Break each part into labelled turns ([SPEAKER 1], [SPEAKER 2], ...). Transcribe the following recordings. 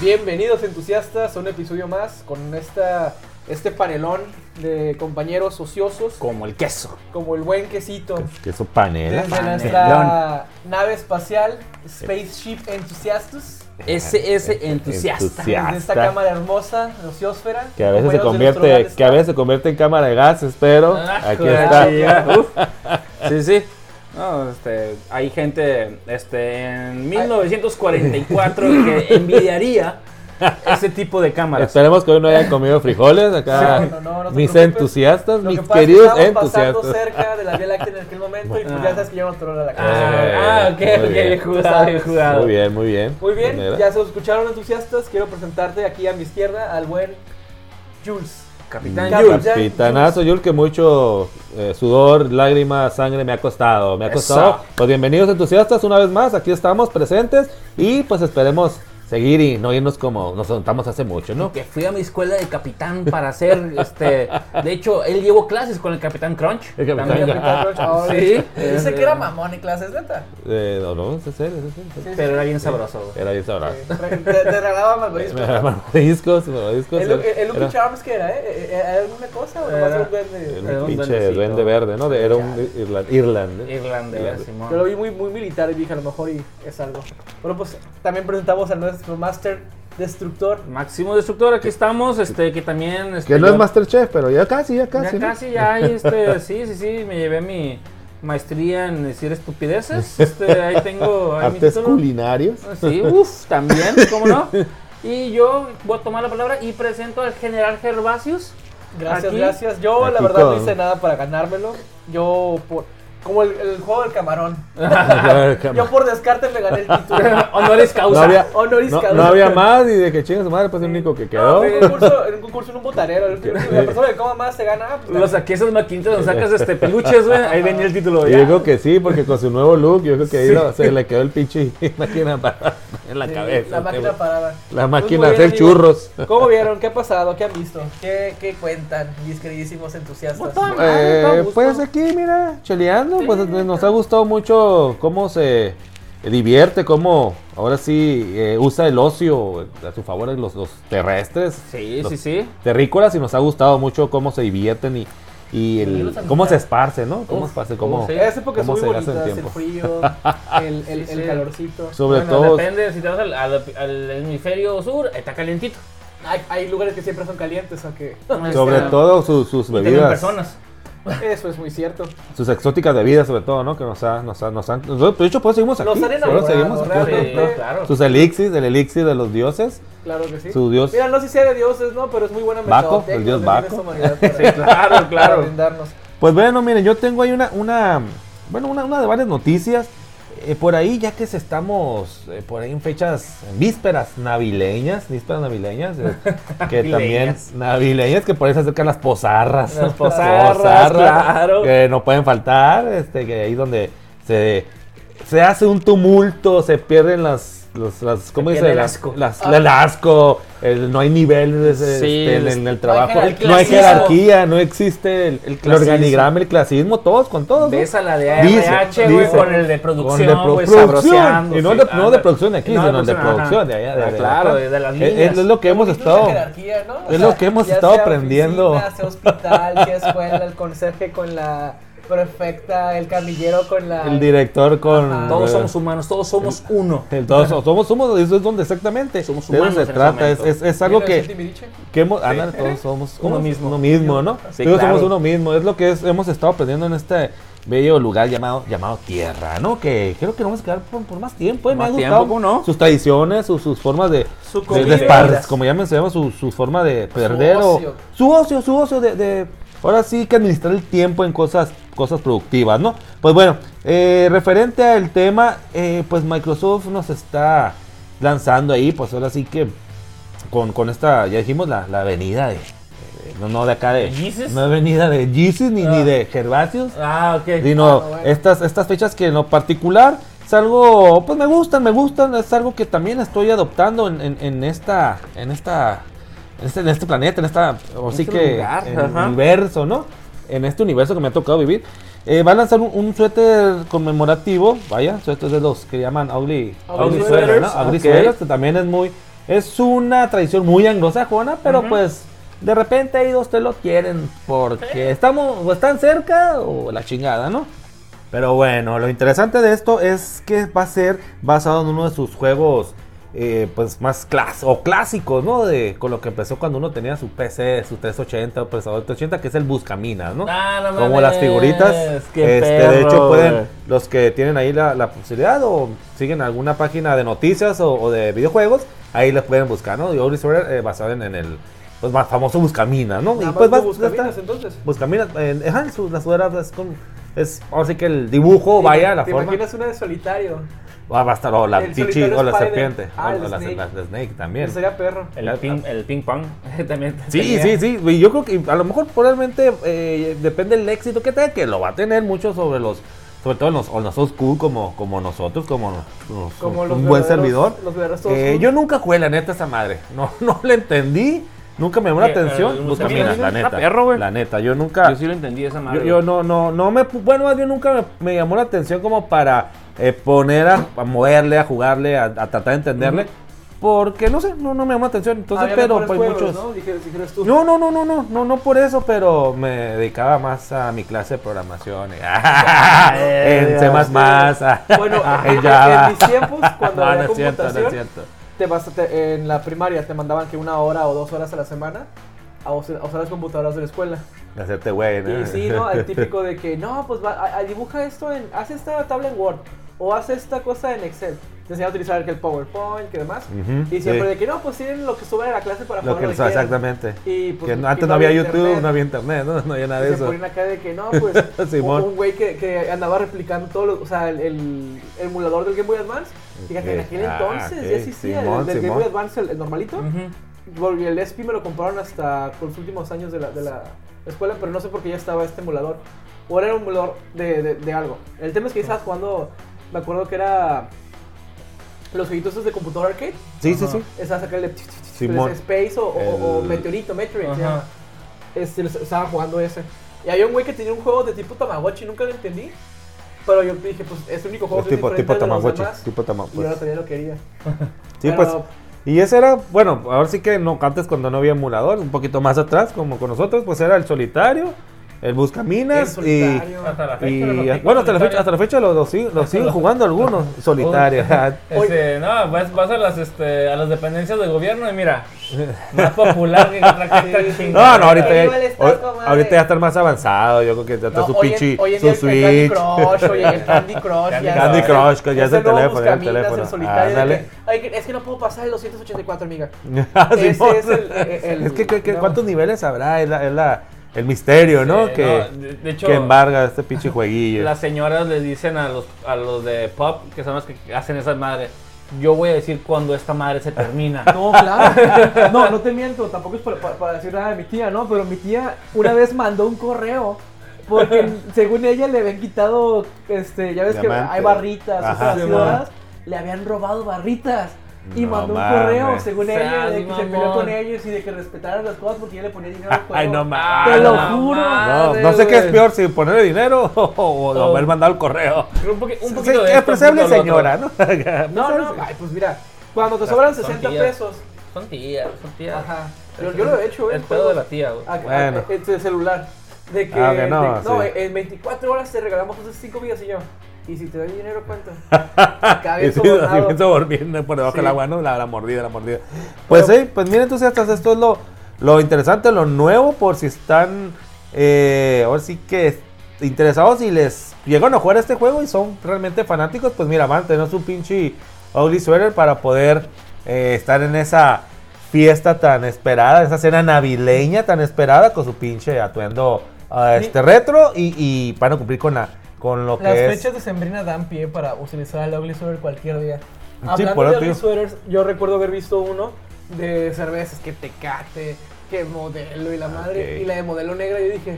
[SPEAKER 1] Bienvenidos entusiastas a un episodio más con esta, este panelón de compañeros ociosos
[SPEAKER 2] Como el queso.
[SPEAKER 1] como el buen quesito
[SPEAKER 2] Queso panela.
[SPEAKER 1] desde nuestra nave espacial Spaceship Enthusiastus
[SPEAKER 2] SS
[SPEAKER 1] desde esta
[SPEAKER 2] entusiasta.
[SPEAKER 1] cámara hermosa de ociosfera
[SPEAKER 2] Que a veces se
[SPEAKER 1] compañeros de nuestro gran
[SPEAKER 2] convierte, que a veces se convierte en cámara de gases, pero
[SPEAKER 1] Ah,
[SPEAKER 2] aquí
[SPEAKER 1] joder.
[SPEAKER 2] está.
[SPEAKER 3] Uf. Sí, sí. No, este, hay gente este, en 1944 que envidiaría ese tipo de cámaras.
[SPEAKER 2] Esperemos que hoy no hayan comido frijoles acá.
[SPEAKER 1] No, no, no, no te
[SPEAKER 2] mis
[SPEAKER 1] preocupes.
[SPEAKER 2] entusiastas,
[SPEAKER 1] Lo
[SPEAKER 2] mis
[SPEAKER 1] que pasa es que
[SPEAKER 2] queridos
[SPEAKER 1] estábamos pasando
[SPEAKER 2] entusiastas.
[SPEAKER 1] cerca de la Vía Láctea en aquel momento y pues
[SPEAKER 3] Ah.
[SPEAKER 1] ya sabes que llevan otro lado a la casa.
[SPEAKER 3] Ah, ah, ok,
[SPEAKER 2] Muy
[SPEAKER 3] ok,
[SPEAKER 2] bien.
[SPEAKER 3] bien jugado, bien jugado.
[SPEAKER 2] Muy bien, muy bien.
[SPEAKER 1] Muy bien,
[SPEAKER 2] Mira.
[SPEAKER 1] ya se los escucharon entusiastas. Quiero presentarte aquí a mi izquierda al buen Jules.
[SPEAKER 3] Capitán
[SPEAKER 1] Cap-
[SPEAKER 3] Jules.
[SPEAKER 2] Mm, Capitanazo Yul, que mucho eh, sudor, lágrimas, sangre me ha costado, me ha
[SPEAKER 3] Eso.
[SPEAKER 2] costado. Pues bienvenidos entusiastas una vez más, aquí estamos presentes y pues esperemos seguir y no irnos como nos sentamos hace mucho, ¿no?
[SPEAKER 3] Que fui a mi escuela de capitán para hacer, este, de hecho, él llevó clases con el capitán Crunch.
[SPEAKER 2] El capitán
[SPEAKER 3] También.
[SPEAKER 2] Crunch.
[SPEAKER 3] Sí.
[SPEAKER 1] Dice que era mamón en clases, neta.
[SPEAKER 2] Eh, no, no, es en serio, es en serio.
[SPEAKER 1] Sí, sí,
[SPEAKER 3] Pero
[SPEAKER 1] sí.
[SPEAKER 3] era bien sabroso. güey.
[SPEAKER 2] Era bien sabroso.
[SPEAKER 1] eh, Te, te regalaba malvavisco.
[SPEAKER 2] Me daban Discos, me daban discos.
[SPEAKER 1] El, el, el Lucky
[SPEAKER 2] era-
[SPEAKER 1] Charms que era, ¿eh? ¿Era alguna cosa o nomás
[SPEAKER 3] Era-
[SPEAKER 1] era un duende?
[SPEAKER 2] era
[SPEAKER 3] era
[SPEAKER 2] un
[SPEAKER 3] un
[SPEAKER 2] pinche
[SPEAKER 3] duendecito.
[SPEAKER 2] duende verde, ¿no? De- Era un irlandés.
[SPEAKER 1] Eh,
[SPEAKER 3] Irlandés, Simón.
[SPEAKER 1] Yo lo vi muy, muy militar y dije, a lo mejor y es algo. Bueno, pues también presentamos a nuestro Master Destructor.
[SPEAKER 3] Máximo Destructor, aquí estamos, este, que también... Este,
[SPEAKER 2] Que no es
[SPEAKER 3] yo-
[SPEAKER 2] Masterchef, pero ya casi, ya
[SPEAKER 3] Ya
[SPEAKER 2] casi. ¿no?
[SPEAKER 3] casi, ya hay, este, sí, sí, sí, me llevé mi maestría en decir estupideces, este, ahí tengo ahí mi
[SPEAKER 2] Artes
[SPEAKER 3] título.
[SPEAKER 2] culinarios.
[SPEAKER 3] Sí, uff, también, cómo no. Y yo voy a tomar la palabra y presento al general Gervasius.
[SPEAKER 1] Gracias,
[SPEAKER 3] Aquí-
[SPEAKER 1] gracias. Yo la
[SPEAKER 2] Aquí
[SPEAKER 1] verdad no
[SPEAKER 2] con-
[SPEAKER 1] hice nada para ganármelo. Yo, por, como el, el juego del camarón. Yo
[SPEAKER 2] no,
[SPEAKER 1] por descarte me gané el título.
[SPEAKER 3] Honoris causa.
[SPEAKER 2] había,
[SPEAKER 1] Honoris
[SPEAKER 2] no-
[SPEAKER 1] causa.
[SPEAKER 2] no había más y de que chinga su madre, pues el único que
[SPEAKER 1] No,
[SPEAKER 2] quedó.
[SPEAKER 1] fue en un concurso, en un concurso en un botanero. El- La persona que coma más se gana. ah, pues,
[SPEAKER 3] Lo saqué esas maquinitas donde sacas este peluches, güey. Ahí venía el título.
[SPEAKER 2] Y
[SPEAKER 3] ya.
[SPEAKER 2] yo creo que sí, porque con su nuevo look, yo creo que ahí
[SPEAKER 3] Sí.
[SPEAKER 2] lo- se le quedó el pinche máquina para- en la
[SPEAKER 1] Sí,
[SPEAKER 2] cabeza.
[SPEAKER 1] La máquina parada.
[SPEAKER 2] La
[SPEAKER 1] Pues
[SPEAKER 2] máquina
[SPEAKER 1] muy
[SPEAKER 2] de hacer
[SPEAKER 1] bien, amigos.
[SPEAKER 2] churros.
[SPEAKER 1] ¿Cómo vieron? ¿Qué ha pasado? ¿Qué han visto? ¿Qué, qué cuentan, mis queridísimos entusiastas?
[SPEAKER 3] Botón. Ah, está a
[SPEAKER 2] Eh,
[SPEAKER 3] gusto.
[SPEAKER 2] pues aquí, mira, cheleando, pues nos ha gustado mucho cómo se divierte, cómo ahora sí eh, usa el ocio a su favor los, los terrestres.
[SPEAKER 3] Sí,
[SPEAKER 2] los
[SPEAKER 3] sí, sí.
[SPEAKER 2] Terrícolas y nos ha gustado mucho cómo se divierten y, y
[SPEAKER 1] Sí,
[SPEAKER 2] el,
[SPEAKER 1] los amistades.
[SPEAKER 2] cómo se esparce, ¿no? Cómo
[SPEAKER 3] Uf,
[SPEAKER 2] esparce,
[SPEAKER 3] cómo
[SPEAKER 2] cómo...
[SPEAKER 3] se-
[SPEAKER 1] Las épocas son
[SPEAKER 2] ¿Cómo
[SPEAKER 1] muy
[SPEAKER 2] se gasta el
[SPEAKER 1] bonitas, el,
[SPEAKER 2] tiempo?
[SPEAKER 1] frío, el, el,
[SPEAKER 3] Sí,
[SPEAKER 1] el
[SPEAKER 3] sí.
[SPEAKER 1] calorcito.
[SPEAKER 2] Sobre
[SPEAKER 3] Bueno,
[SPEAKER 2] todo...
[SPEAKER 3] Depende, si te vas al, al- al hemisferio sur, está calientito.
[SPEAKER 1] Hay, hay lugares que siempre son calientes, aunque
[SPEAKER 2] Sobre
[SPEAKER 3] Este,
[SPEAKER 2] todo su- sus
[SPEAKER 3] y también
[SPEAKER 2] bebidas,
[SPEAKER 3] personas.
[SPEAKER 1] eso es muy cierto.
[SPEAKER 2] sus exóticas bebidas sobre todo, ¿no? Que nos, ha, nos, ha- nos han... nosotros, De hecho, pues seguimos aquí.
[SPEAKER 1] Nos han
[SPEAKER 2] nosotros
[SPEAKER 1] enamorado,
[SPEAKER 2] seguimos aquí.
[SPEAKER 1] realmente.
[SPEAKER 3] Sí, claro.
[SPEAKER 2] Sus elixirs, el elixir de los dioses.
[SPEAKER 1] Claro que sí.
[SPEAKER 2] Su dios.
[SPEAKER 1] Mira, no sé si sea de dioses, ¿no? Pero es muy buena
[SPEAKER 2] Baco,
[SPEAKER 1] mercadotecnia
[SPEAKER 2] el dios
[SPEAKER 1] que tiene
[SPEAKER 2] Baco.
[SPEAKER 1] esta humanidad para-
[SPEAKER 3] Claro,
[SPEAKER 1] para
[SPEAKER 3] claro.
[SPEAKER 1] brindarnos.
[SPEAKER 2] Pues bueno, miren, yo tengo ahí una, una bueno, una, una de varias noticias. Eh, por ahí, ya que se estamos eh, por ahí en fechas, en vísperas navileñas, vísperas navileñas, eh, que también
[SPEAKER 3] Navileñas.
[SPEAKER 2] navileñas, que por ahí se acercan las posarras.
[SPEAKER 3] Las posarras, claro.
[SPEAKER 2] Que no pueden faltar, este, que ahí donde se, se hace un tumulto, se pierden las, los- las ¿cómo
[SPEAKER 3] pierde
[SPEAKER 2] dice?
[SPEAKER 3] el
[SPEAKER 2] Las-
[SPEAKER 3] asco.
[SPEAKER 2] Las, el asco, el- no hay niveles
[SPEAKER 3] Sí,
[SPEAKER 2] este, en,
[SPEAKER 3] es-
[SPEAKER 2] en el trabajo,
[SPEAKER 1] no hay
[SPEAKER 2] no hay
[SPEAKER 1] clasismo.
[SPEAKER 2] jerarquía, no existe el, el
[SPEAKER 3] clasismo.
[SPEAKER 2] organigrama, el clasismo, todos con todos. ¿no?
[SPEAKER 3] Ves a la de
[SPEAKER 2] Dice,
[SPEAKER 3] ARH, güey,
[SPEAKER 2] dice,
[SPEAKER 3] con el de
[SPEAKER 2] Con de
[SPEAKER 3] producción,
[SPEAKER 2] pro-
[SPEAKER 3] güey, sabroseando,
[SPEAKER 2] producción. Y no,
[SPEAKER 3] sí,
[SPEAKER 2] de, no
[SPEAKER 3] ándale.
[SPEAKER 2] de producción de aquí,
[SPEAKER 3] Y no
[SPEAKER 2] sino de
[SPEAKER 3] ajá.
[SPEAKER 2] producción de allá. de-
[SPEAKER 3] Ah,
[SPEAKER 2] de-
[SPEAKER 3] claro,
[SPEAKER 2] ajá.
[SPEAKER 3] de, de las
[SPEAKER 2] Es-
[SPEAKER 3] líneas.
[SPEAKER 2] Es, lo que hemos
[SPEAKER 1] Incluso
[SPEAKER 2] estado.
[SPEAKER 1] la jerarquía, ¿no?
[SPEAKER 2] es lo que hemos
[SPEAKER 1] ya
[SPEAKER 2] estado
[SPEAKER 1] sea
[SPEAKER 2] aprendiendo.
[SPEAKER 1] oficina, sea hospital, sea escuela, el conserje con la prefecta, el camillero con la.
[SPEAKER 2] El director con.
[SPEAKER 1] Ajá.
[SPEAKER 3] Todos somos humanos, todos somos uno.
[SPEAKER 2] el- todos somos- somos, somos, eso es donde exactamente.
[SPEAKER 3] Somos
[SPEAKER 2] de eso
[SPEAKER 3] humanos en
[SPEAKER 2] se
[SPEAKER 3] ese
[SPEAKER 2] trata, es,
[SPEAKER 3] momento.
[SPEAKER 2] es- es algo
[SPEAKER 1] Mira, el
[SPEAKER 2] que,
[SPEAKER 1] Timbiriche.
[SPEAKER 2] que hemos, ándale, todos somos
[SPEAKER 3] Uno
[SPEAKER 2] somos
[SPEAKER 3] mismo.
[SPEAKER 2] uno mismo, ¿no?
[SPEAKER 3] Sí,
[SPEAKER 2] Todos somos
[SPEAKER 3] claro.
[SPEAKER 2] uno mismo, es lo que es- hemos estado aprendiendo en este bello lugar llamado, llamado Tierra, ¿no? Que creo que nos vamos a quedar por, por más tiempo, ¿eh?
[SPEAKER 3] Más
[SPEAKER 2] me ha
[SPEAKER 3] tiempo,
[SPEAKER 2] gustado
[SPEAKER 3] ¿cómo no?
[SPEAKER 2] sus tradiciones, sus, sus formas de,
[SPEAKER 3] Su
[SPEAKER 2] de, de
[SPEAKER 3] comida.
[SPEAKER 2] espar- como ya mencionamos, su, su forma de perder o
[SPEAKER 1] ocio.
[SPEAKER 2] su ocio, su ocio de, de- ahora sí que administrar el tiempo en cosas, cosas productivas, ¿no? Pues bueno, eh, referente al tema, eh, pues Microsoft nos está lanzando ahí, pues ahora sí que con, con esta, ya dijimos, la, la avenida de, de- no, no de acá de,
[SPEAKER 3] Jesus?
[SPEAKER 2] no avenida de Jesus ni, ni
[SPEAKER 3] Ah.
[SPEAKER 2] de Gervasius,
[SPEAKER 3] Ah, ok.
[SPEAKER 2] sino
[SPEAKER 1] bueno.
[SPEAKER 2] estas, estas fechas que en lo particular es algo, pues me gustan, me gustan, es algo que también estoy adoptando en, en- en esta, en esta, en este, en este planeta, en esta, o sí
[SPEAKER 3] este
[SPEAKER 2] que,
[SPEAKER 3] lugar,
[SPEAKER 2] en
[SPEAKER 3] ajá.
[SPEAKER 2] universo, ¿no? En este universo que me ha tocado vivir. Eh, va a lanzar un, un suéter conmemorativo, vaya, suéter de los que llaman ugly,
[SPEAKER 1] Ugly
[SPEAKER 2] ugly sweater, ¿no?
[SPEAKER 3] sweaters,
[SPEAKER 2] Ugly
[SPEAKER 3] ok.
[SPEAKER 2] sweaters, que también es muy, Es una tradición muy anglosajona, pero
[SPEAKER 3] Ujú.
[SPEAKER 2] pues de repente ahí dos te lo quieren porque estamos o están cerca o la chingada, ¿no? Pero bueno, lo interesante de esto es que va a ser basado en uno de sus juegos eh, pues más clas o clásicos, ¿no? De, con lo que empezó cuando uno tenía su PC, su 380 o procesador 380, que es el Buscaminas, ¿no?
[SPEAKER 3] Ah, no
[SPEAKER 2] Como
[SPEAKER 3] mames,
[SPEAKER 2] las figuritas.
[SPEAKER 3] qué
[SPEAKER 2] Este,
[SPEAKER 3] perro,
[SPEAKER 2] de hecho, pueden,
[SPEAKER 3] güey.
[SPEAKER 2] los que tienen ahí la, la posibilidad o siguen alguna página de noticias o, o de videojuegos, ahí las pueden buscar, ¿no? Y Ori Soler eh, basado en, en el pues, más famoso Buscaminas, ¿no?
[SPEAKER 1] Nada
[SPEAKER 2] y
[SPEAKER 1] más
[SPEAKER 2] pues
[SPEAKER 1] tú
[SPEAKER 2] vas-
[SPEAKER 1] buscas
[SPEAKER 2] ya está.
[SPEAKER 1] minas, entonces.
[SPEAKER 2] Buscaminas, eh, ajá, su- la sudadera es con. Es, ahora sí que el dibujo, Oh, vaya, la
[SPEAKER 1] ¿Te
[SPEAKER 2] forma.
[SPEAKER 1] imaginas una de solitario?
[SPEAKER 2] Ah, va a estar, o la
[SPEAKER 1] El
[SPEAKER 2] chichi,
[SPEAKER 1] solitario
[SPEAKER 2] o la
[SPEAKER 1] Spider.
[SPEAKER 2] serpiente,
[SPEAKER 1] Ah,
[SPEAKER 2] o,
[SPEAKER 1] el
[SPEAKER 2] o la,
[SPEAKER 1] Snake.
[SPEAKER 2] la- la Snake también.
[SPEAKER 1] Eso Pues sería perro.
[SPEAKER 3] El ping, el ping pong. También
[SPEAKER 2] Sí,
[SPEAKER 3] tenía.
[SPEAKER 2] sí, sí. y Yo creo que a lo mejor probablemente eh, depende del éxito que tenga, que lo va a tener mucho sobre los, sobre todo en los, en los old school como, como nosotros, como, nos-
[SPEAKER 1] Como los
[SPEAKER 2] un buen
[SPEAKER 1] verdaderos-
[SPEAKER 2] servidor.
[SPEAKER 1] los verdaderos old
[SPEAKER 2] Eh,
[SPEAKER 1] school.
[SPEAKER 2] yo nunca jugué la neta esa madre. No, no la entendí. Nunca me llamó la
[SPEAKER 3] Eh, eh,
[SPEAKER 2] atención. Busca
[SPEAKER 3] Buscaminas,
[SPEAKER 2] minas, la
[SPEAKER 3] está
[SPEAKER 2] neta.
[SPEAKER 3] perro, güey.
[SPEAKER 2] la neta, yo nunca.
[SPEAKER 3] Yo sí lo entendí esa madre.
[SPEAKER 2] Yo, yo
[SPEAKER 3] güey.
[SPEAKER 2] no, no, no me. pu- Bueno, más bien nunca me, me llamó la atención como para eh, poner a, a moverle, a jugarle, a, a tratar de entenderle. Porque no sé, no, no me llamó la atención. Entonces,
[SPEAKER 1] Había
[SPEAKER 2] pero
[SPEAKER 1] Ah, mejores
[SPEAKER 2] pues
[SPEAKER 1] juegos,
[SPEAKER 2] muchos.
[SPEAKER 1] ¿no? Dije- dijeras tú.
[SPEAKER 2] No, no, no, no, no, no, no por eso, pero me dedicaba más a mi clase de programación.
[SPEAKER 3] Ah,
[SPEAKER 2] en C++,
[SPEAKER 1] Bueno,
[SPEAKER 2] Ah, en
[SPEAKER 1] en,
[SPEAKER 2] Java.
[SPEAKER 1] en mis tiempos, cuando
[SPEAKER 2] no,
[SPEAKER 1] había
[SPEAKER 2] no es cierto, no es
[SPEAKER 1] computación,
[SPEAKER 2] cierto.
[SPEAKER 1] te vas- te- en la primaria te mandaban que una hora o dos horas a la semana a usar, a usar las computadoras de la escuela.
[SPEAKER 2] De hacerte güey, ¿no?
[SPEAKER 1] Y sí, ¿no? El típico de que, no, pues va, a- a- dibuja esto en, haz esta tabla en Word o haz esta cosa en Excel. Te enseñaba a utilizar que el PowerPoint, que demás.
[SPEAKER 2] Ujú,
[SPEAKER 1] y siempre
[SPEAKER 2] sí.
[SPEAKER 1] de que, no, pues tienen lo que suben a la clase para
[SPEAKER 2] Lo
[SPEAKER 1] jugar
[SPEAKER 2] que
[SPEAKER 1] quieran".
[SPEAKER 2] exactamente.
[SPEAKER 1] Y, pues,
[SPEAKER 2] Que no-
[SPEAKER 1] y
[SPEAKER 2] antes no había YouTube,
[SPEAKER 1] internet.
[SPEAKER 2] no había internet, no, no había nada de
[SPEAKER 1] Y se
[SPEAKER 2] eso.
[SPEAKER 1] ponen acá de que no, pues un-
[SPEAKER 2] Simón.
[SPEAKER 1] un güey que, que andaba replicando todo, lo- o sea, el, el emulador del Game Boy Advance. Fíjate, en
[SPEAKER 2] Ok.
[SPEAKER 1] aquel
[SPEAKER 2] Ah,
[SPEAKER 1] entonces
[SPEAKER 2] ok.
[SPEAKER 1] ya existía
[SPEAKER 2] Simón,
[SPEAKER 1] el del
[SPEAKER 2] Simón.
[SPEAKER 1] Game Boy Advance, el, el normalito.
[SPEAKER 3] Ujú.
[SPEAKER 1] Bueno, Y el SP me lo compraron hasta con los últimos años de la, de la escuela, pero no sé por qué ya estaba este emulador. O era un emulador de, de- de algo. El tema es que estabas jugando, me acuerdo que era los jueguitos esos de computador arcade.
[SPEAKER 2] Sí, sí,
[SPEAKER 3] Ajá.
[SPEAKER 2] sí.
[SPEAKER 1] Estabas acá el de
[SPEAKER 2] Simón.
[SPEAKER 1] Space o, o- o
[SPEAKER 2] El-
[SPEAKER 1] Meteorito, Meteorite. se
[SPEAKER 3] Ajá.
[SPEAKER 1] llama este, los- estaba jugando ese. Y había un güey que tenía un juego de tipo Tamagotchi, nunca lo entendí. Pero yo dije, pues es el único juego
[SPEAKER 2] Es
[SPEAKER 1] que es
[SPEAKER 2] tipo,
[SPEAKER 1] diferente
[SPEAKER 2] tipo
[SPEAKER 1] al de los
[SPEAKER 2] Tamagotchi,
[SPEAKER 1] demás.
[SPEAKER 2] tipo Tamagotchi.
[SPEAKER 1] Y yo no tenía lo quería.
[SPEAKER 2] Sí,
[SPEAKER 1] Pero-
[SPEAKER 2] pues. Y ese era, bueno, ahora sí que no, antes cuando no había emulador, un poquito más atrás, como con nosotros, pues era el solitario, el
[SPEAKER 1] El
[SPEAKER 2] buscaminas y.
[SPEAKER 1] solitario.
[SPEAKER 3] Hasta la fecha.
[SPEAKER 2] Y,
[SPEAKER 3] lo practico
[SPEAKER 2] bueno, hasta la fecha,
[SPEAKER 3] solitario.
[SPEAKER 2] hasta la fecha lo, lo sig- lo siguen jugando algunos, solitario.
[SPEAKER 3] Este, no, vas, vas a las este, a las dependencias del gobierno y mira, más popular que otra carta
[SPEAKER 1] Sí.
[SPEAKER 2] No, no, ahorita ya,
[SPEAKER 1] Igual está
[SPEAKER 2] ahor-
[SPEAKER 1] como de-
[SPEAKER 2] ahorita ya están más avanzado, yo creo que ya está
[SPEAKER 1] No,
[SPEAKER 2] su
[SPEAKER 1] hoy en-
[SPEAKER 2] pinche,
[SPEAKER 1] hoy en
[SPEAKER 2] su
[SPEAKER 1] día el
[SPEAKER 2] Switch.
[SPEAKER 1] Candy Crush, oye, el Candy Crush.
[SPEAKER 3] Candy
[SPEAKER 1] ya
[SPEAKER 2] Candy
[SPEAKER 1] sabes,
[SPEAKER 2] Crush, que ya es el
[SPEAKER 1] nuevo
[SPEAKER 2] teléfono, ya es el
[SPEAKER 1] Buscaminas,
[SPEAKER 2] teléfono.
[SPEAKER 1] el solitario de
[SPEAKER 2] Ándale.
[SPEAKER 1] que, "Ay, es que no puedo pasar el 284, amiga.
[SPEAKER 2] Ah,
[SPEAKER 1] Ese
[SPEAKER 2] Simón.
[SPEAKER 1] es el- el- el-
[SPEAKER 2] Es que, que- que
[SPEAKER 1] no.
[SPEAKER 2] cuántos niveles habrá, es, la- es la- el misterio, ¿no?
[SPEAKER 3] Sí,
[SPEAKER 2] que,
[SPEAKER 3] no, de- de hecho-
[SPEAKER 2] que embarga este pinche jueguillo.
[SPEAKER 3] Las señoras les dicen a los, a los de pop, que son los que hacen esas madres, yo voy a decir cuando esta madre se termina.
[SPEAKER 1] No, claro. No, no te miento, tampoco es para, para- para decir nada de mi tía, ¿no? Pero mi tía una vez mandó un correo porque según ella le habían quitado, este, ya ves
[SPEAKER 2] Diamante.
[SPEAKER 1] que hay barritas,
[SPEAKER 2] Ajá.
[SPEAKER 1] otras
[SPEAKER 3] Sí,
[SPEAKER 1] ciudades, le habían robado barritas. Y
[SPEAKER 2] No
[SPEAKER 1] mandó
[SPEAKER 2] mames.
[SPEAKER 1] un correo, según ella,
[SPEAKER 3] Sas,
[SPEAKER 1] de que se
[SPEAKER 3] mamón.
[SPEAKER 1] peleó con ellos y de que respetaran las cosas porque ella le ponía dinero al juego.
[SPEAKER 2] Ay, no
[SPEAKER 3] Ah,
[SPEAKER 2] mames.
[SPEAKER 1] Te lo
[SPEAKER 3] la
[SPEAKER 1] juro.
[SPEAKER 2] No,
[SPEAKER 3] madre,
[SPEAKER 2] no sé qué es
[SPEAKER 3] güey.
[SPEAKER 2] peor, si ponerle dinero o, o- o
[SPEAKER 3] Oh.
[SPEAKER 2] haber mandado el correo.
[SPEAKER 3] Un, poqui- un
[SPEAKER 2] Sí,
[SPEAKER 3] poquito de
[SPEAKER 2] es
[SPEAKER 3] esto, un
[SPEAKER 2] apreciable
[SPEAKER 3] poquito de lo
[SPEAKER 2] señora,
[SPEAKER 3] otro.
[SPEAKER 2] ¿no?
[SPEAKER 1] No, no, ay, pues mira, cuando te sobran
[SPEAKER 3] Son
[SPEAKER 1] 60
[SPEAKER 3] tías.
[SPEAKER 1] pesos,
[SPEAKER 3] Son tías, son tías.
[SPEAKER 1] ajá. Yo, yo lo he hecho, eh.
[SPEAKER 3] El pedo de la
[SPEAKER 1] juegos.
[SPEAKER 3] tía, güey.
[SPEAKER 1] a- a-
[SPEAKER 2] Bueno.
[SPEAKER 1] este celular. De que,
[SPEAKER 2] Ah, que no,
[SPEAKER 1] de- no,
[SPEAKER 2] sí.
[SPEAKER 1] en 24 horas te regalamos esas 5 vidas y yo. Y si te doy dinero, ¿cuánto?
[SPEAKER 2] Y sí,
[SPEAKER 1] Cabeza
[SPEAKER 2] así bien soborniendo por debajo
[SPEAKER 1] Sí.
[SPEAKER 2] del agua, ¿no? La, la mordida, la mordida. Pues sí, pues miren entusiastas, esto es lo, lo interesante, lo nuevo, por si están eh, ahora sí que interesados y les llegan a jugar este juego y son realmente fanáticos, pues mira, van a tener su pinche ugly sweater para poder eh, estar en esa fiesta tan esperada, esa cena navileña tan esperada con su pinche atuendo ah,
[SPEAKER 1] Ni-
[SPEAKER 2] este retro y, y van a cumplir con la con lo
[SPEAKER 1] Las
[SPEAKER 2] que es
[SPEAKER 1] fechas de Sembrina dan pie para utilizar el ugly sweater cualquier día.
[SPEAKER 2] Sí,
[SPEAKER 1] Hablando
[SPEAKER 2] por
[SPEAKER 1] de
[SPEAKER 2] eso
[SPEAKER 1] ugly
[SPEAKER 2] digo.
[SPEAKER 1] sweaters, yo recuerdo haber visto uno de cervezas que tecate, que modelo y la madre.
[SPEAKER 2] Ah, ok.
[SPEAKER 1] Y la de modelo negra, yo dije.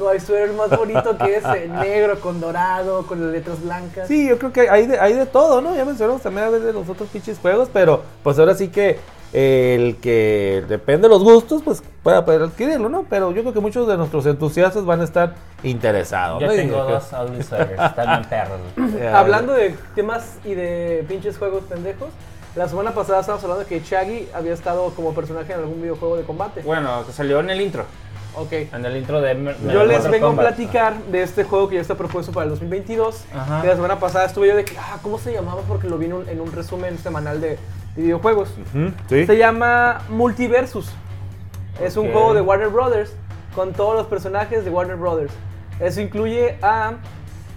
[SPEAKER 1] No hay sweater más bonito que ese, negro con dorado, con las letras blancas.
[SPEAKER 2] Sí, yo creo que hay de, hay de todo, ¿no? Ya mencionamos también a veces los otros pinches juegos, pero pues ahora sí que eh, el que depende de los gustos, pues pueda poder adquirirlo, ¿no? Pero yo creo que muchos de nuestros entusiastas van a estar interesados.
[SPEAKER 3] Yo
[SPEAKER 2] ¿no? Y-
[SPEAKER 3] tengo dos Ugly Suckers, están bien perros. güey.
[SPEAKER 2] eh,
[SPEAKER 1] Hablando de temas y de pinches juegos pendejos, La semana pasada estábamos hablando de que Shaggy había estado como personaje en algún videojuego de combate.
[SPEAKER 3] Bueno, que salió en el intro.
[SPEAKER 1] Ok.
[SPEAKER 3] En el intro de. Mer-
[SPEAKER 1] Yo
[SPEAKER 3] de
[SPEAKER 1] les
[SPEAKER 3] Mortal
[SPEAKER 1] vengo a
[SPEAKER 3] Kombat.
[SPEAKER 1] platicar de este juego que ya está propuesto para el 2022.
[SPEAKER 3] Ajá.
[SPEAKER 1] Que la semana pasada estuve yo de que, ah, ¿cómo se llamaba? Porque lo vi en un, en un resumen semanal de, de videojuegos.
[SPEAKER 2] Ujú, ¿Mm? sí.
[SPEAKER 1] Se llama Multiversus. Es un
[SPEAKER 3] Ok.
[SPEAKER 1] juego de Warner Brothers con todos los personajes de Warner Brothers. Eso incluye a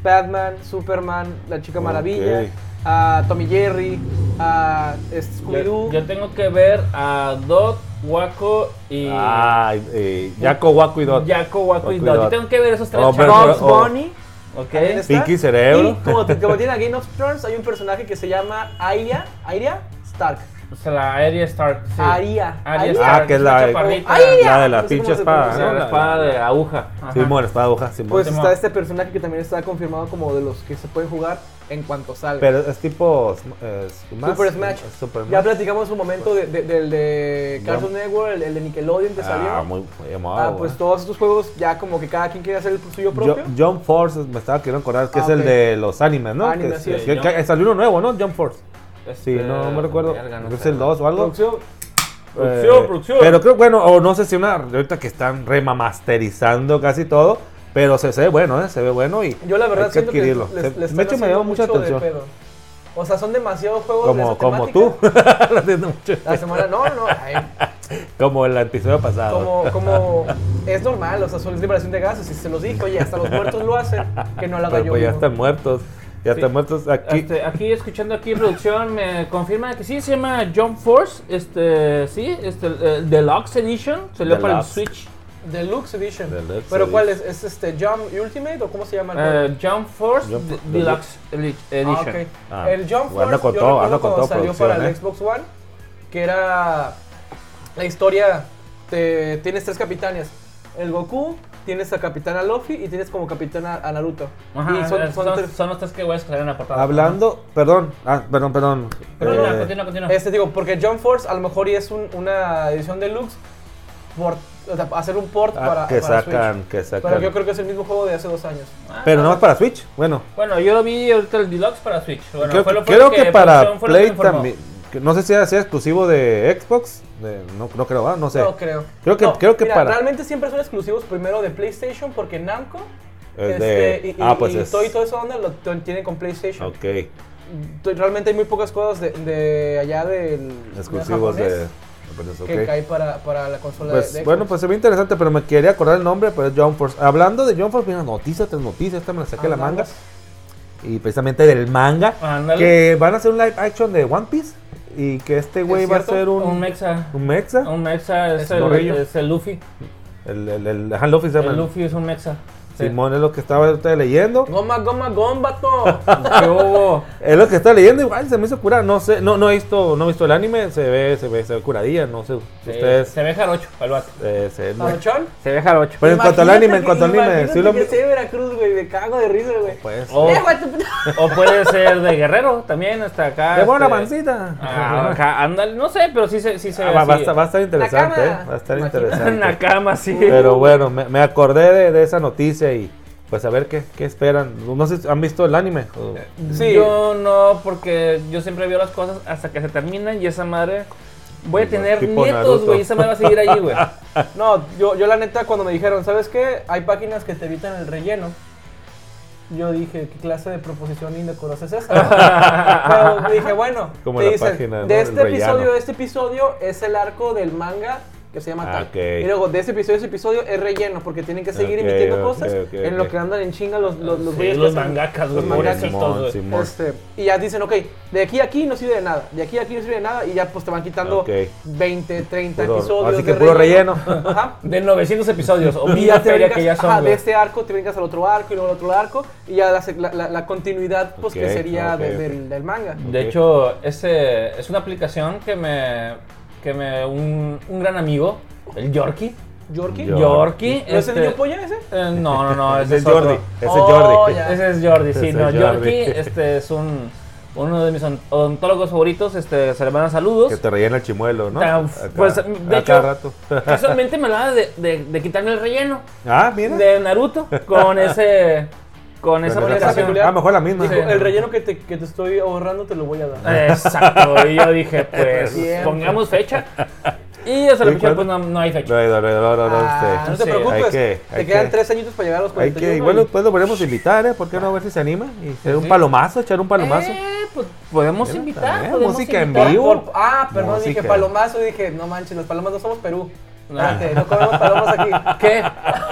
[SPEAKER 1] Batman, Superman, la Chica Maravilla,
[SPEAKER 2] Ok.
[SPEAKER 1] a Tommy Jerry, a este, Scooby-Doo.
[SPEAKER 3] Yo, yo tengo que ver a Dot, Waco y.
[SPEAKER 2] Ah, eh, Jaco, Waco y Dot.
[SPEAKER 3] Jaco, Waco y
[SPEAKER 2] Waco y
[SPEAKER 3] Dot. Yo
[SPEAKER 2] Dot.
[SPEAKER 3] tengo que ver esos tres
[SPEAKER 2] Oh, pero-
[SPEAKER 3] chavos.
[SPEAKER 1] Bugs
[SPEAKER 2] oh.
[SPEAKER 1] Bunny.
[SPEAKER 3] Ok.
[SPEAKER 1] también está.
[SPEAKER 2] Pinky Cerebro.
[SPEAKER 1] Y como, como tiene a Game of Thrones, hay un personaje que se llama Arya, Arya Stark.
[SPEAKER 3] O sea, la Arya Stark. sí.
[SPEAKER 1] Arya.
[SPEAKER 3] Arya
[SPEAKER 2] Ah,
[SPEAKER 3] Stark.
[SPEAKER 2] que es la,
[SPEAKER 3] esta chaparrita.
[SPEAKER 1] Ay,
[SPEAKER 2] la de
[SPEAKER 1] no
[SPEAKER 2] la
[SPEAKER 1] sé
[SPEAKER 2] pinche
[SPEAKER 1] cómo se
[SPEAKER 2] espada.
[SPEAKER 3] O
[SPEAKER 1] pronuncia.
[SPEAKER 3] sea,
[SPEAKER 2] ¿no?
[SPEAKER 3] la espada de aguja. Ajá.
[SPEAKER 2] Sí, bueno, espada de hoja, sí,
[SPEAKER 1] Pues
[SPEAKER 2] bueno.
[SPEAKER 1] está este personaje que también está confirmado como de los que se pueden jugar en cuanto salga.
[SPEAKER 2] Pero es tipo sm- eh, Smash.
[SPEAKER 1] Super Smash.
[SPEAKER 2] eh, Super
[SPEAKER 1] Ya
[SPEAKER 2] Smash.
[SPEAKER 1] platicamos un momento de- de- del de
[SPEAKER 2] Ya.
[SPEAKER 1] Cartoon Network, el, el de Nickelodeon que salió.
[SPEAKER 2] Ah, muy, muy amado,
[SPEAKER 1] Ah, pues
[SPEAKER 2] eh.
[SPEAKER 1] todos estos juegos ya como que cada quien quiere hacer el suyo
[SPEAKER 2] Jo-
[SPEAKER 1] propio.
[SPEAKER 2] John Force, me estaba queriendo acordar, que
[SPEAKER 1] Ah,
[SPEAKER 2] es
[SPEAKER 1] ok.
[SPEAKER 2] el de los animes, ¿no?
[SPEAKER 1] Anime,
[SPEAKER 2] Que-
[SPEAKER 1] así
[SPEAKER 3] es.
[SPEAKER 2] que- que salió uno nuevo, ¿no? John Force. Sí,
[SPEAKER 3] Este,
[SPEAKER 2] no, no me recuerdo.
[SPEAKER 3] verga, no
[SPEAKER 2] Creo que es
[SPEAKER 3] sé.
[SPEAKER 2] el 2 o algo. Eh,
[SPEAKER 1] Producción.
[SPEAKER 3] Producción, producción.
[SPEAKER 2] Pero creo, bueno, o no sé si una. Ahorita que están remamasterizando casi todo. Pero se, se ve bueno, ¿eh? Se ve bueno y.
[SPEAKER 1] Yo la verdad
[SPEAKER 2] hay que
[SPEAKER 1] siento
[SPEAKER 2] adquirirlo.
[SPEAKER 1] que les,
[SPEAKER 2] Se-
[SPEAKER 1] les están
[SPEAKER 2] de hecho, me
[SPEAKER 1] haciendo
[SPEAKER 2] dio mucha
[SPEAKER 1] mucho de
[SPEAKER 2] atención.
[SPEAKER 1] pedo. O sea, son demasiados juegos de
[SPEAKER 2] Como,
[SPEAKER 1] esa
[SPEAKER 2] como tú.
[SPEAKER 1] temática.
[SPEAKER 2] La tiene mucho.
[SPEAKER 1] La semana, no, no, ay,
[SPEAKER 2] Como el episodio pasado.
[SPEAKER 1] como, como es normal, o sea, son liberación de gases, y se los dije, oye, hasta los muertos lo hacen, que no lo haga
[SPEAKER 2] Pero
[SPEAKER 1] yo.
[SPEAKER 2] pues ya
[SPEAKER 1] mismo.
[SPEAKER 2] están muertos. Ya
[SPEAKER 3] Sí.
[SPEAKER 2] están muertos aquí.
[SPEAKER 3] Este, aquí escuchando aquí producción me confirma que sí se llama John Force, este sí, este eh, Deluxe Edition, salió para el
[SPEAKER 2] Deluxe.
[SPEAKER 3] Switch.
[SPEAKER 1] Deluxe Edition.
[SPEAKER 2] Deluxe
[SPEAKER 1] ¿Pero cuál es?
[SPEAKER 2] Edition.
[SPEAKER 1] ¿Es este Jump Ultimate o cómo se llama el juego?
[SPEAKER 3] Eh, John Force
[SPEAKER 2] John Force,
[SPEAKER 3] D- Deluxe Eli- Edition.
[SPEAKER 1] Ah, ok.
[SPEAKER 2] Ah,
[SPEAKER 1] el John
[SPEAKER 2] anda
[SPEAKER 1] Force,
[SPEAKER 2] con
[SPEAKER 1] yo
[SPEAKER 2] todo,
[SPEAKER 1] recuerdo
[SPEAKER 2] anda con
[SPEAKER 1] cuando
[SPEAKER 2] todo
[SPEAKER 1] salió
[SPEAKER 2] producción,
[SPEAKER 1] para el
[SPEAKER 2] ¿eh?
[SPEAKER 1] Xbox One, que era la historia, te- tienes tres capitanes, el Goku, tienes a Capitana Luffy y tienes como capitana a Naruto.
[SPEAKER 3] Ajá,
[SPEAKER 1] y son,
[SPEAKER 3] eh,
[SPEAKER 1] son
[SPEAKER 3] son-
[SPEAKER 1] tres-
[SPEAKER 3] son los tres que voy a escoger en la
[SPEAKER 1] ah,
[SPEAKER 3] portada.
[SPEAKER 2] Hablando. Perdón. Ah, perdón, perdón.
[SPEAKER 3] Pero no,
[SPEAKER 2] Eh,
[SPEAKER 3] continúa, continúa.
[SPEAKER 1] Este digo, porque John Force a lo mejor y es un- una edición deluxe por o sea, hacer un port
[SPEAKER 2] ah,
[SPEAKER 1] para,
[SPEAKER 2] que
[SPEAKER 1] para
[SPEAKER 2] sacan,
[SPEAKER 1] Switch.
[SPEAKER 2] que sacan.
[SPEAKER 1] Pero yo creo que es el mismo juego de hace dos años.
[SPEAKER 3] Ah,
[SPEAKER 2] Pero nomás para Switch. Bueno,
[SPEAKER 3] Bueno, yo lo vi ahorita el Deluxe para Switch. Bueno,
[SPEAKER 2] creo,
[SPEAKER 3] fue lo- fue
[SPEAKER 2] creo
[SPEAKER 3] lo
[SPEAKER 2] que,
[SPEAKER 3] producción
[SPEAKER 2] para
[SPEAKER 3] fue lo que
[SPEAKER 2] Play
[SPEAKER 3] informó.
[SPEAKER 2] también. que No sé si sea exclusivo de Xbox. de- no, no creo, ¿ah? No sé.
[SPEAKER 1] No creo.
[SPEAKER 2] Creo que-
[SPEAKER 1] No,
[SPEAKER 2] creo que
[SPEAKER 1] mira,
[SPEAKER 2] para-
[SPEAKER 1] Realmente siempre son exclusivos primero de PlayStation porque Namco.
[SPEAKER 2] Es de-
[SPEAKER 1] este, y,
[SPEAKER 2] ah,
[SPEAKER 1] y-
[SPEAKER 2] pues
[SPEAKER 1] y
[SPEAKER 2] es-
[SPEAKER 1] todo y toda esa onda lo t- tienen con PlayStation.
[SPEAKER 2] Ok.
[SPEAKER 1] T- Realmente hay muy pocas cosas de, de allá del
[SPEAKER 2] Exclusivos
[SPEAKER 1] del
[SPEAKER 2] de.
[SPEAKER 1] japonés
[SPEAKER 2] pues,
[SPEAKER 1] que
[SPEAKER 2] ok.
[SPEAKER 1] cae para, para la consola
[SPEAKER 2] Pues,
[SPEAKER 1] de, de
[SPEAKER 2] bueno,
[SPEAKER 1] Xbox.
[SPEAKER 2] pues se ve interesante, pero me quería acordar el nombre, pero es John Force. Hablando de John Force, mira, noticia tras noticia, esta me la
[SPEAKER 1] Ah,
[SPEAKER 2] saqué de la manga.
[SPEAKER 1] Andamos.
[SPEAKER 2] Y precisamente del manga,
[SPEAKER 3] Ándale.
[SPEAKER 2] que van a hacer un live action de One Piece. Y que este güey va a
[SPEAKER 1] cierto?
[SPEAKER 2] ser un,
[SPEAKER 3] un
[SPEAKER 2] un,
[SPEAKER 3] Mexa.
[SPEAKER 2] mexa.
[SPEAKER 3] Un Mexa es,
[SPEAKER 2] Es
[SPEAKER 3] el,
[SPEAKER 2] morrillo.
[SPEAKER 3] es el Luffy.
[SPEAKER 2] El, el, el, ajá, el Luffy se llama.
[SPEAKER 3] El Luffy es un Mexa. Sí.
[SPEAKER 2] Simón es lo que estaba ahorita leyendo.
[SPEAKER 1] Goma, goma, gombato.
[SPEAKER 3] ¿Qué hubo?
[SPEAKER 2] Es lo que está leyendo, igual se me hizo curar. No sé, no, no he visto, no he visto el anime, se ve, se ve, se ve curadilla, no sé.
[SPEAKER 3] Sí,
[SPEAKER 2] ustedes.
[SPEAKER 3] Se ve jarocho, el vato.
[SPEAKER 2] eh, se- no.
[SPEAKER 1] ¿Sabuchón?
[SPEAKER 3] Se ve jarocho.
[SPEAKER 2] Pero Pues, en cuanto al
[SPEAKER 1] Imagínate
[SPEAKER 2] anime, en
[SPEAKER 1] que-
[SPEAKER 2] cuanto al anime,
[SPEAKER 1] imagínate
[SPEAKER 2] sí lo
[SPEAKER 1] que sea de Veracruz, güey, me cago de risa, güey.
[SPEAKER 2] Pues.
[SPEAKER 3] Oh.
[SPEAKER 1] Eh, güey, tu-
[SPEAKER 3] O puede ser de guerrero también, hasta acá.
[SPEAKER 2] De buena
[SPEAKER 3] este,
[SPEAKER 2] pancita.
[SPEAKER 3] Ah, acá, ándale, no sé, pero sí se, sí se ve.
[SPEAKER 2] Ah, va, va a
[SPEAKER 3] así.
[SPEAKER 2] estar, va a estar interesante,
[SPEAKER 1] Nakama.
[SPEAKER 2] eh, va a estar
[SPEAKER 1] Imagínate.
[SPEAKER 2] interesante.
[SPEAKER 3] Nakama, sí.
[SPEAKER 2] Pero bueno, me, me acordé de, de esa noticia y pues a ver qué, qué esperan. No sé, si ¿han visto el anime? O-
[SPEAKER 1] Sí.
[SPEAKER 3] Yo no, porque yo siempre veo las cosas hasta que se terminan y esa madre. Voy a tener
[SPEAKER 2] Tipo
[SPEAKER 3] nietos,
[SPEAKER 2] Naruto.
[SPEAKER 3] güey, y esa madre va a seguir ahí, güey.
[SPEAKER 1] No, yo, yo la neta cuando me dijeron, ¿sabes qué? Hay páginas que te evitan el relleno. Yo dije, ¿qué clase de proposición indecorosa es esa? Pero dije, bueno,
[SPEAKER 2] Como
[SPEAKER 1] te
[SPEAKER 2] la
[SPEAKER 1] dicen,
[SPEAKER 2] página, ¿no?
[SPEAKER 1] de
[SPEAKER 2] El
[SPEAKER 1] este episodio,
[SPEAKER 2] rellano.
[SPEAKER 1] de este episodio es el arco del manga que se llama tal.
[SPEAKER 2] Ah, ok.
[SPEAKER 1] Y luego, de este episodio, a ese episodio es relleno, porque tienen que seguir
[SPEAKER 2] Ok,
[SPEAKER 1] emitiendo
[SPEAKER 2] ok,
[SPEAKER 1] cosas
[SPEAKER 2] ok,
[SPEAKER 1] en lo
[SPEAKER 2] ok.
[SPEAKER 1] que andan en chinga los, los, los
[SPEAKER 3] Sí,
[SPEAKER 1] güeyes que
[SPEAKER 3] los
[SPEAKER 1] hacen-
[SPEAKER 3] mangakas,
[SPEAKER 1] los
[SPEAKER 3] güey,
[SPEAKER 1] mangakas.
[SPEAKER 3] pobrecitos, güey.
[SPEAKER 2] Simón.
[SPEAKER 1] Este, y ya dicen, ok, de aquí a aquí no sirve de nada, de aquí a aquí no sirve de nada, y ya pues te van quitando
[SPEAKER 2] Ok.
[SPEAKER 1] 20, 30
[SPEAKER 2] Puro-
[SPEAKER 1] episodios.
[SPEAKER 2] así que
[SPEAKER 1] de
[SPEAKER 2] puro
[SPEAKER 1] Ajá.
[SPEAKER 3] De 900 episodios, o
[SPEAKER 1] Y
[SPEAKER 3] mil
[SPEAKER 1] ya te
[SPEAKER 3] feria
[SPEAKER 1] brincas,
[SPEAKER 3] que ya son,
[SPEAKER 1] ajá,
[SPEAKER 3] güey.
[SPEAKER 1] de este arco te brincas al otro arco y luego al otro arco y ya la, la- la- la continuidad pues
[SPEAKER 2] Ok,
[SPEAKER 1] que sería
[SPEAKER 2] ok,
[SPEAKER 1] de-
[SPEAKER 2] ok.
[SPEAKER 1] Del, del manga.
[SPEAKER 3] De
[SPEAKER 2] Ok.
[SPEAKER 3] hecho, ese es una aplicación que me. que me. un, un gran amigo, el Yorkie.
[SPEAKER 1] ¿Yorkie?
[SPEAKER 2] Yo-
[SPEAKER 3] Yorkie.
[SPEAKER 1] ¿No es el
[SPEAKER 3] este-
[SPEAKER 1] niño polla ese?
[SPEAKER 3] Eh, no, no, no, ese
[SPEAKER 2] Ese
[SPEAKER 3] es
[SPEAKER 2] es Jordi,
[SPEAKER 3] otro.
[SPEAKER 2] ese es
[SPEAKER 1] Oh,
[SPEAKER 2] Jordi.
[SPEAKER 1] ya.
[SPEAKER 3] Ese es Jordi, sí,
[SPEAKER 2] Ese
[SPEAKER 3] no,
[SPEAKER 2] es
[SPEAKER 3] Jordi,
[SPEAKER 2] Jordi.
[SPEAKER 3] este es un, uno de mis on- odontólogos favoritos, este, se le mandan saludos.
[SPEAKER 2] Que te rellena el chimuelo, ¿no?
[SPEAKER 3] Ah, pues,
[SPEAKER 2] a
[SPEAKER 3] de hecho-
[SPEAKER 2] cada rato.
[SPEAKER 3] Casualmente me hablaba de, de, de quitarme el relleno
[SPEAKER 2] ah, mira.
[SPEAKER 3] de Naruto con ese, con esa
[SPEAKER 2] Pero
[SPEAKER 1] esa
[SPEAKER 3] aplicación.
[SPEAKER 1] peculiar-
[SPEAKER 2] A lo Ah, mejor la misma.
[SPEAKER 1] Dijo,
[SPEAKER 3] Sí.
[SPEAKER 1] el relleno que te, que te estoy ahorrando te lo voy a dar.
[SPEAKER 3] Exacto, y yo dije, pues
[SPEAKER 1] Siempre.
[SPEAKER 3] pongamos fecha. Y hasta la
[SPEAKER 2] ¿Y
[SPEAKER 3] fecha
[SPEAKER 2] cuándo?
[SPEAKER 3] pues no, no hay
[SPEAKER 2] No,
[SPEAKER 3] fecha.
[SPEAKER 2] no, no, no, no, no,
[SPEAKER 1] Ah,
[SPEAKER 2] sí.
[SPEAKER 1] no te
[SPEAKER 3] Sí.
[SPEAKER 1] preocupes,
[SPEAKER 2] este. Hay que- hay
[SPEAKER 1] te quedan
[SPEAKER 2] que-
[SPEAKER 1] tres añitos para llegar a los
[SPEAKER 2] Hay
[SPEAKER 1] 41.
[SPEAKER 2] que, igual lo- pues lo podemos invitar, ¿eh? ¿Por qué no? A ver si se anima. Y hacer un
[SPEAKER 3] Sí.
[SPEAKER 2] palomazo, echar un palomazo.
[SPEAKER 3] Eh, pues podemos
[SPEAKER 2] También,
[SPEAKER 3] invitar. podemos
[SPEAKER 2] música en
[SPEAKER 1] Por-
[SPEAKER 3] invitar.
[SPEAKER 2] vivo.
[SPEAKER 1] por- ah, perdón,
[SPEAKER 2] Música.
[SPEAKER 1] dije palomazo y dije, no manches, los palomas no somos Perú. Espérate, no comemos palomas aquí.
[SPEAKER 3] Ah. ¿Qué?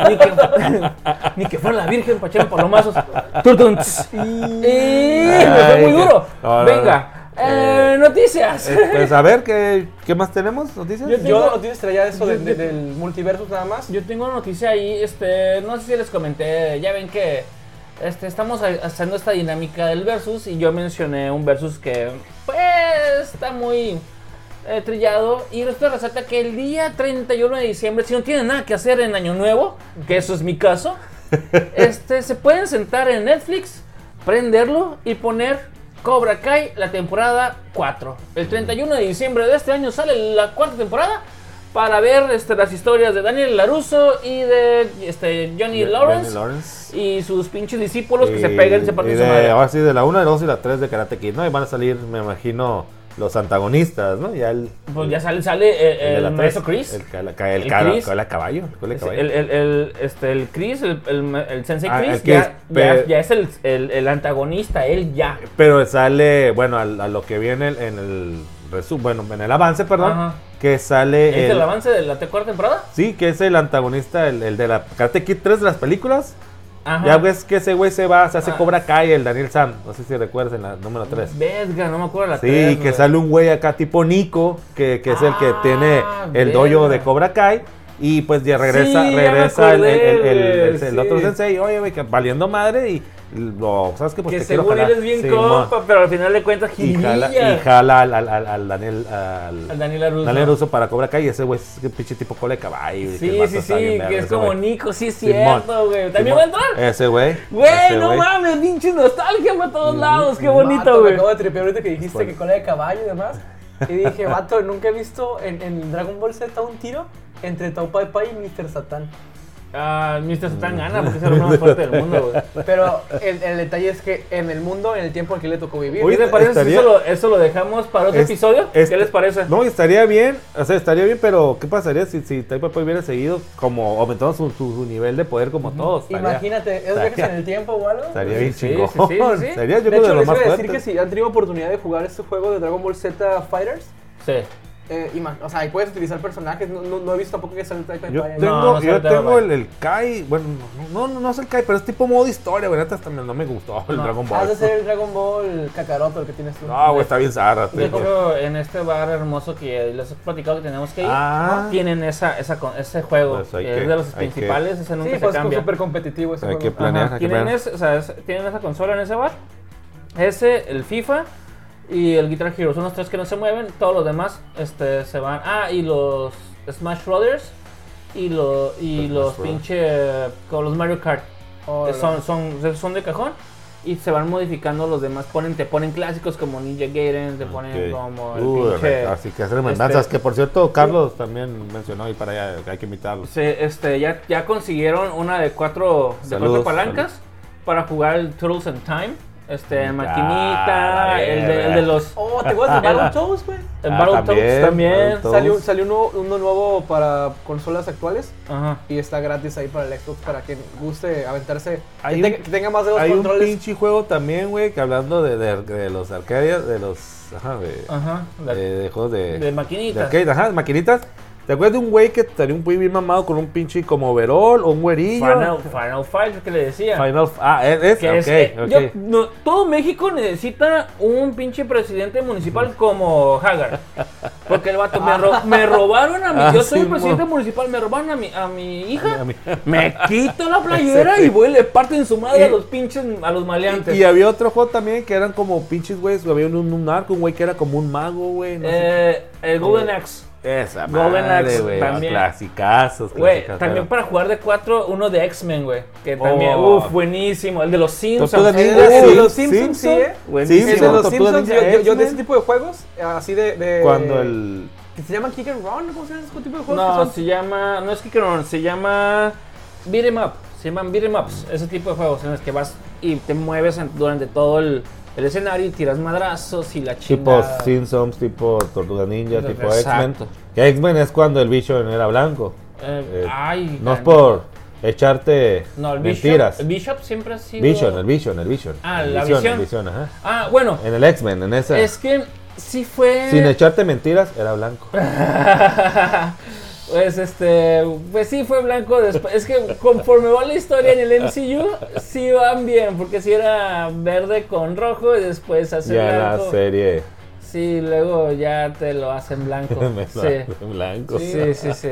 [SPEAKER 3] Ni que, ni que fuera la Virgen para echar palomazos. Turtun, tss. Y me fue
[SPEAKER 2] Ay,
[SPEAKER 3] muy
[SPEAKER 2] que-
[SPEAKER 3] duro.
[SPEAKER 2] no, no,
[SPEAKER 3] Venga,
[SPEAKER 2] no.
[SPEAKER 3] eh,
[SPEAKER 2] Eh,
[SPEAKER 3] noticias.
[SPEAKER 2] Eh, pues a ver, ¿qué, qué más tenemos? ¿Noticias?
[SPEAKER 3] Yo tengo-
[SPEAKER 1] Yo no tienes traía eso de-
[SPEAKER 3] yo-
[SPEAKER 1] de-
[SPEAKER 3] yo-
[SPEAKER 1] del multiversus nada más.
[SPEAKER 3] Yo tengo una noticia ahí, este, no sé si les comenté, ya ven que este, estamos ha- haciendo esta dinámica del versus y yo mencioné un versus que pues está muy eh, trillado y resulta resalta que el día 31 de diciembre, si no tienen nada que hacer en Año Nuevo, que eso es mi caso, este, se pueden sentar en Netflix, prenderlo y poner... Cobra Kai, la temporada 4. El 31 de diciembre de este año sale la cuarta temporada para ver este, las historias de Daniel Laruso y de este, Johnny
[SPEAKER 2] Johnny
[SPEAKER 3] Lawrence,
[SPEAKER 2] Lawrence.
[SPEAKER 3] y sus pinches discípulos que se
[SPEAKER 2] Y-
[SPEAKER 3] pegan y se
[SPEAKER 2] y
[SPEAKER 3] parten su
[SPEAKER 2] de,
[SPEAKER 3] madre.
[SPEAKER 2] Ahora sí, de la 1, de la 2 y la 3 de Karate Kid, ¿no? Y van a salir, me imagino, los antagonistas, ¿no? Ya el.
[SPEAKER 3] Pues ya sale, sale eh,
[SPEAKER 2] de
[SPEAKER 3] el,
[SPEAKER 2] la
[SPEAKER 3] maestro
[SPEAKER 2] tres,
[SPEAKER 3] Chris.
[SPEAKER 2] El, ca- la ca- el,
[SPEAKER 3] El
[SPEAKER 2] ca-
[SPEAKER 3] Chris.
[SPEAKER 2] ¿cuál es caballo. ¿Cuál es
[SPEAKER 3] Este,
[SPEAKER 2] caballo?
[SPEAKER 3] El, el, el- este, el Chris, el, el- el sensei
[SPEAKER 2] Ah,
[SPEAKER 3] Chris,
[SPEAKER 2] el Chris,
[SPEAKER 3] ya,
[SPEAKER 2] pero-
[SPEAKER 3] ya- ya es el, el- el antagonista, él ya.
[SPEAKER 2] Pero sale, bueno, al- a, lo que viene el- en el resu- bueno, en el avance, perdón,
[SPEAKER 3] Ajá.
[SPEAKER 2] que sale
[SPEAKER 3] ¿Es el avance de la te- cuarta temporada?
[SPEAKER 2] Sí, que es el antagonista, el, el de la Karate Kid 3 de las películas.
[SPEAKER 3] Ajá.
[SPEAKER 2] Ya ves que ese güey se va, se hace
[SPEAKER 3] Ah.
[SPEAKER 2] Cobra Kai, el Daniel Sam, no sé si recuerdas en la número 3.
[SPEAKER 3] Verga, no me acuerdo la
[SPEAKER 2] Sí,
[SPEAKER 3] tres,
[SPEAKER 2] que
[SPEAKER 3] güey.
[SPEAKER 2] sale un güey acá tipo Nico, que, que es el que
[SPEAKER 3] Ah,
[SPEAKER 2] tiene el dojo
[SPEAKER 3] verga.
[SPEAKER 2] de Cobra Kai. Y pues ya regresa,
[SPEAKER 3] Sí, ya me
[SPEAKER 2] regresa el, el- el- el-
[SPEAKER 3] acordé,
[SPEAKER 2] el- el otro
[SPEAKER 3] sí.
[SPEAKER 2] sensei, oye, güey, que valiendo madre y lo, ¿sabes qué? Pues
[SPEAKER 3] que
[SPEAKER 2] te quiero
[SPEAKER 3] según él
[SPEAKER 2] jalar".
[SPEAKER 3] es bien
[SPEAKER 2] Simón.
[SPEAKER 3] compa, pero al final le cuentas
[SPEAKER 2] Y jala,
[SPEAKER 3] jiribilla.
[SPEAKER 2] y jala al, al- al- al Daniel, al,
[SPEAKER 3] Al Daniel Laruso.
[SPEAKER 2] Daniel Russo para Cobra Kai. Y ese güey es un pinche tipo cola de caballo. y que el
[SPEAKER 3] Sí,
[SPEAKER 2] vato
[SPEAKER 3] sí, sí,
[SPEAKER 2] está bien verga,
[SPEAKER 3] que es
[SPEAKER 2] ese
[SPEAKER 3] como
[SPEAKER 2] güey.
[SPEAKER 3] Nico, sí es
[SPEAKER 2] Simón.
[SPEAKER 3] cierto, güey. ¿También
[SPEAKER 2] Simón.
[SPEAKER 3] va a entrar?
[SPEAKER 2] Ese güey. ese
[SPEAKER 3] Güey, no
[SPEAKER 2] güey.
[SPEAKER 3] mames, pinche nostalgia por todos lados, qué
[SPEAKER 1] Pues, Vato,
[SPEAKER 3] bonito,
[SPEAKER 1] me
[SPEAKER 3] güey.
[SPEAKER 1] acabo de tripear ahorita que dijiste
[SPEAKER 2] Bueno.
[SPEAKER 1] que cola de caballo y demás. Y dije, vato, nunca he visto en, en Dragon Ball Z un tiro entre Taupai Pai y Mr. Satan.
[SPEAKER 3] Ah, Mr. Satan gana porque es el más fuerte del mundo, güey.
[SPEAKER 1] Pero el, el detalle es que en el mundo, en el tiempo en que le tocó vivir.
[SPEAKER 3] ¿Qué
[SPEAKER 2] Oye,
[SPEAKER 3] te parece si
[SPEAKER 2] estaría-
[SPEAKER 3] eso lo, eso lo dejamos para otro
[SPEAKER 2] Es-
[SPEAKER 3] episodio?
[SPEAKER 2] es-
[SPEAKER 3] ¿Qué les parece?
[SPEAKER 2] No, estaría bien. O sea, estaría bien, pero ¿qué pasaría si, si Taipa Pai hubiera seguido como aumentando su, su- su nivel de poder como todos? Estaría-
[SPEAKER 1] pues, Imagínate, esos
[SPEAKER 2] estaría-
[SPEAKER 1] viajes en el tiempo o algo.
[SPEAKER 2] Estaría bien
[SPEAKER 3] Sí, sí,
[SPEAKER 2] chingón.
[SPEAKER 3] sí, sí, sí.
[SPEAKER 2] Estaría yo
[SPEAKER 1] de
[SPEAKER 2] creo de
[SPEAKER 1] hecho,
[SPEAKER 2] lo
[SPEAKER 1] les iba
[SPEAKER 2] más
[SPEAKER 1] a
[SPEAKER 2] fuerte.
[SPEAKER 1] decir que si han tenido oportunidad de jugar este juego de Dragon Ball Z Fighters,
[SPEAKER 3] Sí.
[SPEAKER 1] eh, ima- o sea, ahí puedes utilizar personajes. No, no, no he visto tampoco que salga Taipai
[SPEAKER 2] Yo
[SPEAKER 1] Pai ahí.
[SPEAKER 2] tengo,
[SPEAKER 3] No, no se
[SPEAKER 2] yo
[SPEAKER 3] altera,
[SPEAKER 2] tengo
[SPEAKER 3] bye.
[SPEAKER 2] el, el Kai, bueno, no, no, no es el Kai, pero es tipo modo historia, güey, neta, hasta me- no me gustó el
[SPEAKER 3] No.
[SPEAKER 2] Dragon
[SPEAKER 1] Has
[SPEAKER 2] Ball.
[SPEAKER 1] de ser el Dragon Ball Kakaroto, el que tienes tú.
[SPEAKER 2] No, güey, está bien zarra.
[SPEAKER 3] De
[SPEAKER 2] tío.
[SPEAKER 3] hecho, en este bar hermoso que les he platicado que tenemos que ir,
[SPEAKER 2] Ah.
[SPEAKER 3] ¿no? tienen esa, esa, con- ese juego.
[SPEAKER 2] Pues hay
[SPEAKER 3] que es
[SPEAKER 2] que-
[SPEAKER 3] de los
[SPEAKER 2] hay que-
[SPEAKER 3] principales, ese
[SPEAKER 1] sí,
[SPEAKER 3] nunca se
[SPEAKER 1] pues es
[SPEAKER 3] cambia.
[SPEAKER 1] súper competitivo ese
[SPEAKER 2] Hay
[SPEAKER 1] juego.
[SPEAKER 2] que planear,
[SPEAKER 3] Ajá,
[SPEAKER 2] hay que
[SPEAKER 3] tienen,
[SPEAKER 2] planear.
[SPEAKER 3] ese- o sea, es- tienen esa consola en ese bar, ese, el FIFA y el Guitar Hero. Son los tres que no se mueven, todos los demás este, se van. Ah, y los Smash Brothers y, lo, y los
[SPEAKER 2] Los Smash Brothers.
[SPEAKER 3] pinche. con los Mario Kart.
[SPEAKER 1] Oh,
[SPEAKER 3] que
[SPEAKER 1] la-
[SPEAKER 3] son, son, son de cajón y se van modificando los demás. Ponen, te ponen clásicos como Ninja Gaiden, te ponen
[SPEAKER 2] Ok. Uh, ah,
[SPEAKER 3] como el
[SPEAKER 2] Uy,
[SPEAKER 3] pinche.
[SPEAKER 2] así que hacer remembranzas,
[SPEAKER 3] este-
[SPEAKER 2] que por cierto Carlos también mencionó y para allá que hay que invitarlo.
[SPEAKER 3] Se- este, ya, ya consiguieron una de cuatro, de
[SPEAKER 2] Saludos,
[SPEAKER 3] cuatro palancas para jugar el Turtles in Time. Este, en maquinita,
[SPEAKER 2] Ah, la
[SPEAKER 3] el, de, el de
[SPEAKER 2] verga.
[SPEAKER 3] los
[SPEAKER 1] Oh, ¿te acuerdas de Battletoads, güey?
[SPEAKER 3] el
[SPEAKER 2] Ah,
[SPEAKER 3] Battletoads
[SPEAKER 2] también,
[SPEAKER 3] también.
[SPEAKER 2] Battletoads.
[SPEAKER 1] Salió, salió uno, uno nuevo para consolas actuales
[SPEAKER 3] Ajá.
[SPEAKER 1] y está gratis ahí para el Xbox para quien guste aventarse. Que,
[SPEAKER 2] Hay un-
[SPEAKER 1] tenga, que tenga más de dos
[SPEAKER 2] Hay un
[SPEAKER 1] controles.
[SPEAKER 2] pinche juego también, güey, que hablando de, de, de los arcadias, de los ajá, de,
[SPEAKER 3] Ajá. Ah, La-
[SPEAKER 2] de, de juegos de,
[SPEAKER 3] de maquinitas.
[SPEAKER 2] de arcade, ajá, de maquinitas. ¿Te acuerdas de un güey que tenía un güey bien mamado con un pinche como overall o un güerillo?
[SPEAKER 3] Final, Final Fight, que le decía.
[SPEAKER 2] Final F- ah, es, es,
[SPEAKER 3] Que
[SPEAKER 2] ok,
[SPEAKER 3] es eh, que
[SPEAKER 2] ok.
[SPEAKER 3] yo- no, todo México necesita un pinche presidente municipal como Hagar. Porque el vato me, ro- me robaron a mi.
[SPEAKER 2] Ah,
[SPEAKER 3] yo soy
[SPEAKER 2] sí,
[SPEAKER 3] el presidente
[SPEAKER 2] mo.
[SPEAKER 3] municipal, me robaron a mi, a mi hija.
[SPEAKER 2] A mí-
[SPEAKER 3] Me quito la playera y voy y le parten su madre a los pinches, a los maleantes.
[SPEAKER 2] Y había otro juego también que eran como pinches güeyes, había un, un narco, un güey que era como un mago, güey. no sé
[SPEAKER 3] Eh, el Golden Axe.
[SPEAKER 2] Esa
[SPEAKER 3] Golden Axe
[SPEAKER 2] madre, güey.
[SPEAKER 3] también.
[SPEAKER 2] Clasicazos,
[SPEAKER 3] Güey,
[SPEAKER 2] clasicazos.
[SPEAKER 3] también para jugar de cuatro, uno de X-Men, güey. Que también,
[SPEAKER 2] Oh.
[SPEAKER 3] uff, buenísimo. El de los Simpsons.
[SPEAKER 2] Tortuga
[SPEAKER 1] El
[SPEAKER 2] Ninja,
[SPEAKER 1] de
[SPEAKER 2] sí,
[SPEAKER 1] los Simpsons, sí, ¿eh?
[SPEAKER 2] Buenísimo.
[SPEAKER 1] Ese de los
[SPEAKER 2] Tortuga
[SPEAKER 1] Simpsons, yo, yo- yo
[SPEAKER 2] Ninja
[SPEAKER 1] de este
[SPEAKER 2] X-Men.
[SPEAKER 1] ese tipo de juegos, así de. de-
[SPEAKER 2] Cuando el...
[SPEAKER 1] que se llaman Kick and Run, ¿cómo se llama ese tipo de juegos? que
[SPEAKER 3] No,
[SPEAKER 1] son-
[SPEAKER 3] se llama. No es Kick and Run, se llama. Beat em up. Se llaman beat em ups. Ese tipo de juegos en los que vas y te mueves en- durante todo el, el escenario y tiras madrazos y la
[SPEAKER 2] Tipo
[SPEAKER 3] chingada.
[SPEAKER 2] Simpsons, tipo Tortuga Ninja, tipo X-Men.
[SPEAKER 3] Exacto.
[SPEAKER 2] Que X-Men es cuando el bicho era blanco.
[SPEAKER 3] Eh,
[SPEAKER 2] Eh,
[SPEAKER 3] ay,
[SPEAKER 2] no es
[SPEAKER 3] caray.
[SPEAKER 2] por echarte
[SPEAKER 3] No, el Bishop,
[SPEAKER 2] mentiras.
[SPEAKER 3] el Bishop siempre ha sido.
[SPEAKER 2] Vision, el Vision, el Vision.
[SPEAKER 3] Ah,
[SPEAKER 2] El
[SPEAKER 3] la
[SPEAKER 2] el
[SPEAKER 3] visión.
[SPEAKER 2] ajá.
[SPEAKER 3] Ah, bueno,
[SPEAKER 2] En el X-Men, en esa.
[SPEAKER 3] es que sí fue.
[SPEAKER 2] Sin echarte mentiras, era blanco.
[SPEAKER 3] pues este, pues sí fue blanco. desp- Es que conforme va la historia en el MCU, sí van bien, porque si era verde con rojo y después hace
[SPEAKER 2] ya la
[SPEAKER 3] blanco.
[SPEAKER 2] serie
[SPEAKER 3] Sí, luego ya te lo hacen blanco.
[SPEAKER 2] me sale
[SPEAKER 3] sí.
[SPEAKER 2] blanco.
[SPEAKER 3] sí, sí, sí.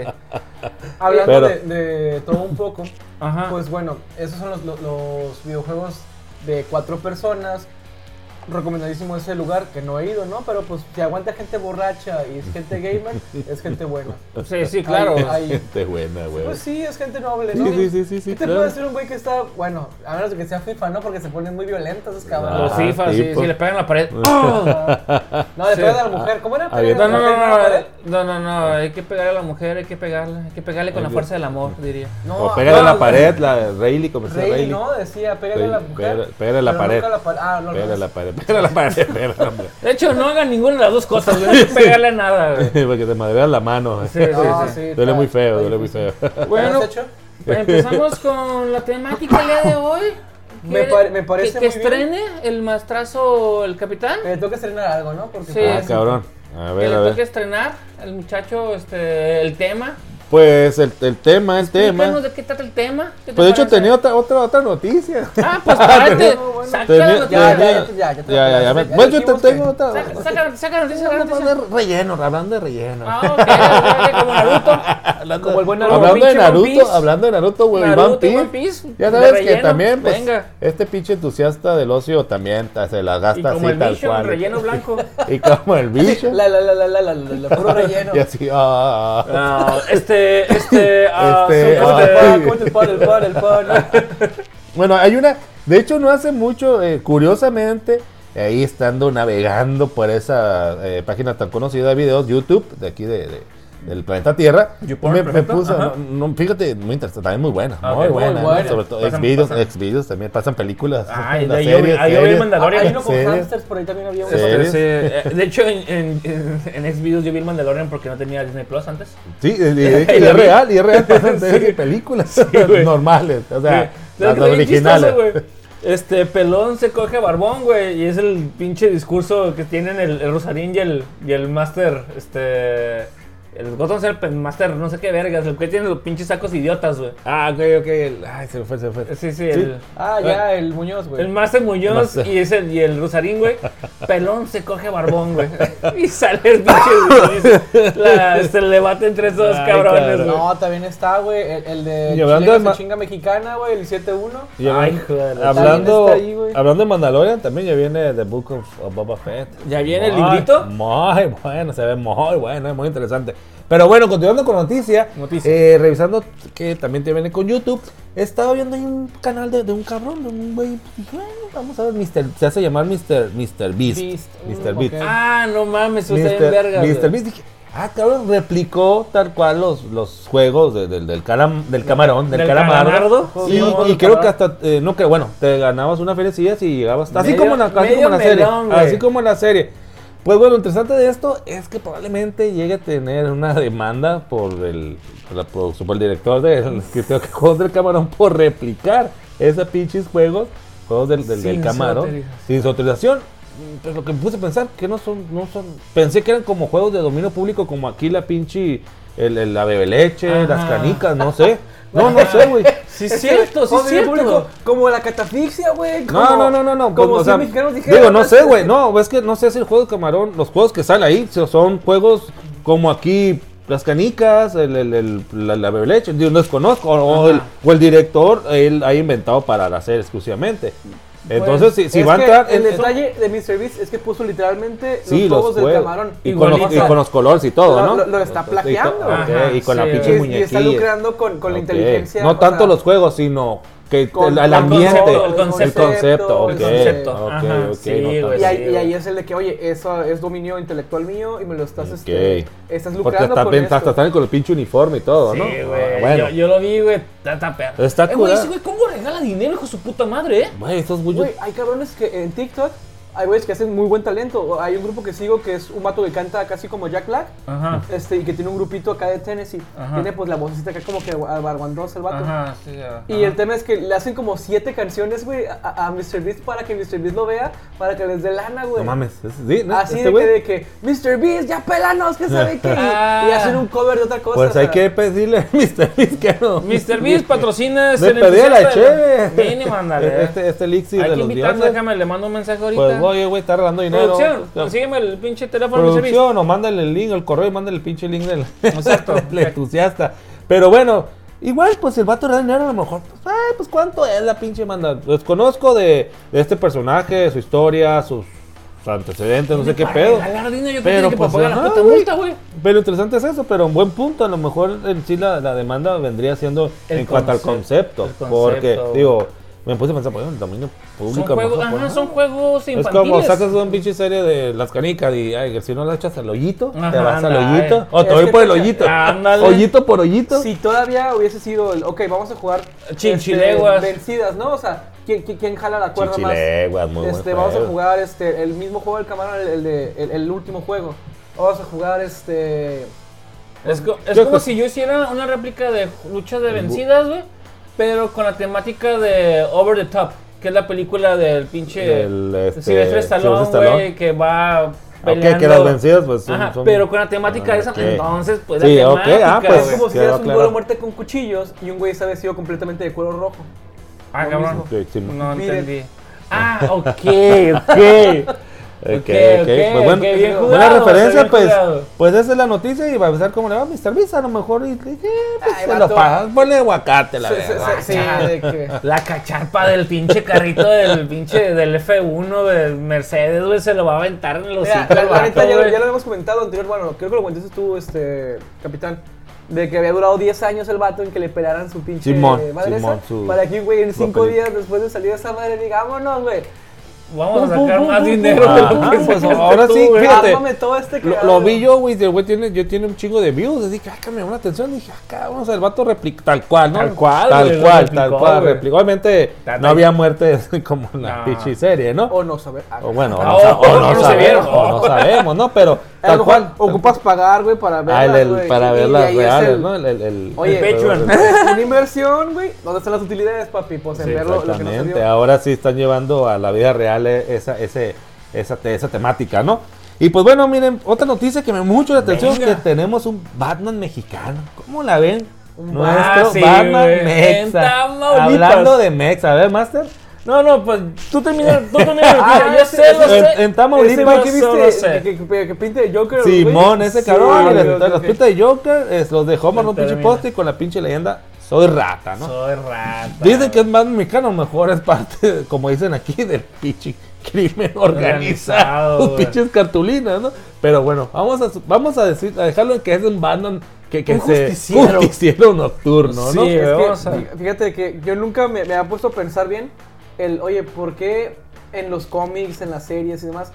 [SPEAKER 1] Hablando
[SPEAKER 2] Pero-
[SPEAKER 1] de, de todo un poco,
[SPEAKER 3] Ajá.
[SPEAKER 1] pues bueno, esos son los, los- los videojuegos de cuatro personas. Recomendadísimo ese lugar que no he ido, ¿no? Pero pues si aguanta gente borracha y es gente gamer, es gente buena.
[SPEAKER 3] sí, sí, claro.
[SPEAKER 1] Hay- hay-
[SPEAKER 2] Gente buena, güey.
[SPEAKER 1] Pues sí, es gente noble,
[SPEAKER 2] Sí,
[SPEAKER 1] ¿no?
[SPEAKER 2] sí, sí, sí, sí,
[SPEAKER 1] ¿Qué te
[SPEAKER 2] claro.
[SPEAKER 1] puede decir un güey que está, bueno, a menos de que sea FIFA, ¿no? Porque se ponen muy violentos esos
[SPEAKER 3] Los
[SPEAKER 1] cabrones.
[SPEAKER 2] Ah,
[SPEAKER 3] FIFA, sí,
[SPEAKER 2] tipo.
[SPEAKER 3] si le pegan la pared.
[SPEAKER 1] No, le
[SPEAKER 3] Sí.
[SPEAKER 1] pegan a la mujer. ¿Cómo era?
[SPEAKER 2] Ah, bien.
[SPEAKER 3] No,
[SPEAKER 1] ¿Pegan a
[SPEAKER 3] no,
[SPEAKER 1] la
[SPEAKER 3] no,
[SPEAKER 1] mujer en la
[SPEAKER 3] no,
[SPEAKER 1] pared?
[SPEAKER 3] no, no, no, hay que pegarle a la mujer, hay que pegarle, hay que pegarle con la fuerza del amor, diría.
[SPEAKER 1] No,
[SPEAKER 2] O pégale a
[SPEAKER 1] no,
[SPEAKER 2] la pared, la Rayleigh, como decía
[SPEAKER 1] Rey,
[SPEAKER 2] Rayleigh.
[SPEAKER 1] ¿no? Decía, pégale a la
[SPEAKER 2] Rayleigh,
[SPEAKER 1] mujer.
[SPEAKER 2] pégale- pégale a la
[SPEAKER 1] pero
[SPEAKER 2] pared.
[SPEAKER 1] nunca a la pared. Ah, no,
[SPEAKER 2] Pégale a
[SPEAKER 1] no.
[SPEAKER 2] la pared, pégale a la pared, pégale a la pared.
[SPEAKER 3] De hecho, no hagan ninguna de las dos cosas, güey, no hay que pegarle a nada, güey.
[SPEAKER 2] Porque te madreas la mano.
[SPEAKER 3] Sí, sí,
[SPEAKER 1] No,
[SPEAKER 3] sí.
[SPEAKER 1] sí,
[SPEAKER 2] duele
[SPEAKER 1] está-
[SPEAKER 2] muy feo,
[SPEAKER 1] está
[SPEAKER 2] duele muy
[SPEAKER 1] difícil.
[SPEAKER 2] feo.
[SPEAKER 1] ¿Lo
[SPEAKER 3] Bueno,
[SPEAKER 1] has hecho?
[SPEAKER 3] empezamos con la temática del día de hoy.
[SPEAKER 1] Me
[SPEAKER 3] ¿Quiere-
[SPEAKER 1] pare- me parece
[SPEAKER 3] que, que
[SPEAKER 1] muy bien.
[SPEAKER 3] estrene el mastrazo el capitán.
[SPEAKER 1] Eh, Que le toca estrenar algo, ¿no? Porque pues,
[SPEAKER 3] Sí.
[SPEAKER 2] Ah, cabrón. A
[SPEAKER 3] Que
[SPEAKER 2] ver,
[SPEAKER 3] le
[SPEAKER 2] a
[SPEAKER 3] toque
[SPEAKER 2] ver.
[SPEAKER 3] estrenar el muchacho este el tema.
[SPEAKER 2] Pues el, el tema, el tema.
[SPEAKER 3] Explícanos de qué trata el tema. ¿qué te
[SPEAKER 2] Pues de hecho
[SPEAKER 3] parece?
[SPEAKER 2] tenía otra, otra, otra noticia.
[SPEAKER 3] Ah, pues párate.
[SPEAKER 1] No, bueno.
[SPEAKER 3] saca
[SPEAKER 2] Tenía-
[SPEAKER 3] la
[SPEAKER 1] ya,
[SPEAKER 3] noticia.
[SPEAKER 1] ya,
[SPEAKER 2] tenía-
[SPEAKER 1] ya, ya,
[SPEAKER 2] ya,
[SPEAKER 1] ya,
[SPEAKER 2] ya, ya,
[SPEAKER 1] ya,
[SPEAKER 2] me-
[SPEAKER 1] ya
[SPEAKER 2] Bueno, yo te
[SPEAKER 1] dijimos
[SPEAKER 2] tengo
[SPEAKER 1] que-
[SPEAKER 2] otra.
[SPEAKER 3] Saca, saca, saca noticia, saca
[SPEAKER 2] Hablando
[SPEAKER 3] noticia.
[SPEAKER 2] de relleno, hablando de relleno.
[SPEAKER 3] Ah, ok, ok, ok, como Naruto.
[SPEAKER 2] hablando,
[SPEAKER 1] como el buen
[SPEAKER 2] hablando
[SPEAKER 3] Naruto,
[SPEAKER 2] de
[SPEAKER 3] pinche One
[SPEAKER 2] Naruto,
[SPEAKER 3] Piece.
[SPEAKER 2] hablando de Naruto, güey,
[SPEAKER 3] Naruto
[SPEAKER 2] One
[SPEAKER 3] y
[SPEAKER 2] Piece.
[SPEAKER 3] One Piece,
[SPEAKER 2] Ya
[SPEAKER 3] de
[SPEAKER 2] sabes que
[SPEAKER 3] relleno,
[SPEAKER 2] también, pues,
[SPEAKER 3] venga.
[SPEAKER 2] este pinche entusiasta del ocio también ta- se las
[SPEAKER 3] Y
[SPEAKER 2] gasta
[SPEAKER 3] como
[SPEAKER 2] así
[SPEAKER 3] el
[SPEAKER 2] tal
[SPEAKER 3] bicho,
[SPEAKER 2] cual.
[SPEAKER 3] relleno blanco.
[SPEAKER 2] Y como el bicho.
[SPEAKER 1] La, la, la, la, la, la, la, la, puro relleno.
[SPEAKER 2] y así, ah, ah,
[SPEAKER 3] Ah, este, este, ah,
[SPEAKER 2] Este,
[SPEAKER 3] su-
[SPEAKER 1] ¿Cómo te
[SPEAKER 2] Ay.
[SPEAKER 1] pan? ¿Cómo te pan? El pan, el pan.
[SPEAKER 2] ah. Bueno, hay una, de hecho no hace mucho, eh, curiosamente, ahí estando navegando por esa eh, página tan conocida de videos, YouTube, de aquí de... de- del planeta Tierra,
[SPEAKER 3] YouPorn,
[SPEAKER 2] me, me
[SPEAKER 3] perfecto,
[SPEAKER 2] puso,
[SPEAKER 3] ajá.
[SPEAKER 2] no, no, fíjate, muy interesante, también muy buena,
[SPEAKER 3] Ah, ok,
[SPEAKER 2] muy
[SPEAKER 3] muy
[SPEAKER 2] buena, ¿no?
[SPEAKER 1] buena.
[SPEAKER 2] sobre todo
[SPEAKER 3] Pasan-
[SPEAKER 2] ex videos,
[SPEAKER 3] pasan-
[SPEAKER 2] ex videos también, pasan películas,
[SPEAKER 3] Ay,
[SPEAKER 2] las
[SPEAKER 3] de ahí yo vi- ahí yo vi
[SPEAKER 2] series. Ah,
[SPEAKER 3] Mandalorian.
[SPEAKER 1] Hay uno con
[SPEAKER 2] series.
[SPEAKER 1] hamsters, por ahí también había uno.
[SPEAKER 2] Sí.
[SPEAKER 3] Este,
[SPEAKER 2] ¿Series?
[SPEAKER 3] sí, eh, de hecho, en, en, en, en Xvideos yo vi el Mandalorian porque no tenía Disney Plus antes.
[SPEAKER 2] Sí, y, y- y
[SPEAKER 3] la
[SPEAKER 2] es
[SPEAKER 3] vi.
[SPEAKER 2] real, y es real, pasan series y películas
[SPEAKER 3] güey.
[SPEAKER 2] normales, o sea,
[SPEAKER 3] Sí, ¿sabes
[SPEAKER 2] las,
[SPEAKER 3] qué está bien
[SPEAKER 2] originales.
[SPEAKER 3] chistoso, güey? Este pelón se coge a Barbón, güey, y es el pinche discurso que tienen el, el Rosarín y el, y el Master, este. El Gotham Serpent Master, no sé qué vergas, el que tiene los pinches sacos idiotas, güey.
[SPEAKER 2] Ah, ok, ok, el- ay, se me fue, se me fue.
[SPEAKER 3] Sí, sí, el.
[SPEAKER 1] Ah, ya, el Muñoz, güey.
[SPEAKER 3] El Master Muñoz
[SPEAKER 2] Master.
[SPEAKER 3] y es el, y el Rosarín, güey. Pelón se coge a barbón, güey. Y sale el pinche. la- se le baten entre esos
[SPEAKER 2] Ay,
[SPEAKER 3] cabrones,
[SPEAKER 2] cabrón.
[SPEAKER 3] güey.
[SPEAKER 1] No, también está, güey, el, el de
[SPEAKER 2] Y hablando
[SPEAKER 1] Chilenos
[SPEAKER 2] de ma-
[SPEAKER 1] en chinga mexicana, güey, el 7-1.
[SPEAKER 2] Y
[SPEAKER 3] Ay,
[SPEAKER 2] hablando-
[SPEAKER 3] hijo de la-
[SPEAKER 2] hablando,
[SPEAKER 1] También está ahí, güey.
[SPEAKER 2] hablando de Mandalorian, también ya viene The Book of, of Boba Fett.
[SPEAKER 3] ¿Ya viene el
[SPEAKER 2] Muy,
[SPEAKER 3] librito?
[SPEAKER 2] Muy bueno, se ve muy bueno, es muy interesante. Pero bueno, continuando con noticia,
[SPEAKER 3] Noticia.
[SPEAKER 2] eh, revisando que también te viene con YouTube, he estado viendo ahí un canal de, de un cabrón, de un güey, dije, bueno, vamos a ver, Mr. se hace llamar Mr. Mr. Beast.
[SPEAKER 1] Beast,
[SPEAKER 2] Mr.
[SPEAKER 1] mm,
[SPEAKER 2] Beast.
[SPEAKER 1] ok.
[SPEAKER 3] Ah, no mames, eso está bien verga.
[SPEAKER 2] Mr.
[SPEAKER 3] güey.
[SPEAKER 2] Mr. Beast, dije, ah, cabrón, replicó tal cual los, los juegos de- del, del, caram- del camarón, del,
[SPEAKER 3] ¿Del
[SPEAKER 2] calamardo.
[SPEAKER 3] calamardo?
[SPEAKER 2] Sí,
[SPEAKER 1] Juegos
[SPEAKER 2] y
[SPEAKER 1] del
[SPEAKER 2] creo que
[SPEAKER 1] camarón.
[SPEAKER 2] hasta, eh, no creo, bueno, te ganabas una feriecilla y llegabas. Así
[SPEAKER 3] Medio-
[SPEAKER 2] como en la, así
[SPEAKER 3] medio
[SPEAKER 2] como en la serie.
[SPEAKER 3] melón, güey.
[SPEAKER 2] así como en la serie. Pues bueno, lo interesante de esto es que probablemente llegue a tener una demanda por el, por la producción, por el director del escritor de Juegos del Camarón por replicar esos pinches juegos, juegos del, del, del
[SPEAKER 3] Sin su
[SPEAKER 2] camarón,
[SPEAKER 3] autorización.
[SPEAKER 2] sin su autorización. Mm, Pues lo que me puse a pensar, que no son, no son, pensé que eran como juegos de dominio público, como aquí la pinche, el, el- la bebeleche, las
[SPEAKER 3] Ajá.
[SPEAKER 2] canicas, no sé. No, no sé, güey.
[SPEAKER 3] Sí, es cierto, sí,
[SPEAKER 1] Joder,
[SPEAKER 3] es cierto.
[SPEAKER 1] público, como la catafixia, güey.
[SPEAKER 2] No, no, no, no, no.
[SPEAKER 1] Como
[SPEAKER 2] pues, o
[SPEAKER 1] si
[SPEAKER 2] sea,
[SPEAKER 1] mexicanos dijeran. "Ah,
[SPEAKER 2] Digo, no sé, güey. No, es que no sé si el juego de camarón, los juegos que salen ahí so- son juegos como aquí, las canicas, el, el- el- la, la bebeleche, yo no los conozco. O el, o el director, él ha inventado para la serie exclusivamente. Entonces, si,
[SPEAKER 1] Pues,
[SPEAKER 2] si
[SPEAKER 1] es
[SPEAKER 2] va a
[SPEAKER 1] que
[SPEAKER 2] entrar.
[SPEAKER 1] El
[SPEAKER 2] en-
[SPEAKER 1] detalle de Mr. Beast es que puso literalmente
[SPEAKER 2] Sí,
[SPEAKER 1] los
[SPEAKER 2] los
[SPEAKER 1] juegos del
[SPEAKER 2] juegos.
[SPEAKER 1] camarón.
[SPEAKER 2] Y con, los, y
[SPEAKER 1] Igualito.
[SPEAKER 2] con los colores y todo,
[SPEAKER 1] Lo-
[SPEAKER 2] ¿no?
[SPEAKER 1] lo- lo está
[SPEAKER 2] Y to-
[SPEAKER 1] plagiando.
[SPEAKER 2] ok,
[SPEAKER 3] Ajá,
[SPEAKER 2] y con la
[SPEAKER 3] sí,
[SPEAKER 2] pinche
[SPEAKER 1] Y, es- y
[SPEAKER 2] muñequilla.
[SPEAKER 1] está lucrando con, con la
[SPEAKER 2] Ok.
[SPEAKER 1] inteligencia.
[SPEAKER 2] No
[SPEAKER 1] o
[SPEAKER 2] tanto
[SPEAKER 1] sea,
[SPEAKER 2] los juegos, sino que
[SPEAKER 1] Con-
[SPEAKER 2] el, el
[SPEAKER 1] con
[SPEAKER 2] ambiente,
[SPEAKER 3] concepto,
[SPEAKER 2] el
[SPEAKER 3] el
[SPEAKER 2] concepto,
[SPEAKER 1] concepto,
[SPEAKER 2] ok,
[SPEAKER 1] el concepto.
[SPEAKER 2] ok,
[SPEAKER 3] Ajá,
[SPEAKER 2] ok,
[SPEAKER 3] sí,
[SPEAKER 2] no
[SPEAKER 3] güey.
[SPEAKER 2] tanto.
[SPEAKER 1] Y ahí,
[SPEAKER 3] sí,
[SPEAKER 1] y ahí
[SPEAKER 3] güey.
[SPEAKER 1] es el de que, oye, eso es dominio intelectual mío y me lo estás,
[SPEAKER 2] Ok.
[SPEAKER 1] este, estás
[SPEAKER 2] Porque
[SPEAKER 1] lucrando
[SPEAKER 2] hasta,
[SPEAKER 1] con
[SPEAKER 2] ven-
[SPEAKER 1] esto.
[SPEAKER 2] hasta salen con el pinche uniforme y todo,
[SPEAKER 3] Sí,
[SPEAKER 2] ¿no? Ah,
[SPEAKER 3] güey.
[SPEAKER 2] bueno,
[SPEAKER 3] Yo, yo lo vi, güey. Tata perro.
[SPEAKER 2] Está
[SPEAKER 3] eh, güey,
[SPEAKER 2] curada.
[SPEAKER 3] ese güey, ¿cómo regala dinero, hijo de su puta madre, eh?
[SPEAKER 2] Güey, estos güeyes-
[SPEAKER 1] Güey, hay cabrones que en TikTok, hay güeyes que hacen muy buen talento. Hay un grupo que sigo que es un mato que canta casi como Jack Black.
[SPEAKER 3] Ajá.
[SPEAKER 1] Este, y que tiene un grupito acá de Tennessee.
[SPEAKER 3] Ajá.
[SPEAKER 1] Tiene pues la vocecita acá como que barbandosa el vato.
[SPEAKER 3] Ajá, sí, ajá.
[SPEAKER 1] Y el tema es que le hacen como siete canciones, güey, a, a Mr. Beast para que Mr. Beast lo vea, para que les dé lana, güey.
[SPEAKER 2] no mames. es- sí, ¿no?
[SPEAKER 1] Así
[SPEAKER 2] Este
[SPEAKER 1] de,
[SPEAKER 2] güey.
[SPEAKER 1] que, de que, Mr. Beast, ya pelanos, que sabe qué. Y- Y hacen un cover de otra cosa.
[SPEAKER 2] Pues
[SPEAKER 1] o
[SPEAKER 2] hay
[SPEAKER 1] sea,
[SPEAKER 2] que pedirle a Mr. Beast que no.
[SPEAKER 3] Mr. Beast patrocina. este
[SPEAKER 2] Le pedí a la cheve.
[SPEAKER 3] Mínimo, ándale.
[SPEAKER 2] Este, este elixir
[SPEAKER 3] Hay
[SPEAKER 2] de
[SPEAKER 3] que
[SPEAKER 2] los
[SPEAKER 3] invitarlo,
[SPEAKER 2] dioses.
[SPEAKER 3] eh. déjame, le mando un mensaje ahorita.
[SPEAKER 2] Pues oye, güey, está regalando dinero.
[SPEAKER 3] Producción,
[SPEAKER 2] O sea,
[SPEAKER 3] consígueme el pinche teléfono, Mr. Beast.
[SPEAKER 2] producción, o mándale el link, el correo, y mándale el pinche link del,
[SPEAKER 3] Exacto.
[SPEAKER 2] del entusiasta. Pero bueno, igual, pues el vato era dinero a lo mejor. Pues, ay, pues cuánto es la pinche manda. Desconozco de, de este personaje, su historia, sus antecedentes, no sé qué
[SPEAKER 3] Para
[SPEAKER 2] pedo.
[SPEAKER 3] regalar dinero, yo creo
[SPEAKER 2] Pero
[SPEAKER 3] que
[SPEAKER 2] pues,
[SPEAKER 3] para pagar
[SPEAKER 2] ajá,
[SPEAKER 3] la puta
[SPEAKER 2] güey.
[SPEAKER 3] multa, güey.
[SPEAKER 2] Pero interesante es eso, pero un buen punto. A lo mejor en sí la, la demanda vendría siendo
[SPEAKER 3] El
[SPEAKER 2] en cuanto al
[SPEAKER 3] concepto,
[SPEAKER 2] concepto.
[SPEAKER 3] el
[SPEAKER 2] Porque,
[SPEAKER 3] concepto.
[SPEAKER 2] digo, me puse a pensar, pues el dominio
[SPEAKER 3] Son
[SPEAKER 2] público. a lo
[SPEAKER 3] juegos,
[SPEAKER 2] mejor, pues,
[SPEAKER 3] ajá,
[SPEAKER 2] no.
[SPEAKER 3] son juegos
[SPEAKER 2] Es
[SPEAKER 3] infantiles.
[SPEAKER 2] como sacas una pinche serie de las canicas y ay, si no la echas al hoyito, te
[SPEAKER 3] Ajá,
[SPEAKER 2] vas al
[SPEAKER 3] ándale.
[SPEAKER 2] hoyito. O te
[SPEAKER 1] Es
[SPEAKER 2] voy
[SPEAKER 1] que
[SPEAKER 2] por el
[SPEAKER 1] te-
[SPEAKER 2] hoyito.
[SPEAKER 3] Ándale.
[SPEAKER 2] Hoyito por hoyito.
[SPEAKER 1] Si todavía hubiese sido el, ok, vamos a jugar
[SPEAKER 3] Chinchileguas.
[SPEAKER 1] este, vencidas, ¿no? O sea, ¿quién, quién, quién jala la cuerda más?
[SPEAKER 2] Chichileguas, muy buen
[SPEAKER 1] este, vamos a
[SPEAKER 2] juego.
[SPEAKER 1] jugar este, el mismo juego del camarón, el, el de, el, el último juego. Vamos a jugar este.
[SPEAKER 3] Es, co- es
[SPEAKER 2] Yo
[SPEAKER 3] como
[SPEAKER 2] creo-
[SPEAKER 3] si yo hiciera una réplica de luchas de vencidas, güey, pero con la temática de Over the Top, que es la película del pinche
[SPEAKER 2] El, este,
[SPEAKER 3] Silvestre Stallone,
[SPEAKER 2] Sylvester Stallone.
[SPEAKER 3] güey, que va
[SPEAKER 2] Ok,
[SPEAKER 3] peleando.
[SPEAKER 2] que las vencidas, pues, son-
[SPEAKER 3] Ajá,
[SPEAKER 2] son-
[SPEAKER 3] pero con la temática esa,
[SPEAKER 2] Ok.
[SPEAKER 3] entonces, pues,
[SPEAKER 2] Sí,
[SPEAKER 3] la
[SPEAKER 2] ok, ah,
[SPEAKER 3] temática,
[SPEAKER 2] pues,
[SPEAKER 1] es
[SPEAKER 3] güey.
[SPEAKER 1] como si
[SPEAKER 2] quedó
[SPEAKER 1] hicieras un
[SPEAKER 2] claro.
[SPEAKER 1] duelo a muerte con cuchillos y un güey se ha vestido completamente de cuero rojo.
[SPEAKER 3] Ah, cabrón.
[SPEAKER 2] Ok, sí, mo-
[SPEAKER 3] No
[SPEAKER 1] Mire.
[SPEAKER 3] entendí. Ah, ok, ok.
[SPEAKER 2] Ok, ok.
[SPEAKER 3] ok,
[SPEAKER 2] Pues
[SPEAKER 3] ok,
[SPEAKER 2] bueno,
[SPEAKER 3] bien jugado,
[SPEAKER 2] buena referencia,
[SPEAKER 3] bien
[SPEAKER 2] pues.
[SPEAKER 3] jugado.
[SPEAKER 2] Pues esa es la noticia y va a empezar cómo le va a Mr. Beast. A lo mejor y, y- eh, pues,
[SPEAKER 1] Ay,
[SPEAKER 2] se
[SPEAKER 1] vato.
[SPEAKER 2] lo pagas. Ponle aguacate, la
[SPEAKER 1] Sí, sí,
[SPEAKER 2] verdad.
[SPEAKER 1] sí, sí, de que-
[SPEAKER 3] La cacharpa del pinche carrito del pinche del F1 del Mercedes, güey, se lo va a aventar en los
[SPEAKER 1] Mira,
[SPEAKER 3] hocico
[SPEAKER 1] la,
[SPEAKER 3] al
[SPEAKER 1] la neta,
[SPEAKER 3] vato,
[SPEAKER 1] ya, lo-
[SPEAKER 3] güey.
[SPEAKER 1] ya lo habíamos comentado anterior, bueno, creo que lo comentaste tú, este, capitán, de que había durado 10 años el vato en que le pelaran su pinche
[SPEAKER 2] Simón,
[SPEAKER 1] madre esa,
[SPEAKER 2] Simón, su-
[SPEAKER 1] para que, güey, en
[SPEAKER 2] su
[SPEAKER 1] 5
[SPEAKER 2] apellido.
[SPEAKER 1] días después de salir esa madre, digámonos, güey,
[SPEAKER 3] Vamos a
[SPEAKER 1] Pum, pum,
[SPEAKER 3] sacar
[SPEAKER 1] pum,
[SPEAKER 3] más
[SPEAKER 1] pum,
[SPEAKER 3] dinero.
[SPEAKER 1] pum,
[SPEAKER 3] de
[SPEAKER 1] pum,
[SPEAKER 3] lo
[SPEAKER 2] Ajá,
[SPEAKER 3] que
[SPEAKER 1] pum,
[SPEAKER 2] pues,
[SPEAKER 1] pum,
[SPEAKER 3] sacaste
[SPEAKER 2] ahora
[SPEAKER 3] tú,
[SPEAKER 2] sí,
[SPEAKER 3] güey.
[SPEAKER 2] fíjate.
[SPEAKER 1] ármame todo este
[SPEAKER 2] Lo,
[SPEAKER 1] creador.
[SPEAKER 2] lo vi yo, güey, el güey tiene, yo tiene un chingo de views, así que, ah, que me llamó la atención, dije, ah, cabrón, o sea, el vato replica, tal cual, ¿no?
[SPEAKER 3] Tal cual,
[SPEAKER 2] tal
[SPEAKER 3] güey, lo
[SPEAKER 2] cual,
[SPEAKER 3] replicó,
[SPEAKER 2] tal cual,
[SPEAKER 3] güey.
[SPEAKER 2] replicó. Obviamente,
[SPEAKER 3] Tal-
[SPEAKER 2] no había muertes como en la
[SPEAKER 3] No.
[SPEAKER 2] pinche serie, ¿no?
[SPEAKER 1] O no saber. ah,
[SPEAKER 2] O bueno, o
[SPEAKER 3] Ah,
[SPEAKER 2] no,
[SPEAKER 3] o-
[SPEAKER 2] sa- o
[SPEAKER 3] o
[SPEAKER 2] no
[SPEAKER 3] no se
[SPEAKER 2] sabemos,
[SPEAKER 3] vieron.
[SPEAKER 2] o no sabemos, ¿no? Pero
[SPEAKER 1] a
[SPEAKER 2] tal
[SPEAKER 1] lo mejor
[SPEAKER 2] cual.
[SPEAKER 1] ocupas pagar, güey, para
[SPEAKER 2] Ah, el-
[SPEAKER 1] verlas,
[SPEAKER 2] el-
[SPEAKER 1] güey,
[SPEAKER 2] para
[SPEAKER 1] y-
[SPEAKER 2] ver
[SPEAKER 1] y
[SPEAKER 2] las
[SPEAKER 1] ahí es
[SPEAKER 2] reales,
[SPEAKER 1] el-
[SPEAKER 2] ¿no? El, el, el-
[SPEAKER 1] Oye,
[SPEAKER 2] el-
[SPEAKER 3] Patreon.
[SPEAKER 1] Una inversión, güey, ¿dónde están las utilidades, papi? Pues en
[SPEAKER 2] Sí,
[SPEAKER 1] verlo, lo que no se
[SPEAKER 2] exactamente. Ah.
[SPEAKER 1] vio.
[SPEAKER 2] Ahora sí están llevando a la vida real eh, esa, ese, esa, te- esa temática, ¿no? Y pues bueno, miren, otra noticia que me llamó mucho la atención es
[SPEAKER 3] Venga.
[SPEAKER 2] que tenemos un Batman mexicano. ¿Cómo la ven? Nuestro
[SPEAKER 3] Ah, sí,
[SPEAKER 2] Batman
[SPEAKER 3] güey. En
[SPEAKER 2] Mexa.
[SPEAKER 3] Tamaulipas.
[SPEAKER 2] Hablando de Mexa, a ver, Master.
[SPEAKER 3] No, no, pues tú terminas, tú terminas,
[SPEAKER 1] Ah,
[SPEAKER 3] yo sé, lo
[SPEAKER 2] en-
[SPEAKER 3] sé.
[SPEAKER 2] en Tamaulipas,
[SPEAKER 3] Ese
[SPEAKER 1] Ese güey
[SPEAKER 2] güey,
[SPEAKER 3] vaso,
[SPEAKER 1] que
[SPEAKER 3] lo
[SPEAKER 1] viste,
[SPEAKER 3] sé.
[SPEAKER 1] que, que, que pinta de Joker. güey.
[SPEAKER 2] Simón, ese
[SPEAKER 1] Sí,
[SPEAKER 2] cabrón.
[SPEAKER 1] ok,
[SPEAKER 2] y las,
[SPEAKER 1] ok,
[SPEAKER 2] las
[SPEAKER 1] ok.
[SPEAKER 2] pintas de Joker es, los dejó más un pinche
[SPEAKER 3] Termina.
[SPEAKER 2] poste y con la pinche leyenda Soy rata, ¿no?
[SPEAKER 3] Ah, Soy rata.
[SPEAKER 2] Dicen que es más mexicano, mejor es parte, como dicen aquí, del pinche crimen
[SPEAKER 3] Organizado,
[SPEAKER 2] organizado. Sus
[SPEAKER 3] güey.
[SPEAKER 2] pinches cartulinas, ¿no? Pero bueno, vamos a, su- vamos a, decir, a dejarlo en que es un Batman que, que
[SPEAKER 3] Un
[SPEAKER 2] se
[SPEAKER 3] justiciero.
[SPEAKER 2] justiciero nocturno, ¿no?
[SPEAKER 3] Sí.
[SPEAKER 1] Es
[SPEAKER 3] Pero
[SPEAKER 1] que,
[SPEAKER 3] vamos a-
[SPEAKER 1] fí- fíjate que yo nunca me, me había puesto a pensar bien el, oye, ¿por qué en los cómics, en las series y demás,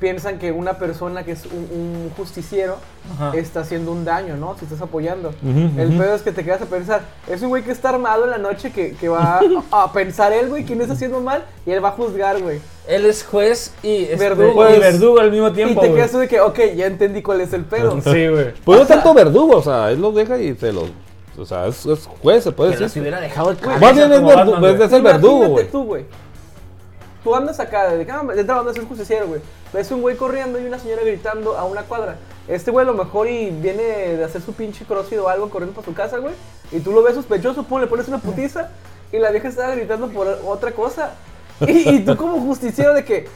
[SPEAKER 1] piensan que una persona que es un, un justiciero
[SPEAKER 3] Ajá.
[SPEAKER 1] está haciendo un daño, ¿no? Si estás apoyando.
[SPEAKER 2] Ujú,
[SPEAKER 1] El
[SPEAKER 2] ujú.
[SPEAKER 1] pedo es que te quedas a pensar, es un güey que está armado en la noche que, que va a, a pensar él, güey, quién está haciendo mal y él va a juzgar, güey.
[SPEAKER 3] Él es juez y este,
[SPEAKER 1] Verdugo.
[SPEAKER 3] y
[SPEAKER 2] Pues,
[SPEAKER 3] verdugo al mismo
[SPEAKER 1] Y
[SPEAKER 3] tiempo.
[SPEAKER 1] te
[SPEAKER 3] güey.
[SPEAKER 1] quedas tú de que, ok, ya entendí cuál es el pedo.
[SPEAKER 3] Sí, güey.
[SPEAKER 2] Pues no tanto verdugo, o sea, él los deja y se los. O sea, es, es juez, se puede
[SPEAKER 3] Pero si
[SPEAKER 2] decir.
[SPEAKER 3] hubiera dejado el
[SPEAKER 2] Pues, Más
[SPEAKER 3] cabeza
[SPEAKER 2] bien es
[SPEAKER 3] como
[SPEAKER 2] verdugo,
[SPEAKER 3] Batman, güey.
[SPEAKER 2] es el verdugo,
[SPEAKER 1] Imagínate
[SPEAKER 2] güey.
[SPEAKER 1] tú, güey. Tú andas acá, de que, ah, de entrada andas en justiciero, güey. Ves un güey corriendo y una señora gritando a una cuadra. Este güey a lo mejor y viene de hacer su pinche crossfit o algo corriendo para su casa, güey. Y tú lo ves sospechoso, pum, le pones una putiza y la vieja estaba gritando por otra cosa. Y, y tú como justiciero de que,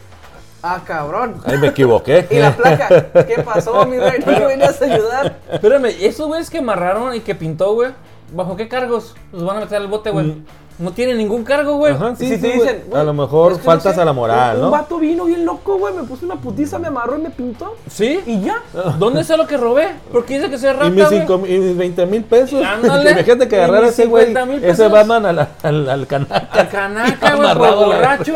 [SPEAKER 1] ah, cabrón.
[SPEAKER 2] Ahí me equivoqué.
[SPEAKER 1] Y la placa, ¿qué pasó, mi rey? ¿No me venías a ayudar?
[SPEAKER 3] Espérame, ¿y esos güeyes que amarraron y que pintó, güey? ¿Bajo qué cargos? Los van a meter al bote, güey. No tiene ningún cargo, güey.
[SPEAKER 2] Mm. Ajá, sí,
[SPEAKER 1] si
[SPEAKER 2] sí,
[SPEAKER 1] te
[SPEAKER 2] güey.
[SPEAKER 1] dicen, güey,
[SPEAKER 2] a lo mejor
[SPEAKER 1] es que no
[SPEAKER 2] faltas
[SPEAKER 1] sé,
[SPEAKER 2] a la moral,
[SPEAKER 1] un,
[SPEAKER 2] ¿no?
[SPEAKER 1] Un vato vino bien loco, güey, me puso una putiza, me amarró y me pintó.
[SPEAKER 3] ¿Sí?
[SPEAKER 1] Y ya.
[SPEAKER 3] ¿Dónde está lo que robé? Porque dice que soy rata,
[SPEAKER 2] Y mis,
[SPEAKER 3] güey.
[SPEAKER 2] cinco, y mis 20 mil pesos.
[SPEAKER 3] Ándale.
[SPEAKER 2] Imagínate que
[SPEAKER 3] Y
[SPEAKER 2] agarrar a
[SPEAKER 3] mis
[SPEAKER 2] ese güey,
[SPEAKER 3] 50,000
[SPEAKER 2] ese
[SPEAKER 3] pesos.
[SPEAKER 2] Batman al, al, al canaca.
[SPEAKER 3] Al canaca, güey, por
[SPEAKER 2] Amarrado a la-
[SPEAKER 3] borracho.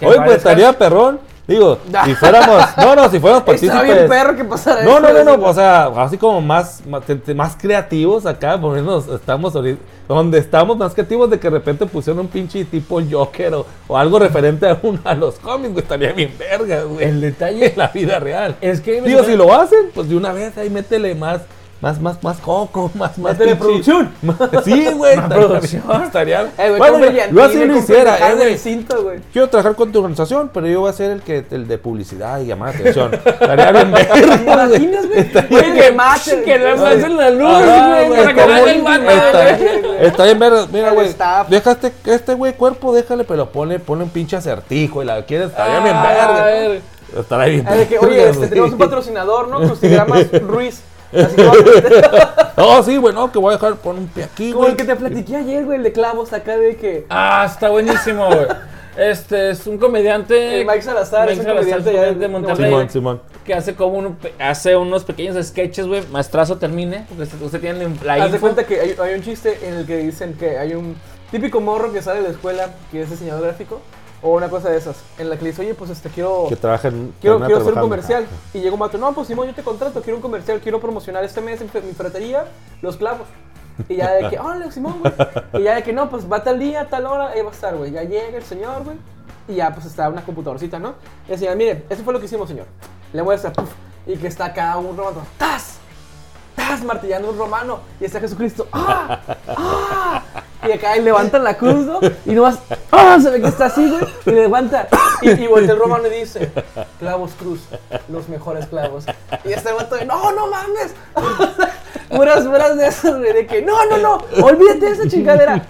[SPEAKER 3] Que
[SPEAKER 2] Hoy pues
[SPEAKER 3] parezca-
[SPEAKER 2] estaría perrón. Digo, si fuéramos, no, no, si fuéramos
[SPEAKER 1] Estaba
[SPEAKER 2] partícipes.
[SPEAKER 1] bien perro que pasara
[SPEAKER 2] No,
[SPEAKER 1] eso,
[SPEAKER 2] no, no,
[SPEAKER 1] güey.
[SPEAKER 2] no, pues, o sea, así como más, más, te- te- más creativos acá, por lo menos estamos ahorita, donde estamos más creativos de que de repente pusieron un pinche tipo Joker o, o algo referente a, un- a los cómics, güey, estaría bien verga, güey.
[SPEAKER 3] El
[SPEAKER 2] detalle en la vida real. Digo, si lo hacen, pues de una vez ahí métele más, más, más, más coco, más, más.
[SPEAKER 1] Métele
[SPEAKER 2] pinche-
[SPEAKER 1] producción.
[SPEAKER 2] Sí, güey.
[SPEAKER 3] Más
[SPEAKER 2] estaría-
[SPEAKER 3] producción.
[SPEAKER 2] Estaría.
[SPEAKER 1] Eh, güey,
[SPEAKER 2] bueno,
[SPEAKER 1] compra
[SPEAKER 2] mira,
[SPEAKER 1] brillantina,
[SPEAKER 2] yo así lo
[SPEAKER 1] compra
[SPEAKER 2] hiciera,
[SPEAKER 1] tejado
[SPEAKER 2] eh,
[SPEAKER 1] de
[SPEAKER 2] güey.
[SPEAKER 1] cinto, güey.
[SPEAKER 2] Quiero trabajar con tu organización, pero yo voy a ser el que el de publicidad y llamar la atención. Estaría bien verga,
[SPEAKER 1] ¿Te
[SPEAKER 2] güey.
[SPEAKER 1] imaginas, güey? Güey,
[SPEAKER 3] que-
[SPEAKER 1] que mate.
[SPEAKER 3] que la
[SPEAKER 1] güey.
[SPEAKER 3] lancen la luz,
[SPEAKER 2] Ajá,
[SPEAKER 3] güey,
[SPEAKER 2] Ah, güey,
[SPEAKER 3] para que
[SPEAKER 2] está
[SPEAKER 3] haga el
[SPEAKER 2] muy-
[SPEAKER 3] mate,
[SPEAKER 2] está-
[SPEAKER 3] güey.
[SPEAKER 2] Está bien verga. Mira,
[SPEAKER 1] El
[SPEAKER 2] güey.
[SPEAKER 1] staff.
[SPEAKER 2] Deja este, este güey cuerpo, déjale, pero ponle, ponle un pinche acertijo y la quieres. Estaría bien
[SPEAKER 3] Ah,
[SPEAKER 2] verga.
[SPEAKER 3] ver.
[SPEAKER 2] Estaría bien
[SPEAKER 1] Ah, de que,
[SPEAKER 2] verga,
[SPEAKER 1] oye, este,
[SPEAKER 2] güey.
[SPEAKER 1] tenemos un patrocinador, ¿no? Crucigramas Ruiz. Así que vamos a meter-
[SPEAKER 2] No, sí, güey, no, que voy a dejar poner un pie aquí,
[SPEAKER 1] Como
[SPEAKER 2] güey.
[SPEAKER 1] el que te platiqué ayer, güey, el de clavos acá de que.
[SPEAKER 3] Ah, está buenísimo, güey. Este es un comediante.
[SPEAKER 1] El Mike Salazar, es un comediante allá
[SPEAKER 3] de
[SPEAKER 1] de
[SPEAKER 3] Monterrey.
[SPEAKER 2] Simón, Simón.
[SPEAKER 3] Que hace como un, pe- hace unos pequeños sketches, güey. Maestrazo termine. Porque usted- usted tiene la
[SPEAKER 1] Haz de
[SPEAKER 3] info.
[SPEAKER 1] cuenta que hay, hay un chiste en el que dicen que hay un típico morro que sale de la escuela que es diseñador gráfico o una cosa de esas. En la que le dice, oye, pues este quiero.
[SPEAKER 2] Que trabaja en.
[SPEAKER 1] Quiero,
[SPEAKER 2] termina
[SPEAKER 1] quiero hacer un
[SPEAKER 2] trabajando.
[SPEAKER 1] comercial. Y llega un vato, no, pues Simón, yo te contrato, quiero un comercial, quiero promocionar este mes en fe- mi fratería, los clavos. Y ya de que, hola Simón, güey. Y ya de que, no, pues va tal día, tal hora, ahí va a estar, güey. Ya llega el señor, güey. Y ya, pues está una computadorcita, ¿no? Y el señor, mire, eso fue lo que hicimos, señor. Le muestra, puf, y que está acá un romano, ¡tas! ¡tas! Martillando un romano. Y está Jesucristo, ¡ah! ¡ah! Y acá y levantan la cruz, ¿no? Y nomás, ¡ah! Se ve que está así, güey. Y levanta. Y, y voltea el romano y dice, clavos cruz, los mejores clavos. Y este vato de, ¡no, no mames! puras, puras de esas, güey, de que, ¡no, no, no! ¡Olvídate de esa chingadera!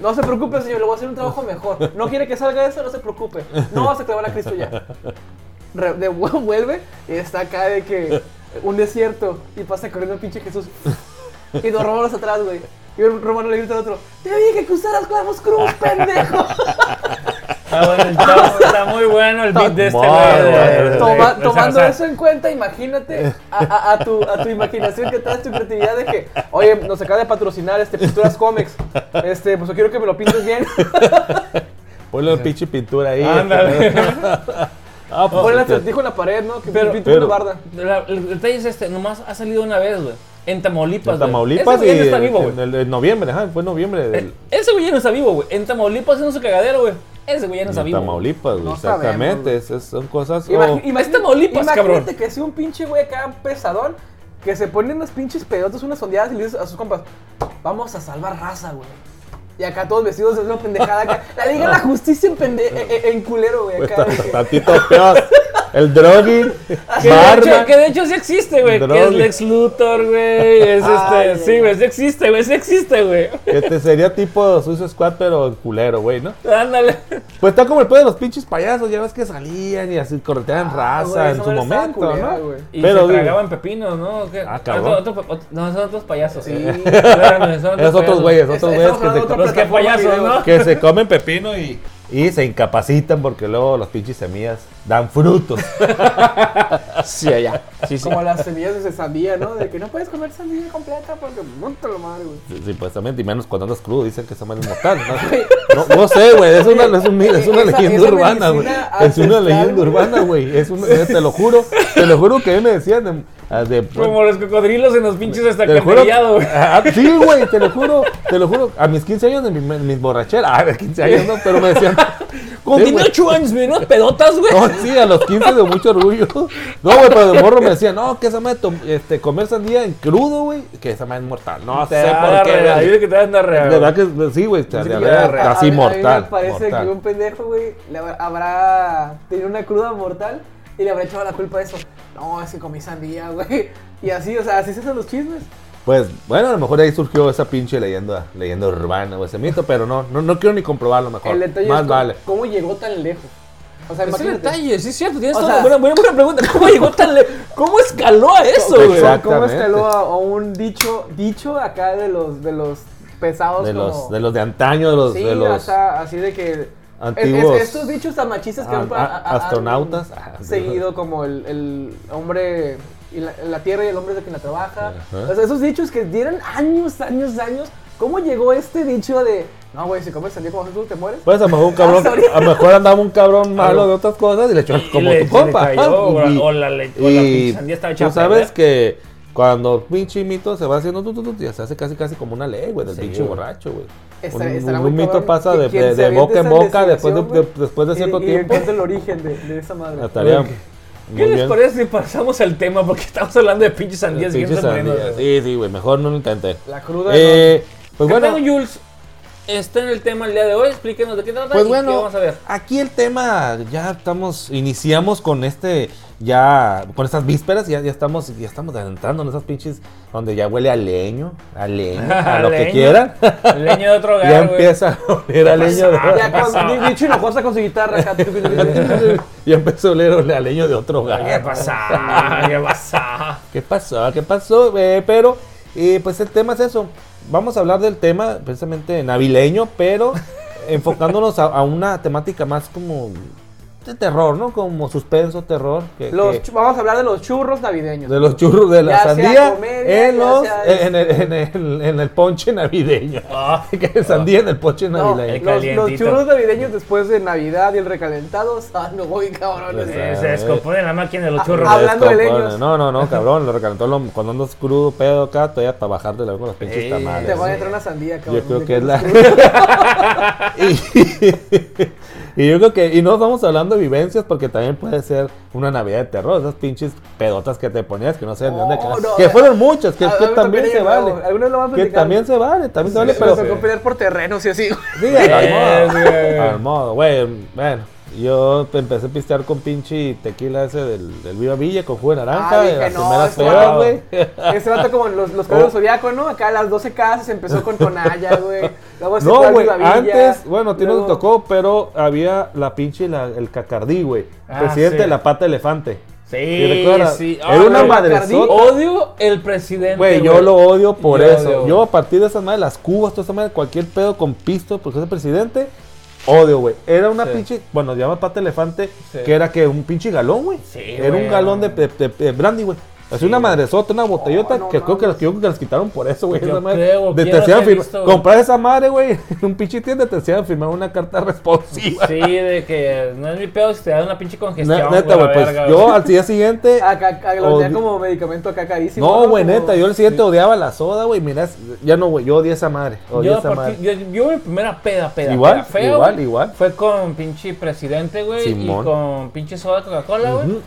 [SPEAKER 1] No se preocupe, señor, le voy a hacer un trabajo mejor. No quiere que salga eso, no se preocupe. No vas a clavar a Cristo ya. Re- de vu- vuelve y está acá de que un desierto y pasa corriendo el pinche Jesús. Y dos romanos atrás, güey. Y un romano le grita al otro, te dije que usaras clavos cruz, pendejo.
[SPEAKER 3] Está, Ah, bueno, está- está muy bueno el beat de este
[SPEAKER 2] Amor, güey.
[SPEAKER 3] güey.
[SPEAKER 1] Toma- tomando
[SPEAKER 3] eso
[SPEAKER 1] eso en cuenta, imagínate a, a- a tu, a tu imaginación que traes tu creatividad de que, oye, nos acaba de patrocinar este Pinturas Comics. Este, pues yo quiero que me lo pintes bien.
[SPEAKER 2] Ponle una pinche pintura ahí.
[SPEAKER 3] Ándale.
[SPEAKER 2] Ah, pues,
[SPEAKER 1] Ponle el
[SPEAKER 2] este-
[SPEAKER 1] acertijo en la pared, ¿no? Que
[SPEAKER 3] Pero-
[SPEAKER 1] pintes
[SPEAKER 2] pero-
[SPEAKER 1] una barda.
[SPEAKER 3] La- el detalle es este, nomás ha salido una vez, güey. En Tamaulipas,
[SPEAKER 2] En
[SPEAKER 3] güey.
[SPEAKER 2] Tamaulipas
[SPEAKER 3] Ese
[SPEAKER 2] y
[SPEAKER 3] güey ya no está vivo,
[SPEAKER 2] en,
[SPEAKER 3] güey.
[SPEAKER 2] el- en noviembre, ajá, fue en noviembre del,
[SPEAKER 1] Eh,
[SPEAKER 3] E- Ese güey ya no está vivo, güey. En Tamaulipas haciendo su cagadero, güey. Ese güey ya no está
[SPEAKER 2] en
[SPEAKER 3] vivo.
[SPEAKER 2] Tamaulipas, güey,
[SPEAKER 1] No sabemos,
[SPEAKER 2] exactamente,
[SPEAKER 1] güey.
[SPEAKER 2] es- es- son cosas oh, o-
[SPEAKER 1] Imagi- imagi-
[SPEAKER 3] Es Tamaulipas,
[SPEAKER 1] Oh. imagínate
[SPEAKER 3] cabrón.
[SPEAKER 1] que sea un pinche güey acá pesadón que se ponen unas pinches pedotas, unas sondeadas y le dice a sus compas, vamos a salvar raza, güey. Y acá todos vestidos de una pendejada acá. La Liga de la Justicia en, pende- e- e- en culero, güey.
[SPEAKER 2] pues,
[SPEAKER 1] Acá,
[SPEAKER 2] ta-
[SPEAKER 1] de que-
[SPEAKER 2] tantito peor. El droguin,
[SPEAKER 3] Que de, hecho,
[SPEAKER 2] Barba,
[SPEAKER 3] que de hecho sí existe, güey. Que es
[SPEAKER 2] Drogue.
[SPEAKER 3] Lex Luthor, güey. Es
[SPEAKER 1] Ay,
[SPEAKER 3] este. Sí,
[SPEAKER 1] güey.
[SPEAKER 3] güey, sí existe, güey. Sí existe, güey.
[SPEAKER 2] que te sería tipo Suicide Squad, pero culero, güey, ¿no?
[SPEAKER 3] Ándale.
[SPEAKER 2] Pues está como el pedo de los pinches payasos, ya ves que salían y así correteaban
[SPEAKER 1] Ah,
[SPEAKER 2] raza
[SPEAKER 1] güey,
[SPEAKER 2] en
[SPEAKER 1] esa
[SPEAKER 2] su
[SPEAKER 1] madre estaba
[SPEAKER 2] momento,
[SPEAKER 1] culera,
[SPEAKER 2] ¿no?
[SPEAKER 1] güey.
[SPEAKER 3] Y
[SPEAKER 2] Pero
[SPEAKER 3] se
[SPEAKER 2] digo-
[SPEAKER 3] tragaban pepinos, ¿no? ¿Qué?
[SPEAKER 2] Ah, cabrón.
[SPEAKER 3] Otro- otro- otro- no, son otros payasos.
[SPEAKER 1] Sí.
[SPEAKER 3] Eran- son
[SPEAKER 2] Esos otros
[SPEAKER 3] payasos.
[SPEAKER 2] güeyes,
[SPEAKER 1] Estamos
[SPEAKER 2] otros güeyes que
[SPEAKER 1] hablando de
[SPEAKER 2] se,
[SPEAKER 1] otra
[SPEAKER 3] Los que
[SPEAKER 1] plataforma de
[SPEAKER 3] payasos,
[SPEAKER 1] video.
[SPEAKER 3] ¿no?
[SPEAKER 2] que se comen pepino y, y se incapacitan porque luego los pinches semillas dan frutos.
[SPEAKER 3] Sí, allá. Sí, sí.
[SPEAKER 1] Como las semillas de sandía, ¿no? De que no puedes comer sandía completa porque no te lo madre, güey.
[SPEAKER 2] Sí, Supuestamente, y menos cuando andas crudo, dicen que esa madre es mortal. No, no, no sé, güey, es una, es un mi- es una
[SPEAKER 1] Esa-
[SPEAKER 2] leyenda
[SPEAKER 1] esa
[SPEAKER 2] urbana, güey.
[SPEAKER 1] medicina
[SPEAKER 2] Es una
[SPEAKER 1] ancestral,
[SPEAKER 2] leyenda
[SPEAKER 1] güey.
[SPEAKER 2] urbana, güey. Es una- Te lo juro, te lo juro que a mí me decían de. ah, de-
[SPEAKER 3] Como los cocodrilos en los pinches hasta
[SPEAKER 2] te lo juro.
[SPEAKER 3] güey.
[SPEAKER 2] Ah, sí, güey, te lo juro, te lo juro. A mis 15 años, en mi- en mis borracheras, a ver, 15 años no, pero me decían.
[SPEAKER 3] Con
[SPEAKER 2] sí, güey.
[SPEAKER 3] 18 años, güey, unas pedotas, güey.
[SPEAKER 2] No, sí, a los 15 de mucho orgullo. No, güey, pero de morro me decían, no, que esa madre, tom- este, comer sandía en crudo, güey, que esa madre es mortal. No sé por qué, güey.
[SPEAKER 3] Dice que te van a
[SPEAKER 2] De
[SPEAKER 3] regar.
[SPEAKER 2] verdad que sí, güey. Está,
[SPEAKER 1] Sí,
[SPEAKER 2] de
[SPEAKER 1] güey,
[SPEAKER 2] verdad,
[SPEAKER 1] a- a- a mí-
[SPEAKER 2] así
[SPEAKER 1] A mí
[SPEAKER 2] mortal.
[SPEAKER 1] me parece
[SPEAKER 2] mortal.
[SPEAKER 1] que un pendejo, güey, le habrá- habrá tenido una cruda mortal y le habrá echado la culpa de eso. No, es que comí sandía, güey. Y así, o sea, así se hacen los chismes.
[SPEAKER 2] Pues bueno, a lo mejor ahí surgió esa pinche leyenda, leyenda urbana o ese mito, pero no, no, no quiero ni comprobarlo mejor.
[SPEAKER 1] El detalle
[SPEAKER 2] Más
[SPEAKER 1] es cómo,
[SPEAKER 2] vale.
[SPEAKER 1] cómo llegó tan lejos. O sea,
[SPEAKER 3] Ese
[SPEAKER 1] imagínate.
[SPEAKER 3] detalle, sí es cierto, tienes
[SPEAKER 1] O
[SPEAKER 3] toda
[SPEAKER 1] sea-
[SPEAKER 3] buena, buena, buena pregunta. ¿Cómo llegó tan le... ¿Cómo escaló a eso, güey?
[SPEAKER 2] Exacto.
[SPEAKER 1] ¿Cómo escaló
[SPEAKER 2] Exactamente.
[SPEAKER 1] a, a un dicho, dicho acá de los, de los pesados
[SPEAKER 2] de,
[SPEAKER 1] como...
[SPEAKER 2] los, de los de antaño, de los,
[SPEAKER 1] sí,
[SPEAKER 2] de los
[SPEAKER 1] o sea, así de que...
[SPEAKER 2] antiguos
[SPEAKER 1] Es- es- estos bichos tan machistas que
[SPEAKER 2] a-
[SPEAKER 1] han pa-
[SPEAKER 2] a-
[SPEAKER 1] a- han
[SPEAKER 2] astronautas. Ah,
[SPEAKER 1] seguido como el, el hombre y la, la tierra y el hombre es de quien la trabaja.
[SPEAKER 2] Ajá.
[SPEAKER 1] O sea, esos dichos que dieron años, años, años. ¿Cómo llegó este dicho de, no, güey, si comes sandía como tú te mueres?
[SPEAKER 2] Pues a lo mejor un cabrón,
[SPEAKER 1] Ah, sorry.
[SPEAKER 2] a lo mejor andaba un cabrón malo
[SPEAKER 3] Algo.
[SPEAKER 2] de otras cosas y le echó
[SPEAKER 3] Y
[SPEAKER 2] como
[SPEAKER 3] le-
[SPEAKER 2] tu
[SPEAKER 3] le
[SPEAKER 2] compa.
[SPEAKER 3] cayó,
[SPEAKER 2] ah,
[SPEAKER 3] o la-
[SPEAKER 2] y-
[SPEAKER 3] o la le- o la
[SPEAKER 2] y
[SPEAKER 3] pinche sandía estaba hecha
[SPEAKER 2] Tú
[SPEAKER 3] a
[SPEAKER 2] sabes
[SPEAKER 3] perder.
[SPEAKER 2] que cuando pinche mito se va haciendo tu, tu, tu, ya se hace casi casi como una ley, güey, del
[SPEAKER 3] Sí,
[SPEAKER 2] pinche
[SPEAKER 3] güey.
[SPEAKER 2] borracho, güey.
[SPEAKER 1] Estará-
[SPEAKER 2] un,
[SPEAKER 1] estará
[SPEAKER 2] un
[SPEAKER 1] muy
[SPEAKER 2] mito
[SPEAKER 1] cabrón
[SPEAKER 2] pasa
[SPEAKER 1] que
[SPEAKER 2] de,
[SPEAKER 1] quien
[SPEAKER 2] de-
[SPEAKER 1] se
[SPEAKER 2] de
[SPEAKER 1] aviente
[SPEAKER 2] boca en
[SPEAKER 1] esa
[SPEAKER 2] boca después de,
[SPEAKER 1] decepción,
[SPEAKER 2] de- después de
[SPEAKER 1] güey,
[SPEAKER 2] cierto
[SPEAKER 1] y,
[SPEAKER 2] tiempo.
[SPEAKER 1] Y encuentra el origen de, de esa madre.
[SPEAKER 2] La tarea.
[SPEAKER 3] ¿Qué
[SPEAKER 2] muy
[SPEAKER 3] ¿Qué les
[SPEAKER 2] bien.
[SPEAKER 3] parece si pasamos al tema? Porque estamos hablando de pinches sandías y
[SPEAKER 2] Pinche
[SPEAKER 3] gente
[SPEAKER 2] sandía.
[SPEAKER 3] poniendo-
[SPEAKER 2] Sí, sí, güey, mejor no lo intenté.
[SPEAKER 1] La cruda.
[SPEAKER 2] Eh, pues
[SPEAKER 3] ¿Qué
[SPEAKER 2] bueno.
[SPEAKER 3] pedo, Jules? Está en el tema el día de hoy. Explíquenos de qué trata
[SPEAKER 2] Pues
[SPEAKER 3] y
[SPEAKER 2] bueno,
[SPEAKER 3] qué vamos a ver.
[SPEAKER 2] aquí el tema, ya estamos, iniciamos con este, ya, con estas vísperas, ya, ya estamos, ya estamos adelantando en esas pinches donde ya huele a leño, a leño, a lo que
[SPEAKER 3] Leño.
[SPEAKER 2] quieran.
[SPEAKER 3] Leño de otro hogar,
[SPEAKER 2] ya
[SPEAKER 3] güey.
[SPEAKER 2] empieza a oler a leño.
[SPEAKER 1] ¿no?
[SPEAKER 2] de-
[SPEAKER 1] Ya con di- dicho enojosa con su guitarra acá.
[SPEAKER 2] ya empezó a oler a leño de otro hogar.
[SPEAKER 3] ¿Qué pasa? ¿Qué pasa?
[SPEAKER 2] ¿Qué pasó? ¿Qué pasó? Eh, pero, eh, pues el tema es eso. Vamos a hablar del tema precisamente navileño, pero enfocándonos a, a una temática más como de terror, ¿no? Como suspenso, terror. que-
[SPEAKER 1] Los
[SPEAKER 2] que-
[SPEAKER 1] chu- vamos a hablar de los churros navideños.
[SPEAKER 2] de los churros de la
[SPEAKER 1] Ya sea
[SPEAKER 2] sandía
[SPEAKER 1] comedia,
[SPEAKER 2] en,
[SPEAKER 1] ya
[SPEAKER 2] los,
[SPEAKER 1] sea
[SPEAKER 2] en, el, en, el, en el ponche navideño.
[SPEAKER 3] Ah,
[SPEAKER 2] Que sandía en el ponche
[SPEAKER 1] No,
[SPEAKER 2] navideño.
[SPEAKER 1] los, los
[SPEAKER 3] calientito.
[SPEAKER 1] churros navideños después de Navidad y el recalentado. Ah, no, güey, cabrones.
[SPEAKER 2] Pues,
[SPEAKER 3] eh, se descompone la máquina de los
[SPEAKER 1] Ah,
[SPEAKER 3] churros.
[SPEAKER 1] ah, hablando de
[SPEAKER 2] Descompone.
[SPEAKER 1] leños.
[SPEAKER 2] No, no, no, cabrón. Lo recalentó lo- cuando andas crudo, pedo acá, todavía para bajar de la con los pinches
[SPEAKER 3] Sí.
[SPEAKER 2] tamales.
[SPEAKER 1] Te
[SPEAKER 2] ¿no?
[SPEAKER 1] voy a entrar una sandía, cabrón.
[SPEAKER 2] ah, Yo creo que es la. y, y yo creo que. Y no estamos hablando de vivencias porque también puede ser una Navidad de terror. Esas pinches pedotas que te ponías que no sé de dónde.
[SPEAKER 1] Oh,
[SPEAKER 2] que-
[SPEAKER 1] no,
[SPEAKER 2] que
[SPEAKER 1] eh.
[SPEAKER 2] fueron muchas, que,
[SPEAKER 1] A- a
[SPEAKER 2] que
[SPEAKER 1] mí
[SPEAKER 2] también
[SPEAKER 1] me
[SPEAKER 2] se
[SPEAKER 1] llegó,
[SPEAKER 2] vale.
[SPEAKER 1] algunos lo van a
[SPEAKER 2] Que
[SPEAKER 1] platicar.
[SPEAKER 2] también se vale, también se vale,
[SPEAKER 1] Pero
[SPEAKER 2] pero.
[SPEAKER 1] se pelear por terrenos y así.
[SPEAKER 2] Sí,
[SPEAKER 3] Es,
[SPEAKER 2] al
[SPEAKER 3] güey.
[SPEAKER 2] modo. Al modo, güey. Bueno, yo empecé a pistear con pinche tequila ese del, del Viva Villa con jugo de naranja.
[SPEAKER 1] Ah,
[SPEAKER 2] de
[SPEAKER 1] dije,
[SPEAKER 2] las
[SPEAKER 1] no,
[SPEAKER 2] primeras
[SPEAKER 1] este
[SPEAKER 2] pedas,
[SPEAKER 1] vato-
[SPEAKER 2] güey.
[SPEAKER 1] Ese rato como los, los
[SPEAKER 2] Oh.
[SPEAKER 1] caballos zodiaco, ¿no? Acá a las 12 casas empezó con Tonaya, güey. Luego se fue
[SPEAKER 2] No,
[SPEAKER 1] al
[SPEAKER 2] güey,
[SPEAKER 1] Viva Villa,
[SPEAKER 2] antes, bueno, a ti no
[SPEAKER 1] luego-
[SPEAKER 2] te tocó, pero había la pinche, la- el cacardí, güey.
[SPEAKER 3] Ah,
[SPEAKER 2] presidente
[SPEAKER 3] sí.
[SPEAKER 2] de la pata de elefante.
[SPEAKER 3] Sí,
[SPEAKER 2] recuerdas?
[SPEAKER 3] sí.
[SPEAKER 2] Era
[SPEAKER 3] Ah,
[SPEAKER 2] una
[SPEAKER 3] güey,
[SPEAKER 2] madresota.
[SPEAKER 3] Odio el presidente.
[SPEAKER 2] Güey, yo lo odio por
[SPEAKER 3] Yo
[SPEAKER 2] eso.
[SPEAKER 3] odio,
[SPEAKER 2] yo
[SPEAKER 3] güey.
[SPEAKER 2] a partir de esas madres, las cubas, toda esa madre, cualquier pedo con pisto, porque ese presidente, odio, güey. Era una
[SPEAKER 3] Sí.
[SPEAKER 2] pinche, bueno, llama pata de elefante,
[SPEAKER 3] Sí.
[SPEAKER 2] que era que un pinche galón, güey.
[SPEAKER 3] Sí,
[SPEAKER 2] era
[SPEAKER 3] güey.
[SPEAKER 2] un galón de, de- de- de brandy, güey. Así una madresota, una botellota,
[SPEAKER 1] Oh, no
[SPEAKER 2] que creo que
[SPEAKER 1] mames.
[SPEAKER 2] las, yo creo que las quitaron por eso, güey.
[SPEAKER 3] Yo
[SPEAKER 2] esa madre.
[SPEAKER 3] creo,
[SPEAKER 2] de, te
[SPEAKER 3] quiero
[SPEAKER 2] hacían
[SPEAKER 3] haber
[SPEAKER 2] firmar-
[SPEAKER 3] visto, güey.
[SPEAKER 2] comprar esa madre, güey, en un pinche tienda, te hacían firmar una carta responsiva.
[SPEAKER 3] Sí, de que no es mi pedo si te da una pinche
[SPEAKER 2] Ne-
[SPEAKER 3] congestión.
[SPEAKER 2] neta,
[SPEAKER 3] Este
[SPEAKER 2] güey,
[SPEAKER 3] la
[SPEAKER 2] pues
[SPEAKER 3] verga,
[SPEAKER 2] yo
[SPEAKER 3] güey.
[SPEAKER 2] al día siguiente.
[SPEAKER 1] Acá, acá lo
[SPEAKER 2] Odi-
[SPEAKER 1] vendían como medicamento acá carísimo.
[SPEAKER 2] no, güey,
[SPEAKER 1] Como-
[SPEAKER 2] neta, yo al siguiente odiaba la soda, güey. Mirá, ya no, güey, yo odié esa madre. Odié
[SPEAKER 3] Yo, a
[SPEAKER 2] esa
[SPEAKER 3] partir-
[SPEAKER 2] madre.
[SPEAKER 3] yo, yo mi primera peda, peda.
[SPEAKER 2] Igual,
[SPEAKER 3] peda fea,
[SPEAKER 2] igual,
[SPEAKER 3] güey,
[SPEAKER 2] igual.
[SPEAKER 3] Fue con pinche presidente, güey. Y
[SPEAKER 2] Simón.
[SPEAKER 3] con pinche soda Coca-Cola, güey.
[SPEAKER 2] Ujú.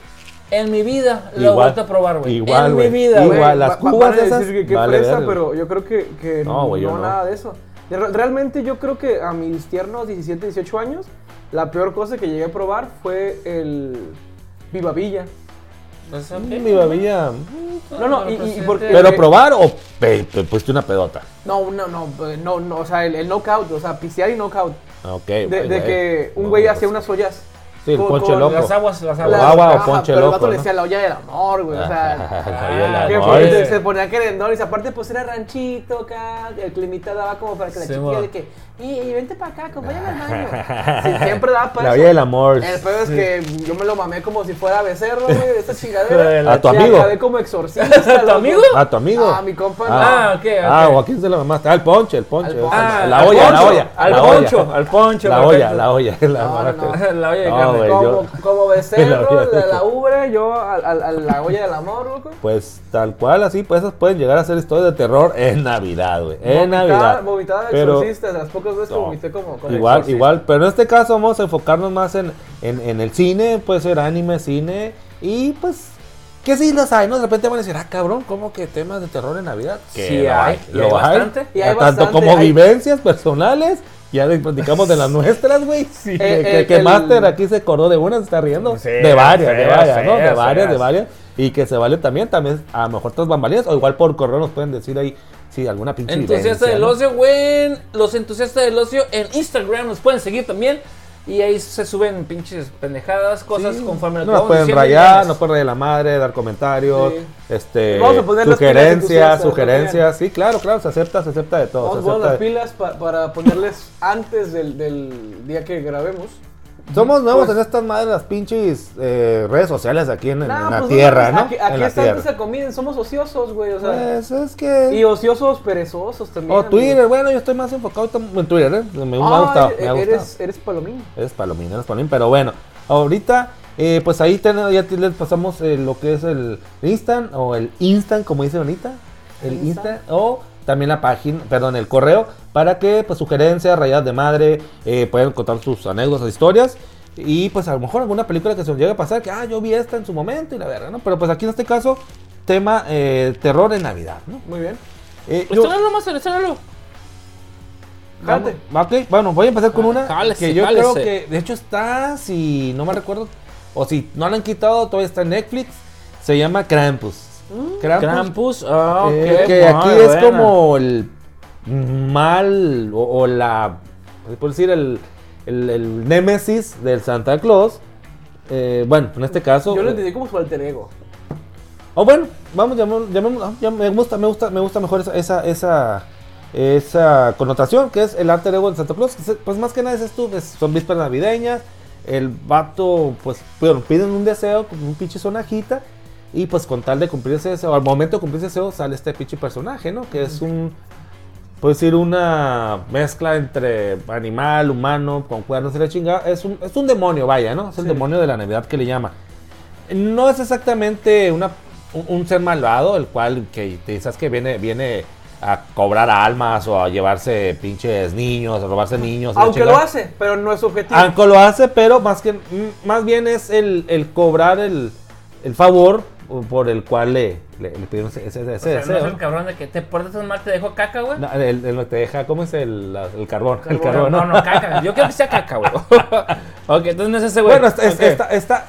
[SPEAKER 3] En mi vida lo he
[SPEAKER 2] Igual,
[SPEAKER 3] vuelto a probar, güey.
[SPEAKER 2] igual,
[SPEAKER 3] En
[SPEAKER 2] güey.
[SPEAKER 3] mi vida, güey.
[SPEAKER 1] Güey,
[SPEAKER 2] Igual, las
[SPEAKER 1] va- va-
[SPEAKER 2] cubas
[SPEAKER 1] van a decir
[SPEAKER 2] esas,
[SPEAKER 1] que qué
[SPEAKER 2] vale
[SPEAKER 1] fresa,
[SPEAKER 2] verga.
[SPEAKER 1] pero yo creo que, que
[SPEAKER 2] No,
[SPEAKER 1] no,
[SPEAKER 2] güey, yo no.
[SPEAKER 1] nada de eso. De- realmente yo creo que a mis tiernos 17, 18 años, la peor cosa que llegué a probar fue el Viva Villa.
[SPEAKER 3] Pues, ok.
[SPEAKER 2] Mm, Mi babilla.
[SPEAKER 1] No, no, y- y- y
[SPEAKER 3] Presidente.
[SPEAKER 1] porque-
[SPEAKER 2] Pero probar o pe- te pusiste una pedota.
[SPEAKER 1] No, no, no, eh, no, no, o sea, el, el knockout, o sea, pisear y knockout.
[SPEAKER 2] Ah, Ok.
[SPEAKER 1] De,
[SPEAKER 2] güey,
[SPEAKER 1] de
[SPEAKER 2] güey.
[SPEAKER 1] que un
[SPEAKER 2] No,
[SPEAKER 1] güey
[SPEAKER 2] no,
[SPEAKER 1] hacía
[SPEAKER 2] pues,
[SPEAKER 1] unas ollas.
[SPEAKER 2] Sí, el
[SPEAKER 1] con-
[SPEAKER 2] ponche
[SPEAKER 1] con
[SPEAKER 2] loco.
[SPEAKER 3] Las aguas, las
[SPEAKER 2] O
[SPEAKER 3] aguas.
[SPEAKER 1] Las-
[SPEAKER 2] agua o
[SPEAKER 1] ajá,
[SPEAKER 2] ponche
[SPEAKER 1] pero el vato
[SPEAKER 2] loco,
[SPEAKER 1] le
[SPEAKER 2] ¿no?
[SPEAKER 1] decía la olla del amor, güey, o sea...
[SPEAKER 2] Ah, oye, la-
[SPEAKER 1] Que
[SPEAKER 3] Ah,
[SPEAKER 2] no,
[SPEAKER 1] fue-
[SPEAKER 3] es-
[SPEAKER 1] se, se ponía querendón y esa parte pues era ranchito acá, el climita daba como para que la
[SPEAKER 3] Sí,
[SPEAKER 1] chiquilla
[SPEAKER 3] mo.
[SPEAKER 1] de que, y, vente para acá, acompáñame al baño. Sí, siempre daba para
[SPEAKER 2] La
[SPEAKER 1] eso.
[SPEAKER 2] vida del amor.
[SPEAKER 1] El pedo es que yo me lo mamé como si fuera becerro, güey, de esta
[SPEAKER 3] Joder,
[SPEAKER 1] chingadera.
[SPEAKER 2] ¿A tu
[SPEAKER 1] Y
[SPEAKER 2] amigo?
[SPEAKER 1] acabé como exorcista.
[SPEAKER 3] ¿Tu
[SPEAKER 1] loco.
[SPEAKER 3] amigo?
[SPEAKER 2] Ah, tu amigo.
[SPEAKER 1] Ah, mi compa,
[SPEAKER 3] no. Ah, ok, ok.
[SPEAKER 2] Ah, o a quién se la mamaste. Ah, el ponche, el ponche.
[SPEAKER 1] Al ponche.
[SPEAKER 2] Ah,
[SPEAKER 3] Ah,
[SPEAKER 2] la
[SPEAKER 3] al
[SPEAKER 2] olla, la
[SPEAKER 3] poncho,
[SPEAKER 2] olla.
[SPEAKER 3] al
[SPEAKER 2] la olla.
[SPEAKER 3] poncho, al poncho,
[SPEAKER 2] La
[SPEAKER 3] perfecto.
[SPEAKER 2] olla, la olla. La
[SPEAKER 1] No, no, no.
[SPEAKER 3] La olla de
[SPEAKER 2] No,
[SPEAKER 3] carne.
[SPEAKER 2] güey,
[SPEAKER 1] como,
[SPEAKER 2] yo-
[SPEAKER 1] como becerro,
[SPEAKER 2] La vida.
[SPEAKER 1] la, la ubre, yo a, a- a la olla del amor, loco.
[SPEAKER 2] Pues tal cual, así, pues esas pueden llegar a ser historias de terror en Navidad, güey.
[SPEAKER 1] Vomitada-
[SPEAKER 2] En Navidad.
[SPEAKER 1] Vomitada de
[SPEAKER 2] Pero-
[SPEAKER 1] exorcista, de las pocas veces que
[SPEAKER 2] No.
[SPEAKER 1] vomité como con
[SPEAKER 2] igual,
[SPEAKER 1] exorcista.
[SPEAKER 2] igual, pero en este caso vamos a enfocarnos más en, en, en el cine, puede ser anime, cine, y pues, que sí las hay, ¿no? De repente van a decir, ah, cabrón, ¿cómo que temas de terror en Navidad? Que
[SPEAKER 3] Sí
[SPEAKER 2] lo
[SPEAKER 3] hay, y
[SPEAKER 2] lo
[SPEAKER 3] hay
[SPEAKER 2] hay.
[SPEAKER 3] bastante.
[SPEAKER 1] Y hay
[SPEAKER 2] tanto
[SPEAKER 1] bastante,
[SPEAKER 2] como
[SPEAKER 1] hay-
[SPEAKER 2] vivencias personales, ya les platicamos de las nuestras, güey. que,
[SPEAKER 1] Eh,
[SPEAKER 2] que-
[SPEAKER 1] eh,
[SPEAKER 2] que
[SPEAKER 1] el-
[SPEAKER 2] Master aquí se acordó de una, se está riendo.
[SPEAKER 3] Sí,
[SPEAKER 2] de varias, de
[SPEAKER 3] feas,
[SPEAKER 2] varias, ¿no? de
[SPEAKER 3] feas,
[SPEAKER 2] varias, de
[SPEAKER 3] feas.
[SPEAKER 2] varias. Y que se vale también, también, a lo mejor tras bambalinas, o igual por correo nos pueden decir ahí si alguna pinche
[SPEAKER 3] Entusiasta
[SPEAKER 2] vivencia,
[SPEAKER 3] del
[SPEAKER 2] ¿no?
[SPEAKER 3] ocio, güey. Los entusiastas del ocio en Instagram nos pueden seguir también. Y ahí se suben pinches pendejadas, cosas
[SPEAKER 2] Sí.
[SPEAKER 3] conforme lo
[SPEAKER 2] no
[SPEAKER 3] que
[SPEAKER 2] nos
[SPEAKER 3] vamos
[SPEAKER 2] pueden
[SPEAKER 3] diciendo y
[SPEAKER 2] rayar,
[SPEAKER 3] memes.
[SPEAKER 2] nos pueden rayar la madre, dar comentarios,
[SPEAKER 1] Sí.
[SPEAKER 2] este,
[SPEAKER 1] Vamos a poner las pilas
[SPEAKER 2] sugerencias,
[SPEAKER 1] entusiastas,
[SPEAKER 2] sugerencias. Sí, claro, claro, se acepta, se acepta de todo.
[SPEAKER 1] Vamos
[SPEAKER 2] se
[SPEAKER 1] a poner
[SPEAKER 2] acepta
[SPEAKER 1] las
[SPEAKER 2] de-
[SPEAKER 1] pilas pa- para ponerles antes del, del día que grabemos.
[SPEAKER 2] Somos nuevos
[SPEAKER 1] Pues-
[SPEAKER 2] en estas madres, las pinches eh, redes sociales aquí en, en
[SPEAKER 1] No,
[SPEAKER 2] la
[SPEAKER 1] pues,
[SPEAKER 2] tierra,
[SPEAKER 1] pues,
[SPEAKER 2] ¿no?
[SPEAKER 1] Aquí, aquí
[SPEAKER 2] en la
[SPEAKER 1] está
[SPEAKER 2] tierra.
[SPEAKER 1] antes de comida, somos ociosos, güey. O sea,
[SPEAKER 2] Pues es que...
[SPEAKER 1] y ociosos perezosos también.
[SPEAKER 2] O
[SPEAKER 1] amigo.
[SPEAKER 2] Twitter, bueno, yo estoy más enfocado ahorita en Twitter, ¿eh? Me, me ha
[SPEAKER 1] Ah,
[SPEAKER 2] gustado, me ha
[SPEAKER 1] eres-
[SPEAKER 2] gustado.
[SPEAKER 1] Eres, eres palomín.
[SPEAKER 2] Eres palomín, eres palomín, pero bueno, ahorita, eh, pues ahí ten- ya te- les pasamos eh, lo que es el Instant o el Instant, como dice Bonita, el
[SPEAKER 1] Instant.
[SPEAKER 2] Instant, o también la página, perdón, el correo, para que, pues, sugerencias, rayadas de madre, eh, puedan contar sus anécdotas, historias. Y pues a lo mejor alguna película que se nos llegue a pasar, que ah, yo vi esta en su momento y la verdad, ¿no? Pero pues aquí en este caso, tema eh, terror en Navidad, ¿no?
[SPEAKER 1] Muy bien.
[SPEAKER 2] Eh, yo-
[SPEAKER 3] Estrenalo, Master, estrenalo.
[SPEAKER 1] Jálate.
[SPEAKER 2] Vamos- ok, bueno, voy a empezar con una
[SPEAKER 3] Ah, Jálese,
[SPEAKER 2] que yo
[SPEAKER 3] jálese.
[SPEAKER 2] creo que, de hecho, está, si no me recuerdo, o si no la han quitado, todavía está en Netflix. Se llama Krampus. Krampus.
[SPEAKER 3] Krampus, ah, ok.
[SPEAKER 2] eh, que aquí
[SPEAKER 3] muy
[SPEAKER 2] es
[SPEAKER 3] buena.
[SPEAKER 2] como el mal o, o la, por decir, el, el, el némesis del Santa Claus. Eh, bueno, en este caso.
[SPEAKER 1] Yo lo entendí como su alter ego.
[SPEAKER 2] Oh, bueno, vamos, llamemos, llamemos- ah, ya me gusta, me gusta, me gusta mejor esa, esa, esa, esa connotación que es el alter ego de Santa Claus. que se- Pues más que nada es esto, es- son vísperas navideñas, el vato, pues, bueno, piden un deseo, como un pinche sonajita, y pues con tal de cumplir ese deseo, al momento de cumplir ese deseo sale este pinche personaje, ¿no? Que es un, puedes decir, una mezcla entre animal, humano, con cuernos y la chingada. Es un, es un demonio, vaya, ¿no? Es el
[SPEAKER 1] Sí.
[SPEAKER 2] demonio de la Navidad que le llama. No es exactamente una, un, un ser malvado, el cual que te dices que viene, viene a cobrar almas o a llevarse pinches niños, a robarse niños. y la
[SPEAKER 1] Aunque lo
[SPEAKER 2] chingada.
[SPEAKER 1] hace, pero no es su objetivo.
[SPEAKER 2] Anco lo hace, pero más que mm, más bien es el, el cobrar el, el favor por el cual le, le, le pidieron ese, ese- ese
[SPEAKER 3] O sea, no
[SPEAKER 2] deseo.
[SPEAKER 3] es el cabrón de que te portas mal, te dejo caca, güey.
[SPEAKER 2] No, el, el- te deja, ¿cómo es el, la- el carbón? El
[SPEAKER 3] Bueno,
[SPEAKER 2] carbón,
[SPEAKER 3] no,
[SPEAKER 2] ¿no?
[SPEAKER 3] no, caca. Yo creo que sea caca, güey. ok, entonces no es ese, güey.
[SPEAKER 2] Bueno, es- es-
[SPEAKER 3] Ok.
[SPEAKER 2] está, está-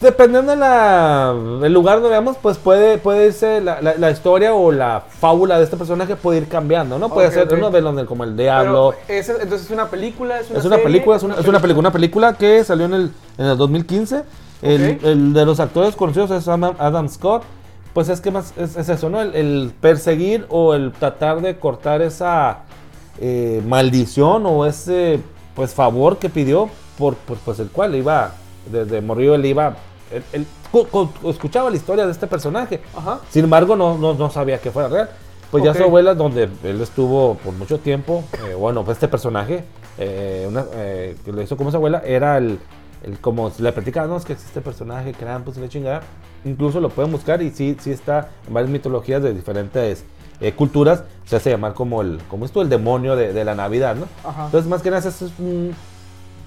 [SPEAKER 2] Dependiendo del lugar donde veamos, pues puede, puede irse la, la- la historia o la fábula de este personaje puede ir cambiando, ¿no? Puede
[SPEAKER 1] Ok,
[SPEAKER 2] ser
[SPEAKER 1] ok.
[SPEAKER 2] uno de donde como el diablo.
[SPEAKER 1] Pero ese- entonces es una película, es una,
[SPEAKER 2] es una
[SPEAKER 1] serie,
[SPEAKER 2] película, es una, es una película, una película que salió en el, en el 2015. El,
[SPEAKER 1] Ok.
[SPEAKER 2] el de los actores conocidos es Adam, Adam Scott. Pues es que más es, es eso, ¿no? El, el perseguir o el tratar de cortar esa eh, maldición o ese pues favor que pidió por, por- pues el cual iba desde morrido él iba él- él cu- cu- escuchaba la historia de este personaje.
[SPEAKER 1] Ajá.
[SPEAKER 2] Sin embargo, no, no, no sabía que fuera real. Pues
[SPEAKER 1] Ok.
[SPEAKER 2] ya su abuela, donde él estuvo por mucho tiempo, eh, bueno, pues este personaje, eh, una, eh, que lo hizo como su abuela, era el, el como se le platicaba, no, es que existe personaje, Krampus y la chingada. Incluso lo pueden buscar y sí, sí está en varias mitologías de diferentes eh, culturas, se hace llamar como el, como esto, el demonio de, de la Navidad, ¿no?
[SPEAKER 1] Ajá.
[SPEAKER 2] Entonces, más que nada, eso es un,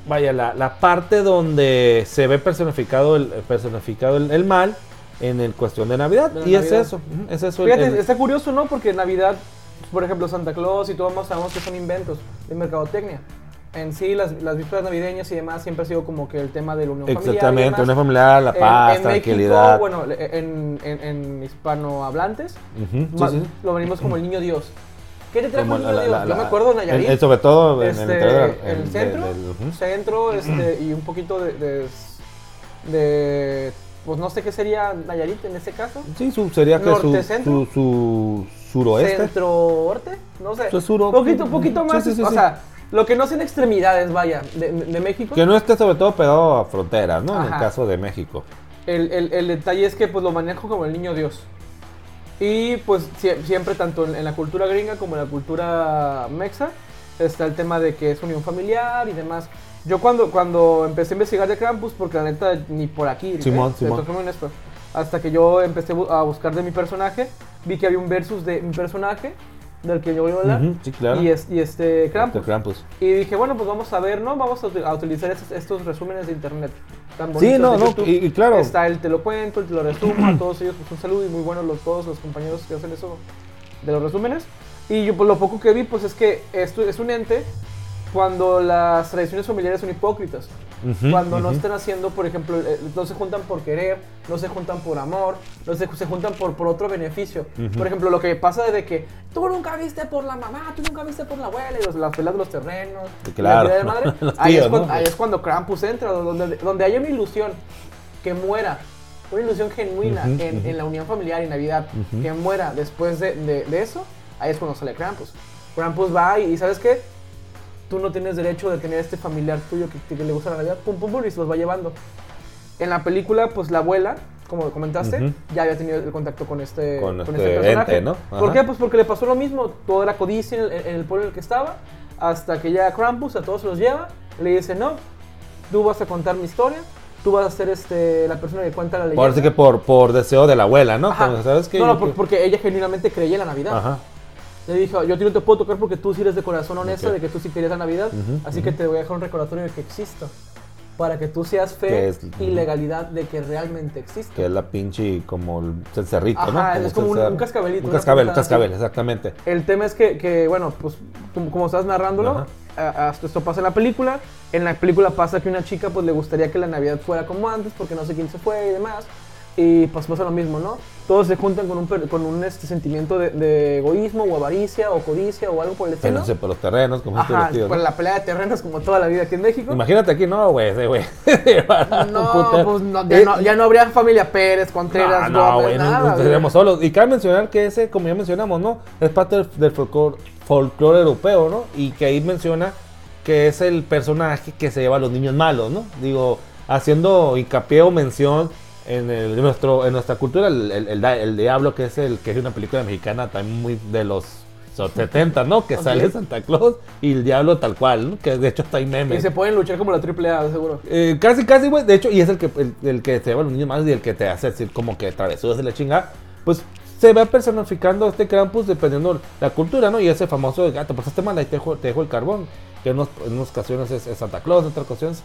[SPEAKER 2] Vaya, la, la parte donde se ve personificado el, personificado el, el mal en el cuestión de Navidad.
[SPEAKER 1] De la
[SPEAKER 2] y
[SPEAKER 1] Navidad.
[SPEAKER 2] es eso. ujú, Es eso. el-
[SPEAKER 1] Fíjate,
[SPEAKER 2] el-
[SPEAKER 1] está curioso, ¿no? Porque Navidad, por ejemplo, Santa Claus y todo más sabemos que son inventos de mercadotecnia. En sí, las, las vísperas navideñas y demás siempre ha sido como que el tema de la unión familiar y
[SPEAKER 2] exactamente,
[SPEAKER 1] demás.
[SPEAKER 2] una familiar, la
[SPEAKER 1] En-
[SPEAKER 2] paz,
[SPEAKER 1] en México,
[SPEAKER 2] tranquilidad.
[SPEAKER 1] bueno, en, en- en hispanohablantes,
[SPEAKER 2] Ujú, sí,
[SPEAKER 1] ma-
[SPEAKER 2] sí, sí.
[SPEAKER 1] lo venimos como el niño Dios. ¿Qué te trajo
[SPEAKER 2] Como
[SPEAKER 1] el
[SPEAKER 2] la-
[SPEAKER 1] niño
[SPEAKER 2] la-
[SPEAKER 1] Dios?
[SPEAKER 2] la-
[SPEAKER 1] Yo me acuerdo en Nayarit.
[SPEAKER 2] el- el- sobre todo en- en
[SPEAKER 1] este,
[SPEAKER 2] interior del-
[SPEAKER 1] el
[SPEAKER 2] en- de-
[SPEAKER 1] centro,
[SPEAKER 2] del- ujú.
[SPEAKER 1] centro este, y un poquito de, de, de- Pues no sé qué sería Nayarit en este caso.
[SPEAKER 2] Sí, su- sería que su,
[SPEAKER 1] norte, centro.
[SPEAKER 2] su, su suroeste.
[SPEAKER 1] Centro-orte, no sé.
[SPEAKER 2] Su suro-
[SPEAKER 1] Poquito, poquito
[SPEAKER 2] Sí,
[SPEAKER 1] más.
[SPEAKER 2] sí, sí,
[SPEAKER 1] o
[SPEAKER 2] sí.
[SPEAKER 1] sea, lo que no sean extremidades, vaya, de, de México.
[SPEAKER 2] Que no esté sobre todo pegado a fronteras, ¿no? En el
[SPEAKER 1] Ajá.
[SPEAKER 2] caso de México.
[SPEAKER 1] El, el- el detalle es que pues lo manejo como el niño Dios. Y pues sie- siempre, tanto en, en la cultura gringa como en la cultura mexa, está el tema de que es unión familiar y demás. Yo cuando, cuando empecé a investigar de Krampus, porque la neta ni por aquí, ¿eh?
[SPEAKER 2] Simón,
[SPEAKER 1] te
[SPEAKER 2] Simón.
[SPEAKER 1] soy muy honesto, hasta que yo empecé bu- a buscar de mi personaje, vi que había un versus de mi personaje, del que yo voy a hablar,
[SPEAKER 2] Ujú, sí, claro.
[SPEAKER 1] y, es- y este Krampus.
[SPEAKER 2] Este Krampus.
[SPEAKER 1] Y dije, bueno, pues vamos a ver, ¿no? Vamos a, util- a utilizar estos, estos resúmenes de internet. Tan
[SPEAKER 2] Sí,
[SPEAKER 1] bonitos
[SPEAKER 2] no,
[SPEAKER 1] de
[SPEAKER 2] no,
[SPEAKER 1] YouTube.
[SPEAKER 2] y- y claro.
[SPEAKER 1] Está el te lo cuento, el te lo resumo, a todos ellos pues un saludo y muy buenos los, todos los compañeros que hacen eso de los resúmenes. Y yo, pues lo poco que vi, pues es que esto es un ente cuando las tradiciones familiares son hipócritas.
[SPEAKER 2] Ujú,
[SPEAKER 1] cuando no
[SPEAKER 2] ujú.
[SPEAKER 1] están haciendo, por ejemplo, eh, no se juntan por querer, no se juntan por amor, no se, se juntan por, por otro beneficio.
[SPEAKER 2] Ujú.
[SPEAKER 1] Por ejemplo, lo que pasa es de que tú nunca viste por la mamá, tú nunca viste por la abuela, y los- las pelas de los terrenos,
[SPEAKER 2] Sí,
[SPEAKER 1] y la
[SPEAKER 2] claro.
[SPEAKER 1] vida de madre.
[SPEAKER 2] Los
[SPEAKER 1] ahí,
[SPEAKER 2] tíos,
[SPEAKER 1] es cuando,
[SPEAKER 2] ¿no?
[SPEAKER 1] ahí es cuando Krampus entra, donde, donde hay una ilusión que muera. Una ilusión genuina
[SPEAKER 2] Ujú,
[SPEAKER 1] en,
[SPEAKER 2] ujú.
[SPEAKER 1] en la unión familiar y Navidad
[SPEAKER 2] Ujú.
[SPEAKER 1] que muera después de, de- de eso, ahí es cuando sale Krampus. Krampus va y, y ¿sabes qué? tú no tienes derecho de tener este familiar tuyo que, que le gusta la Navidad, pum, pum, pum, y se los va llevando. En la película, pues la abuela, como comentaste,
[SPEAKER 2] Ujú.
[SPEAKER 1] ya había tenido el contacto con este,
[SPEAKER 2] Con
[SPEAKER 1] con
[SPEAKER 2] este
[SPEAKER 1] este personaje.
[SPEAKER 2] ente, ¿no?
[SPEAKER 1] ¿Por
[SPEAKER 2] Ajá.
[SPEAKER 1] qué? Pues porque le pasó lo mismo, todo era codicia en el, en el pueblo en el que estaba, hasta que ya Krampus a todos se los lleva, le dice, no, tú vas a contar mi historia, tú vas a ser este, la persona que cuenta la leyenda.
[SPEAKER 2] Por, así que por, por deseo de la abuela, ¿no?
[SPEAKER 1] Ajá.
[SPEAKER 2] Como, ¿Sabes qué?
[SPEAKER 1] No, no,
[SPEAKER 2] Yo-
[SPEAKER 1] por- porque ella genuinamente creía en la Navidad.
[SPEAKER 2] Ajá.
[SPEAKER 1] Le dijo, yo a ti no te puedo tocar porque tú sí eres de corazón honesto,
[SPEAKER 2] Ok.
[SPEAKER 1] de que tú sí querías la Navidad,
[SPEAKER 2] Ujú,
[SPEAKER 1] así que te voy a dejar un recordatorio de que existo. Para que tú seas
[SPEAKER 2] Que
[SPEAKER 1] fe
[SPEAKER 2] es-
[SPEAKER 1] y legalidad de que realmente existo.
[SPEAKER 2] Que es la pinche como el cencerrito,
[SPEAKER 1] Ajá,
[SPEAKER 2] ¿no?
[SPEAKER 1] es como un-
[SPEAKER 2] cencer-
[SPEAKER 1] un cascabelito,
[SPEAKER 2] Un
[SPEAKER 1] una
[SPEAKER 2] cascabel, un
[SPEAKER 1] punta así.
[SPEAKER 2] cascabel, exactamente.
[SPEAKER 1] El tema es que, que, bueno, pues como, como estás narrándolo,
[SPEAKER 2] Ajá.
[SPEAKER 1] a- hasta esto pasa en la película. En la película pasa que una chica pues le gustaría que la Navidad fuera como antes porque no sé quién se fue y demás. Y pues pasa lo mismo, ¿no? Todos se juntan con un, per- con un este, sentimiento de, de egoísmo o avaricia o codicia o algo por el estilo.
[SPEAKER 2] Pero no sé, por los terrenos, como estos
[SPEAKER 1] Ajá,
[SPEAKER 2] tíos,
[SPEAKER 1] pues
[SPEAKER 2] ¿no?
[SPEAKER 1] la pelea de terrenos como toda la vida aquí en México.
[SPEAKER 2] Imagínate aquí, no, güey, ese güey. llevar
[SPEAKER 1] No,
[SPEAKER 2] un putero.
[SPEAKER 1] pues no, ya,
[SPEAKER 2] Eh,
[SPEAKER 1] no, ya no habría familia Pérez, Contreras,
[SPEAKER 2] no, no,
[SPEAKER 1] Gómez,
[SPEAKER 2] güey, no,
[SPEAKER 1] nada,
[SPEAKER 2] no
[SPEAKER 1] güey.
[SPEAKER 2] estaríamos solos. Y cabe mencionar que ese, como ya mencionamos, ¿no? Es parte del, del folclore, folclore europeo, ¿no? Y que ahí menciona que es el personaje que se lleva a los niños malos, ¿no? Digo, haciendo hincapié o mención en, el- en nuestro, en nuestra cultura, el, el- el da- el Diablo, que es el que es una película mexicana también muy de los 70, ¿no? Que
[SPEAKER 1] Ok.
[SPEAKER 2] sale Santa Claus y el Diablo tal cual, ¿no? Que de hecho está ahí
[SPEAKER 1] Y
[SPEAKER 2] memes.
[SPEAKER 1] se pueden luchar como la triple A, seguro.
[SPEAKER 2] Eh, casi, casi, güey. De hecho, y es el que, el, el que te lleva los niños más y el que te hace decir como que travesuras de la chingada. Pues se va personificando este Krampus dependiendo la cultura, ¿no? Y ese famoso de gato, pasaste mal, ahí te dejo, te dejo el carbón. Que en, unos- en unas ocasiones es, es Santa Claus, en otras ocasiones.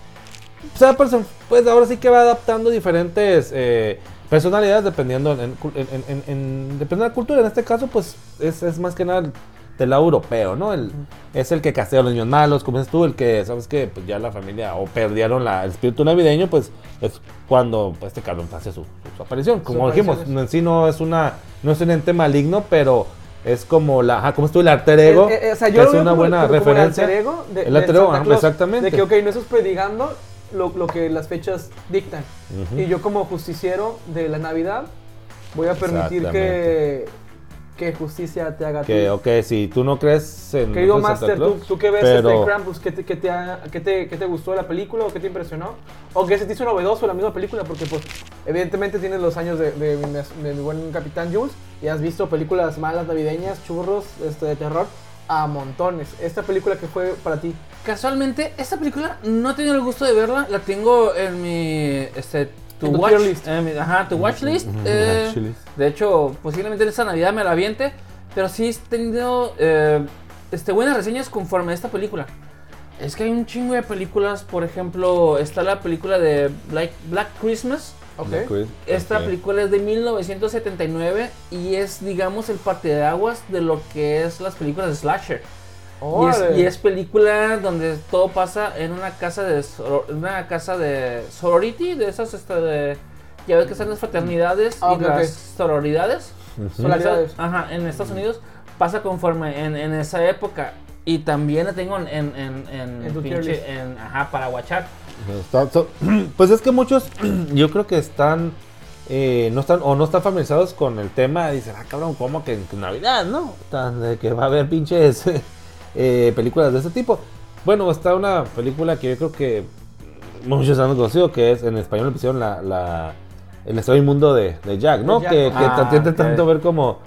[SPEAKER 2] se va person- pues ahora sí que va adaptando diferentes eh, personalidades dependiendo, en, en- en- en- en- dependiendo de la cultura. En este caso, pues es, es más que nada el- del lado europeo, ¿no? El, es el que castiga a los niños malos, como dices tú, el que, ¿sabes que Pues ya la familia, o perdieron la, el espíritu navideño, pues es cuando pues, este cabrón hace su, su aparición. Como dijimos,
[SPEAKER 1] apariciones.
[SPEAKER 2] en sí no es, una, no es un ente maligno, pero es como la, ajá, como es tú, el alter ego,
[SPEAKER 1] Eh, eh, o sea,
[SPEAKER 2] que
[SPEAKER 1] yo
[SPEAKER 2] es
[SPEAKER 1] lo veo
[SPEAKER 2] una
[SPEAKER 1] como-
[SPEAKER 2] buena
[SPEAKER 1] como el
[SPEAKER 2] referencia.
[SPEAKER 1] alter ego de-
[SPEAKER 2] el
[SPEAKER 1] de
[SPEAKER 2] alter ego,
[SPEAKER 1] Santa
[SPEAKER 2] ajá,
[SPEAKER 1] Claus, De
[SPEAKER 2] exactamente.
[SPEAKER 1] que, ok, no estás predigando lo, lo que las fechas dictan.
[SPEAKER 2] Ujú.
[SPEAKER 1] Y yo como justiciero de la Navidad voy a permitir que,
[SPEAKER 2] Exactamente.
[SPEAKER 1] que justicia te haga a ti.
[SPEAKER 2] Que, ok, si tú no crees en.
[SPEAKER 1] Querido
[SPEAKER 2] no crees en Pues, Santa
[SPEAKER 1] Master, ¿tú,
[SPEAKER 2] Claus,
[SPEAKER 1] tú qué ves
[SPEAKER 2] pero
[SPEAKER 1] este Krampus? ¿Qué te, qué te ha- qué te- qué te gustó de la película o qué te impresionó? ¿O qué se te hizo novedoso la misma película? Porque, pues, evidentemente tienes los años de, de mi, de mi buen Capitán Jules y has visto películas malas navideñas, churros, este, de terror, a montones. ¿Esta película que fue para ti?
[SPEAKER 3] Casualmente, esta película no he tenido el gusto de verla. La tengo en mi. Este, to
[SPEAKER 1] En tu
[SPEAKER 3] watch
[SPEAKER 1] tier list.
[SPEAKER 3] en mi- ajá, tu watch list. eh,
[SPEAKER 2] watch list.
[SPEAKER 3] de hecho, posiblemente esta Navidad me la aviente. Pero sí he tenido eh, este, buenas reseñas conforme a esta película. Es que hay un chingo de películas. Por ejemplo, está la película de Black, Black Christmas.
[SPEAKER 1] ¿Ok?
[SPEAKER 2] Black Queen,
[SPEAKER 3] Esta
[SPEAKER 2] pues, ok.
[SPEAKER 3] película es de 1979 y es, digamos, el parteaguas de lo que es las películas de slasher. Y es,
[SPEAKER 1] Órale.
[SPEAKER 3] y es película donde todo pasa en una casa de sor- en una casa de sorority, de esas este, de- ya ves que están las fraternidades
[SPEAKER 1] Ah, ok,
[SPEAKER 3] y las
[SPEAKER 1] ok.
[SPEAKER 3] sororidades.
[SPEAKER 2] Ujú.
[SPEAKER 1] Solaridades.
[SPEAKER 3] Ajá, en Estados Unidos pasa conforme en, en esa época. Y también la tengo en, en, en, en
[SPEAKER 1] En tu tier
[SPEAKER 3] pinche-
[SPEAKER 1] list.
[SPEAKER 3] en- ajá, para guachar.
[SPEAKER 2] Está- so- pues es que muchos, yo creo que están. eh, no están o no están familiarizados con el tema. Dicen, ah, cabrón, ¿cómo que en Navidad, no? Tan de que va a haber pinches eh, películas de ese tipo. Bueno, está una película que yo creo que muchos han conocido, que es en español le pusieron la. la- el extraño mundo de, de Jack, ¿no?
[SPEAKER 1] De Jack.
[SPEAKER 2] Que, que
[SPEAKER 3] Ah,
[SPEAKER 2] tiene
[SPEAKER 3] ok.
[SPEAKER 2] tanto ver como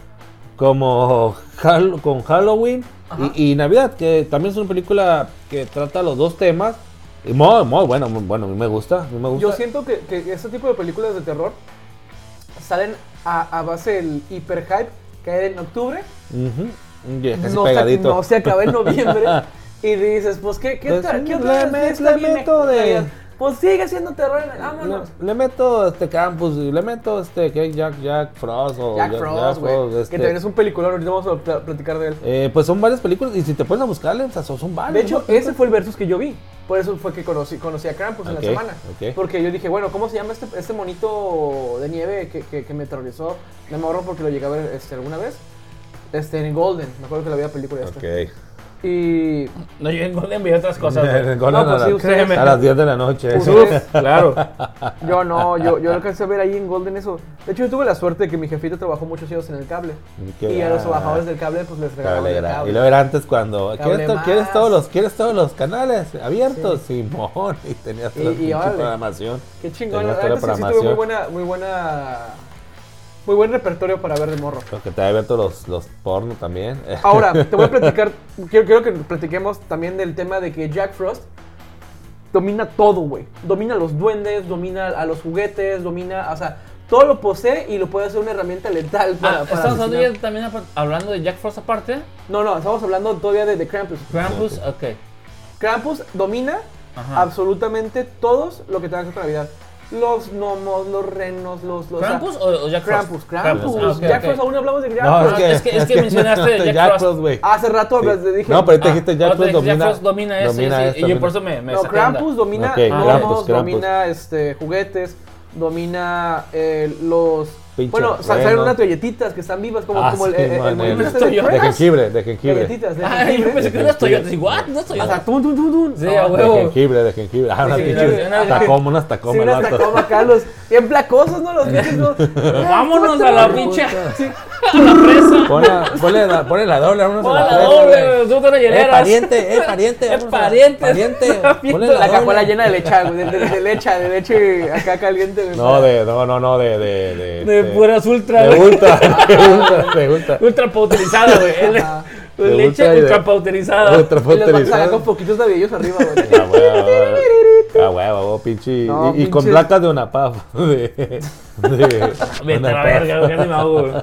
[SPEAKER 2] como Hall- con Halloween
[SPEAKER 1] Ajá.
[SPEAKER 2] y, y Navidad, que también es una película que trata los dos temas. Y muy, muy bueno, muy bueno, a mí me gusta, a mí me gusta.
[SPEAKER 1] Yo siento que, que este tipo de películas de terror salen a, a base del hiperhype que hay en octubre.
[SPEAKER 2] Ujú. Y es casi
[SPEAKER 1] no, se,
[SPEAKER 2] pegadito.
[SPEAKER 1] no se acaba en noviembre. y dices, pues, ¿qué, qué,
[SPEAKER 2] Pues,
[SPEAKER 1] otra-
[SPEAKER 2] un
[SPEAKER 1] qué otra
[SPEAKER 2] leme-
[SPEAKER 1] fiesta viene?
[SPEAKER 2] lamento de-
[SPEAKER 1] Navidad? Pues sigue siendo terror. en el-
[SPEAKER 2] Le,
[SPEAKER 1] Vámonos.
[SPEAKER 2] le meto este Campus, y le meto este que Jack, Jack Frost o
[SPEAKER 1] Jack Frost, güey.
[SPEAKER 2] este.
[SPEAKER 1] Que también es un peliculón. Ahorita vamos a pl- platicar de él.
[SPEAKER 2] Eh, pues son varias películas y si te pones a buscarle, o sea, son, son varias.
[SPEAKER 1] De hecho,
[SPEAKER 2] ¿no?
[SPEAKER 1] ese fue el versus que yo vi. Por eso fue que conocí, conocí a Krampus en la
[SPEAKER 2] Ok,
[SPEAKER 1] semana.
[SPEAKER 2] ok.
[SPEAKER 1] Porque yo dije, bueno, ¿cómo se llama este, este monito de nieve que, que- que me terrorizó? Me morro porque lo llegué a ver este, alguna vez. Este, en Golden. Me acuerdo que la vi la película esta.
[SPEAKER 2] Ok.
[SPEAKER 1] Y...
[SPEAKER 3] No, yo en Golden vi otras cosas. güey.
[SPEAKER 2] Con
[SPEAKER 1] No,
[SPEAKER 2] a,
[SPEAKER 1] pues sí,
[SPEAKER 2] las-
[SPEAKER 1] ustedes-
[SPEAKER 2] a las 10 de la noche.
[SPEAKER 1] Ustedes-
[SPEAKER 3] claro.
[SPEAKER 1] Yo no, yo, yo alcancé a ver ahí en Golden eso. De hecho, yo tuve la suerte de que mi jefita trabajó muchos años en el cable.
[SPEAKER 2] Qué
[SPEAKER 1] y a los
[SPEAKER 2] va.
[SPEAKER 1] trabajadores del cable, pues les regalaban
[SPEAKER 2] Cable
[SPEAKER 1] el
[SPEAKER 2] gra-
[SPEAKER 1] cable.
[SPEAKER 2] Y luego era antes cuando
[SPEAKER 1] Cable
[SPEAKER 2] ¿quieres, to-
[SPEAKER 1] más.
[SPEAKER 2] quieres todos los quieres todos los canales abiertos Simón y tenías
[SPEAKER 1] Y-
[SPEAKER 2] toda la
[SPEAKER 1] y
[SPEAKER 2] pinche
[SPEAKER 1] órale.
[SPEAKER 2] programación
[SPEAKER 1] Qué chingón. La
[SPEAKER 2] Tenías toda la
[SPEAKER 1] neta sí, sí tuve muy
[SPEAKER 2] programación.
[SPEAKER 1] buena, muy buena... Muy buen repertorio para ver de morro.
[SPEAKER 2] porque te había abierto los los porno también
[SPEAKER 1] Ahora, te voy a platicar, quiero, quiero que platiquemos también del tema de que Jack Frost domina todo, güey. Domina a los duendes, domina a los juguetes, domina, o sea, todo lo posee y lo puede hacer una herramienta letal para...
[SPEAKER 3] Ah,
[SPEAKER 1] para
[SPEAKER 3] estamos hablando
[SPEAKER 1] asesinar.
[SPEAKER 3] ya también apar- hablando de Jack Frost aparte.
[SPEAKER 1] No, no, estamos hablando todavía de, de Krampus.
[SPEAKER 3] Krampus, ok.
[SPEAKER 1] Krampus domina
[SPEAKER 3] Ajá.
[SPEAKER 1] absolutamente todos lo que tenga que ver con Navidad. Los gnomos, los renos, los... los o sea,
[SPEAKER 3] ¿Krampus o, o Jack
[SPEAKER 1] Krampus,
[SPEAKER 3] Frost?
[SPEAKER 1] Krampus.
[SPEAKER 3] Ah, ok,
[SPEAKER 1] Jack
[SPEAKER 3] ok.
[SPEAKER 1] Frost, aún no hablamos de Jack
[SPEAKER 2] No,
[SPEAKER 1] Frost.
[SPEAKER 3] Ah, es que- es que mencionaste Jack Frost.
[SPEAKER 2] güey.
[SPEAKER 1] Hace rato
[SPEAKER 2] Sí.
[SPEAKER 1] hablas de- dije...
[SPEAKER 2] No, pero ahorita
[SPEAKER 3] Ah,
[SPEAKER 2] dijiste Jack
[SPEAKER 3] ahorita
[SPEAKER 2] Frost
[SPEAKER 3] dijiste Jack Frost
[SPEAKER 2] Este, domina.
[SPEAKER 3] domina eso,
[SPEAKER 2] domina
[SPEAKER 3] sí, sí,
[SPEAKER 2] esto,
[SPEAKER 3] y yo
[SPEAKER 2] domina-
[SPEAKER 3] por eso me, me
[SPEAKER 1] No,
[SPEAKER 3] saqué onda.
[SPEAKER 1] Krampus domina
[SPEAKER 2] Ok,
[SPEAKER 1] gnomos,
[SPEAKER 2] Krampus, Krampus.
[SPEAKER 1] domina este, juguetes, domina eh, los...
[SPEAKER 2] Pinche
[SPEAKER 1] bueno, sal- salen
[SPEAKER 2] renos.
[SPEAKER 1] unas galletitas que están vivas, como,
[SPEAKER 2] Ah,
[SPEAKER 1] como el,
[SPEAKER 2] sí,
[SPEAKER 1] el, el,
[SPEAKER 2] man,
[SPEAKER 1] monito
[SPEAKER 2] el-
[SPEAKER 1] este de
[SPEAKER 3] Toyota.
[SPEAKER 2] De
[SPEAKER 1] Crash.
[SPEAKER 2] jengibre, de jengibre.
[SPEAKER 1] Galletitas, de
[SPEAKER 3] Ah, yo pensé que
[SPEAKER 1] jengibre.
[SPEAKER 3] eras Toyota. Dije, ¿what? No es
[SPEAKER 1] O sea,
[SPEAKER 3] Toyota.
[SPEAKER 1] tum, tum, tum, tum.
[SPEAKER 3] Sí,
[SPEAKER 1] No,
[SPEAKER 3] a
[SPEAKER 2] De
[SPEAKER 3] huevo.
[SPEAKER 2] jengibre, de jengibre. Ah, unas
[SPEAKER 1] Sí,
[SPEAKER 2] pinches
[SPEAKER 3] una-
[SPEAKER 2] tacoma, unas
[SPEAKER 1] Sí,
[SPEAKER 2] tacomas.
[SPEAKER 1] unas
[SPEAKER 2] vato.
[SPEAKER 1] tacoma acá, los... Bien placosos, ¿no? Los bichos, ¿no?
[SPEAKER 3] Vámonos a la pinche.
[SPEAKER 1] Sí.
[SPEAKER 3] A la presa.
[SPEAKER 2] Ponle, ponle la, ponle la doble, vámonos
[SPEAKER 3] Ponle
[SPEAKER 2] a la
[SPEAKER 3] la
[SPEAKER 2] presa,
[SPEAKER 3] doble,
[SPEAKER 2] güey.
[SPEAKER 3] güey, tú te la
[SPEAKER 2] Eh,
[SPEAKER 3] hieleras.
[SPEAKER 2] pariente, eh, pariente.
[SPEAKER 3] Eh,
[SPEAKER 2] vámonos a-
[SPEAKER 3] pariente.
[SPEAKER 2] Pariente. Ponle
[SPEAKER 1] La cajuela
[SPEAKER 2] doble.
[SPEAKER 1] llena de leche, güey, de, de- de leche, de leche acá caliente. güey.
[SPEAKER 2] No, de, no, no, no, de, de, de.
[SPEAKER 3] De puras ultra,
[SPEAKER 2] De
[SPEAKER 3] güey.
[SPEAKER 2] ultra, de ultra, de ultra.
[SPEAKER 3] Ultra pauterizada, güey. El-
[SPEAKER 1] Ajá.
[SPEAKER 3] el
[SPEAKER 2] Ah. De
[SPEAKER 3] Leche
[SPEAKER 2] ultra y de-
[SPEAKER 3] ultra pauterizada.
[SPEAKER 2] Ultra
[SPEAKER 1] Y los vas a
[SPEAKER 2] pasteurizado.
[SPEAKER 1] con poquitos navillos arriba, güey.
[SPEAKER 2] Ah, huevo, ah, huevo, pinche.
[SPEAKER 1] No,
[SPEAKER 2] y, y con
[SPEAKER 1] pinche-
[SPEAKER 2] placas de una paf. De, de,
[SPEAKER 3] Vete a la
[SPEAKER 2] Unapaf.
[SPEAKER 3] verga, güey, ya ni me ahogo, güey.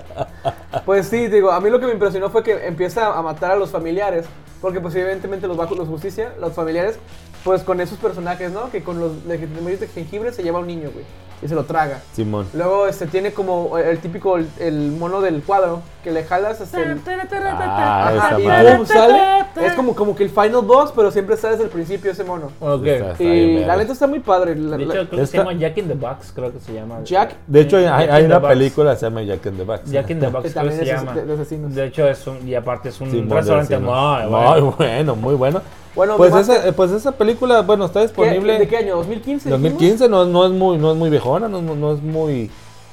[SPEAKER 1] Pues sí, digo, a mí lo que me impresionó fue que empieza a matar a los familiares, porque pues evidentemente los bajos los justicia, los familiares, pues con esos personajes, ¿no? Que con los de, de jengibre se lleva a un niño, güey, y se lo traga.
[SPEAKER 2] Simón.
[SPEAKER 1] Luego este tiene como el típico el, el mono del cuadro que le jalas hasta el
[SPEAKER 2] Ah,
[SPEAKER 1] Ajá,
[SPEAKER 2] esa
[SPEAKER 1] y
[SPEAKER 2] madre.
[SPEAKER 1] ¡pum! sale. Es como como que el final boss, pero siempre sale desde el principio ese mono.
[SPEAKER 2] Está-
[SPEAKER 3] Ok.
[SPEAKER 2] está bien,
[SPEAKER 1] Y
[SPEAKER 2] verga.
[SPEAKER 1] la neta está muy padre. la-
[SPEAKER 3] De hecho,
[SPEAKER 1] la-
[SPEAKER 3] creo que se
[SPEAKER 2] Esta-
[SPEAKER 3] llama Jack in the Box, creo que se llama.
[SPEAKER 1] Jack.
[SPEAKER 2] De hecho, hay,
[SPEAKER 3] Eh,
[SPEAKER 2] hay
[SPEAKER 3] Jack in the
[SPEAKER 2] una
[SPEAKER 3] Box.
[SPEAKER 2] película que se llama Jack in the Box.
[SPEAKER 3] Jack in the
[SPEAKER 1] que
[SPEAKER 3] Box, creo que
[SPEAKER 1] también
[SPEAKER 3] se
[SPEAKER 1] es
[SPEAKER 3] llama.
[SPEAKER 1] de, de asesinos.
[SPEAKER 3] De hecho, es un, y aparte es un
[SPEAKER 2] Simón de
[SPEAKER 3] restaurante
[SPEAKER 2] vecinos.
[SPEAKER 3] muy
[SPEAKER 2] Muy
[SPEAKER 3] bueno.
[SPEAKER 2] bueno, muy bueno.
[SPEAKER 1] Bueno,
[SPEAKER 2] Pues
[SPEAKER 1] nomás-
[SPEAKER 2] esa, eh, pues esa película, bueno, está
[SPEAKER 1] ¿Qué-
[SPEAKER 2] disponible.
[SPEAKER 1] ¿De qué año? ¿2015? dijimos?
[SPEAKER 2] 2015 no, no es muy no es muy viejona, no, no- no es muy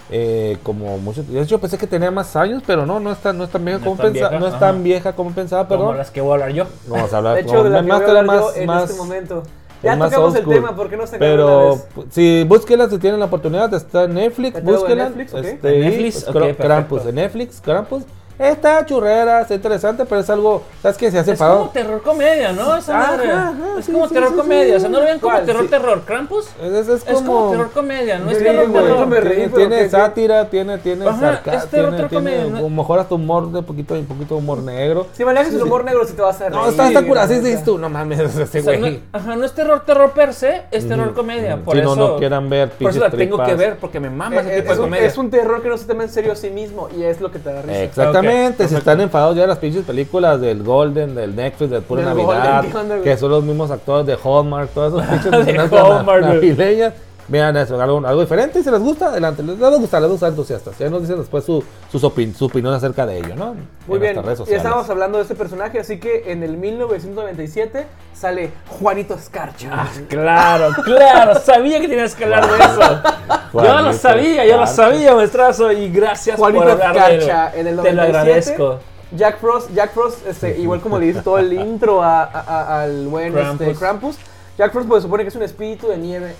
[SPEAKER 2] eh, como mucho. De hecho, pensé que tenía más años, pero no, no es tan, no es tan vieja
[SPEAKER 3] No
[SPEAKER 2] como
[SPEAKER 3] es tan
[SPEAKER 2] pensaba,
[SPEAKER 3] vieja,
[SPEAKER 2] no es
[SPEAKER 3] ajá.
[SPEAKER 2] tan vieja como pensaba,
[SPEAKER 3] Como
[SPEAKER 2] perdón.
[SPEAKER 3] las que voy a hablar yo.
[SPEAKER 2] Vamos a hablar
[SPEAKER 1] De hecho,
[SPEAKER 2] como-
[SPEAKER 1] de la que
[SPEAKER 2] más-
[SPEAKER 1] voy a hablar
[SPEAKER 2] Pues, más-
[SPEAKER 1] yo en
[SPEAKER 2] más-
[SPEAKER 1] este momento.
[SPEAKER 2] es
[SPEAKER 1] Ya
[SPEAKER 2] más
[SPEAKER 1] tocamos
[SPEAKER 2] old
[SPEAKER 1] el
[SPEAKER 2] school.
[SPEAKER 1] tema, ¿por qué no se
[SPEAKER 2] Pero
[SPEAKER 1] vez?
[SPEAKER 2] pu- sí, búsquela si tienen la oportunidad, está en Netflix,
[SPEAKER 1] ¿Está todo en
[SPEAKER 2] búsquela.
[SPEAKER 1] Netflix? Ok.
[SPEAKER 2] este,
[SPEAKER 3] ¿En
[SPEAKER 2] y,
[SPEAKER 3] Netflix?
[SPEAKER 2] pues,
[SPEAKER 3] Ok,
[SPEAKER 2] Cra-
[SPEAKER 3] perfecto.
[SPEAKER 2] Krampus, en Netflix, Krampus. Está churrera, está interesante, pero es algo, ¿sabes qué? Se hace
[SPEAKER 3] Es
[SPEAKER 2] para
[SPEAKER 3] como terror comedia, ¿no? Esa
[SPEAKER 2] Ajá,
[SPEAKER 3] madre.
[SPEAKER 2] ajá,
[SPEAKER 3] es
[SPEAKER 2] sí,
[SPEAKER 3] como
[SPEAKER 2] sí,
[SPEAKER 3] terror
[SPEAKER 2] sí,
[SPEAKER 3] comedia.
[SPEAKER 2] sí.
[SPEAKER 3] O sea, no lo vean como
[SPEAKER 1] ¿Cuál?
[SPEAKER 3] terror,
[SPEAKER 1] Sí.
[SPEAKER 3] terror. Krampus
[SPEAKER 2] Es, es- es
[SPEAKER 3] es como,
[SPEAKER 2] como
[SPEAKER 3] terror comedia, no es
[SPEAKER 1] Sí,
[SPEAKER 3] terror
[SPEAKER 1] güey,
[SPEAKER 3] terror.
[SPEAKER 1] no me reí,
[SPEAKER 2] tiene,
[SPEAKER 1] pero
[SPEAKER 2] tiene
[SPEAKER 1] que-
[SPEAKER 2] sátira, tiene, tiene
[SPEAKER 3] Ajá,
[SPEAKER 2] sarcasmo,
[SPEAKER 3] este
[SPEAKER 2] tiene,
[SPEAKER 3] otro
[SPEAKER 2] tiene
[SPEAKER 3] comedia, ¿no?
[SPEAKER 2] como mejoras tu humor de poquito, un poquito de humor negro.
[SPEAKER 1] Si manejas el humor negro, si te vas a reír.
[SPEAKER 2] No, está, está cura, así
[SPEAKER 1] ¿no?
[SPEAKER 2] dices tú, no mames, ese
[SPEAKER 3] O sea, no,
[SPEAKER 2] güey.
[SPEAKER 3] ajá, no es terror, terror per se, es terror comedia.
[SPEAKER 2] ujú.
[SPEAKER 3] Por
[SPEAKER 2] Si no,
[SPEAKER 3] eso,
[SPEAKER 2] no quieran ver
[SPEAKER 3] Por eso la
[SPEAKER 2] pinches
[SPEAKER 3] tengo que
[SPEAKER 2] tripas.
[SPEAKER 3] ver, porque me mama ese
[SPEAKER 1] Eh,
[SPEAKER 3] tipo
[SPEAKER 1] Es
[SPEAKER 3] de
[SPEAKER 1] un,
[SPEAKER 3] comedia.
[SPEAKER 1] es un terror que no se toma en serio a sí mismo y es lo que te da risa.
[SPEAKER 2] Exactamente,
[SPEAKER 3] Ok,
[SPEAKER 2] si están enfadados ya de las pinches películas del Golden, del Netflix, del Pura
[SPEAKER 1] Del
[SPEAKER 2] Navidad,
[SPEAKER 1] Golden, ¿qué onda, güey?
[SPEAKER 2] que son los mismos actores de Hallmark, todas esas pinches
[SPEAKER 3] De
[SPEAKER 2] escenas
[SPEAKER 3] Hallmark, güey.
[SPEAKER 2] navideñas, vean eso, algo, algo diferente, y si les gusta, adelante, les va a gustar, les va a gustar entusiastas, ya nos dicen después su, sus opin- su opinión acerca de ello,
[SPEAKER 1] Muy
[SPEAKER 2] ¿no? en
[SPEAKER 1] bien,
[SPEAKER 2] nuestras redes
[SPEAKER 1] ya
[SPEAKER 2] sociales.
[SPEAKER 1] estábamos hablando de este personaje, así que en el 1997 sale Juanito Escarcha.
[SPEAKER 3] Ah, Claro, claro, sabía que tenías que hablar de eso. yo lo
[SPEAKER 2] Juanito
[SPEAKER 3] sabía, yo lo
[SPEAKER 2] Escarcha.
[SPEAKER 3] sabía, maestrazo, y gracias
[SPEAKER 1] Juanito
[SPEAKER 3] por hablar de
[SPEAKER 1] Escarcha en el 97.
[SPEAKER 3] Te lo agradezco.
[SPEAKER 1] Jack Frost, Jack Frost, este, igual como le dice todo el intro a- a- a- al buen Krampus.
[SPEAKER 3] Krampus.
[SPEAKER 1] Krampus, Jack Frost pues supone que es un espíritu de nieve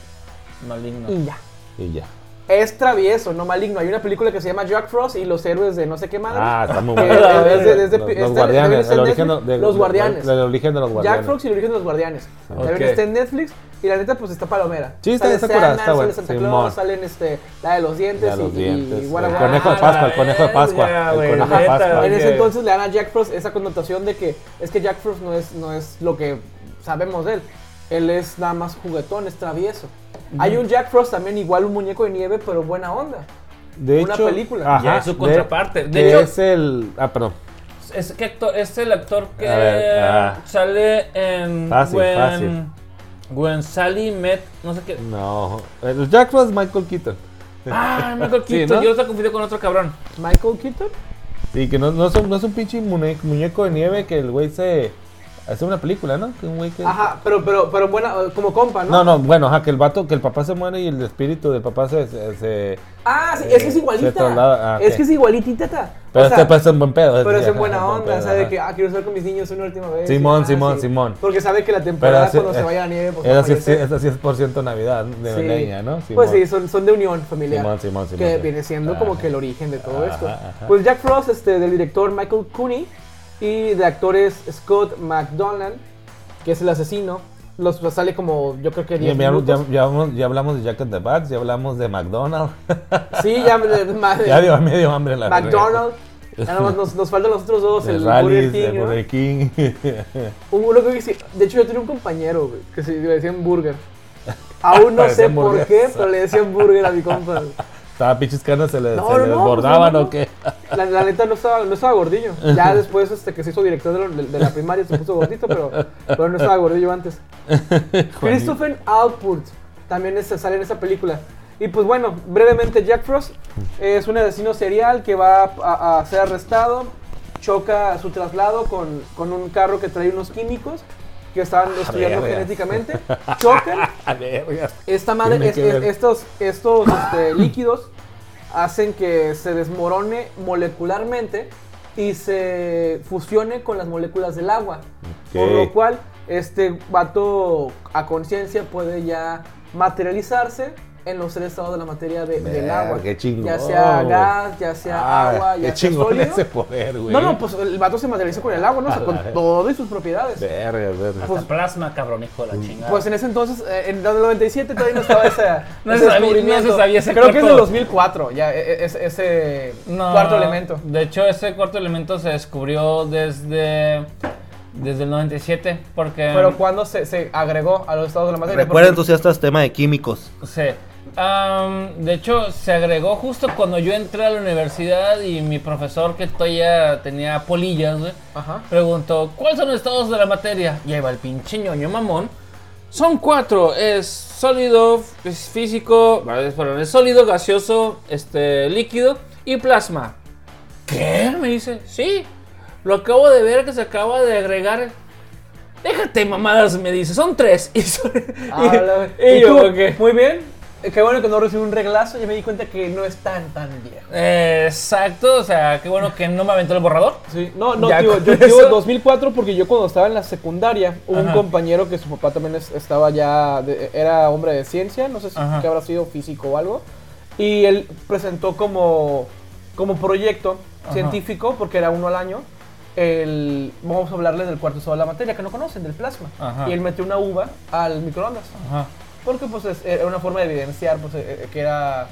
[SPEAKER 3] Maligno.
[SPEAKER 1] y ya.
[SPEAKER 2] Y ya.
[SPEAKER 1] es travieso, no maligno. Hay una película que se llama Jack Frost y los héroes de no sé qué madre.
[SPEAKER 2] Ah, está muy
[SPEAKER 1] Eh,
[SPEAKER 2] bueno.
[SPEAKER 1] eh, es de- es de- está-
[SPEAKER 2] los, los
[SPEAKER 1] está- también
[SPEAKER 2] guardianes,
[SPEAKER 1] está
[SPEAKER 2] el
[SPEAKER 1] en
[SPEAKER 2] origen
[SPEAKER 1] Netflix.
[SPEAKER 2] de-
[SPEAKER 1] Los
[SPEAKER 2] de-
[SPEAKER 1] guardianes.
[SPEAKER 2] El, origen de los guardianes. Ah,
[SPEAKER 1] Jack Frost y el origen de los guardianes. También
[SPEAKER 3] Ok.
[SPEAKER 1] está en Netflix y la neta pues está palomera.
[SPEAKER 2] Sí, está-
[SPEAKER 1] Sale
[SPEAKER 2] está curada,
[SPEAKER 1] Sandman,
[SPEAKER 2] está
[SPEAKER 1] sale
[SPEAKER 2] buena,
[SPEAKER 1] Santa
[SPEAKER 2] Simón.
[SPEAKER 1] Claus, salen este, la de los dientes
[SPEAKER 2] La de los
[SPEAKER 1] y-
[SPEAKER 2] dientes,
[SPEAKER 1] y,
[SPEAKER 2] el
[SPEAKER 1] guarabara.
[SPEAKER 2] conejo de Pascua, el conejo de
[SPEAKER 3] Ah,
[SPEAKER 2] Pascua,
[SPEAKER 3] güey,
[SPEAKER 2] el conejo de
[SPEAKER 3] neta,
[SPEAKER 2] Pascua.
[SPEAKER 1] En ese
[SPEAKER 3] Ok.
[SPEAKER 1] entonces le dan a Jack Frost esa connotación de que es que Jack Frost no es, no es lo que sabemos de él. Él es nada más juguetón, es travieso. Hay un Jack Frost también, igual un muñeco de nieve, pero buena onda.
[SPEAKER 2] De
[SPEAKER 1] Una
[SPEAKER 2] hecho,
[SPEAKER 1] película.
[SPEAKER 2] ajá,
[SPEAKER 3] Ya es su
[SPEAKER 2] de-
[SPEAKER 3] contraparte. De
[SPEAKER 2] que
[SPEAKER 3] hecho-
[SPEAKER 2] es el. Ah, perdón.
[SPEAKER 3] Pues, Es, que actor- es el actor que
[SPEAKER 2] A ver, ah.
[SPEAKER 3] sale en.
[SPEAKER 2] Fácil,
[SPEAKER 3] Gwen-
[SPEAKER 2] fácil.
[SPEAKER 3] Gwen Sally Met. No sé qué.
[SPEAKER 2] No. El Jack Frost Michael Keaton.
[SPEAKER 3] Ah, Michael
[SPEAKER 2] Sí,
[SPEAKER 3] Keaton.
[SPEAKER 2] ¿no?
[SPEAKER 3] Yo lo estaba confundido con otro cabrón.
[SPEAKER 1] Michael Keaton.
[SPEAKER 2] Sí, que no, no, es, un, no es un pinche mune- muñeco de nieve que el güey se. Hace una película, ¿no? Que un güey que.
[SPEAKER 1] Ajá, pero, pero, pero buena, eh, como compa, ¿no?
[SPEAKER 2] No, no, bueno, ajá, que el vato, que el papá se muere y el espíritu del papá se. se- se-
[SPEAKER 1] Ah, sí,
[SPEAKER 2] Eh,
[SPEAKER 1] es que es
[SPEAKER 2] se
[SPEAKER 1] igualita.
[SPEAKER 2] traslada- ah,
[SPEAKER 1] Es
[SPEAKER 2] ok.
[SPEAKER 1] que es igualitita. ta. O
[SPEAKER 2] pero
[SPEAKER 1] sea,
[SPEAKER 2] este pues, es un buen pedo.
[SPEAKER 1] pero es
[SPEAKER 2] sí,
[SPEAKER 1] en
[SPEAKER 2] ajá,
[SPEAKER 1] buena
[SPEAKER 2] buen
[SPEAKER 1] onda,
[SPEAKER 2] pedo,
[SPEAKER 1] o sea, de
[SPEAKER 2] ajá.
[SPEAKER 1] que, ah, quiero estar con mis niños una última vez.
[SPEAKER 2] Simón,
[SPEAKER 1] Ah,
[SPEAKER 2] Simón, Simón.
[SPEAKER 1] Porque sabe que la temporada
[SPEAKER 2] Pero sí,
[SPEAKER 1] cuando se
[SPEAKER 2] eh,
[SPEAKER 1] vaya a la nieve, pues
[SPEAKER 2] es
[SPEAKER 1] va a
[SPEAKER 2] así,
[SPEAKER 1] fallecer.
[SPEAKER 2] es así, es por ciento navidad de
[SPEAKER 1] Sí.
[SPEAKER 2] navideña, ¿no? Simón.
[SPEAKER 1] Pues sí, son, son de unión familiar.
[SPEAKER 2] Simón, Simón, Simón,
[SPEAKER 1] que
[SPEAKER 2] sí.
[SPEAKER 1] viene siendo como
[SPEAKER 2] Ajá.
[SPEAKER 1] que el origen de todo
[SPEAKER 2] Ajá,
[SPEAKER 1] esto.
[SPEAKER 2] ajá.
[SPEAKER 1] Pues Jack Frost, este, del director Michael Cooney y de actores Scott McDonald, que es el asesino. Los los sale como, yo creo que
[SPEAKER 2] Ya,
[SPEAKER 1] 10
[SPEAKER 2] ya-
[SPEAKER 1] minutos.
[SPEAKER 2] ya- ya hablamos- ya hablamos de Jack and the Bats, ya hablamos de McDonald's.
[SPEAKER 1] Sí, ya, madre,
[SPEAKER 2] ya dio medio hambre la verga.
[SPEAKER 1] McDonald. Nada más nos, nos faltan los otros dos,
[SPEAKER 2] De
[SPEAKER 1] el Burger
[SPEAKER 2] Rallys,
[SPEAKER 1] King.
[SPEAKER 2] de
[SPEAKER 1] ¿no?
[SPEAKER 2] Burger King.
[SPEAKER 1] Hubo uno que sí- De hecho, yo tenía un compañero, güey, que se le decían burger. Aún no
[SPEAKER 2] Parecía
[SPEAKER 1] sé por qué,
[SPEAKER 2] hamburguesa.
[SPEAKER 1] pero le decían burger a mi compa. güey.
[SPEAKER 2] Estaba pinches canas, se le,
[SPEAKER 1] No,
[SPEAKER 2] se
[SPEAKER 1] no,
[SPEAKER 2] le
[SPEAKER 1] no,
[SPEAKER 2] desbordaban
[SPEAKER 1] no, no,
[SPEAKER 2] o qué.
[SPEAKER 1] La, la neta no estaba, no estaba gordillo. Ya después este, que se hizo director de, la- de la primaria se puso gordito, pero, pero no estaba gordillo antes. Christopher Output también este, sale en esa película. Y pues bueno, brevemente Jack Frost es un asesino serial que va a, a ser arrestado, choca su traslado con, con un carro que trae unos químicos que estaban estudiando
[SPEAKER 2] verga.
[SPEAKER 1] genéticamente, chocan
[SPEAKER 2] A Ah, verga.
[SPEAKER 1] esta madre,
[SPEAKER 2] Tiene
[SPEAKER 1] es-
[SPEAKER 2] que
[SPEAKER 1] es-
[SPEAKER 2] ver.
[SPEAKER 1] estos, estos este, líquidos hacen que se desmorone molecularmente y se fusione con las moléculas del agua. Por
[SPEAKER 2] Ok.
[SPEAKER 1] lo cual, este vato a conciencia puede ya materializarse en los tres estados de la materia de- del
[SPEAKER 2] Verga,
[SPEAKER 1] agua.
[SPEAKER 2] qué chingón,
[SPEAKER 1] Ya sea
[SPEAKER 2] güey.
[SPEAKER 1] gas, ya sea
[SPEAKER 2] Ah,
[SPEAKER 1] agua, ya
[SPEAKER 2] qué
[SPEAKER 1] sea
[SPEAKER 2] chingón
[SPEAKER 1] sólido.
[SPEAKER 2] ese poder, güey.
[SPEAKER 1] No, no, pues el vato se materializa con el agua, ¿no? O sea,
[SPEAKER 2] A
[SPEAKER 1] con
[SPEAKER 2] la vez.
[SPEAKER 1] todo y sus propiedades.
[SPEAKER 2] Verga, verga.
[SPEAKER 1] Pues-
[SPEAKER 3] Hasta plasma, cabrón, hijo
[SPEAKER 2] Mm.
[SPEAKER 3] de la chingada.
[SPEAKER 1] Pues en ese entonces, eh, en el 97 todavía no estaba esa,
[SPEAKER 3] No
[SPEAKER 1] ese
[SPEAKER 3] se sabía-
[SPEAKER 1] descubrimiento.
[SPEAKER 3] no se sabía ese
[SPEAKER 1] Creo que es
[SPEAKER 3] cuarto-
[SPEAKER 1] del 2004, ya, e- e- ese, ese
[SPEAKER 3] No,
[SPEAKER 1] cuarto elemento.
[SPEAKER 3] De hecho, ese cuarto elemento se descubrió desde. Desde el 97, porque. mm,
[SPEAKER 1] Pero cuando se, se agregó a los estados de la materia.
[SPEAKER 2] Recuerden,
[SPEAKER 1] Porque-
[SPEAKER 2] entusiastas, tema de químicos.
[SPEAKER 3] Sí. Am, de hecho, se agregó justo cuando yo entré a la universidad y mi profesor, que todavía tenía polillas, güey,
[SPEAKER 1] Ajá.
[SPEAKER 3] preguntó: ¿Cuáles son los estados de la materia? Y ahí va el pinche ñoño mamón. Son cuatro: es sólido, es físico, vale, perdón, es sólido, gaseoso, este, líquido y plasma. ¿Qué? Me dice: Sí, lo acabo de ver que se acaba de agregar. Déjate mamadas, me dice. Son tres. Y, son-
[SPEAKER 1] Ah, la-
[SPEAKER 3] y- y
[SPEAKER 1] ¿Y tú?
[SPEAKER 3] yo, ¿qué?
[SPEAKER 1] Muy bien. Eh, Qué bueno que no recibí un reglazo. Ya me di cuenta que no es tan, tan viejo.
[SPEAKER 3] Eh, Exacto, o sea, qué bueno que no me aventó el borrador.
[SPEAKER 1] Sí, no, no,
[SPEAKER 3] Ya
[SPEAKER 1] tío,
[SPEAKER 3] con
[SPEAKER 1] yo
[SPEAKER 3] eso.
[SPEAKER 1] digo 2004 porque yo cuando estaba en la secundaria, hubo un
[SPEAKER 3] Ajá.
[SPEAKER 1] compañero que su papá también es- estaba ya, de- era hombre de ciencia, no sé si
[SPEAKER 3] Ajá.
[SPEAKER 1] que habrá sido físico o algo, y él presentó como, como proyecto
[SPEAKER 3] Ajá.
[SPEAKER 1] científico, porque era uno al año, el, vamos a hablarles del cuarto estado de la materia, que no conocen, del plasma,
[SPEAKER 3] Ajá.
[SPEAKER 1] y él metió una uva al microondas,
[SPEAKER 3] Ajá.
[SPEAKER 1] porque pues es- era una forma de evidenciar pues, eh, eh, que era,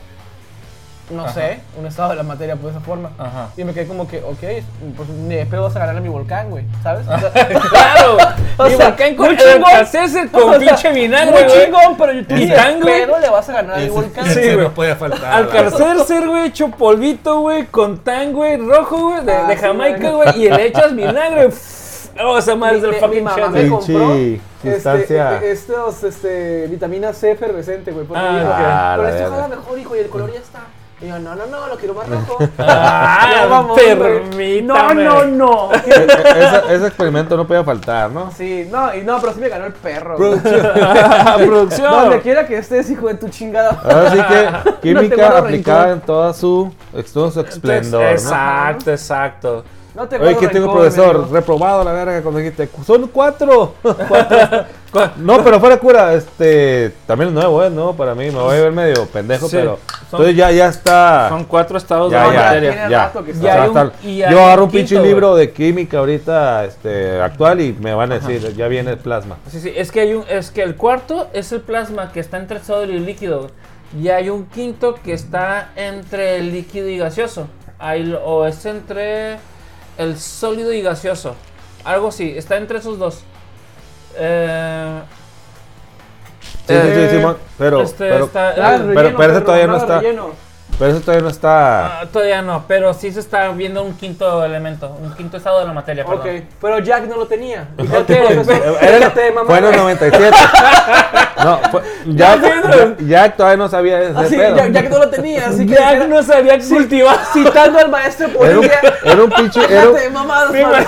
[SPEAKER 1] no
[SPEAKER 3] Ajá.
[SPEAKER 1] sé, un estado de la materia por esa forma.
[SPEAKER 3] Ajá.
[SPEAKER 1] Y me quedé como que, ok, pues ni de pedo vas a ganar a mi volcán, güey, ¿sabes? O sea,
[SPEAKER 3] Claro,
[SPEAKER 1] O
[SPEAKER 3] o
[SPEAKER 1] sea,
[SPEAKER 3] volcán con
[SPEAKER 1] muy chingón.
[SPEAKER 3] Alcaceces con
[SPEAKER 1] o sea,
[SPEAKER 3] pinche vinagre.
[SPEAKER 1] Muy
[SPEAKER 3] güey.
[SPEAKER 1] chingón, pero yo tú ni de
[SPEAKER 3] Titán, güey.
[SPEAKER 1] pedo le vas a ganar a mi volcán.
[SPEAKER 3] ese
[SPEAKER 1] güey.
[SPEAKER 3] no
[SPEAKER 2] puede faltar.
[SPEAKER 3] Alcacercer, güey, hecho polvito, güey, con tan, güey, rojo, güey, de,
[SPEAKER 1] Ah,
[SPEAKER 3] de
[SPEAKER 1] sí,
[SPEAKER 3] Jamaica,
[SPEAKER 1] güey.
[SPEAKER 3] güey, y le echas vinagre. Pff, oh, O sea, más
[SPEAKER 1] Mi-
[SPEAKER 3] del
[SPEAKER 1] mi- mi
[SPEAKER 3] fucking
[SPEAKER 1] mamá
[SPEAKER 3] shot,
[SPEAKER 1] me
[SPEAKER 3] güey.
[SPEAKER 2] Pinche
[SPEAKER 1] compró este,
[SPEAKER 2] sustancia.
[SPEAKER 1] e- estos, este, vitamina C efervescente, güey, porque
[SPEAKER 3] Ah,
[SPEAKER 1] me dijo que,
[SPEAKER 2] ah,
[SPEAKER 1] pero
[SPEAKER 2] la
[SPEAKER 1] esto
[SPEAKER 2] verga.
[SPEAKER 1] jala mejor, hijo, y el color ya está. Y yo, no, no, no, lo quiero más rojo.
[SPEAKER 3] Ah,
[SPEAKER 1] Ya, mamón, güey. No,
[SPEAKER 3] permítame.
[SPEAKER 1] no, no.
[SPEAKER 2] Ese, E-, ese experimento no puede faltar, ¿no?
[SPEAKER 1] Sí, no, y no, pero sí me ganó el perro, güey.
[SPEAKER 2] Producción.
[SPEAKER 3] producción.
[SPEAKER 1] Donde quiera que estés, hijo de tu chingada.
[SPEAKER 2] Ahora sí que química
[SPEAKER 1] guardo
[SPEAKER 2] aplicada
[SPEAKER 1] rencor.
[SPEAKER 2] en toda su, en todo su esplendor. ¿no?
[SPEAKER 3] Exacto, exacto.
[SPEAKER 1] No te
[SPEAKER 2] Oye,
[SPEAKER 1] guardo
[SPEAKER 2] que tengo
[SPEAKER 1] rencor, me
[SPEAKER 2] profesor,
[SPEAKER 1] dijo.
[SPEAKER 2] reprobado la verga cuando dijiste, son cuatro. no, pero fuera cura, este, también es nuevo, ¿eh? No, para mí me voy a ver medio pendejo,
[SPEAKER 3] Sí,
[SPEAKER 2] pero.
[SPEAKER 3] son-
[SPEAKER 2] entonces ya, ya está.
[SPEAKER 3] Son cuatro estados
[SPEAKER 2] ya,
[SPEAKER 3] de la
[SPEAKER 2] ya,
[SPEAKER 3] materia.
[SPEAKER 1] Tiene
[SPEAKER 2] ya.
[SPEAKER 1] rato que
[SPEAKER 2] O
[SPEAKER 1] está.
[SPEAKER 2] sea,
[SPEAKER 3] Y hay un-
[SPEAKER 2] hasta-
[SPEAKER 3] y hay
[SPEAKER 2] yo
[SPEAKER 3] un
[SPEAKER 2] agarro un pinche
[SPEAKER 3] quinto,
[SPEAKER 2] libro de química ahorita, este, actual y me van a decir, ya viene el plasma.
[SPEAKER 3] Sí, sí, es que hay un, es que el cuarto es el plasma que está entre sólido y líquido. Y hay un quinto que está entre el líquido y gaseoso. Ahí lo- o es entre el sólido y gaseoso. Algo así, está entre esos dos. Eh,
[SPEAKER 2] Sí, sí, sí,
[SPEAKER 3] Eh,
[SPEAKER 2] Simón, pero,
[SPEAKER 3] este,
[SPEAKER 2] pero,
[SPEAKER 3] está-
[SPEAKER 2] pero-
[SPEAKER 1] Ah,
[SPEAKER 3] el
[SPEAKER 2] pero,
[SPEAKER 1] relleno,
[SPEAKER 2] pero ese
[SPEAKER 1] perro,
[SPEAKER 2] todavía no
[SPEAKER 1] nada
[SPEAKER 2] está,
[SPEAKER 1] relleno.
[SPEAKER 2] pero ese todavía no está,
[SPEAKER 3] Ah, todavía no, pero sí se está viendo un quinto elemento, un quinto estado de la materia.
[SPEAKER 1] Ok,
[SPEAKER 3] perdón.
[SPEAKER 1] pero Jack no lo tenía. Y Jack,
[SPEAKER 3] Ok.
[SPEAKER 1] profesor,
[SPEAKER 2] Eh, Era-
[SPEAKER 1] fíjate, mamá.
[SPEAKER 2] fue en el 97, no, fue, Jack, Jack, Jack todavía no sabía ese
[SPEAKER 1] Así,
[SPEAKER 2] pedo.
[SPEAKER 1] Jack, Jack no lo tenía, así que
[SPEAKER 3] Jack no sabía cultivar.
[SPEAKER 1] citando al maestro
[SPEAKER 2] Era un,
[SPEAKER 1] Polilla.
[SPEAKER 2] era un pinche, era un,
[SPEAKER 1] Fíjate, mamadas,
[SPEAKER 3] Sí,
[SPEAKER 1] mamadas.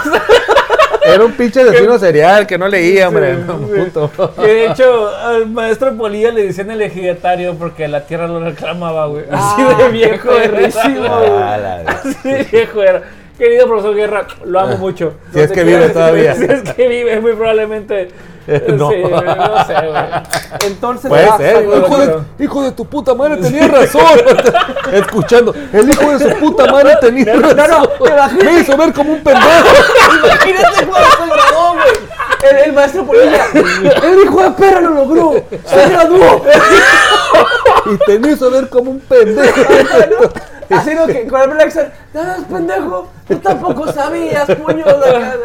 [SPEAKER 2] era un pinche vecino serial que no leía, hombre,
[SPEAKER 3] Sí,
[SPEAKER 2] no,
[SPEAKER 3] sí.
[SPEAKER 2] puto.
[SPEAKER 3] Que de hecho, al maestro Polilla le decían el ejidatario porque la tierra lo reclamaba, güey. Así
[SPEAKER 1] Ah,
[SPEAKER 3] de viejo
[SPEAKER 1] qué
[SPEAKER 3] era.
[SPEAKER 1] perrísimo.
[SPEAKER 2] Ah, la verga.
[SPEAKER 3] Así de viejo era. Querido profesor Guerra, lo amo mucho.
[SPEAKER 2] Ah, Si es
[SPEAKER 1] te
[SPEAKER 2] que
[SPEAKER 1] quiero
[SPEAKER 2] vive
[SPEAKER 1] decir,
[SPEAKER 2] todavía.
[SPEAKER 3] Si es que vive, muy probablemente.
[SPEAKER 2] Eh, no.
[SPEAKER 3] no. Sí, no sé, güey.
[SPEAKER 1] Entonces,
[SPEAKER 2] Puede
[SPEAKER 1] ah,
[SPEAKER 2] ser,
[SPEAKER 1] salió
[SPEAKER 2] güey.
[SPEAKER 1] la-
[SPEAKER 2] hijo, de, hijo de tu puta madre tenía razón. Escuchando, el hijo de su puta madre tenía
[SPEAKER 1] no,
[SPEAKER 2] razón.
[SPEAKER 1] te imagino-
[SPEAKER 2] Me hizo ver como un pendejo.
[SPEAKER 1] Imagínate cuando se graduó, güey. El, el maestro Polilla. El hijo de perra lo logró. Se graduó.
[SPEAKER 2] Y te me hizo ver como un pendejo.
[SPEAKER 1] Así lo que con el Blackster, "Ah, pendejo, tú tampoco sabías, puño.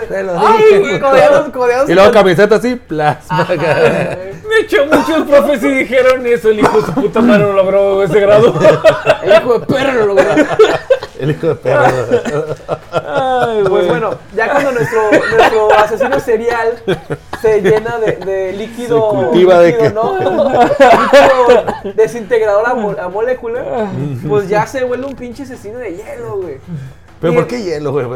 [SPEAKER 2] Te lo
[SPEAKER 1] Ay,
[SPEAKER 2] dije,
[SPEAKER 1] güey,
[SPEAKER 2] puto.
[SPEAKER 1] codeados, codeados.
[SPEAKER 2] Y luego camiseta así, plasma. cara.
[SPEAKER 3] De hecho, muchos profes sí dijeron eso. El hijo de su puta madre lo logró ese grado.
[SPEAKER 1] El hijo de perra lo logró.
[SPEAKER 2] El hijo de perro.
[SPEAKER 3] Ay,
[SPEAKER 1] Pues bueno, ya cuando nuestro, nuestro asesino serial se llena de, de líquido,
[SPEAKER 2] Se cultiva de
[SPEAKER 1] líquido,
[SPEAKER 2] que-
[SPEAKER 1] ¿no? líquido desintegrador a, mo- a molécula, pues ya se vuelve un pinche asesino de hielo, güey.
[SPEAKER 2] ¿Pero
[SPEAKER 1] Y-
[SPEAKER 3] Eh,
[SPEAKER 2] por qué hielo, güey?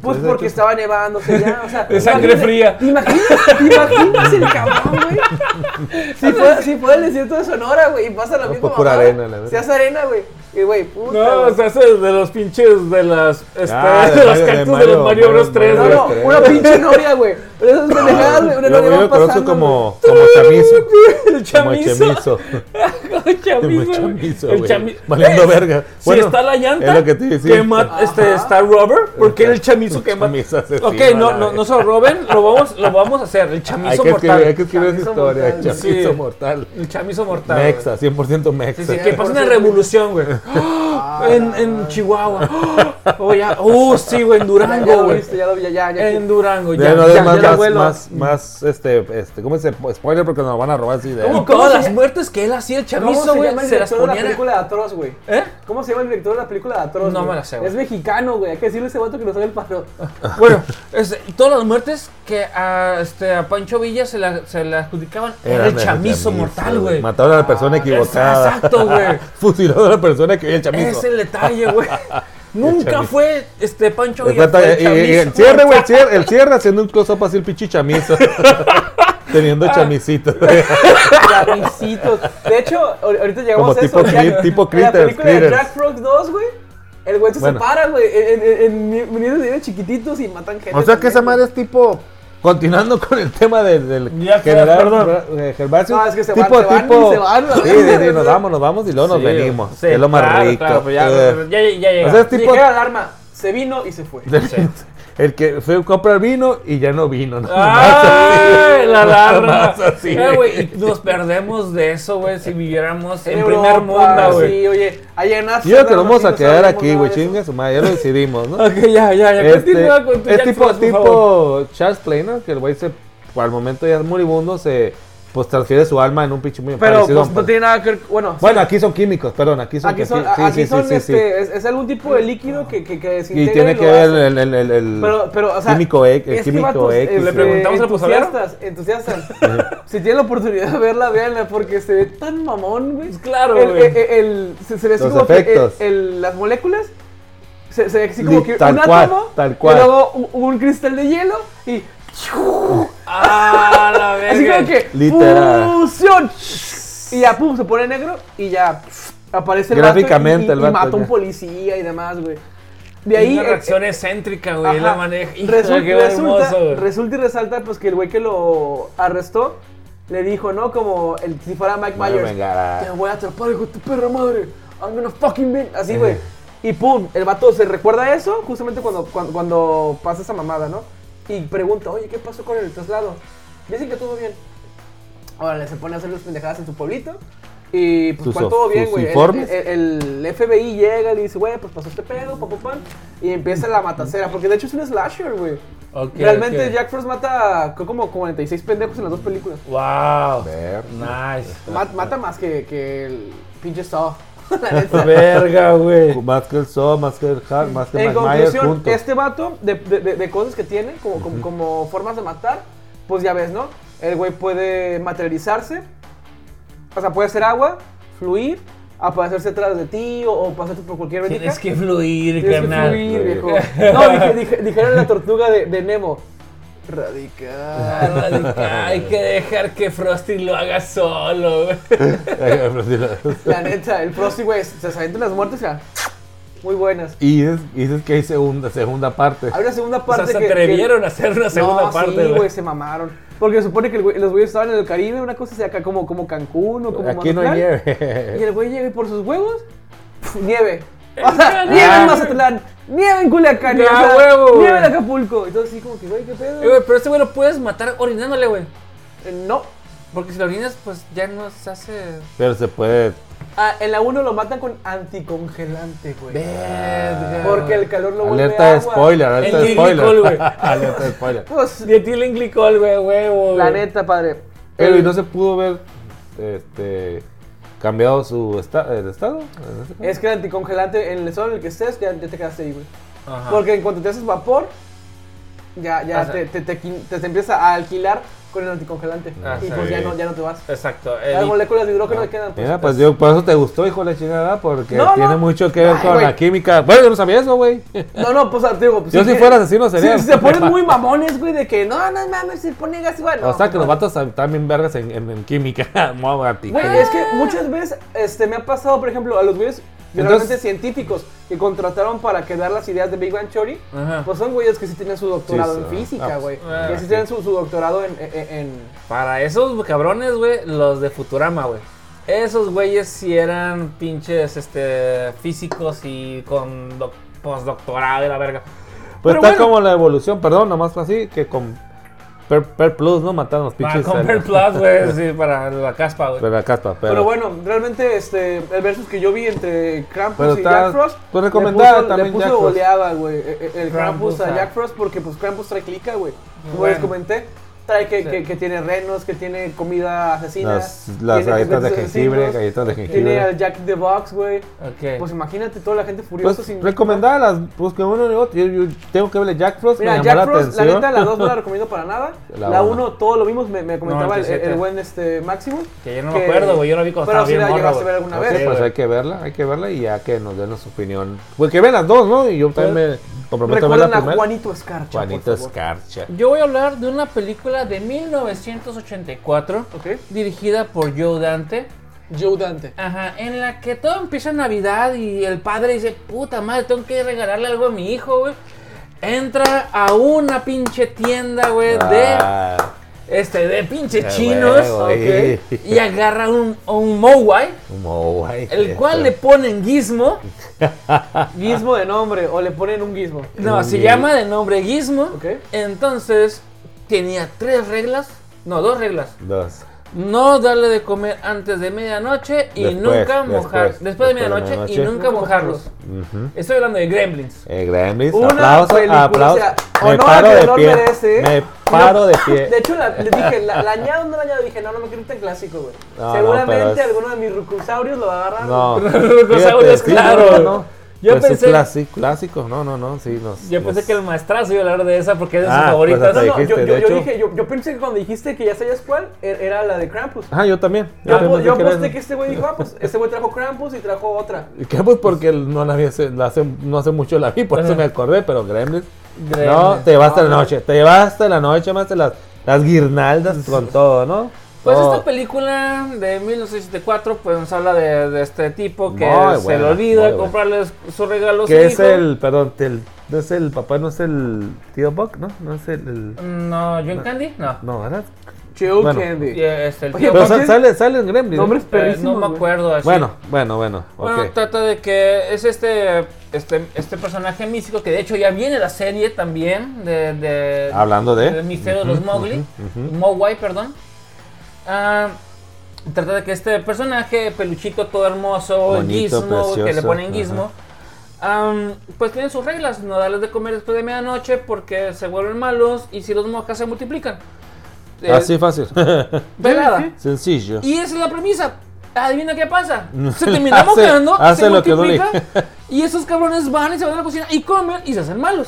[SPEAKER 1] Pues porque estaba nevándose ya, o sea.
[SPEAKER 3] De sangre fría.
[SPEAKER 1] ¿Te imaginas, te imaginas el cabrón, güey? Si fue, si fue el desierto de Sonora, güey, y pasa lo mismo.
[SPEAKER 2] pues pura
[SPEAKER 1] mamada.
[SPEAKER 2] arena, la verdad.
[SPEAKER 1] Se hace arena, güey. Y, güey, puta.
[SPEAKER 3] No,
[SPEAKER 1] güey.
[SPEAKER 3] o sea, ese es de los pinches de las. Este,
[SPEAKER 2] Ah, de
[SPEAKER 3] de, los
[SPEAKER 2] Mario- de
[SPEAKER 3] cactus
[SPEAKER 2] Mario-
[SPEAKER 3] de los Mario Bros.
[SPEAKER 2] Mario-
[SPEAKER 1] No,
[SPEAKER 3] 3, güey.
[SPEAKER 1] no,
[SPEAKER 2] Tres.
[SPEAKER 1] una pinche noria, güey. Esas pendejadas, güey, una
[SPEAKER 2] Yo,
[SPEAKER 1] noria
[SPEAKER 2] yo
[SPEAKER 1] va
[SPEAKER 2] lo
[SPEAKER 1] pasando.
[SPEAKER 2] conozco como, como chamizo.
[SPEAKER 3] El
[SPEAKER 2] Como
[SPEAKER 3] chamizo.
[SPEAKER 2] chamizo.
[SPEAKER 3] El chamizo.
[SPEAKER 2] Como chamizo,
[SPEAKER 3] el
[SPEAKER 2] güey.
[SPEAKER 3] chami-
[SPEAKER 2] Valiendo verga.
[SPEAKER 3] Si
[SPEAKER 2] Bueno,
[SPEAKER 3] está la
[SPEAKER 2] es
[SPEAKER 3] llanta,
[SPEAKER 2] lo que te decía.
[SPEAKER 3] quema- este, está Robert, ¿por qué el chamizo quema?
[SPEAKER 2] Chamizo asesino,
[SPEAKER 3] Ok, no,
[SPEAKER 2] la
[SPEAKER 3] no, no
[SPEAKER 2] verga.
[SPEAKER 3] se lo roben, lo vamos, lo vamos a hacer, el
[SPEAKER 2] Hay
[SPEAKER 3] chamizo
[SPEAKER 2] que escribir, hay
[SPEAKER 3] mortal.
[SPEAKER 2] que escribir esa
[SPEAKER 1] Chamizo
[SPEAKER 2] historia.
[SPEAKER 1] mortal.
[SPEAKER 2] Chamizo
[SPEAKER 3] Sí.
[SPEAKER 2] mortal.
[SPEAKER 3] El chamizo mortal. güey.
[SPEAKER 2] Mexa, 100% mexa.
[SPEAKER 3] Sí, sí, que pasa una revolución, güey. ¡Ah! en, en Chihuahua. ¡Ah! Oh, ya. Oh, sí, güey, en
[SPEAKER 1] Ya,
[SPEAKER 3] Durango,
[SPEAKER 1] lo
[SPEAKER 3] güey.
[SPEAKER 1] viste, ya lo vi, ya, ya. ya.
[SPEAKER 3] En Durango,
[SPEAKER 2] Ya,
[SPEAKER 3] ya.
[SPEAKER 2] no,
[SPEAKER 3] ya,
[SPEAKER 2] más,
[SPEAKER 3] ya,
[SPEAKER 2] más,
[SPEAKER 3] abuelo.
[SPEAKER 2] más, más, este, este, ¿cómo se spoiler? Porque nos lo van a robar así de.
[SPEAKER 3] Y
[SPEAKER 1] ¿Cómo
[SPEAKER 3] todas
[SPEAKER 1] se
[SPEAKER 3] las
[SPEAKER 1] llama?
[SPEAKER 3] muertes que él hacía, el
[SPEAKER 1] ¿Cómo
[SPEAKER 3] chamizo,
[SPEAKER 1] se
[SPEAKER 3] güey,
[SPEAKER 1] llama el
[SPEAKER 3] se las
[SPEAKER 1] director de la
[SPEAKER 3] ponía.
[SPEAKER 1] película de Atroz, güey?
[SPEAKER 3] ¿Eh?
[SPEAKER 1] ¿Cómo se llama el director de la película de Atroz?
[SPEAKER 3] No
[SPEAKER 1] güey?
[SPEAKER 3] me la sé, güey.
[SPEAKER 1] Es mexicano, güey. Hay que decirle a ese vato que nos haga el paro.
[SPEAKER 3] Bueno, este, todas las muertes que a, este, a Pancho Villa se la, se la adjudicaban era
[SPEAKER 2] Eran
[SPEAKER 3] el chamizo mortal, güey. Ah,
[SPEAKER 2] Mataron a la persona equivocada.
[SPEAKER 3] exacto, güey.
[SPEAKER 2] Fusilaron a la persona que veía el chamizo.
[SPEAKER 3] Es el detalle, güey. Nunca
[SPEAKER 2] chamizo.
[SPEAKER 3] fue este Pancho Villa.
[SPEAKER 2] Exacto,
[SPEAKER 3] fue el
[SPEAKER 2] y- y- y el
[SPEAKER 3] chamizo
[SPEAKER 2] cierre, güey,
[SPEAKER 3] mortal.
[SPEAKER 2] el cierre, el cierre haciendo un close-up así el pinche chamizo. Teniendo chamisitos.
[SPEAKER 1] Chapicitos. De hecho, ahor- ahorita llegamos
[SPEAKER 2] Como
[SPEAKER 1] a eso.
[SPEAKER 2] tipo
[SPEAKER 1] ya-
[SPEAKER 2] Crit- tipo
[SPEAKER 1] en la
[SPEAKER 2] Critters,
[SPEAKER 1] película de
[SPEAKER 2] Critters.
[SPEAKER 1] Jack Frost 2, güey. El güey se
[SPEAKER 2] Bueno.
[SPEAKER 1] separa, güey. En, en, en ni- niños de niños chiquititos y matan gente.
[SPEAKER 2] O sea
[SPEAKER 1] también,
[SPEAKER 2] que esa madre es tipo. Continuando con el tema del, del
[SPEAKER 3] Ya,
[SPEAKER 2] general
[SPEAKER 3] perdón.
[SPEAKER 2] eh, Gervasio.
[SPEAKER 1] No, es que se van, se van, se van, la
[SPEAKER 2] Sí,
[SPEAKER 1] verdad.
[SPEAKER 2] sí, sí, nos vamos, nos vamos y luego nos
[SPEAKER 3] Sí,
[SPEAKER 2] venimos.
[SPEAKER 3] sí,
[SPEAKER 2] que es lo más
[SPEAKER 3] claro,
[SPEAKER 2] rico.
[SPEAKER 3] claro, pues ya,
[SPEAKER 2] Eh,
[SPEAKER 3] ya, ya, ya
[SPEAKER 2] o sea, es
[SPEAKER 1] güey.
[SPEAKER 2] tipo.
[SPEAKER 1] Dije la alarma. Se vino y se fue.
[SPEAKER 2] El que fue comprar vino y ya no vino. ¿no?
[SPEAKER 3] Ah, ¡Ay, la larga!
[SPEAKER 2] Más así.
[SPEAKER 3] Eh, güey, y nos perdemos de eso, güey, si viviéramos en
[SPEAKER 1] Europa,
[SPEAKER 3] primer mundo, güey.
[SPEAKER 1] Sí, oye, allá en África.
[SPEAKER 2] Yo creo que nos vamos a
[SPEAKER 1] no
[SPEAKER 2] quedar
[SPEAKER 1] sabemos
[SPEAKER 2] aquí,
[SPEAKER 1] nada
[SPEAKER 2] güey.
[SPEAKER 1] de eso.
[SPEAKER 2] Chinga su madre, ya lo decidimos, ¿no?
[SPEAKER 3] Ok, ya, ya, ya.
[SPEAKER 2] Este,
[SPEAKER 3] continúa con tu
[SPEAKER 2] es
[SPEAKER 3] Jack
[SPEAKER 2] tipo,
[SPEAKER 3] Frost, por favor.
[SPEAKER 2] tipo Charles Play, ¿no? Que el güey se, al momento ya es moribundo, se pues transfiere su alma en un pinche muy
[SPEAKER 1] Pero
[SPEAKER 2] parecido a
[SPEAKER 1] pues,
[SPEAKER 2] un
[SPEAKER 1] no
[SPEAKER 2] pan-
[SPEAKER 1] tiene nada que ver. Bueno, sí,
[SPEAKER 2] Bueno, aquí son químicos, perdón, aquí son
[SPEAKER 1] aquí son,
[SPEAKER 2] químicos. Sí,
[SPEAKER 1] aquí
[SPEAKER 2] sí, sí,
[SPEAKER 1] son
[SPEAKER 2] sí, sí.
[SPEAKER 1] este, Es, es algún tipo de líquido que, que, que desintegra.
[SPEAKER 2] Y tiene
[SPEAKER 1] lo
[SPEAKER 2] que ver
[SPEAKER 1] hace.
[SPEAKER 2] el, el, el, el
[SPEAKER 1] Pero, pero, o sea,
[SPEAKER 2] químico X, el
[SPEAKER 1] es que,
[SPEAKER 2] químico
[SPEAKER 1] vatos,
[SPEAKER 2] X.
[SPEAKER 1] este,
[SPEAKER 3] Le preguntamos al posadero.
[SPEAKER 1] entusiastas, entusiastas. si tienen la oportunidad de verla, véanla porque se ve tan mamón, güey.
[SPEAKER 3] Pues Claro,
[SPEAKER 1] El-
[SPEAKER 3] güey.
[SPEAKER 1] el- el- se, se ve así
[SPEAKER 2] Los
[SPEAKER 1] como que
[SPEAKER 2] efectos.
[SPEAKER 1] el- el- las moléculas se, se ve así
[SPEAKER 2] Li-
[SPEAKER 1] como que
[SPEAKER 2] tal
[SPEAKER 1] un
[SPEAKER 2] cual,
[SPEAKER 1] átomo
[SPEAKER 2] tal cual.
[SPEAKER 1] y luego un, un cristal de hielo y
[SPEAKER 3] ¡Ah, la verga!
[SPEAKER 1] así como que
[SPEAKER 2] Literal.
[SPEAKER 1] fusión y ya pum se pone negro y ya aparece el vato y-
[SPEAKER 2] Gráficamente
[SPEAKER 1] y,
[SPEAKER 2] el
[SPEAKER 1] y
[SPEAKER 2] vato,
[SPEAKER 1] mata a
[SPEAKER 2] ya.
[SPEAKER 1] un policía y demás, güey. De ahí
[SPEAKER 3] una
[SPEAKER 1] eh,
[SPEAKER 3] reacción excéntrica, güey. La
[SPEAKER 1] Ajá.
[SPEAKER 3] maneja. Hijo,
[SPEAKER 1] Resulta,
[SPEAKER 3] qué
[SPEAKER 1] resulta-
[SPEAKER 3] hermoso, güey.
[SPEAKER 1] resulta y resalta pues que el güey que lo arrestó le dijo, ¿no? Como el, si fuera Mike
[SPEAKER 2] Voy a
[SPEAKER 1] Myers.
[SPEAKER 2] vengar.
[SPEAKER 1] Te voy a atrapar, hijo de tu perra madre. I'm gonna fucking win. Así, güey. Y pum, el vato se recuerda eso justamente cuando, cuando, cuando pasa esa mamada, ¿no? Y pregunta, oye, ¿qué pasó con el traslado? Dicen que todo bien. Ahora se pone a hacer las pendejadas en su pueblito. Y pues
[SPEAKER 2] Sus
[SPEAKER 1] cuál
[SPEAKER 2] of-
[SPEAKER 1] todo bien,
[SPEAKER 2] sus
[SPEAKER 1] güey. El-
[SPEAKER 2] informes.
[SPEAKER 1] El, el FBI llega y le dice, güey, pues pasó este pedo, papapán. Y empieza la matacera, porque de hecho es un slasher, güey.
[SPEAKER 3] Ok,
[SPEAKER 1] Realmente
[SPEAKER 3] ok.
[SPEAKER 1] Jack Frost mata co- como 46 pendejos en las dos películas.
[SPEAKER 3] Wow.
[SPEAKER 2] Ver.
[SPEAKER 3] Nice.
[SPEAKER 1] Ma- mata más que, que el pinche Saw. La neta.
[SPEAKER 3] Verga, güey.
[SPEAKER 2] Más que el Saw, más que el Hart, más que
[SPEAKER 1] En
[SPEAKER 2] el Myers
[SPEAKER 1] conclusión,
[SPEAKER 2] juntos.
[SPEAKER 1] este vato, de, de- de- de cosas que tiene, como, como, como formas de matar, pues ya ves, ¿no? El güey puede materializarse, o sea, puede hacer agua, fluir, aparecerse atrás de ti o, o pasarte por cualquier venita.
[SPEAKER 3] Tienes que fluir,
[SPEAKER 1] Tienes que
[SPEAKER 3] carnal.
[SPEAKER 1] fluir, viejo. No, dije, dije- dijeron la tortuga de, de Nemo. Radical.
[SPEAKER 3] Ah, Hay que dejar que Frosty lo haga solo, güey.
[SPEAKER 1] La neta, el Frosty, güey, se se avientan las muertes, o sea, muy buenas.
[SPEAKER 2] y dices, y dices que hay segunda, segunda parte.
[SPEAKER 1] Hay una segunda
[SPEAKER 3] O
[SPEAKER 1] parte
[SPEAKER 3] sea, se
[SPEAKER 1] que- que-
[SPEAKER 3] atrevieron a hacer una segunda
[SPEAKER 1] no,
[SPEAKER 3] parte,
[SPEAKER 1] sí,
[SPEAKER 3] güey.
[SPEAKER 1] güey, se mamaron. Porque se supone que el güey- los güeyes estaban en el Caribe, una cosa así acá como, como Cancún o como
[SPEAKER 2] Aquí no hay
[SPEAKER 1] Mazatlán, Y
[SPEAKER 2] nieve.
[SPEAKER 1] el güey llega y por sus huevos, pf, nieve. O sea,
[SPEAKER 3] Ah.
[SPEAKER 1] nieve en Mazatlán, nieve en Culiacán,
[SPEAKER 3] Ya,
[SPEAKER 1] o sea,
[SPEAKER 3] huevo,
[SPEAKER 1] nieve en
[SPEAKER 3] güey.
[SPEAKER 1] Acapulco. Entonces, sí, como que, güey, qué pedo.
[SPEAKER 3] Eh, güey, pero este güey lo puedes matar orinándole, güey.
[SPEAKER 1] Eh, no.
[SPEAKER 3] Porque si lo orinas, pues ya no se hace.
[SPEAKER 2] Pero se puede.
[SPEAKER 1] Ah, en la 1 lo matan con anticongelante, güey.
[SPEAKER 3] Verga.
[SPEAKER 1] Porque el calor lo vuelve
[SPEAKER 2] Alerta de
[SPEAKER 1] agua.
[SPEAKER 2] spoiler, alerta
[SPEAKER 3] El
[SPEAKER 2] de spoiler.
[SPEAKER 3] Giglicol, güey.
[SPEAKER 2] alerta de spoiler.
[SPEAKER 1] Pues,
[SPEAKER 3] Dietilenglicol, güey, huevo.
[SPEAKER 1] la
[SPEAKER 3] güey.
[SPEAKER 1] neta, padre.
[SPEAKER 2] Pero
[SPEAKER 1] Eh,
[SPEAKER 2] y no se pudo ver este cambiado su esta- el estado. en este caso?
[SPEAKER 1] Es que el anticongelante, en el sol en el que estés, ya ya te quedaste ahí, güey.
[SPEAKER 3] Ajá.
[SPEAKER 1] Porque en cuanto te haces vapor, ya, ya
[SPEAKER 3] O sea-
[SPEAKER 1] te, te, te, quin- te- te empieza a alquilar con el anticongelante.
[SPEAKER 3] Ah,
[SPEAKER 1] y
[SPEAKER 3] sí.
[SPEAKER 1] pues ya no, ya no te vas.
[SPEAKER 3] Exacto.
[SPEAKER 1] Las
[SPEAKER 3] el-
[SPEAKER 1] moléculas de hidrógeno que quedan. pues,
[SPEAKER 2] Mira, pues yo, por eso te gustó, hijo de la chingada, porque
[SPEAKER 1] No, no.
[SPEAKER 2] tiene mucho que ver
[SPEAKER 1] Ay,
[SPEAKER 2] con
[SPEAKER 1] güey.
[SPEAKER 2] la química. Bueno, yo no sabía eso, güey.
[SPEAKER 1] No, no, pues ah, te digo. Pues,
[SPEAKER 2] Yo si
[SPEAKER 1] que-
[SPEAKER 2] fuera asesino
[SPEAKER 1] si-
[SPEAKER 2] serial.
[SPEAKER 1] Si, se ponen muy mamones, güey, de que no, no mames, se pone gas igual. No,
[SPEAKER 2] o sea, que los
[SPEAKER 1] compadre.
[SPEAKER 2] vatos están bien vergas en, en- en química. Vamos a ti.
[SPEAKER 1] Güey, es que muchas veces este, me ha pasado, por ejemplo, a los güeyes realmente
[SPEAKER 2] Entonces-
[SPEAKER 1] científicos que contrataron para que dar las ideas de Big Bang Theory,
[SPEAKER 3] Ajá.
[SPEAKER 1] pues son güeyes que sí tienen su doctorado
[SPEAKER 2] Sí,
[SPEAKER 1] en
[SPEAKER 2] sí.
[SPEAKER 1] física,
[SPEAKER 2] Ah,
[SPEAKER 1] güey.
[SPEAKER 3] ah,
[SPEAKER 1] que sí
[SPEAKER 3] sí.
[SPEAKER 1] tienen su, su doctorado en- en- en,
[SPEAKER 3] Para esos cabrones, güey, los de Futurama, güey. Esos güeyes sí eran pinches este, físicos y con doc- postdoctorado y la verga. Pero
[SPEAKER 2] Pues está
[SPEAKER 3] bueno.
[SPEAKER 2] como la evolución, perdón, nomás así que con Per, Per Plus, ¿no? Mataron los
[SPEAKER 3] Para
[SPEAKER 2] pinches.
[SPEAKER 3] Convert Plus, güey, sí, para la caspa, güey.
[SPEAKER 2] Pero la caspa, pero.
[SPEAKER 1] Pero bueno, realmente este, el versus que yo vi entre Krampus
[SPEAKER 2] Pero
[SPEAKER 1] y
[SPEAKER 2] está-
[SPEAKER 1] Jack Frost.
[SPEAKER 2] tú
[SPEAKER 1] le
[SPEAKER 2] recomendabas
[SPEAKER 1] puso-
[SPEAKER 2] también
[SPEAKER 1] Le puso
[SPEAKER 2] Jack Frost.
[SPEAKER 1] goleada, güey. e- e- El Krampus,
[SPEAKER 3] Krampus,
[SPEAKER 1] a
[SPEAKER 3] ah.
[SPEAKER 1] Jack Frost, porque pues Krampus trae clica, güey. Como
[SPEAKER 3] Bueno.
[SPEAKER 1] les comenté, trae que,
[SPEAKER 3] Sí.
[SPEAKER 1] que, que tiene renos, que tiene comida asesina.
[SPEAKER 2] Las- las
[SPEAKER 1] tiene
[SPEAKER 2] galletas de
[SPEAKER 1] juguetes
[SPEAKER 2] jengibre,
[SPEAKER 1] asesinos,
[SPEAKER 2] galletas de
[SPEAKER 1] Tiene
[SPEAKER 2] jengibre.
[SPEAKER 1] al Jack the Box, güey.
[SPEAKER 3] Ok.
[SPEAKER 1] Pues imagínate toda la gente furiosa
[SPEAKER 2] pues,
[SPEAKER 1] sin.
[SPEAKER 2] recomendada las. Pues que uno y otro. Yo, yo tengo que verle Jack Frost,
[SPEAKER 1] Mira,
[SPEAKER 2] me llamó
[SPEAKER 1] Jack
[SPEAKER 2] la
[SPEAKER 1] Frost, la
[SPEAKER 2] atención.
[SPEAKER 1] neta, la 2 no la recomiendo para nada.
[SPEAKER 2] La
[SPEAKER 1] La
[SPEAKER 2] uno.
[SPEAKER 1] 1, todo lo vimos, me, me comentaba el,
[SPEAKER 3] 97.
[SPEAKER 1] el buen este, Máximo.
[SPEAKER 3] Que yo no me acuerdo, güey, yo la vi cuando
[SPEAKER 1] Pero
[SPEAKER 3] estaba
[SPEAKER 1] sí
[SPEAKER 3] bien
[SPEAKER 1] la
[SPEAKER 3] morro,
[SPEAKER 1] llegaste a
[SPEAKER 3] güey.
[SPEAKER 1] ver alguna
[SPEAKER 2] Ok,
[SPEAKER 1] vez.
[SPEAKER 3] Sí,
[SPEAKER 2] pues
[SPEAKER 3] güey.
[SPEAKER 2] hay que verla, hay que verla y ya que nos den su opinión. Pues que vean las dos, ¿no? Y yo también me comprometo a ver la
[SPEAKER 1] Recuerden a
[SPEAKER 2] primera.
[SPEAKER 1] Juanito Escarcha.
[SPEAKER 2] Juanito
[SPEAKER 1] por favor.
[SPEAKER 2] Escarcha.
[SPEAKER 3] Yo voy a hablar de una película de 1984
[SPEAKER 1] Ok.
[SPEAKER 3] dirigida por Joe Dante.
[SPEAKER 1] Joe Dante.
[SPEAKER 3] Ajá, en la que todo empieza en Navidad y el padre dice, puta madre, tengo que regalarle algo a mi hijo, güey. Entra a una pinche tienda, güey,
[SPEAKER 2] Ah,
[SPEAKER 3] de, este, de pinche
[SPEAKER 2] qué
[SPEAKER 3] chinos.
[SPEAKER 2] huevo, ahí.
[SPEAKER 3] ok, Y agarra un, un Mowai,
[SPEAKER 2] como guay,
[SPEAKER 3] el
[SPEAKER 2] eso.
[SPEAKER 3] cual le ponen Gizmo.
[SPEAKER 1] Gizmo de nombre, o le ponen un gizmo.
[SPEAKER 3] No, se
[SPEAKER 2] Ok.
[SPEAKER 3] llama de nombre Gizmo.
[SPEAKER 1] Ok.
[SPEAKER 3] Entonces, tenía tres reglas. No, dos reglas.
[SPEAKER 2] Dos.
[SPEAKER 3] No darle de comer antes de medianoche y
[SPEAKER 2] Después,
[SPEAKER 3] nunca
[SPEAKER 2] después,
[SPEAKER 3] mojar. Después, de medianoche, y nunca,
[SPEAKER 1] Nunca
[SPEAKER 3] mojarlos. Estoy hablando de Gremlins.
[SPEAKER 2] Eh, Gremlins,
[SPEAKER 1] Una
[SPEAKER 2] aplausos,
[SPEAKER 1] película,
[SPEAKER 2] aplausos.
[SPEAKER 1] o sea,
[SPEAKER 2] me
[SPEAKER 1] honor
[SPEAKER 2] paro
[SPEAKER 1] a
[SPEAKER 2] de
[SPEAKER 1] quien honor
[SPEAKER 2] pie.
[SPEAKER 1] merece, ¿eh?
[SPEAKER 2] Me
[SPEAKER 1] No,
[SPEAKER 2] paro de pie.
[SPEAKER 1] De hecho, la- les dije, la, la añado o no la añado, dije, no, no me quiero un tan clásico, güey.
[SPEAKER 2] No, no,
[SPEAKER 1] Seguramente
[SPEAKER 2] pero es-
[SPEAKER 1] alguno de mis rucusaurios lo va a agarrar.
[SPEAKER 2] no.
[SPEAKER 3] Rucosaurios,
[SPEAKER 2] Fíjate, sí,
[SPEAKER 3] claro.
[SPEAKER 2] no, no, no.
[SPEAKER 3] Yo
[SPEAKER 2] Pues es
[SPEAKER 3] pensé-
[SPEAKER 2] clasic- clásico, no, no, no, sí, nos-
[SPEAKER 3] Yo
[SPEAKER 2] nos-
[SPEAKER 3] pensé que el maestrazo iba a hablar de esa porque es de
[SPEAKER 2] Ah,
[SPEAKER 3] sus
[SPEAKER 2] pues,
[SPEAKER 3] favoritas.
[SPEAKER 2] hasta
[SPEAKER 1] No, no,
[SPEAKER 2] dijiste,
[SPEAKER 1] yo, yo,
[SPEAKER 2] de
[SPEAKER 1] yo
[SPEAKER 2] hecho.
[SPEAKER 1] dije, yo, yo pensé que cuando dijiste que ya sabías cuál, er- era la de Krampus.
[SPEAKER 2] Ajá, yo también.
[SPEAKER 1] Yo,
[SPEAKER 2] también
[SPEAKER 1] apo-
[SPEAKER 2] pensé
[SPEAKER 1] yo
[SPEAKER 2] que era-
[SPEAKER 1] aposté que este güey dijo, ah, pues este güey trajo Krampus y trajo otra.
[SPEAKER 2] ¿Qué? Pues porque el- no la vi hace, la hace- no hace mucho la vi, por eso
[SPEAKER 3] Ajá.
[SPEAKER 2] me acordé, pero Gremlins.
[SPEAKER 3] Gremlins.
[SPEAKER 2] No, te llevaste
[SPEAKER 1] No,
[SPEAKER 2] la
[SPEAKER 1] no.
[SPEAKER 2] noche, te llevaste la noche, más las, las guirnaldas con todo, ¿no?
[SPEAKER 3] Pues
[SPEAKER 2] Todo.
[SPEAKER 3] esta película de 1964 pues, nos habla de, de este tipo que
[SPEAKER 2] Muy
[SPEAKER 3] se
[SPEAKER 2] buena,
[SPEAKER 3] le olvida
[SPEAKER 2] muy buena.
[SPEAKER 3] comprarle sus regalos.
[SPEAKER 2] Que es el, perdón, el- no es el papá, no es el tío Buck, ¿no? No es el, el-
[SPEAKER 3] Mm, No, John Candy, no.
[SPEAKER 2] no, ¿verdad?
[SPEAKER 1] Chill
[SPEAKER 2] Bueno.
[SPEAKER 1] Candy.
[SPEAKER 3] Y, este, el
[SPEAKER 1] Oye,
[SPEAKER 3] tío-
[SPEAKER 2] Pero
[SPEAKER 1] ¿por
[SPEAKER 2] sa-
[SPEAKER 1] qué?
[SPEAKER 2] sale, sale en Gremlins. ¿no?
[SPEAKER 1] Nombres
[SPEAKER 3] eh,
[SPEAKER 1] perrísimos.
[SPEAKER 3] no me
[SPEAKER 1] güey.
[SPEAKER 3] acuerdo. así.
[SPEAKER 2] Bueno, bueno, bueno, ok.
[SPEAKER 3] Bueno, trata de que es este, este, este personaje místico que de hecho ya viene la serie también de... de
[SPEAKER 2] Hablando de-
[SPEAKER 3] del misterio de los Mowgli, Mowai, perdón. Ah, Trata de que este personaje, peluchito todo hermoso,
[SPEAKER 2] Bonito,
[SPEAKER 3] gizmo, que le
[SPEAKER 2] precioso,
[SPEAKER 3] ponen gizmo, am, pues tienen sus reglas, no darles de comer después de medianoche porque se vuelven malos y si los mojas se multiplican. Eh,
[SPEAKER 2] Así fácil.
[SPEAKER 3] velada.
[SPEAKER 1] Sí, sí.
[SPEAKER 2] Sencillo.
[SPEAKER 3] Y esa es la premisa. Adivina qué pasa. Se termina
[SPEAKER 2] Hace-
[SPEAKER 3] mojando,
[SPEAKER 2] hace
[SPEAKER 3] se
[SPEAKER 2] lo que
[SPEAKER 3] multiplica, y esos cabrones van y se van a la cocina y comen y se hacen malos.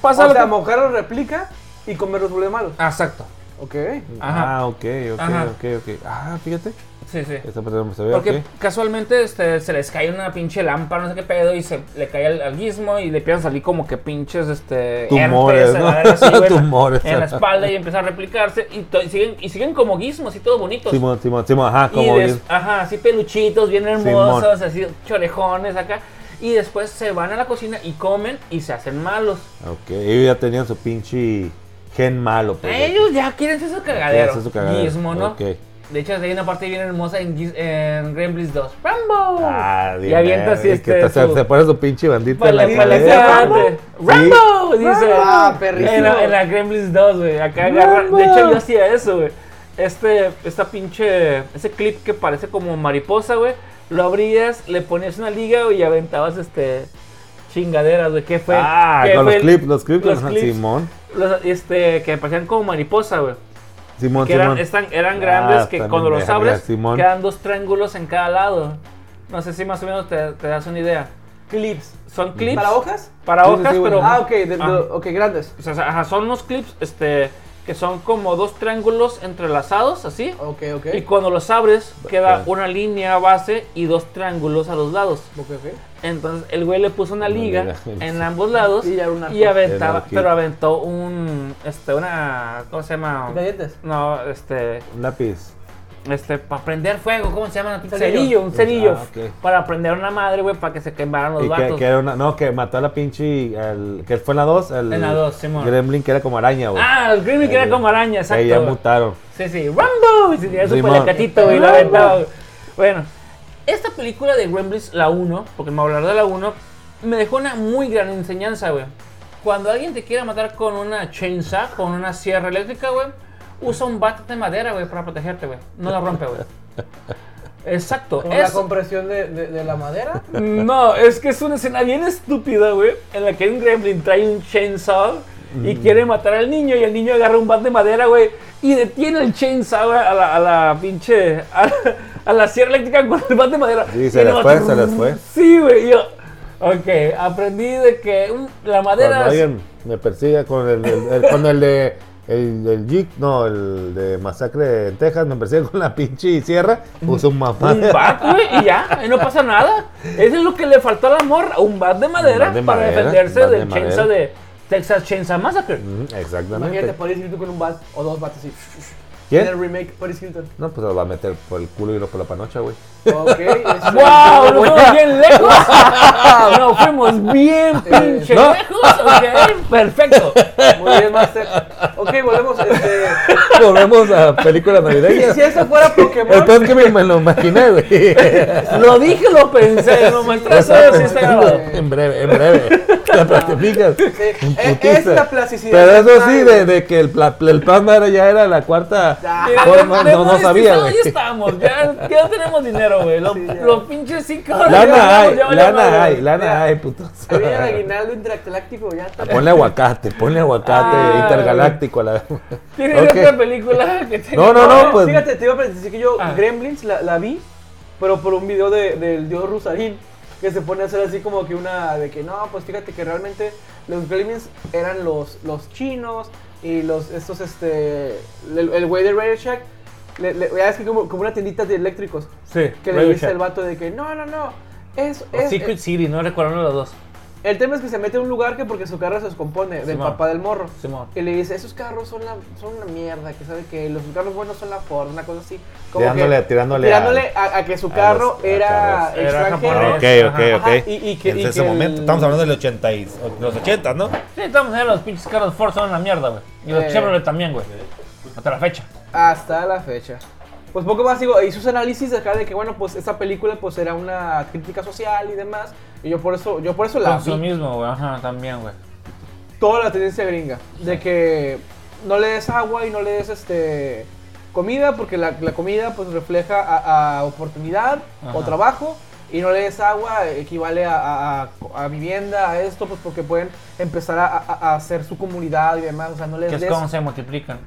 [SPEAKER 3] Pasa
[SPEAKER 1] O
[SPEAKER 3] lo
[SPEAKER 1] sea,
[SPEAKER 3] que-
[SPEAKER 1] mojarlos replica y comerlos vuelve malos.
[SPEAKER 3] Exacto.
[SPEAKER 1] Ok.
[SPEAKER 3] Ajá.
[SPEAKER 2] Ah, ok, ok,
[SPEAKER 3] Ajá.
[SPEAKER 2] ok, ok. Ah, fíjate.
[SPEAKER 3] Sí, sí.
[SPEAKER 2] Esta parte no se ve.
[SPEAKER 3] Porque
[SPEAKER 2] ok.
[SPEAKER 3] casualmente este, se les cae una pinche lámpara, no sé qué pedo, y se le cae al, al guismo y le empiezan a salir como que pinches este,
[SPEAKER 2] Tumores,
[SPEAKER 3] herpes,
[SPEAKER 2] ¿no?
[SPEAKER 3] a la verga, así, güey,
[SPEAKER 2] Tumores.
[SPEAKER 3] en la espalda y empiezan a replicarse y, to- y siguen, y siguen como guismos y todo bonitos.
[SPEAKER 2] Simón, Simón, Simón, ajá,
[SPEAKER 3] Y
[SPEAKER 2] como
[SPEAKER 3] des-
[SPEAKER 2] bien.
[SPEAKER 3] ajá, así peluchitos, bien hermosos, así chorejones acá. Y después se van a la cocina y comen y se hacen malos.
[SPEAKER 2] Ok, ellos ya tenían su pinche gen malo. Pues, ya.
[SPEAKER 3] Ellos ya quieren ser su cagadero.
[SPEAKER 2] Ese es su cagadero.
[SPEAKER 3] Gizmo, ¿no?
[SPEAKER 2] Ok.
[SPEAKER 3] De hecho, hay una parte bien hermosa en, Giz- en Gremlins 2. ¡Rambo!
[SPEAKER 2] Ah,
[SPEAKER 3] y avienta así
[SPEAKER 2] es que
[SPEAKER 3] este.
[SPEAKER 2] te- se,
[SPEAKER 3] su-
[SPEAKER 2] se pone su pinche bandita en la
[SPEAKER 3] Valerina
[SPEAKER 2] pared.
[SPEAKER 3] Elizalde.
[SPEAKER 2] Sí.
[SPEAKER 3] ¡Rambo! Dice.
[SPEAKER 1] Ah, perrísimo.
[SPEAKER 3] En la, en la Gremlins 2, güey. Acá agarra.
[SPEAKER 2] ¡Rambo!
[SPEAKER 3] De hecho, yo hacía eso, güey. Este, esta pinche. Ese clip que parece como mariposa, güey. Lo abrías, le ponías una liga, güey, y aventabas este. Chingaderas, güey. ¿Qué fue?
[SPEAKER 2] Ah,
[SPEAKER 3] ¿Qué
[SPEAKER 2] con
[SPEAKER 3] Pues, fue
[SPEAKER 2] los
[SPEAKER 3] el-
[SPEAKER 2] clips, los clips,
[SPEAKER 3] los
[SPEAKER 2] ajá,
[SPEAKER 3] clips.
[SPEAKER 2] Simón.
[SPEAKER 3] los, este, que parecían como mariposa, güey.
[SPEAKER 2] Simón,
[SPEAKER 3] Que eran,
[SPEAKER 2] Simón.
[SPEAKER 3] están- eran
[SPEAKER 2] Ah,
[SPEAKER 3] grandes que
[SPEAKER 2] están
[SPEAKER 3] cuando
[SPEAKER 2] bien
[SPEAKER 3] los
[SPEAKER 2] vergas,
[SPEAKER 3] abres
[SPEAKER 2] Simón.
[SPEAKER 3] quedan dos triángulos en cada lado. No sé si más o menos te, te das una idea.
[SPEAKER 1] Clips.
[SPEAKER 3] Son
[SPEAKER 2] Mm.
[SPEAKER 3] clips
[SPEAKER 1] ¿Para hojas?
[SPEAKER 3] para
[SPEAKER 2] Sí, sí,
[SPEAKER 3] hojas,
[SPEAKER 2] sí, güey.
[SPEAKER 3] pero
[SPEAKER 1] Ah, ok, de- de-
[SPEAKER 3] Ah.
[SPEAKER 1] ok, grandes.
[SPEAKER 3] O sea, ajá, son unos clips este, que son como dos triángulos entrelazados, así.
[SPEAKER 1] Ok, ok.
[SPEAKER 3] Y cuando los abres, queda
[SPEAKER 2] Ok.
[SPEAKER 3] una línea base y dos triángulos a los lados.
[SPEAKER 1] Ok, ok.
[SPEAKER 3] Entonces, el güey le puso una
[SPEAKER 2] Una
[SPEAKER 3] liga
[SPEAKER 2] liga.
[SPEAKER 3] en ambos lados
[SPEAKER 1] Y ya era un arco.
[SPEAKER 3] y aventaba,
[SPEAKER 2] Era aquí.
[SPEAKER 3] pero aventó un, este, una, ¿cómo se llama?
[SPEAKER 1] Galletas.
[SPEAKER 3] No, este,
[SPEAKER 2] Un lápiz.
[SPEAKER 3] este, para prender fuego, ¿cómo se llama? Un
[SPEAKER 1] Cerillo.
[SPEAKER 3] cerillo, un cerillo.
[SPEAKER 2] Ah, ok.
[SPEAKER 3] Para prender una madre, güey, para que se quemaran los
[SPEAKER 2] Y que,
[SPEAKER 3] vatos.
[SPEAKER 2] que era una, no, que mató a la pinche. al- que fue en la 2.
[SPEAKER 3] En la dos, Simón.
[SPEAKER 2] Gremlin que era como araña, güey.
[SPEAKER 3] Ah, el Grimmy que era
[SPEAKER 2] Eh,
[SPEAKER 3] como araña, exacto.
[SPEAKER 2] Que ya
[SPEAKER 3] güey.
[SPEAKER 2] mutaron.
[SPEAKER 3] Sí, sí, Rambo. Y se tiraba su
[SPEAKER 2] Simón.
[SPEAKER 3] palacatito, güey, y la
[SPEAKER 2] Rambo.
[SPEAKER 3] aventaba. güey. Bueno, esta película de Gremlins, la 1, porque me voy a hablar de la 1, me dejó una muy gran enseñanza, güey. Cuando alguien te quiera matar con una chainsaw, con una sierra eléctrica, güey, usa un bat de madera, güey, para protegerte, güey. No la rompe, güey. Exacto.
[SPEAKER 1] Con la
[SPEAKER 3] es-
[SPEAKER 1] compresión de, de- de la madera.
[SPEAKER 3] No, es que es una escena bien estúpida, güey, en la que un gremlin trae un chainsaw y
[SPEAKER 2] Mm.
[SPEAKER 3] quiere matar al niño y el niño agarra un bat de madera, güey, y detiene el chainsaw a la, a la pinche, a la, a la sierra eléctrica con el bat de madera.
[SPEAKER 2] Sí,
[SPEAKER 3] Y
[SPEAKER 2] se les
[SPEAKER 3] nomás-
[SPEAKER 2] fue, se les fue.
[SPEAKER 3] Sí, güey, y yo, ok, aprendí de que un- la
[SPEAKER 2] Cuando
[SPEAKER 3] madera...
[SPEAKER 2] alguien me persiga con el, el- el- con el de. El, el Jeep, no, el de Masacre en Texas, me persigue con la pinche sierra, puso un mamá.
[SPEAKER 3] Un bat, güey, y ya, y no pasa nada. Eso es lo que le faltó al amor, un bat de madera
[SPEAKER 2] bat de
[SPEAKER 3] para
[SPEAKER 2] madera,
[SPEAKER 3] defenderse
[SPEAKER 2] bat de
[SPEAKER 3] del chainsaw de Texas Chainsaw Massacre.
[SPEAKER 2] Ujú,
[SPEAKER 1] Imagínate,
[SPEAKER 2] Exactamente.
[SPEAKER 1] Paris Hilton con un bat o dos bats así.
[SPEAKER 2] pues,
[SPEAKER 1] En el
[SPEAKER 2] ¿Quién?
[SPEAKER 1] remake, Paris Hilton.
[SPEAKER 2] No, pues lo va a meter por el culo y no por la panocha, güey.
[SPEAKER 1] Ok. es-
[SPEAKER 3] ¡Wow! ¡Nos fuimos bien lejos! ¡Nos fuimos bien pinche
[SPEAKER 2] ¿No?
[SPEAKER 3] lejos! ok, ¡Perfecto!
[SPEAKER 1] Muy bien, Master. Ok, volvemos. Este,
[SPEAKER 2] Volvemos a películas
[SPEAKER 1] si,
[SPEAKER 2] navideñas.
[SPEAKER 1] si esto fuera
[SPEAKER 2] El
[SPEAKER 1] Pokémon.
[SPEAKER 2] peor es que me, me lo imaginé, güey.
[SPEAKER 3] Lo dije, lo pensé, no me
[SPEAKER 1] Eso
[SPEAKER 3] estresé, sí
[SPEAKER 1] está
[SPEAKER 3] está grabado.
[SPEAKER 1] bien.
[SPEAKER 2] En breve, en breve. Te platicas. En
[SPEAKER 1] eh,
[SPEAKER 2] putiza.
[SPEAKER 1] es la plasticidad
[SPEAKER 2] Pero eso sí,
[SPEAKER 1] mental,
[SPEAKER 2] de,
[SPEAKER 1] güey.
[SPEAKER 2] de que el, pla- el plasma era- ya era la cuarta
[SPEAKER 1] Ya.
[SPEAKER 3] Mira,
[SPEAKER 2] forma,
[SPEAKER 3] de- de
[SPEAKER 2] no, no sabía,
[SPEAKER 3] monetizado
[SPEAKER 2] güey.
[SPEAKER 3] Ya estamos, ya, ya tenemos dinero, güey. Los, los pinches cinco ya
[SPEAKER 2] Lana hay,
[SPEAKER 3] valió, ya valió madre.
[SPEAKER 2] lana hay, lana
[SPEAKER 1] Ya.
[SPEAKER 2] hay, puto.
[SPEAKER 1] Se viene el aguinaldo intergaláctico, ya está.
[SPEAKER 2] Ponle aguacate, ponle aguacate
[SPEAKER 3] Ah.
[SPEAKER 2] intergaláctico a la
[SPEAKER 3] ¿Tienes
[SPEAKER 2] Ok.
[SPEAKER 3] otra película que tenga?
[SPEAKER 2] No, no, no, pues.
[SPEAKER 1] Fíjate, te iba a decir que yo
[SPEAKER 3] Ah.
[SPEAKER 1] Gremlins la, la vi, pero por un video de- del dios Rusarín, que se pone a hacer así como que una de que no, pues fíjate que realmente los Gremlins eran los, los chinos y los estos, este, el el güey de Radio Shack, le, le- ya es que como, como una tiendita de eléctricos,
[SPEAKER 3] Sí,
[SPEAKER 1] que le
[SPEAKER 3] Radio
[SPEAKER 1] dice
[SPEAKER 3] Shack.
[SPEAKER 1] el vato de que no, no, no, es,
[SPEAKER 3] O
[SPEAKER 1] es, eh,
[SPEAKER 3] Secret City, no recuerdo uno de los dos.
[SPEAKER 1] el tema es que se mete a un lugar que porque su carro se descompone, del
[SPEAKER 3] Simón.
[SPEAKER 1] papá del morro.
[SPEAKER 3] Simón.
[SPEAKER 1] Y le dice, esos carros son, la- son una mierda, que sabe que los carros buenos son la Ford, una cosa así.
[SPEAKER 2] Tirándole- tirándole a-
[SPEAKER 1] a, a que su
[SPEAKER 2] a
[SPEAKER 1] carro
[SPEAKER 2] los- a
[SPEAKER 1] era
[SPEAKER 2] carros.
[SPEAKER 3] Era
[SPEAKER 1] extranjero.
[SPEAKER 3] japonés. Ok, ok,
[SPEAKER 1] ok. Ajá, y- y que- y que el-
[SPEAKER 2] del 80 y- los 80, ¿no?
[SPEAKER 3] Sí, estamos viendo los pinches carros Ford son una mierda, güey. Y los
[SPEAKER 1] Eh.
[SPEAKER 3] Chevrolet también, güey. Hasta la fecha.
[SPEAKER 1] Hasta la fecha. Pues poco más digo, hizo sus análisis acá de que bueno, pues esta película pues era una crítica social y demás. Y yo por eso, yo por eso la vi.
[SPEAKER 3] Consumismo, güey. Ajá, también, güey.
[SPEAKER 1] toda la tendencia gringa de que no le des agua y no le des este comida, porque la, la comida pues refleja a, a oportunidad o
[SPEAKER 3] Ajá.
[SPEAKER 1] trabajo. Y no le des agua, equivale a, a- a- a vivienda, a esto, pues porque pueden empezar a, a- a hacer su comunidad y demás. O sea, no les
[SPEAKER 3] Que es
[SPEAKER 1] des-
[SPEAKER 3] como se multiplican.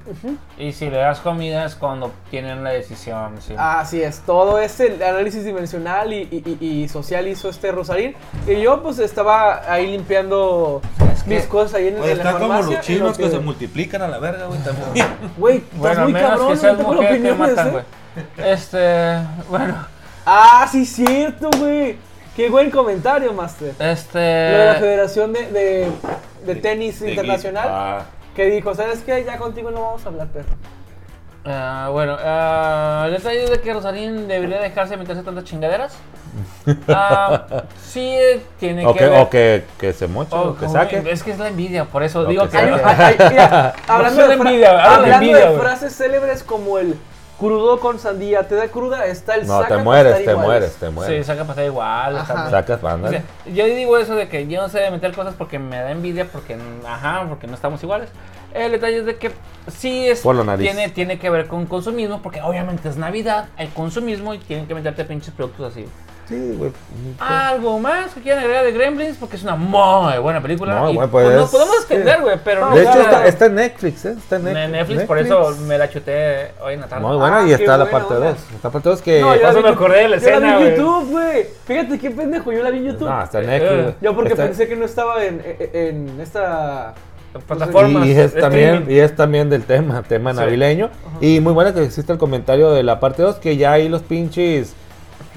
[SPEAKER 3] Y si le das comida es cuando tienen la decisión. sí.
[SPEAKER 1] Ah, Así es, todo este análisis dimensional y, y- y- y social hizo este Rosarín. Y yo pues estaba ahí limpiando
[SPEAKER 3] Es que-
[SPEAKER 1] mis cosas ahí en,
[SPEAKER 2] Oye,
[SPEAKER 1] en la
[SPEAKER 2] están como
[SPEAKER 1] farmacia.
[SPEAKER 2] los
[SPEAKER 1] y lo
[SPEAKER 2] chinos que...
[SPEAKER 1] que-
[SPEAKER 2] se multiplican a la verga, güey, también.
[SPEAKER 1] Güey, estás
[SPEAKER 3] Bueno, a
[SPEAKER 1] muy
[SPEAKER 3] menos
[SPEAKER 1] cabrón,
[SPEAKER 3] que
[SPEAKER 1] no
[SPEAKER 3] seas
[SPEAKER 1] tengo
[SPEAKER 3] mujer te
[SPEAKER 1] opiniones,
[SPEAKER 3] matan,
[SPEAKER 1] ¿eh?
[SPEAKER 3] güey. Este, bueno,
[SPEAKER 1] Ah, sí, cierto, güey. Qué buen comentario, Master. Lo de la
[SPEAKER 3] este...
[SPEAKER 1] Federación de, de- de Tenis Internacional
[SPEAKER 2] Ah,
[SPEAKER 1] que dijo, ¿sabes qué? Ya contigo no vamos a hablar, perro.
[SPEAKER 3] ah, bueno, ah, el detalle es de que Rosalín debería dejarse de meterse tantas chingaderas. Ah, sí eh, tiene
[SPEAKER 2] o,
[SPEAKER 3] que
[SPEAKER 2] que,
[SPEAKER 3] ver.
[SPEAKER 2] o que, que se moche, o que
[SPEAKER 3] Oh,
[SPEAKER 2] saque.
[SPEAKER 3] Es que es la envidia, por eso
[SPEAKER 2] O
[SPEAKER 3] digo
[SPEAKER 2] que
[SPEAKER 3] que...
[SPEAKER 1] Ay,
[SPEAKER 2] saque.
[SPEAKER 1] ay, ay, mira, hablando de,
[SPEAKER 3] No se le
[SPEAKER 1] fra-
[SPEAKER 3] envidia, habla de
[SPEAKER 1] hablando
[SPEAKER 3] envidia,
[SPEAKER 1] de
[SPEAKER 3] güey.
[SPEAKER 1] frases célebres como el crudo con sandía, te da cruda, está el
[SPEAKER 2] No,
[SPEAKER 1] saca
[SPEAKER 2] te
[SPEAKER 1] para
[SPEAKER 2] mueres,
[SPEAKER 1] estar
[SPEAKER 2] te
[SPEAKER 1] iguales.
[SPEAKER 2] mueres, te
[SPEAKER 3] Sí,
[SPEAKER 2] mueres.
[SPEAKER 3] saca pasada igual. está-
[SPEAKER 2] Sacas
[SPEAKER 3] O sea,
[SPEAKER 2] bandas.
[SPEAKER 3] yo digo eso de que yo no sé de meter cosas porque me da envidia, porque, mm, ajá, porque no estamos iguales. El detalle es de que sí es,
[SPEAKER 2] Por la nariz.
[SPEAKER 3] Tiene, tiene que ver con consumismo, porque obviamente es Navidad, hay consumismo y tienen que meterte pinches productos así.
[SPEAKER 2] Sí, güey.
[SPEAKER 1] Ah,
[SPEAKER 3] Algo más que quieran agregar de Gremlins, porque es una muy buena película.
[SPEAKER 2] Muy
[SPEAKER 3] y,
[SPEAKER 2] buena, pues,
[SPEAKER 3] pues, nos
[SPEAKER 2] es-
[SPEAKER 3] podemos defender, güey, pero no
[SPEAKER 2] De hecho,
[SPEAKER 3] está-
[SPEAKER 2] está, está en Netflix, ¿eh? Está en
[SPEAKER 3] en
[SPEAKER 2] Netflix.
[SPEAKER 3] Netflix, por eso me la chuté hoy en la tarde.
[SPEAKER 2] Muy buena,
[SPEAKER 1] Ah,
[SPEAKER 2] y
[SPEAKER 1] qué
[SPEAKER 2] está la
[SPEAKER 1] buena
[SPEAKER 2] parte
[SPEAKER 1] onda.
[SPEAKER 2] 2. La parte 2 que.
[SPEAKER 1] No, yo
[SPEAKER 3] Por
[SPEAKER 1] la
[SPEAKER 3] eso
[SPEAKER 1] vi
[SPEAKER 3] me
[SPEAKER 1] en-
[SPEAKER 3] acordé de la escena,
[SPEAKER 1] Yo la vi
[SPEAKER 3] güey.
[SPEAKER 1] en YouTube, güey. Fíjate qué pendejo, yo la vi en YouTube.
[SPEAKER 2] No, está en Netflix. güey.
[SPEAKER 1] Eh, yo porque
[SPEAKER 2] Está-
[SPEAKER 1] pensé que no estaba en, en- en esta...
[SPEAKER 3] Plataformas.
[SPEAKER 2] Y, y es también,
[SPEAKER 3] streaming.
[SPEAKER 2] y es también del tema, tema
[SPEAKER 3] Sí.
[SPEAKER 2] navileño. Y muy bueno que existe el comentario de la parte 2, que ya ahí los pinches.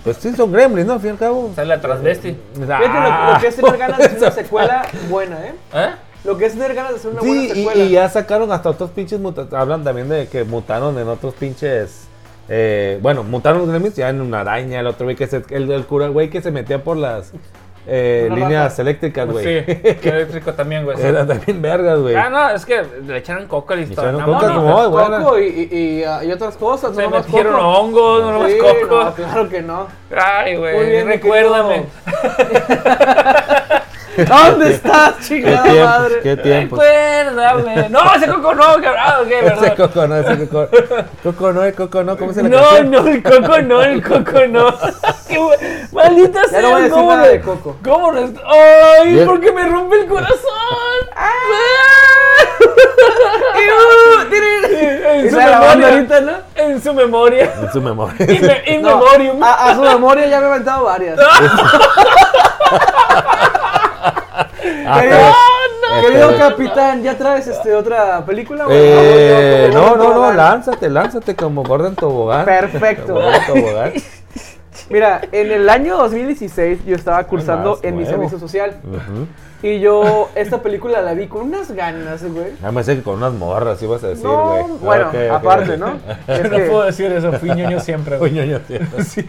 [SPEAKER 2] Pues sí, son gremlins, ¿no? Al fin y Ah. al cabo.
[SPEAKER 3] Sale este. la transvesti.
[SPEAKER 1] Fíjate lo- lo, que es tener ganas de hacer una secuela buena, ¿eh?
[SPEAKER 3] ¿Eh?
[SPEAKER 1] Lo que es tener ganas de hacer una
[SPEAKER 2] Sí,
[SPEAKER 1] buena
[SPEAKER 2] y,
[SPEAKER 1] secuela.
[SPEAKER 2] y ya sacaron hasta otros pinches. muta- Hablan también de que mutaron en otros pinches. eh, bueno, mutaron los gremlins ya en una araña. El otro güey que se. El, el cura, güey, que se metía por las eh,
[SPEAKER 1] Una
[SPEAKER 2] líneas
[SPEAKER 1] rata.
[SPEAKER 2] eléctricas, güey.
[SPEAKER 3] Sí, qué eléctrico también, güey.
[SPEAKER 2] Eran también vergas, güey.
[SPEAKER 3] Ah, no, es que le echaron coca
[SPEAKER 2] Y
[SPEAKER 3] listo.
[SPEAKER 2] echaron
[SPEAKER 3] No,
[SPEAKER 2] coca
[SPEAKER 3] no,
[SPEAKER 2] como
[SPEAKER 3] no.
[SPEAKER 2] hoy, buena.
[SPEAKER 1] Coco y, y, y, ah, y otras cosas, no
[SPEAKER 3] Se
[SPEAKER 1] nomás
[SPEAKER 3] metieron
[SPEAKER 1] coco.
[SPEAKER 3] hongos, no nomás
[SPEAKER 1] Sí,
[SPEAKER 3] coco.
[SPEAKER 1] no, claro que no.
[SPEAKER 3] Ay,
[SPEAKER 1] Muy
[SPEAKER 3] güey,
[SPEAKER 1] bien, mi
[SPEAKER 3] recuérdame.
[SPEAKER 1] ¿Dónde estás,
[SPEAKER 2] Qué
[SPEAKER 1] chingada
[SPEAKER 2] tiempos,
[SPEAKER 1] madre?
[SPEAKER 2] qué tiempos.
[SPEAKER 3] Recuérdame. No, ese coco no, cabrón, Ah, qué
[SPEAKER 2] Ese
[SPEAKER 3] verdad.
[SPEAKER 2] coco no, ese coco. Coco no, el coco no, ¿cómo se le
[SPEAKER 3] No, no, el coco no, el coco no. Qué bu- Maldita
[SPEAKER 1] Ya
[SPEAKER 3] sea,
[SPEAKER 1] no voy a decir
[SPEAKER 3] ¿cómo
[SPEAKER 1] nada
[SPEAKER 3] no-
[SPEAKER 1] de Coco.
[SPEAKER 3] ¿Cómo no es- Ay,
[SPEAKER 2] Y el-
[SPEAKER 3] porque me rompe el corazón. Ah. en su
[SPEAKER 1] Esa es la banda
[SPEAKER 3] memoria.
[SPEAKER 1] ahorita, ¿no?
[SPEAKER 3] En su memoria.
[SPEAKER 2] En su memoria.
[SPEAKER 3] In, me- in
[SPEAKER 1] No,
[SPEAKER 3] memoriam.
[SPEAKER 1] A, a su memoria ya me he aventado varias.
[SPEAKER 2] Hasta- Ah, Este,
[SPEAKER 1] Querido capitán, ¿ya traes este, otra película? güey?
[SPEAKER 2] eh,
[SPEAKER 1] Vamos,
[SPEAKER 2] no,
[SPEAKER 1] ya,
[SPEAKER 2] no,
[SPEAKER 1] como
[SPEAKER 2] no,
[SPEAKER 1] Gordon
[SPEAKER 2] lánzate, lánzate como Gordon Tobogán.
[SPEAKER 1] Perfecto.
[SPEAKER 2] Como Gordon Tobogán.
[SPEAKER 1] Tobogán. Mira, en el año 2016 yo estaba cursando
[SPEAKER 2] más
[SPEAKER 1] en mi
[SPEAKER 2] nuevo.
[SPEAKER 1] servicio social.
[SPEAKER 2] Ujú.
[SPEAKER 1] Y yo esta película la vi con unas ganas, güey.
[SPEAKER 2] Ya me sé que con unas morras ibas a decir,
[SPEAKER 1] No,
[SPEAKER 2] güey.
[SPEAKER 1] bueno,
[SPEAKER 2] Ok, ok.
[SPEAKER 1] aparte, ¿no? Ah, Es que
[SPEAKER 3] decir eso, fui ñoño siempre.
[SPEAKER 2] Uy, ñoño, tío.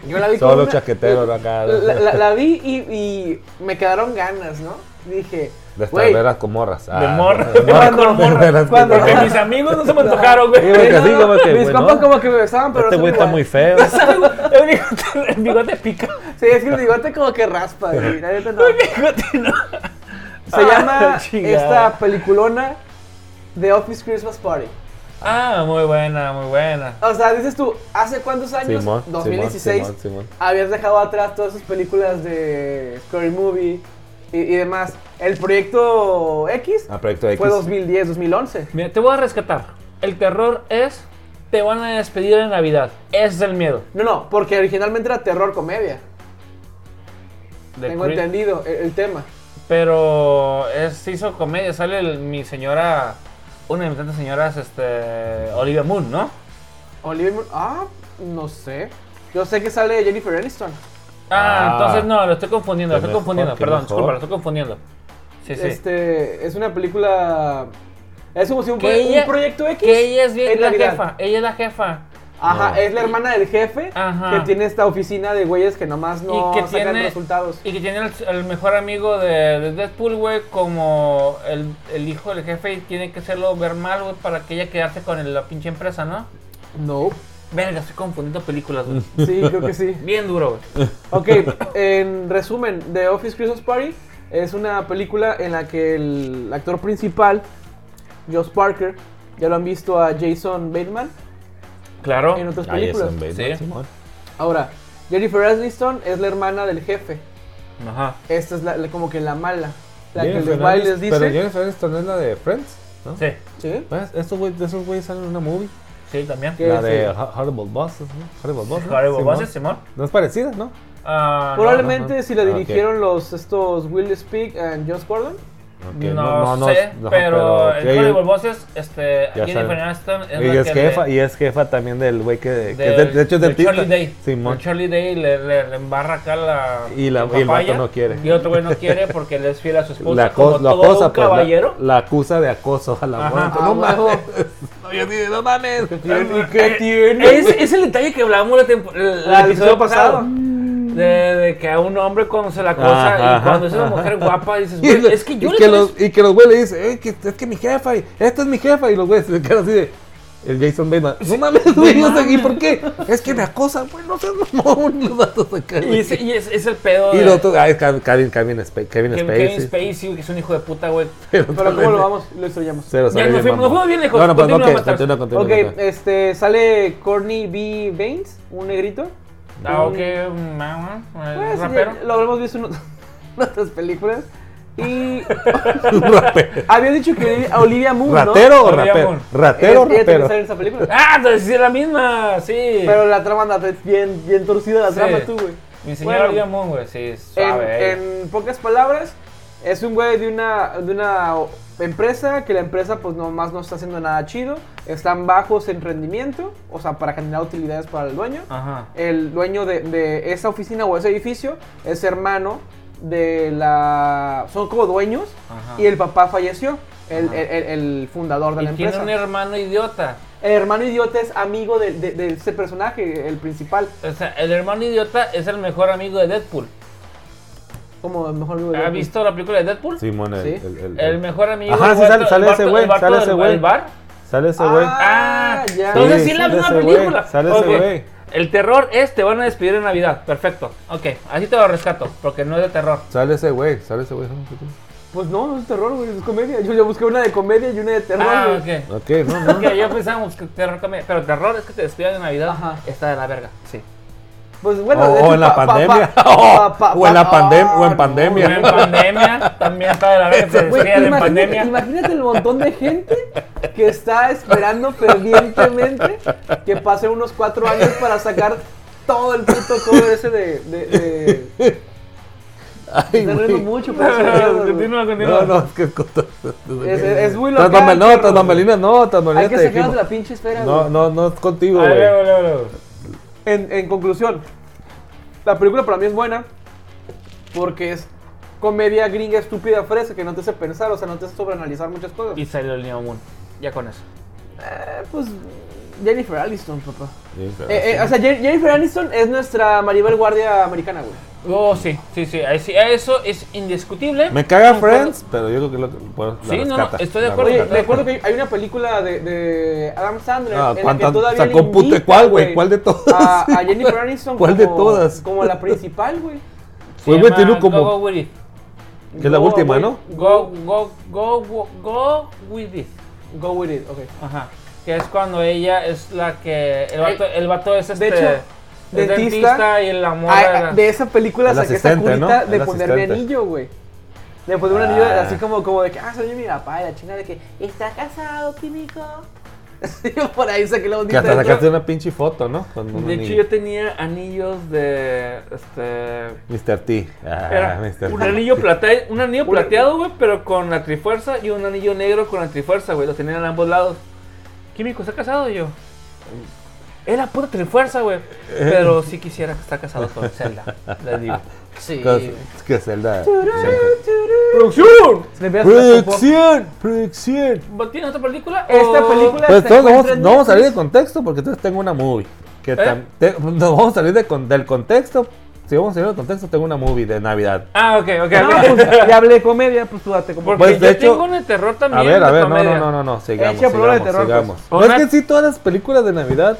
[SPEAKER 1] yo la vi con
[SPEAKER 2] Solo
[SPEAKER 1] una-
[SPEAKER 2] chaquetero no acá.
[SPEAKER 1] La, la- la vi y, y me quedaron ganas, ¿no? Dije,
[SPEAKER 2] De estar
[SPEAKER 1] güey,
[SPEAKER 2] veras con morras. Ah,
[SPEAKER 3] De morra.
[SPEAKER 2] de morra.
[SPEAKER 1] Cuando
[SPEAKER 2] De
[SPEAKER 1] morra,
[SPEAKER 2] veras con
[SPEAKER 1] cuando-
[SPEAKER 2] morras.
[SPEAKER 3] Porque mis amigos no se me antojaron,
[SPEAKER 2] Sí,
[SPEAKER 3] güey.
[SPEAKER 2] güey, que
[SPEAKER 1] no,
[SPEAKER 2] sí,
[SPEAKER 1] no,
[SPEAKER 2] como
[SPEAKER 1] mis
[SPEAKER 2] que, güey,
[SPEAKER 1] compas
[SPEAKER 2] no.
[SPEAKER 1] como que me besaban, pero
[SPEAKER 2] Este
[SPEAKER 1] no
[SPEAKER 2] güey está muy
[SPEAKER 1] igual.
[SPEAKER 2] feo.
[SPEAKER 3] El bigote, el bigote pica.
[SPEAKER 1] Sí, es que el bigote como que raspa, güey. la neta no.
[SPEAKER 3] Bigote, no.
[SPEAKER 1] Se llama
[SPEAKER 3] Ah, chingada.
[SPEAKER 1] esta peliculona The Office Christmas Party.
[SPEAKER 3] Ah, muy buena, muy buena.
[SPEAKER 1] O sea, dices tú, ¿hace cuántos años?
[SPEAKER 2] Simón,
[SPEAKER 1] 2016.
[SPEAKER 2] Simón, Simón, Simón.
[SPEAKER 1] Habías dejado atrás todas esas películas de Scary Movie y, y demás. El proyecto X
[SPEAKER 2] Ah, Proyecto X.
[SPEAKER 1] fue 2010, 2011.
[SPEAKER 3] Mira, te voy a rescatar. El terror es. Te van a despedir en Navidad. Ese es el miedo.
[SPEAKER 1] No, no, porque originalmente era terror comedia.
[SPEAKER 3] De
[SPEAKER 1] tengo
[SPEAKER 3] Creed.
[SPEAKER 1] entendido el, el tema.
[SPEAKER 3] Pero es, se hizo comedia. Sale el- mi señora. Una de mis tantas señoras, este. Olivia Moon, ¿no?
[SPEAKER 1] Oliver Moon- ah, no sé. Yo sé que sale Jennifer Aniston.
[SPEAKER 3] Ah,
[SPEAKER 2] Ah.
[SPEAKER 3] entonces no, lo estoy confundiendo, lo
[SPEAKER 2] Qué
[SPEAKER 3] estoy
[SPEAKER 2] mejor,
[SPEAKER 3] confundiendo.
[SPEAKER 2] qué
[SPEAKER 3] Perdón,
[SPEAKER 2] mejor.
[SPEAKER 3] disculpa, lo estoy confundiendo. Sí, sí.
[SPEAKER 1] Este, es una película es como si un,
[SPEAKER 3] Que
[SPEAKER 1] proye- un
[SPEAKER 3] ella-
[SPEAKER 1] proyecto X.
[SPEAKER 3] Que ella es bien
[SPEAKER 1] en
[SPEAKER 3] la
[SPEAKER 1] Navidad.
[SPEAKER 3] jefa. Ella es la jefa.
[SPEAKER 1] Ajá,
[SPEAKER 2] No.
[SPEAKER 1] es la hermana del jefe
[SPEAKER 3] Ajá.
[SPEAKER 1] que tiene esta oficina de güeyes que nomás no
[SPEAKER 3] y que
[SPEAKER 1] sacan
[SPEAKER 3] tiene
[SPEAKER 1] resultados.
[SPEAKER 3] Y que tiene el, el mejor amigo de, de Deadpool, güey, como el, el hijo del jefe y tiene que hacerlo ver mal, güey, para que ella quedarse con el- la pinche empresa, ¿no?
[SPEAKER 1] No.
[SPEAKER 3] Verga, estoy confundiendo películas, güey.
[SPEAKER 1] Sí, creo que sí.
[SPEAKER 3] Bien duro, güey.
[SPEAKER 1] Ok, en resumen, The Office Christmas Party es una película en la que el actor principal, Josh Parker, ya lo han visto a Jason Bateman,
[SPEAKER 3] Claro.
[SPEAKER 1] en otras
[SPEAKER 2] Ahí es
[SPEAKER 1] películas.
[SPEAKER 2] en Bateman,
[SPEAKER 3] Sí.
[SPEAKER 2] Simón.
[SPEAKER 1] Ahora, Jennifer Aniston es la hermana del jefe.
[SPEAKER 3] Ajá.
[SPEAKER 1] Esta es la- la- como que la mala. La que
[SPEAKER 2] Jennifer
[SPEAKER 1] los bailes
[SPEAKER 2] Aniston- Pero
[SPEAKER 1] dice.
[SPEAKER 2] Jennifer Aniston es la de Friends, ¿no?
[SPEAKER 3] Sí.
[SPEAKER 1] Sí.
[SPEAKER 2] Pues, estos güey- de esos güeyes salen en una movie.
[SPEAKER 3] Sí, también.
[SPEAKER 1] ¿Qué?
[SPEAKER 2] La
[SPEAKER 1] Sí.
[SPEAKER 2] de Ho- Horrible Bosses, ¿no? Horrible Bosses. ¿no?
[SPEAKER 3] Horrible
[SPEAKER 2] Simón.
[SPEAKER 3] Bosses, Simón.
[SPEAKER 2] No es parecida, ¿no?
[SPEAKER 3] Ah, no, no.
[SPEAKER 1] Probablemente
[SPEAKER 2] no, no.
[SPEAKER 1] si la
[SPEAKER 2] Ah, ok.
[SPEAKER 1] dirigieron los estos Will Speak and Josh Gordon.
[SPEAKER 2] Ok,
[SPEAKER 3] no,
[SPEAKER 2] no,
[SPEAKER 3] sé, pero,
[SPEAKER 2] no, pero
[SPEAKER 3] en
[SPEAKER 2] sí hay-
[SPEAKER 3] Horrible Bosses, este,
[SPEAKER 2] Ya
[SPEAKER 3] Jennifer
[SPEAKER 2] saben.
[SPEAKER 3] Aniston es
[SPEAKER 2] Y
[SPEAKER 3] la
[SPEAKER 2] es
[SPEAKER 3] que le-
[SPEAKER 2] jefa, y es jefa también del güey que, que
[SPEAKER 3] del-
[SPEAKER 2] es de, de hecho es
[SPEAKER 3] del
[SPEAKER 2] dentista.
[SPEAKER 3] Charlie Day.
[SPEAKER 2] Simón.
[SPEAKER 3] El Charlie Day le, le- le embarra acá la
[SPEAKER 2] Y la-
[SPEAKER 3] el
[SPEAKER 2] y el vato
[SPEAKER 3] papaya,
[SPEAKER 2] no quiere.
[SPEAKER 3] Y el otro güey no quiere porque él es fiel a su esposa.
[SPEAKER 2] La
[SPEAKER 3] como
[SPEAKER 2] cosa, la
[SPEAKER 3] todo
[SPEAKER 2] cosa,
[SPEAKER 3] un
[SPEAKER 2] pues, la-
[SPEAKER 3] caballero.
[SPEAKER 2] la, acusa de acoso a la
[SPEAKER 3] Ajá.
[SPEAKER 2] muerte.
[SPEAKER 1] Ah,
[SPEAKER 2] No
[SPEAKER 1] huevo.
[SPEAKER 2] mames. No, yo ni- no mames.
[SPEAKER 1] ¿Y qué tiene?
[SPEAKER 3] eh, Es, es el detalle que hablábamos la tempo- el, el
[SPEAKER 1] Ah, el episodio pasado.
[SPEAKER 3] De, de que a un hombre cuando se la cosa
[SPEAKER 2] Ajá,
[SPEAKER 3] y cuando es una
[SPEAKER 2] ajá.
[SPEAKER 3] mujer guapa dices,
[SPEAKER 2] Y lo-
[SPEAKER 3] güey, es que yo
[SPEAKER 2] y
[SPEAKER 3] le
[SPEAKER 2] que
[SPEAKER 3] tengo-
[SPEAKER 2] los, y que los güeyes le dicen, "Ey, que, es que mi jefa, y, esta es mi jefa, y los güeyes se quedan así de, el Jason Bateman, no mames, güey, no sé, ¿y por qué? Es que me acosan, güey, no seas mamón, y los datos acá.
[SPEAKER 3] Y, es, y es, es el pedo
[SPEAKER 2] Y
[SPEAKER 3] de
[SPEAKER 2] lo otro, ay, Kevin, Kevin, Kevin, Spa- Kevin
[SPEAKER 3] que-
[SPEAKER 2] Spacey.
[SPEAKER 3] Kevin Spacey, güey, que es un hijo de puta, güey.
[SPEAKER 2] Pero,
[SPEAKER 1] Pero ¿cómo lo vamos? Lo estrellamos.
[SPEAKER 2] Se lo sabe
[SPEAKER 3] nos
[SPEAKER 2] bien,
[SPEAKER 3] fuimos- nos
[SPEAKER 2] mamón.
[SPEAKER 3] fuimos bien lejos,
[SPEAKER 2] No, no, pues,
[SPEAKER 3] continúa,
[SPEAKER 2] ok,
[SPEAKER 3] Master.
[SPEAKER 2] continúa, continúa,
[SPEAKER 1] Ok,
[SPEAKER 2] continúa.
[SPEAKER 1] este, sale Corny B. Baines, un negrito.
[SPEAKER 3] Ah,
[SPEAKER 2] Mm.
[SPEAKER 1] Un-
[SPEAKER 3] ok, mamá, eh,
[SPEAKER 1] Pues,
[SPEAKER 3] rapero.
[SPEAKER 1] ya lo habremos visto en ot- en otras películas. Y
[SPEAKER 2] Rape-
[SPEAKER 1] había dicho que Olivia Moon, ¿no? Este,
[SPEAKER 2] ¿Ratero o
[SPEAKER 3] Olivia
[SPEAKER 2] rapero?
[SPEAKER 3] Moon.
[SPEAKER 2] ¿Ratero o
[SPEAKER 1] Ella- ella también sale
[SPEAKER 2] rapero?
[SPEAKER 1] en esa película.
[SPEAKER 3] Ah, entonces sí es la misma, sí.
[SPEAKER 1] Pero la trama anda bien, bien torcida la
[SPEAKER 3] Sí.
[SPEAKER 1] trama tú, güey.
[SPEAKER 3] Mi señora
[SPEAKER 1] Bueno.
[SPEAKER 3] Olivia Moon, güey, sí,
[SPEAKER 1] En,
[SPEAKER 3] suave. ella.
[SPEAKER 1] en pocas palabras, es un güey de una, de una empresa que la empresa pues nomás no está haciendo nada chido. Están bajos en rendimiento, o sea, para generar utilidades para el dueño.
[SPEAKER 3] Ajá.
[SPEAKER 1] El dueño de, de esa oficina o ese edificio es hermano de la... Son como dueños
[SPEAKER 3] Ajá.
[SPEAKER 1] y el papá falleció, el,
[SPEAKER 3] Ajá.
[SPEAKER 1] el- el- el fundador de
[SPEAKER 3] Y
[SPEAKER 1] la
[SPEAKER 3] tiene
[SPEAKER 1] empresa.
[SPEAKER 3] un hermano idiota.
[SPEAKER 1] El hermano idiota es amigo de, de- de ese personaje, el principal,
[SPEAKER 3] O sea, el hermano idiota es el mejor amigo de Deadpool.
[SPEAKER 1] como Pues, el mejor amigo de
[SPEAKER 3] ¿Has
[SPEAKER 1] Deadpool.
[SPEAKER 3] visto la película de Deadpool?
[SPEAKER 2] Simón, el,
[SPEAKER 1] Sí.
[SPEAKER 2] el, el-
[SPEAKER 3] El mejor amigo.
[SPEAKER 2] Ajá,
[SPEAKER 3] el
[SPEAKER 2] sí,
[SPEAKER 3] vato-
[SPEAKER 2] sale- sale
[SPEAKER 3] el
[SPEAKER 2] ese
[SPEAKER 3] vato-
[SPEAKER 2] güey,
[SPEAKER 3] el vato
[SPEAKER 2] sale
[SPEAKER 3] del-
[SPEAKER 2] ese güey.
[SPEAKER 3] el bar.
[SPEAKER 2] Sale ese güey.
[SPEAKER 1] Ah,
[SPEAKER 3] Ah,
[SPEAKER 1] ya.
[SPEAKER 3] Entonces sí, es la
[SPEAKER 2] sale
[SPEAKER 3] misma
[SPEAKER 2] ese güey,
[SPEAKER 3] película.
[SPEAKER 2] sale ese
[SPEAKER 3] Ok.
[SPEAKER 2] güey.
[SPEAKER 3] El terror es te van a despedir en Navidad. Perfecto. Ok, así te lo rescato, porque no es de terror.
[SPEAKER 2] Sale ese güey, sale ese güey.
[SPEAKER 1] Pues no, no es terror, güey, es comedia. Yo ya busqué una de comedia y una de terror.
[SPEAKER 3] Ah,
[SPEAKER 1] güey.
[SPEAKER 3] ok.
[SPEAKER 2] Ok, no, no.
[SPEAKER 3] Ok, ya pensábamos que terror también. Pero terror es que te despidan en Navidad.
[SPEAKER 1] Ajá.
[SPEAKER 3] Está de la verga. Sí.
[SPEAKER 1] Pues
[SPEAKER 2] O,
[SPEAKER 1] bueno, de
[SPEAKER 2] o
[SPEAKER 1] hecho,
[SPEAKER 2] en la
[SPEAKER 1] pa- pa-
[SPEAKER 2] pandemia.
[SPEAKER 1] pa- pa- pa-
[SPEAKER 2] O en la
[SPEAKER 1] pa-
[SPEAKER 2] pandemia. O en
[SPEAKER 1] ah,
[SPEAKER 2] pandemia.
[SPEAKER 3] En pandemia también está de la verga. Te
[SPEAKER 1] no. Güey,
[SPEAKER 3] despiden en
[SPEAKER 1] imagínate-
[SPEAKER 3] pandemia.
[SPEAKER 1] Imagínate el montón de gente que está esperando fervientemente que pase unos cuatro años para sacar todo el puto cover ese de. de, de...
[SPEAKER 2] Ay,
[SPEAKER 1] Están riendo
[SPEAKER 2] güey.
[SPEAKER 1] mucho, pero se ríen, güey.
[SPEAKER 3] Continúa, continúa.
[SPEAKER 2] No, no, es que es cosa-
[SPEAKER 1] Es- es muy
[SPEAKER 2] Tras
[SPEAKER 1] local,
[SPEAKER 2] bambalinas- No,
[SPEAKER 1] perro.
[SPEAKER 2] tras bambalinas, no, tras
[SPEAKER 1] Hay
[SPEAKER 2] bambalinas
[SPEAKER 1] que
[SPEAKER 2] te
[SPEAKER 1] sacarlos de
[SPEAKER 2] dijimos.
[SPEAKER 1] la pinche esfera.
[SPEAKER 2] No,
[SPEAKER 1] güey.
[SPEAKER 2] no, no es contigo,
[SPEAKER 3] A
[SPEAKER 2] güey.
[SPEAKER 3] ver, a ver, a ver.
[SPEAKER 1] En, en conclusión, la película para mí es buena porque es comedia gringa estúpida fresca que no te hace pensar, o sea, no te hace sobreanalizar muchas cosas.
[SPEAKER 3] Y salió el Neo Moon. Ya con eso.
[SPEAKER 1] Eh, pues Jennifer Aniston, papá.
[SPEAKER 2] Sí, pero-
[SPEAKER 1] Eh, eh, o sea, Jen- Jennifer Aniston es nuestra Maribel Guardia americana, güey.
[SPEAKER 2] Ah,
[SPEAKER 3] Oh, sí, sí, sí. ahí sí, Eso es
[SPEAKER 1] eh,
[SPEAKER 3] indiscutible.
[SPEAKER 2] Me caga
[SPEAKER 3] Concuerdo.
[SPEAKER 2] Friends, pero yo creo que lo bueno, la
[SPEAKER 3] Sí, no, no,
[SPEAKER 2] rescata,
[SPEAKER 3] estoy de
[SPEAKER 2] la
[SPEAKER 3] acuerdo.
[SPEAKER 1] Oye,
[SPEAKER 2] rescata.
[SPEAKER 1] me acuerdo que hay una película de, de Adam Sandler
[SPEAKER 2] Ah,
[SPEAKER 1] en la que
[SPEAKER 2] ¿cuántas-
[SPEAKER 1] todavía
[SPEAKER 2] sacó
[SPEAKER 1] le
[SPEAKER 2] pute-
[SPEAKER 1] invita,
[SPEAKER 2] cuál, güey? ¿Cuál de todas?
[SPEAKER 1] A, a Jennifer Aniston
[SPEAKER 2] ¿Cuál de
[SPEAKER 1] como-
[SPEAKER 2] todas?
[SPEAKER 1] como la principal, güey.
[SPEAKER 3] Se
[SPEAKER 2] Fue muy
[SPEAKER 3] llama
[SPEAKER 2] tiro como-
[SPEAKER 3] Go, go with it.
[SPEAKER 2] Que es la
[SPEAKER 1] Go,
[SPEAKER 2] última,
[SPEAKER 1] güey.
[SPEAKER 2] ¿no?
[SPEAKER 3] Go, go, go, go, go with it.
[SPEAKER 1] Go with it, ok.
[SPEAKER 3] Ajá. Que es cuando ella es la que. El vato, el vato es este.
[SPEAKER 1] de hecho,
[SPEAKER 3] el
[SPEAKER 1] dentista-
[SPEAKER 3] dentista, y el amor.
[SPEAKER 1] Ah, ah, de esa película
[SPEAKER 2] El
[SPEAKER 1] saqué esa
[SPEAKER 2] asistente,
[SPEAKER 1] curita
[SPEAKER 2] ¿no?
[SPEAKER 1] de
[SPEAKER 2] El
[SPEAKER 1] ponerme
[SPEAKER 2] asistente.
[SPEAKER 1] anillo, güey. De ponerme un anillo
[SPEAKER 2] Ah.
[SPEAKER 1] así como, como de que, ah, soy mi papá, y la chingada de que, ¿está casado, químico? Yo por ahí saqué la
[SPEAKER 2] Que
[SPEAKER 1] ondita.
[SPEAKER 2] hasta
[SPEAKER 1] de-
[SPEAKER 2] sacaste una pinche foto, ¿no? Con un
[SPEAKER 3] De hecho,
[SPEAKER 2] anillo.
[SPEAKER 3] yo tenía anillos de. Este.
[SPEAKER 2] Mr. T. Ah,
[SPEAKER 3] Era
[SPEAKER 2] Mr.
[SPEAKER 3] un
[SPEAKER 2] T.
[SPEAKER 3] anillo plateado, un anillo
[SPEAKER 1] Un-
[SPEAKER 3] plateado, güey, pero con la trifuerza y un anillo negro con la trifuerza, güey. Lo tenían en ambos lados. Químico, ¿está casado yo? Es la puta trifuerza,
[SPEAKER 2] Eh.
[SPEAKER 3] güey. Pero sí quisiera estar casado con Zelda, le digo.
[SPEAKER 1] Sí.
[SPEAKER 2] Que- Que Zelda.
[SPEAKER 3] ¡Producción!
[SPEAKER 1] Le veas la popó.
[SPEAKER 2] ¡Producción! ¡Producción!
[SPEAKER 3] ¿Tienes otra película?
[SPEAKER 1] Esta
[SPEAKER 3] o-
[SPEAKER 1] película
[SPEAKER 2] Pues
[SPEAKER 1] se
[SPEAKER 2] todos vamos,
[SPEAKER 1] encuentra en
[SPEAKER 2] no vamos a salir de
[SPEAKER 1] Netflix.
[SPEAKER 2] contexto porque entonces tengo una movie. Que
[SPEAKER 3] ¿Eh?
[SPEAKER 2] tam- te- no vamos a salir de con- del contexto. Si vamos a salir del contexto, tengo una movie de Navidad.
[SPEAKER 3] Ah, ok, ok.
[SPEAKER 1] No,
[SPEAKER 3] ok.
[SPEAKER 1] pues, ya hablé de comedia, pues tú date como.
[SPEAKER 3] Porque
[SPEAKER 2] pues,
[SPEAKER 3] yo
[SPEAKER 2] de hecho-
[SPEAKER 3] tengo una de terror también.
[SPEAKER 2] A ver, a
[SPEAKER 3] de
[SPEAKER 2] ver, no,
[SPEAKER 3] comedia.
[SPEAKER 2] no, no, no, no, sigamos,
[SPEAKER 1] Echa prueba de
[SPEAKER 2] sigamos,
[SPEAKER 1] terror,
[SPEAKER 2] sigamos.
[SPEAKER 1] pues.
[SPEAKER 2] No,
[SPEAKER 3] Una-
[SPEAKER 2] es que sí, todas las películas de Navidad,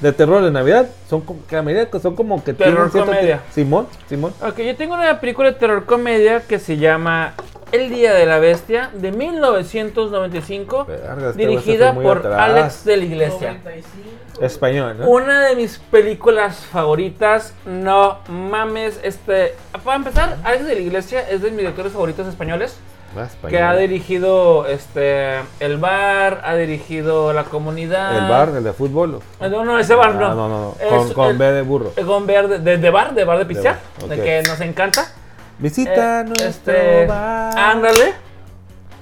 [SPEAKER 2] de terror de Navidad, son como, que la mayoría son como que
[SPEAKER 3] Terror
[SPEAKER 2] cierto
[SPEAKER 3] comedia.
[SPEAKER 2] ti- Simón, Simón.
[SPEAKER 3] Ok, yo tengo una película de terror comedia que se llama El Día de la Bestia de 1995,
[SPEAKER 2] Verga, este güey se fue
[SPEAKER 3] dirigida
[SPEAKER 2] muy
[SPEAKER 3] por
[SPEAKER 2] atrás.
[SPEAKER 3] Alex de la Iglesia.
[SPEAKER 1] 95.
[SPEAKER 2] Español, ¿no?
[SPEAKER 3] Una de mis películas favoritas, no mames, este, para empezar, Alex de la Iglesia es de mis directores favoritos españoles,
[SPEAKER 2] Ah, español.
[SPEAKER 3] que ha dirigido este El Bar, ha dirigido La Comunidad.
[SPEAKER 2] El bar, el de fútbol.
[SPEAKER 3] Eh, No, no, ese bar no.
[SPEAKER 2] Ah, no, no, no.
[SPEAKER 3] Es
[SPEAKER 2] Con, con
[SPEAKER 3] el-
[SPEAKER 2] B de burro.
[SPEAKER 3] eh, Con verde, de, de bar, de bar de pistear,
[SPEAKER 2] bar,
[SPEAKER 3] de
[SPEAKER 2] ok.
[SPEAKER 3] que nos encanta.
[SPEAKER 2] Visita
[SPEAKER 3] Eh,
[SPEAKER 2] nuestro
[SPEAKER 3] este,
[SPEAKER 2] bar. Ah,
[SPEAKER 3] ándale.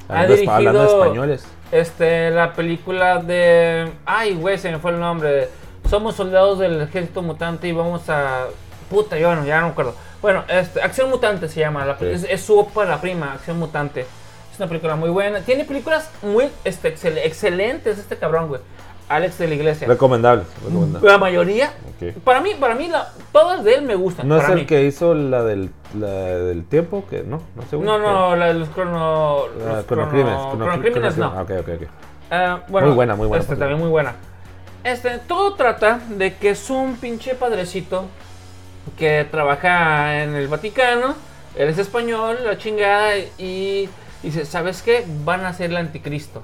[SPEAKER 3] ha
[SPEAKER 2] Hablando, espa- hablando de
[SPEAKER 3] dirigido-
[SPEAKER 2] españoles.
[SPEAKER 3] Este, la película de. Ay, güey, se me fue el nombre. Somos soldados del ejército mutante y vamos a. Puta, yo no, ya no me acuerdo. Bueno, este, Acción Mutante se llama. la-
[SPEAKER 2] Sí.
[SPEAKER 3] es, es su ópera prima, Acción Mutante. Es una película muy buena. Tiene películas muy este, excel- excelentes, este cabrón, güey. Alex de la Iglesia.
[SPEAKER 2] Recomendable. recomendable.
[SPEAKER 3] La mayoría.
[SPEAKER 2] Ok.
[SPEAKER 3] Para mí, para mí, la- todas de él me gustan.
[SPEAKER 2] ¿No es
[SPEAKER 3] Mm, para
[SPEAKER 2] el
[SPEAKER 3] mí.
[SPEAKER 2] que hizo la del, la del tiempo? que No, no sé. güey.
[SPEAKER 3] No, no, la de los crono.
[SPEAKER 2] Ah,
[SPEAKER 3] los
[SPEAKER 2] cronocrímenes.
[SPEAKER 3] crono-
[SPEAKER 2] crono-
[SPEAKER 3] cronocrímenes no.
[SPEAKER 2] Ah, Ok, ok, ok.
[SPEAKER 3] Ah, bueno,
[SPEAKER 2] Muy buena, muy buena,
[SPEAKER 3] Este,
[SPEAKER 2] por
[SPEAKER 3] también muy buena. Este, todo trata de que es un pinche padrecito que trabaja en el Vaticano, él es español, la chingada, y dice, ¿sabes qué? Van a ser el anticristo.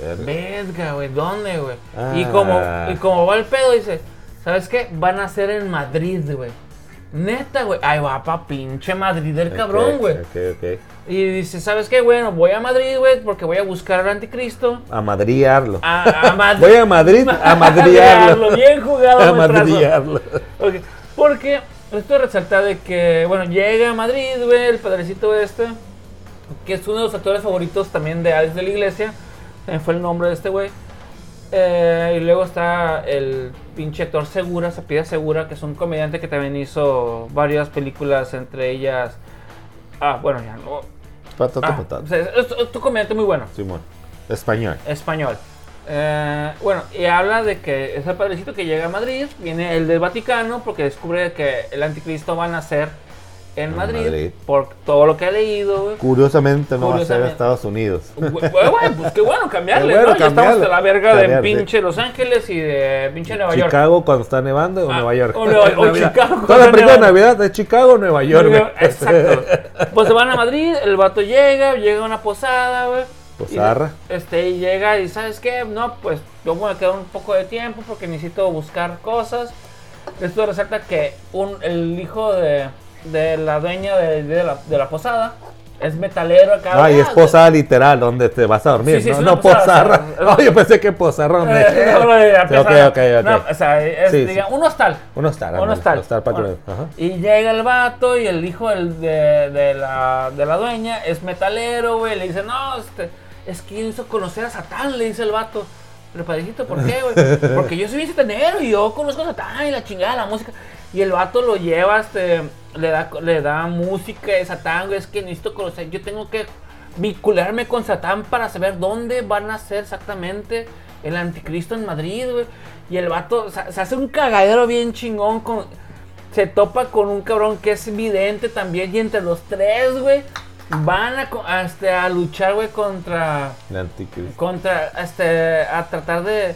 [SPEAKER 2] Verga.
[SPEAKER 3] Verga, güey, ¿dónde, güey?
[SPEAKER 2] Ah.
[SPEAKER 3] Y, como, y como va el pedo, dice, ¿sabes qué? Van a ser en Madrid, güey. Neta, güey. Ahí va pa' pinche Madrid del
[SPEAKER 2] Ok,
[SPEAKER 3] cabrón, güey.
[SPEAKER 2] Ok, ok.
[SPEAKER 3] Y dice, ¿sabes qué? Bueno, voy a Madrid, güey, porque voy a buscar al anticristo.
[SPEAKER 2] A madriarlo.
[SPEAKER 3] A, a Madrid.
[SPEAKER 2] Voy a Madrid a madriarlo.
[SPEAKER 3] Bien jugado.
[SPEAKER 2] a
[SPEAKER 3] buen trazo.
[SPEAKER 2] madriarlo.
[SPEAKER 3] Ok, Porque esto resalta de que, bueno, llega a Madrid, güey, el padrecito este, que es uno de los actores favoritos también de Alex de la Iglesia. se me fue el nombre de este güey. Eh, y luego está el pinche actor Segura, Sapida Segura, que es un comediante que también hizo varias películas, entre ellas. Ah, bueno, ya no.
[SPEAKER 2] Patata,
[SPEAKER 3] Ah,
[SPEAKER 2] patata.
[SPEAKER 3] o sea, es- es un comediante muy bueno
[SPEAKER 2] Simón. Español.
[SPEAKER 3] español. Eh, bueno, y habla de que es el padrecito que llega a Madrid, viene el del Vaticano, porque descubre que el anticristo va a nacer en
[SPEAKER 2] En
[SPEAKER 3] Madrid,
[SPEAKER 2] Madrid.
[SPEAKER 3] por todo lo que ha leído. güey.
[SPEAKER 2] Curiosamente no va a ser
[SPEAKER 3] Curiosamente.
[SPEAKER 2] Estados Unidos.
[SPEAKER 3] Güey, güey, pues qué bueno cambiarle,
[SPEAKER 2] Qué bueno
[SPEAKER 3] ¿no? Ya estamos
[SPEAKER 2] cambiarle.
[SPEAKER 3] de la verga de
[SPEAKER 2] Cambiar, sí.
[SPEAKER 3] pinche Los Ángeles y de pinche Nueva York.
[SPEAKER 2] Chicago cuando está nevando o
[SPEAKER 3] Ah,
[SPEAKER 2] Nueva York.
[SPEAKER 3] o Nueva- o
[SPEAKER 2] Navidad.
[SPEAKER 3] Chicago cuando
[SPEAKER 2] Toda la película de
[SPEAKER 3] nevando.
[SPEAKER 2] Navidad de Chicago o Nueva York. Este, güey.
[SPEAKER 3] Exacto. Pues se van a Madrid, el vato llega, llega a una posada, güey.
[SPEAKER 2] Posarra.
[SPEAKER 3] Y, este, y llega y ¿sabes qué? No, pues yo me voy a quedar un poco de tiempo porque necesito buscar cosas. Esto resalta que un, el hijo de, de la dueña de, de la, de la posada es metalero acá.
[SPEAKER 2] Ah, y
[SPEAKER 3] Ah,
[SPEAKER 2] es posada literal, donde te vas a dormir,
[SPEAKER 3] Sí, sí,
[SPEAKER 2] ¿no?
[SPEAKER 3] es una
[SPEAKER 2] no
[SPEAKER 3] posada,
[SPEAKER 2] posarra.
[SPEAKER 3] o sea,
[SPEAKER 2] No, yo pensé que posarra
[SPEAKER 3] eh,
[SPEAKER 2] donde...
[SPEAKER 3] no, no, la
[SPEAKER 2] ok,
[SPEAKER 3] pesada.
[SPEAKER 2] ok, ok.
[SPEAKER 3] No, o sea, es,
[SPEAKER 2] Sí, sí.
[SPEAKER 3] diga, un hostal.
[SPEAKER 2] Un
[SPEAKER 3] Un
[SPEAKER 2] hostal, ándale,
[SPEAKER 3] hostal.
[SPEAKER 2] hostal para
[SPEAKER 3] Bueno,
[SPEAKER 2] que- ajá.
[SPEAKER 3] Y llega el vato y el hijo del- de, de la, de la dueña es metalero, güey. Le dice, no, este, es que hizo conocer a Satán, le dice el vato. Pero padrecito, ¿por qué, güey? Porque yo soy bien satanero y yo conozco a Satán y la chingada, la música. Y el vato lo lleva, este, le da, le da música de Satán, güey. Es que necesito conocer, yo tengo que vincularme con Satán para saber dónde van a ser exactamente el anticristo en Madrid, güey. Y el vato se, se hace un cagadero bien chingón con se topa con un cabrón que es vidente también y entre los tres, güey, van a, co- a, este, a luchar, güey, contra,
[SPEAKER 2] El anticristo.
[SPEAKER 3] contra, este, a tratar de,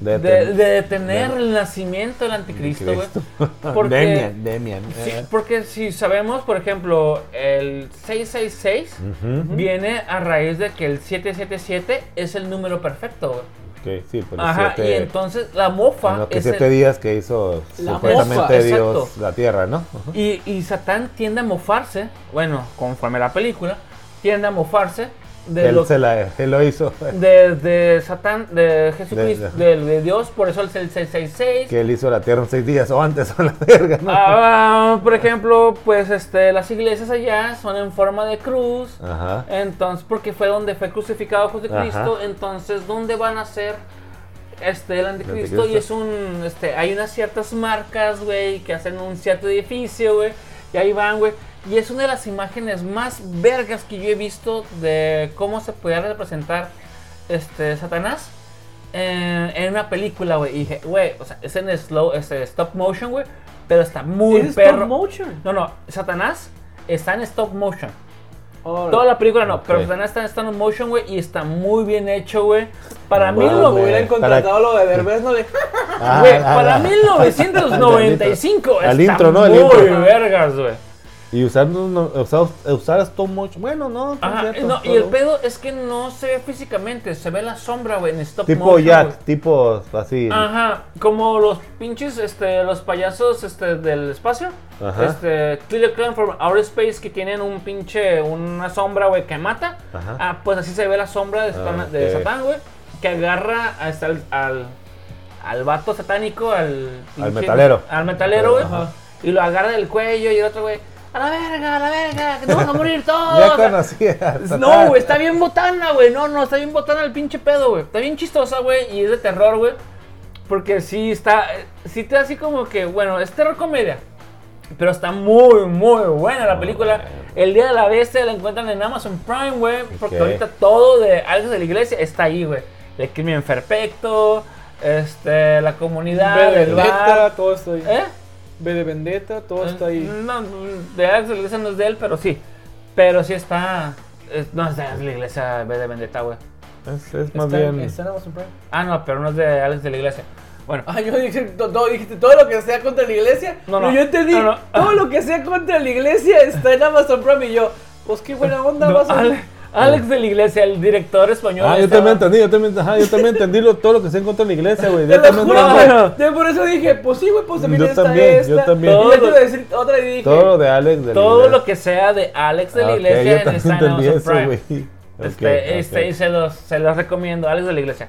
[SPEAKER 3] de,
[SPEAKER 2] De detener-
[SPEAKER 3] de detener
[SPEAKER 2] de-
[SPEAKER 3] el nacimiento del anticristo, güey.
[SPEAKER 2] Anticristo.
[SPEAKER 3] Porque-
[SPEAKER 2] Demian, Demian.
[SPEAKER 3] Sí,
[SPEAKER 2] eh.
[SPEAKER 3] porque si sabemos, por ejemplo, el 666
[SPEAKER 2] Ujú.
[SPEAKER 3] viene a raíz de que el 777 es el número perfecto, güey.
[SPEAKER 2] Ok, sí, pero
[SPEAKER 3] Ajá,
[SPEAKER 2] siete-
[SPEAKER 3] y entonces la mofa
[SPEAKER 2] en los que
[SPEAKER 3] es el-
[SPEAKER 2] siete días que hizo
[SPEAKER 1] La
[SPEAKER 2] supuestamente
[SPEAKER 1] mofa,
[SPEAKER 2] Dios
[SPEAKER 3] exacto.
[SPEAKER 2] la tierra, ¿no? Ajá.
[SPEAKER 3] Y, y Satán tiende a mofarse, bueno, conforme la película, tiende a mofarse de
[SPEAKER 2] él,
[SPEAKER 3] lo
[SPEAKER 2] se la, él lo hizo.
[SPEAKER 3] de, de Satán, de Jesucristo,
[SPEAKER 2] De-
[SPEAKER 3] de, de Dios, por eso es el 666.
[SPEAKER 2] que él hizo la tierra en seis días o antes o la verga, ¿no?
[SPEAKER 3] Ah, por ejemplo, pues este, las iglesias allá son en forma de
[SPEAKER 2] Ah.
[SPEAKER 3] cruz,
[SPEAKER 2] Ajá.
[SPEAKER 3] entonces porque fue donde fue crucificado Jesucristo,
[SPEAKER 2] Ajá.
[SPEAKER 3] entonces dónde van a ser este el anticristo
[SPEAKER 2] anticristo.
[SPEAKER 3] y es un este hay unas ciertas marcas, güey, que hacen un cierto edificio, güey, y ahí van, güey, y es una de las imágenes más vergas que yo he visto de cómo se podía representar este Satanás en, en una película, güey. Y dije, güey, o sea, es en slow, es eh, stop motion, güey, pero está muy
[SPEAKER 1] ¿Es
[SPEAKER 3] perro.
[SPEAKER 1] stop motion?
[SPEAKER 3] No, no, Satanás está en stop motion.
[SPEAKER 1] Órale.
[SPEAKER 3] Toda la película no,
[SPEAKER 2] Ok.
[SPEAKER 3] pero Satanás está en stop motion, güey, y está muy bien hecho, güey. Para
[SPEAKER 2] No
[SPEAKER 3] mí
[SPEAKER 1] Lo
[SPEAKER 3] lo
[SPEAKER 2] mames.
[SPEAKER 1] hubieran contratado lo de Derbez, no de...
[SPEAKER 2] Ah,
[SPEAKER 3] Güey,
[SPEAKER 2] ah,
[SPEAKER 3] para
[SPEAKER 2] ah.
[SPEAKER 3] 1995
[SPEAKER 2] Al
[SPEAKER 3] está
[SPEAKER 2] intro, ¿no? Al
[SPEAKER 3] muy
[SPEAKER 2] intro.
[SPEAKER 3] vergas, güey.
[SPEAKER 2] Y usar, no- usar, usar Stone Motion. Bueno, no. son
[SPEAKER 3] Ajá,
[SPEAKER 2] ciertos,
[SPEAKER 3] no, y
[SPEAKER 2] todo.
[SPEAKER 3] el pedo es que no se ve físicamente, se ve la sombra, güey, en stop
[SPEAKER 2] Tipo
[SPEAKER 3] motion,
[SPEAKER 2] Jack,
[SPEAKER 3] güey. Ah,
[SPEAKER 2] tipo así.
[SPEAKER 3] Ajá, como los pinches, este, los payasos, este, del espacio.
[SPEAKER 2] Ajá.
[SPEAKER 3] Este, Killer Clan from Outer Space que tienen un pinche, una sombra, güey, que mata.
[SPEAKER 2] Ajá.
[SPEAKER 3] Ah, pues así se ve la sombra de Satán,
[SPEAKER 2] Ah,
[SPEAKER 3] de
[SPEAKER 2] ok.
[SPEAKER 3] Satán, güey, que agarra hasta al, al, al vato satánico, al...
[SPEAKER 2] Al metalero.
[SPEAKER 3] Al metalero, güey.
[SPEAKER 2] Ajá.
[SPEAKER 3] Y lo agarra del cuello y el otro, güey, a la verga, a la verga, que nos vamos a morir todos.
[SPEAKER 2] Ya conocía.
[SPEAKER 3] No, güey, está bien botana, güey. No, no, está bien botana el pinche pedo, güey. Está bien chistosa, güey, y es de terror, güey. Porque sí está. eh, Sí te da así como que, bueno, es terror comedia. Pero está muy, muy buena la película. El día de la bestia la encuentran en Amazon Prime, güey. Porque
[SPEAKER 2] Ok.
[SPEAKER 3] ahorita todo de algo de la iglesia está ahí, güey. El crimen perfecto, este, la comunidad,
[SPEAKER 1] B de
[SPEAKER 3] el bar.
[SPEAKER 1] Vendetta, todo está ahí.
[SPEAKER 3] ¿Eh?
[SPEAKER 1] B de Vendetta, todo está ahí.
[SPEAKER 3] No, de Alex de la Iglesia no es de él, pero sí. Pero sí está. es- no es de Alex de la Iglesia, B de Vendetta, güey.
[SPEAKER 2] Es, es más
[SPEAKER 1] Está en-
[SPEAKER 2] bien.
[SPEAKER 1] está en Amazon Prime.
[SPEAKER 3] Ah, no, pero no es de Alex de la Iglesia. Bueno,
[SPEAKER 1] Ah, yo dije to- todo, dijiste todo lo que sea contra la iglesia.
[SPEAKER 3] No,
[SPEAKER 1] No,
[SPEAKER 3] no.
[SPEAKER 1] yo entendí.
[SPEAKER 3] No, no.
[SPEAKER 1] Todo lo que sea contra la iglesia está en Amazon Prime y yo. Pues qué buena onda,
[SPEAKER 3] no,
[SPEAKER 1] vas a
[SPEAKER 3] Ale- Alex de la Iglesia, el director español.
[SPEAKER 2] Ah, yo
[SPEAKER 3] estaba-
[SPEAKER 2] también entendí, yo también, ajá, yo también entendí lo- todo lo que se encuentra en la iglesia, güey.
[SPEAKER 1] Te
[SPEAKER 2] Yo
[SPEAKER 1] lo
[SPEAKER 2] también
[SPEAKER 1] juro,
[SPEAKER 2] entendí
[SPEAKER 1] güey. Yo por eso dije, pues sí, güey, pues también
[SPEAKER 2] Yo
[SPEAKER 1] está
[SPEAKER 2] también, yo
[SPEAKER 1] esta.
[SPEAKER 2] también.
[SPEAKER 1] Y yo te
[SPEAKER 3] Todo-
[SPEAKER 1] iba a decir otra y dije,
[SPEAKER 2] todo lo de Alex de la
[SPEAKER 3] Todo
[SPEAKER 2] iglesia.
[SPEAKER 3] lo que sea de Alex de
[SPEAKER 2] Ah,
[SPEAKER 3] la
[SPEAKER 2] ok,
[SPEAKER 3] Iglesia
[SPEAKER 2] yo también
[SPEAKER 3] está en
[SPEAKER 2] entendí
[SPEAKER 3] Amazon
[SPEAKER 2] eso,
[SPEAKER 3] Prime.
[SPEAKER 2] güey.
[SPEAKER 3] Este,
[SPEAKER 2] Ok,
[SPEAKER 3] este,
[SPEAKER 2] ok.
[SPEAKER 3] y se los, se los recomiendo, Alex de la Iglesia.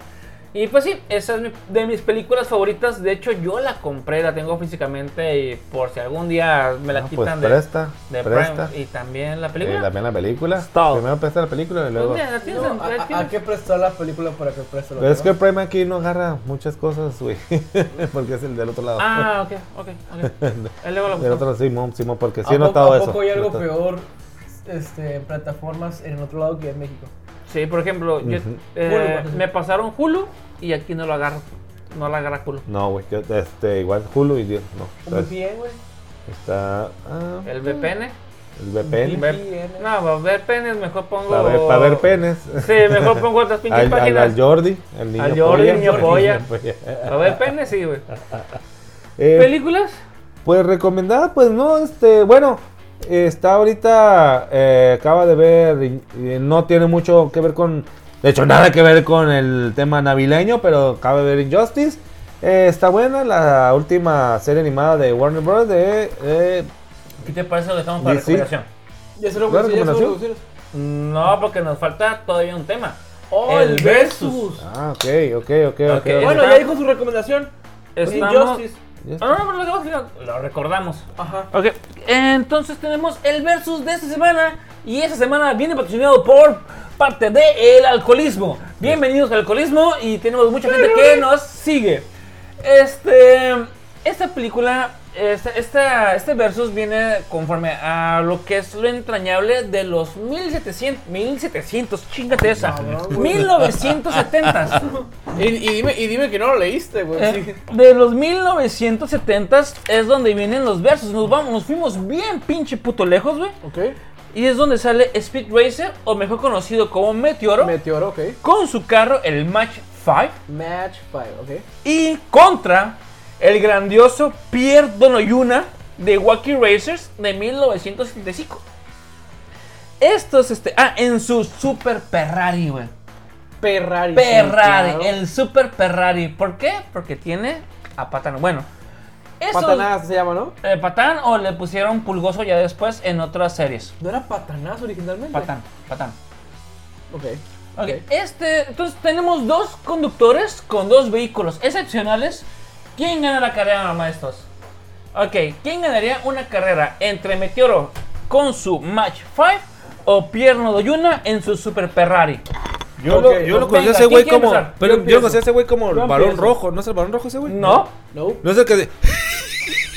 [SPEAKER 3] Y pues sí, esa es mi- de mis películas favoritas. De hecho, yo la compré, la tengo físicamente y por si algún día me la
[SPEAKER 2] Ah, pues
[SPEAKER 3] quitan de,
[SPEAKER 2] presta,
[SPEAKER 3] de
[SPEAKER 2] presta.
[SPEAKER 3] Prime y también la
[SPEAKER 2] Eh,
[SPEAKER 3] película.
[SPEAKER 2] también la película.
[SPEAKER 3] Todo.
[SPEAKER 2] Primero presta la película y
[SPEAKER 3] Pues
[SPEAKER 2] luego.
[SPEAKER 3] mira, la tienes
[SPEAKER 1] No,
[SPEAKER 3] en-
[SPEAKER 1] a,
[SPEAKER 3] la
[SPEAKER 1] a-
[SPEAKER 3] tienes-
[SPEAKER 1] ¿a qué prestó la película para que preste lo
[SPEAKER 2] Pero es que
[SPEAKER 1] demás?
[SPEAKER 2] Prime aquí no agarra muchas cosas, güey. porque es el del otro lado.
[SPEAKER 3] Ah, ok, ok, ok. Ahí luego la
[SPEAKER 2] del
[SPEAKER 3] buscamos.
[SPEAKER 2] otro Simón, Simón, porque sí
[SPEAKER 1] ¿A
[SPEAKER 2] he
[SPEAKER 1] poco-
[SPEAKER 2] notado
[SPEAKER 1] ¿a
[SPEAKER 2] eso.
[SPEAKER 1] poco hay algo
[SPEAKER 2] Nota-
[SPEAKER 1] peor este, en plataformas en el otro lado que en México?
[SPEAKER 3] Sí, por ejemplo, yo,
[SPEAKER 2] Ujú.
[SPEAKER 3] eh,
[SPEAKER 1] Hulu, por
[SPEAKER 3] me pasaron Hulu y aquí no lo agarro. No la agarra Hulu.
[SPEAKER 2] No, güey, yo, este, igual Hulu y Dios,
[SPEAKER 1] Un
[SPEAKER 2] no. Está,
[SPEAKER 1] VPN, güey.
[SPEAKER 2] está, ah,
[SPEAKER 3] El VPN.
[SPEAKER 2] el VPN.
[SPEAKER 1] Ve-
[SPEAKER 3] No, para ver penes mejor pongo.
[SPEAKER 2] Para ver, para ver penes.
[SPEAKER 3] Sí, mejor pongo otras pinches
[SPEAKER 2] Al, al,
[SPEAKER 3] páginas.
[SPEAKER 2] al Jordi, el niño
[SPEAKER 3] Al Jordi,
[SPEAKER 2] polla.
[SPEAKER 3] niño polla.
[SPEAKER 2] polla.
[SPEAKER 3] Para ver penes, sí, güey.
[SPEAKER 2] Eh,
[SPEAKER 3] ¿Películas?
[SPEAKER 2] Pues recomendada, pues no, este, bueno, eh, está ahorita, eh, acaba de ver, y- y no tiene mucho que ver con, de hecho nada que ver con el tema navileño, pero acaba de ver Injustice. Eh, está buena la última serie animada de Warner Bros. de... eh,
[SPEAKER 3] ¿Qué te parece? Lo dejamos para
[SPEAKER 2] Sí, sí.
[SPEAKER 3] recomendación.
[SPEAKER 1] ¿Ya se lo
[SPEAKER 2] ¿Claro,
[SPEAKER 1] ya se lo
[SPEAKER 2] recomendación?
[SPEAKER 1] pusieron?
[SPEAKER 3] No, porque nos falta todavía un tema.
[SPEAKER 1] ¡Oh, el Versus!
[SPEAKER 2] ah, ok, ok, ok, ok.
[SPEAKER 3] Ok,
[SPEAKER 1] Bueno, ya dijo su recomendación.
[SPEAKER 3] Estamos...
[SPEAKER 1] Injustice.
[SPEAKER 3] Ah,
[SPEAKER 2] Ya está.
[SPEAKER 3] No, no, pero lo dejamos al final. Lo recordamos.
[SPEAKER 1] Ajá.
[SPEAKER 3] Ok, entonces tenemos el versus de esta semana y esta semana viene patrocinado por parte de el alcoholismo. Bienvenidos al alcoholismo y tenemos mucha gente que nos sigue. Este, esta película, esta, esta- este versus viene conforme a lo que es lo entrañable de los 1700, 1700, chingate esa,
[SPEAKER 1] Cabrón, güey.
[SPEAKER 3] 1970s.
[SPEAKER 1] Y, y dime, y dime que no lo leíste, güey.
[SPEAKER 3] Eh, de los 1970s es donde vienen los versos. Nos vamos, nos fuimos bien pinche puto lejos, güey.
[SPEAKER 1] Ok.
[SPEAKER 3] Y es donde sale Speed Racer, o mejor conocido como Meteoro,
[SPEAKER 1] Meteoro, ok.
[SPEAKER 3] con su carro, el Match 5,
[SPEAKER 1] Match 5, ok.
[SPEAKER 3] y contra el grandioso Pierre Donoyuna de Wacky Racers de 1975. Estos, este, ah, en su Super Ferrari, güey.
[SPEAKER 1] Ferrari.
[SPEAKER 3] Ferrari,
[SPEAKER 1] sí, claro.
[SPEAKER 3] el Super Ferrari. ¿Por qué? Porque tiene a Patán. Bueno, esos-
[SPEAKER 1] Patanadas se llama, ¿no?
[SPEAKER 3] eh, patán o le pusieron pulgoso ya después en otras series.
[SPEAKER 1] ¿No era Patanadas originalmente?
[SPEAKER 3] Patán, patán.
[SPEAKER 1] Ok.
[SPEAKER 3] Ok, este, entonces tenemos dos conductores con dos vehículos excepcionales. ¿Quién gana la carrera, mamá, de estos? Ok, ¿quién ganaría una carrera entre Meteoro con su Match 5 o Pierno Doyuna en su Super Ferrari?
[SPEAKER 2] Yo,
[SPEAKER 1] Ok,
[SPEAKER 2] lo, yo
[SPEAKER 3] venga,
[SPEAKER 2] lo conocí a ese
[SPEAKER 3] ¿quién
[SPEAKER 2] güey
[SPEAKER 3] quiere
[SPEAKER 2] como.
[SPEAKER 3] empezar?
[SPEAKER 2] Pero
[SPEAKER 1] Yo
[SPEAKER 2] yo,
[SPEAKER 1] empiezo.
[SPEAKER 2] conocí a ese güey como el
[SPEAKER 1] Yo
[SPEAKER 2] varón
[SPEAKER 1] empiezo.
[SPEAKER 2] rojo. ¿No es el varón rojo ese güey?
[SPEAKER 3] No,
[SPEAKER 1] No.
[SPEAKER 2] No es el que. de-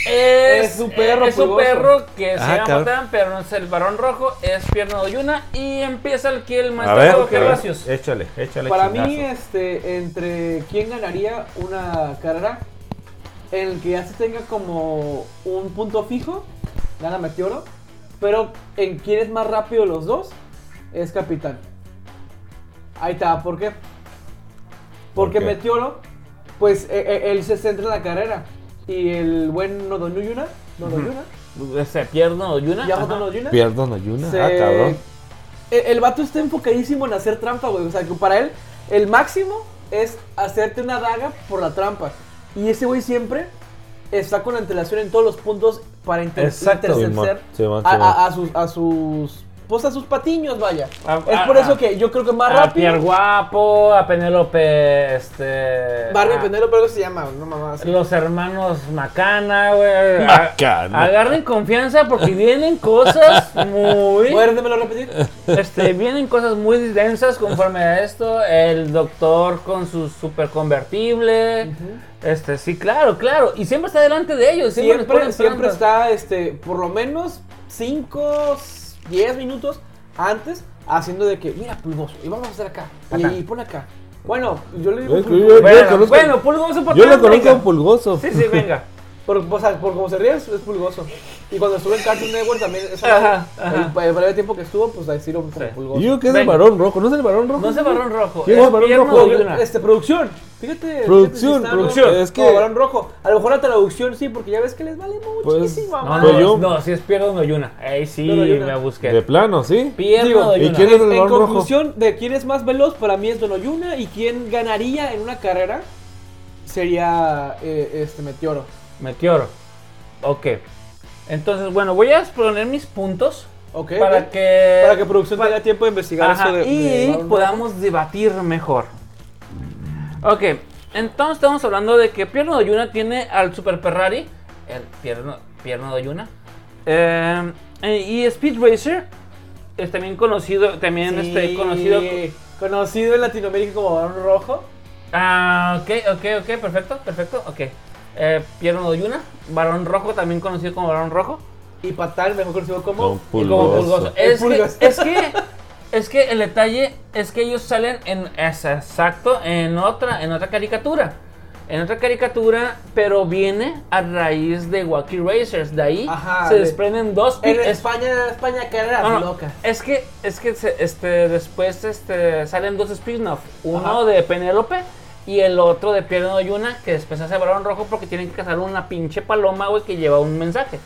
[SPEAKER 3] es,
[SPEAKER 1] Es su perro
[SPEAKER 3] es su
[SPEAKER 1] pulgoso.
[SPEAKER 3] perro que se
[SPEAKER 2] Ah,
[SPEAKER 3] llama
[SPEAKER 2] cabrón.
[SPEAKER 3] Patán, pero no es el Barón Rojo, es Pierno Doyuna y empieza el que el
[SPEAKER 2] A
[SPEAKER 3] maestro
[SPEAKER 2] ver,
[SPEAKER 3] Pablo
[SPEAKER 2] a ver,
[SPEAKER 3] Gervasios.
[SPEAKER 2] échale, échale.
[SPEAKER 1] Para
[SPEAKER 2] chingazo.
[SPEAKER 1] mí, este, entre quién ganaría una carrera en el que ya se tenga como un punto fijo, gana Meteoro, pero en quién es más rápido de los dos es Capitán. Ahí está, ¿por qué? Porque
[SPEAKER 2] ¿Por qué?
[SPEAKER 1] Meteoro, pues e- e- él se centra en la carrera y el buen Nodonyuna, Nodonyuna,
[SPEAKER 3] Este, pierno Yuna.
[SPEAKER 1] Ya
[SPEAKER 3] ajá.
[SPEAKER 1] Hotono Yuna.
[SPEAKER 2] Pierdo no Yuna.
[SPEAKER 1] Se- e-,
[SPEAKER 2] Ah, cabrón.
[SPEAKER 1] El, el vato está enfocadísimo en hacer trampa, güey. O sea, que para él, el máximo es hacerte una daga por la trampa. Y ese güey siempre está con antelación en todos los puntos para inter-
[SPEAKER 2] Exacto.
[SPEAKER 1] interceptar
[SPEAKER 2] Simón, Simón,
[SPEAKER 1] a,
[SPEAKER 2] Simón.
[SPEAKER 1] a- a sus. A sus pues a sus patiños, vaya.
[SPEAKER 3] A-
[SPEAKER 1] es
[SPEAKER 3] a-
[SPEAKER 1] por
[SPEAKER 3] a-
[SPEAKER 1] eso que yo creo que más
[SPEAKER 3] A Pierre
[SPEAKER 1] rápido.
[SPEAKER 3] Guapo, a Penélope, este...
[SPEAKER 1] Barbie
[SPEAKER 3] a-
[SPEAKER 1] Penelo, pero se llama, no mamá. así.
[SPEAKER 3] Los hermanos Macana, güey.
[SPEAKER 2] Macana.
[SPEAKER 3] A- Agarren confianza porque vienen cosas muy...
[SPEAKER 1] ¿Puedes lo repetir?
[SPEAKER 3] Este, vienen cosas muy densas conforme a esto. El doctor con su super convertible. Este, sí, claro, claro. Y siempre está delante de ellos. Siempre, les
[SPEAKER 1] Siempre,
[SPEAKER 3] ponen
[SPEAKER 1] siempre está,
[SPEAKER 3] plantas.
[SPEAKER 1] este, por lo menos 5, 10 minutos antes haciendo de que, mira, pulgoso, y vamos a hacer acá, y,
[SPEAKER 3] Acá.
[SPEAKER 1] y pon acá. Bueno, yo le digo,
[SPEAKER 2] Yo-
[SPEAKER 1] pulgoso, bueno,
[SPEAKER 2] yo- yo-
[SPEAKER 3] Bueno,
[SPEAKER 2] lo conozco.
[SPEAKER 3] bueno, Pulgo, vamos a por
[SPEAKER 2] Yo lo
[SPEAKER 3] plantas,
[SPEAKER 2] conozco
[SPEAKER 3] venga.
[SPEAKER 2] un pulgoso.
[SPEAKER 3] Sí, sí, venga.
[SPEAKER 1] por, o sea, por como se ríe, es, es pulgoso. Y cuando estuvo en Cartoon Network también, eso,
[SPEAKER 3] Ajá,
[SPEAKER 1] el,
[SPEAKER 3] ajá.
[SPEAKER 1] el breve tiempo que estuvo, pues así lo como
[SPEAKER 3] Sí.
[SPEAKER 1] pulgoso.
[SPEAKER 2] Yo que es el
[SPEAKER 3] Venga.
[SPEAKER 2] varón rojo. ¿No es el varón rojo?
[SPEAKER 3] No se varón rojo.
[SPEAKER 2] ¿Quién es
[SPEAKER 3] es
[SPEAKER 2] varón
[SPEAKER 3] Pierno
[SPEAKER 2] rojo?
[SPEAKER 3] de
[SPEAKER 1] Produ-
[SPEAKER 3] Luna.
[SPEAKER 1] este, producción. Fíjate.
[SPEAKER 2] Producción,
[SPEAKER 1] fíjate si está, ¿no?
[SPEAKER 2] producción. Es
[SPEAKER 1] O
[SPEAKER 2] que-
[SPEAKER 1] Barón rojo. A lo mejor la traducción sí, porque ya ves que les vale
[SPEAKER 2] Pues,
[SPEAKER 1] muchísimo.
[SPEAKER 3] No,
[SPEAKER 1] mamá.
[SPEAKER 2] Pues
[SPEAKER 3] no,
[SPEAKER 2] yo-
[SPEAKER 3] no, si es Pierno de Yuna. Ahí sí
[SPEAKER 1] Pierno de Yuna.
[SPEAKER 3] me busqué.
[SPEAKER 2] De plano, ¿sí?
[SPEAKER 3] Pierno
[SPEAKER 1] Digo,
[SPEAKER 3] de
[SPEAKER 2] ¿y
[SPEAKER 3] Yuna.
[SPEAKER 2] quién es?
[SPEAKER 1] En,
[SPEAKER 2] el
[SPEAKER 1] en
[SPEAKER 2] balón rojo?
[SPEAKER 1] conclusión de quién es más veloz, para mí es Don Oyuna y quién ganaría en una carrera sería eh, este Meteoro.
[SPEAKER 3] Meteoro. Ok. Entonces, bueno, voy a exponer mis puntos
[SPEAKER 1] ¿Ok?
[SPEAKER 3] para
[SPEAKER 1] ok.
[SPEAKER 3] que...
[SPEAKER 1] Para que producción tenga tiempo de investigar
[SPEAKER 3] Ajá,
[SPEAKER 1] eso de, de
[SPEAKER 3] y
[SPEAKER 1] balón
[SPEAKER 3] podamos debatir mejor. Ok, entonces estamos hablando de que Pierno de Yuna tiene al Super Ferrari, el Pierno, Pierno de Yuna, eh, y Speed Racer es también conocido, también
[SPEAKER 1] rojo.
[SPEAKER 3] este,
[SPEAKER 1] Sí,
[SPEAKER 3] conocido.
[SPEAKER 1] conocido en Latinoamérica como Balón Rojo.
[SPEAKER 3] Ah, ok, ok, ok, perfecto, perfecto, ok. Eh, Pierno de Yuna, Barón Rojo, también conocido como Barón Rojo.
[SPEAKER 1] Y Patán, mejor conocido como.
[SPEAKER 2] Con
[SPEAKER 3] Y como pulgoso.
[SPEAKER 2] pulgoso.
[SPEAKER 1] El
[SPEAKER 3] Es,
[SPEAKER 1] pulgas.
[SPEAKER 3] que, es que es que el detalle es que ellos salen en es exacto en otra en otra caricatura. En otra caricatura, pero viene a raíz de Wacky Racers. De ahí
[SPEAKER 1] Ajá,
[SPEAKER 3] se
[SPEAKER 1] de-
[SPEAKER 3] desprenden dos
[SPEAKER 1] En
[SPEAKER 3] es-
[SPEAKER 1] España, España carreras
[SPEAKER 3] Ah, no, no,
[SPEAKER 1] locas.
[SPEAKER 3] Es que, es que se- este, después este, salen dos spin-off. Uno
[SPEAKER 1] Ajá.
[SPEAKER 3] de Penélope y el otro de Pierno de Yuna, que después hace Barón Rojo porque tienen que cazar una pinche paloma, güey, que lleva un mensaje.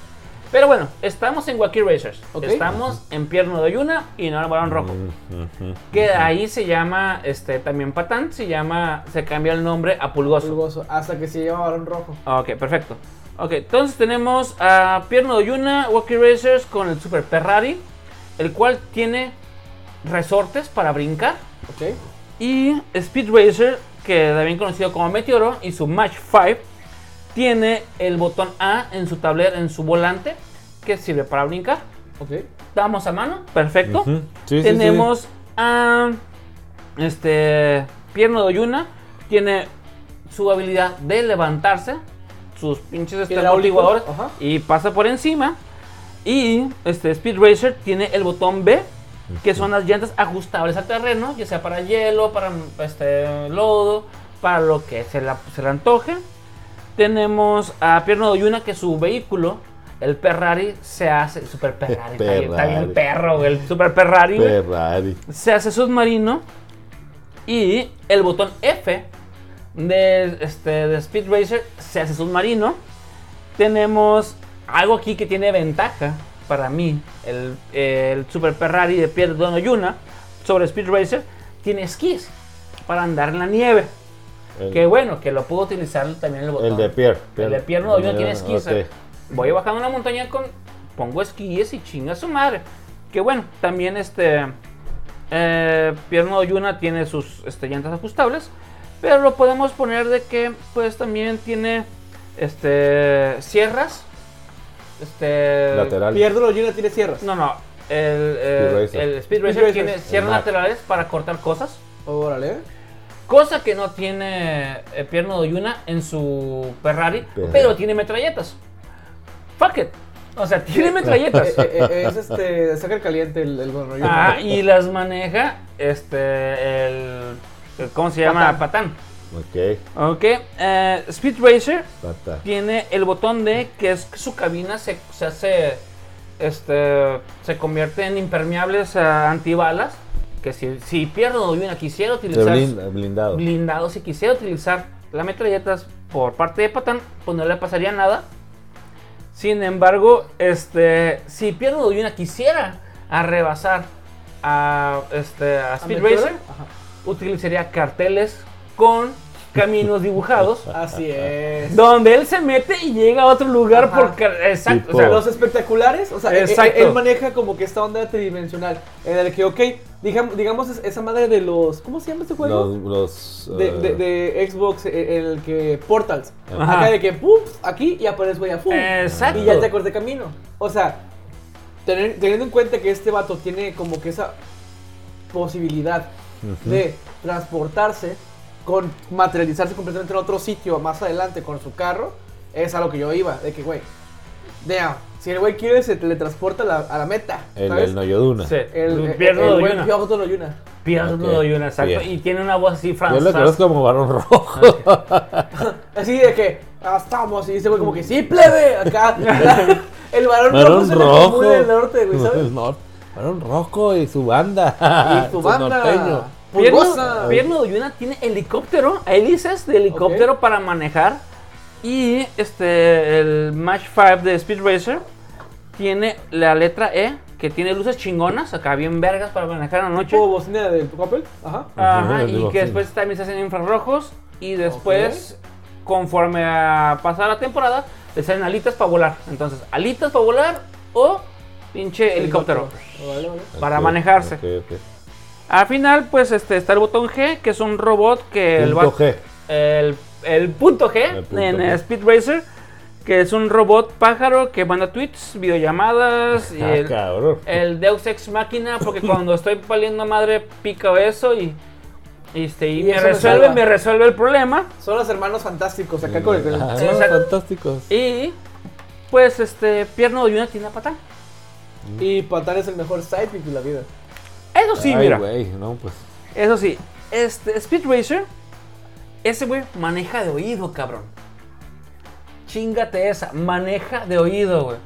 [SPEAKER 3] Pero bueno, estamos en Wacky Racers.
[SPEAKER 1] Ok.
[SPEAKER 3] Estamos en Pierno de Yuna y no en Barón Rojo.
[SPEAKER 2] Ujú.
[SPEAKER 3] Que ahí se llama, este, también Patán, se llama, se cambia el nombre a Pulgoso.
[SPEAKER 1] Pulgoso. Hasta que se lleva Balón Rojo.
[SPEAKER 3] Ah, Ok, perfecto. Ok, entonces tenemos a Pierno de Yuna, Wacky Racers con el Super Ferrari, el cual tiene resortes para brincar.
[SPEAKER 1] ¿Ok?
[SPEAKER 3] Y Speed Racer, que también conocido como Meteoro, y su Match 5, tiene el botón A en su tablero, en su volante, que sirve para brincar.
[SPEAKER 1] Ok.
[SPEAKER 3] Damos a mano, perfecto.
[SPEAKER 2] Ujú. Sí, sí,
[SPEAKER 3] tenemos a este Pierno de Yuna, tiene su habilidad de levantarse, sus pinches este,
[SPEAKER 1] Tiene áulicos,
[SPEAKER 3] amortiguadores,
[SPEAKER 1] ajá.
[SPEAKER 3] y pasa por encima. Y este Speed Racer tiene el botón B, que son las llantas ajustables al terreno, ya sea para hielo, para este lodo, para lo que se, la- se le antoje. Tenemos a Pierno de Yuna que su vehículo, el Ferrari, se hace. Super Ferrari, está bien- está bien
[SPEAKER 2] Ferrari.
[SPEAKER 3] perro, güey, el Super Ferrari. güey.
[SPEAKER 2] Ferrari.
[SPEAKER 3] Se hace submarino. Y el botón F de, este, de Speed Racer se hace submarino. Tenemos algo aquí que tiene ventaja para mí. El, el Super Ferrari de Pierre Donoyuna sobre Speed Racer tiene esquís para andar en la nieve.
[SPEAKER 2] El,
[SPEAKER 3] Que bueno, que lo puedo utilizar también el botón.
[SPEAKER 2] el de Pierre.
[SPEAKER 3] El de Pierre no, yo no tiene
[SPEAKER 2] Ah,
[SPEAKER 3] esquís.
[SPEAKER 2] ok.
[SPEAKER 3] eh. Voy bajando una montaña con. Pongo esquíes y chinga su madre. Que bueno, también este. Eh, Pierno Yuna tiene sus este, llantas ajustables. Pero lo podemos poner de que, pues también tiene. Este. Sierras. Este.
[SPEAKER 2] Lateral.
[SPEAKER 1] Pierdo lo llena, tiene sierras.
[SPEAKER 3] No, no. El, eh,
[SPEAKER 2] Speed Racer.
[SPEAKER 3] el Speed Racer
[SPEAKER 1] Racer.
[SPEAKER 3] tiene
[SPEAKER 1] El
[SPEAKER 3] sierras
[SPEAKER 2] Mac.
[SPEAKER 3] laterales para cortar cosas.
[SPEAKER 1] Órale.
[SPEAKER 3] Cosa que no tiene eh, Pierno de Yuna en su Ferrari,
[SPEAKER 2] Pero-
[SPEAKER 3] pero tiene metralletas. Fuck it. O sea, tiene
[SPEAKER 1] Eh,
[SPEAKER 3] metralletas.
[SPEAKER 1] eh, eh, es este, de sangre caliente el, el Don Oyuna.
[SPEAKER 3] Ah, y las maneja este el, el- ¿cómo se llama? Patán.
[SPEAKER 2] Ok.
[SPEAKER 3] Ok. eh, Speed Racer
[SPEAKER 2] Pata.
[SPEAKER 3] tiene el botón de que es que su cabina se, se hace este se convierte en impermeables eh, antibalas, que si si Pierno de Yuna quisiera
[SPEAKER 2] De
[SPEAKER 3] utilizar
[SPEAKER 2] blind- blindado.
[SPEAKER 3] blindado. Si quisiera utilizar las metralletas por parte de Patán, pues no le pasaría nada. Sin embargo, este, si Pierre Doyuna quisiera a rebasar a, este, a Speed Racer, utilizaría carteles con caminos dibujados
[SPEAKER 1] Así es.
[SPEAKER 3] donde él se mete y llega a otro lugar
[SPEAKER 1] Ajá.
[SPEAKER 3] por car- exacto
[SPEAKER 2] Tipo-
[SPEAKER 3] o sea,
[SPEAKER 1] Los espectaculares, o sea, e- e-
[SPEAKER 3] Exacto.
[SPEAKER 1] él, maneja como que esta onda tridimensional. En el que, ok, digam- digamos es- esa madre de los. ¿Cómo se llama este juego?
[SPEAKER 2] Los, los,
[SPEAKER 1] De,
[SPEAKER 2] eh,
[SPEAKER 1] de- de Xbox, e- en el que. Portals.
[SPEAKER 3] Ajá.
[SPEAKER 1] Acá de que, ¡pum! Aquí y aparece, güey, a ¡pum!
[SPEAKER 3] exacto
[SPEAKER 1] Y ya te corté camino. O sea, tener- teniendo en cuenta que este vato tiene como que esa posibilidad
[SPEAKER 2] ujú.
[SPEAKER 1] de transportarse, con materializarse completamente en otro sitio más adelante con su carro, es a lo que yo iba. De que, güey, damn, si el güey quiere, se teletransporta a la, a la meta.
[SPEAKER 2] El,
[SPEAKER 1] ¿sabes?
[SPEAKER 2] el Noyoduna.
[SPEAKER 3] Sí,
[SPEAKER 1] el, el,
[SPEAKER 3] Pierre
[SPEAKER 1] el buen
[SPEAKER 3] Doyuna.
[SPEAKER 1] Piojo Tonoyuna.
[SPEAKER 3] Pierre
[SPEAKER 2] Ok,
[SPEAKER 3] Doyuna, exacto
[SPEAKER 2] bien.
[SPEAKER 3] y tiene una voz así
[SPEAKER 2] Yo lo
[SPEAKER 3] francesa
[SPEAKER 2] conozco como varón rojo.
[SPEAKER 1] Así de que, ah, estamos. Y dice, güey, como que, sí, plebe, acá. el varón rojo
[SPEAKER 2] Varón
[SPEAKER 1] se le formó
[SPEAKER 2] rojo.
[SPEAKER 1] del norte, güey, ¿sabes?
[SPEAKER 2] Del norte. Varón rojo y su banda.
[SPEAKER 1] Y su banda.
[SPEAKER 2] Ah, norteño.
[SPEAKER 1] Pulgosa.
[SPEAKER 3] Pierno Doyuna tiene helicóptero, hélices de helicóptero para manejar. Y este el Match 5 de Speed Racer tiene la letra E, que tiene luces chingonas, acá bien vergas para manejar en la noche.
[SPEAKER 1] Tipo bocina del papel. Ajá.
[SPEAKER 3] Ajá,
[SPEAKER 2] Ajá, de
[SPEAKER 3] y que
[SPEAKER 2] bocina.
[SPEAKER 3] después también se hacen infrarrojos. Y después, conforme a pasar la temporada, le salen alitas para volar. Entonces, alitas para volar o pinche helicóptero.
[SPEAKER 1] Vale, vale.
[SPEAKER 3] Para
[SPEAKER 2] Ok,
[SPEAKER 3] manejarse.
[SPEAKER 2] ok, ok.
[SPEAKER 3] Al final, pues este está el botón G, que es un robot que el vato-
[SPEAKER 2] Punto G.
[SPEAKER 3] el, el punto G
[SPEAKER 2] El punto
[SPEAKER 3] en
[SPEAKER 2] G.
[SPEAKER 3] eh, Speed Racer, que es un robot pájaro que manda tweets, videollamadas y
[SPEAKER 2] Ah,
[SPEAKER 3] el,
[SPEAKER 2] cabrón.
[SPEAKER 3] el Deus Ex Máquina, porque cuando estoy valiendo madre pico eso y, y, este, y
[SPEAKER 1] Y
[SPEAKER 3] me
[SPEAKER 1] eso me
[SPEAKER 3] resuelve,
[SPEAKER 1] salva.
[SPEAKER 3] me resuelve el problema.
[SPEAKER 1] Son los hermanos fantásticos acá con el.
[SPEAKER 2] Ah,
[SPEAKER 3] Sí,
[SPEAKER 2] no,
[SPEAKER 3] exacto.
[SPEAKER 2] fantásticos.
[SPEAKER 3] Y pues este pierno de una tiene pata.
[SPEAKER 1] Y Patán es el mejor sidekick de la vida.
[SPEAKER 3] Eso sí,
[SPEAKER 2] Ay,
[SPEAKER 3] mira.
[SPEAKER 2] güey, no, pues.
[SPEAKER 3] Eso sí, este Speed Racer, ese güey maneja de oído, cabrón. Chingate esa, maneja de oído, güey.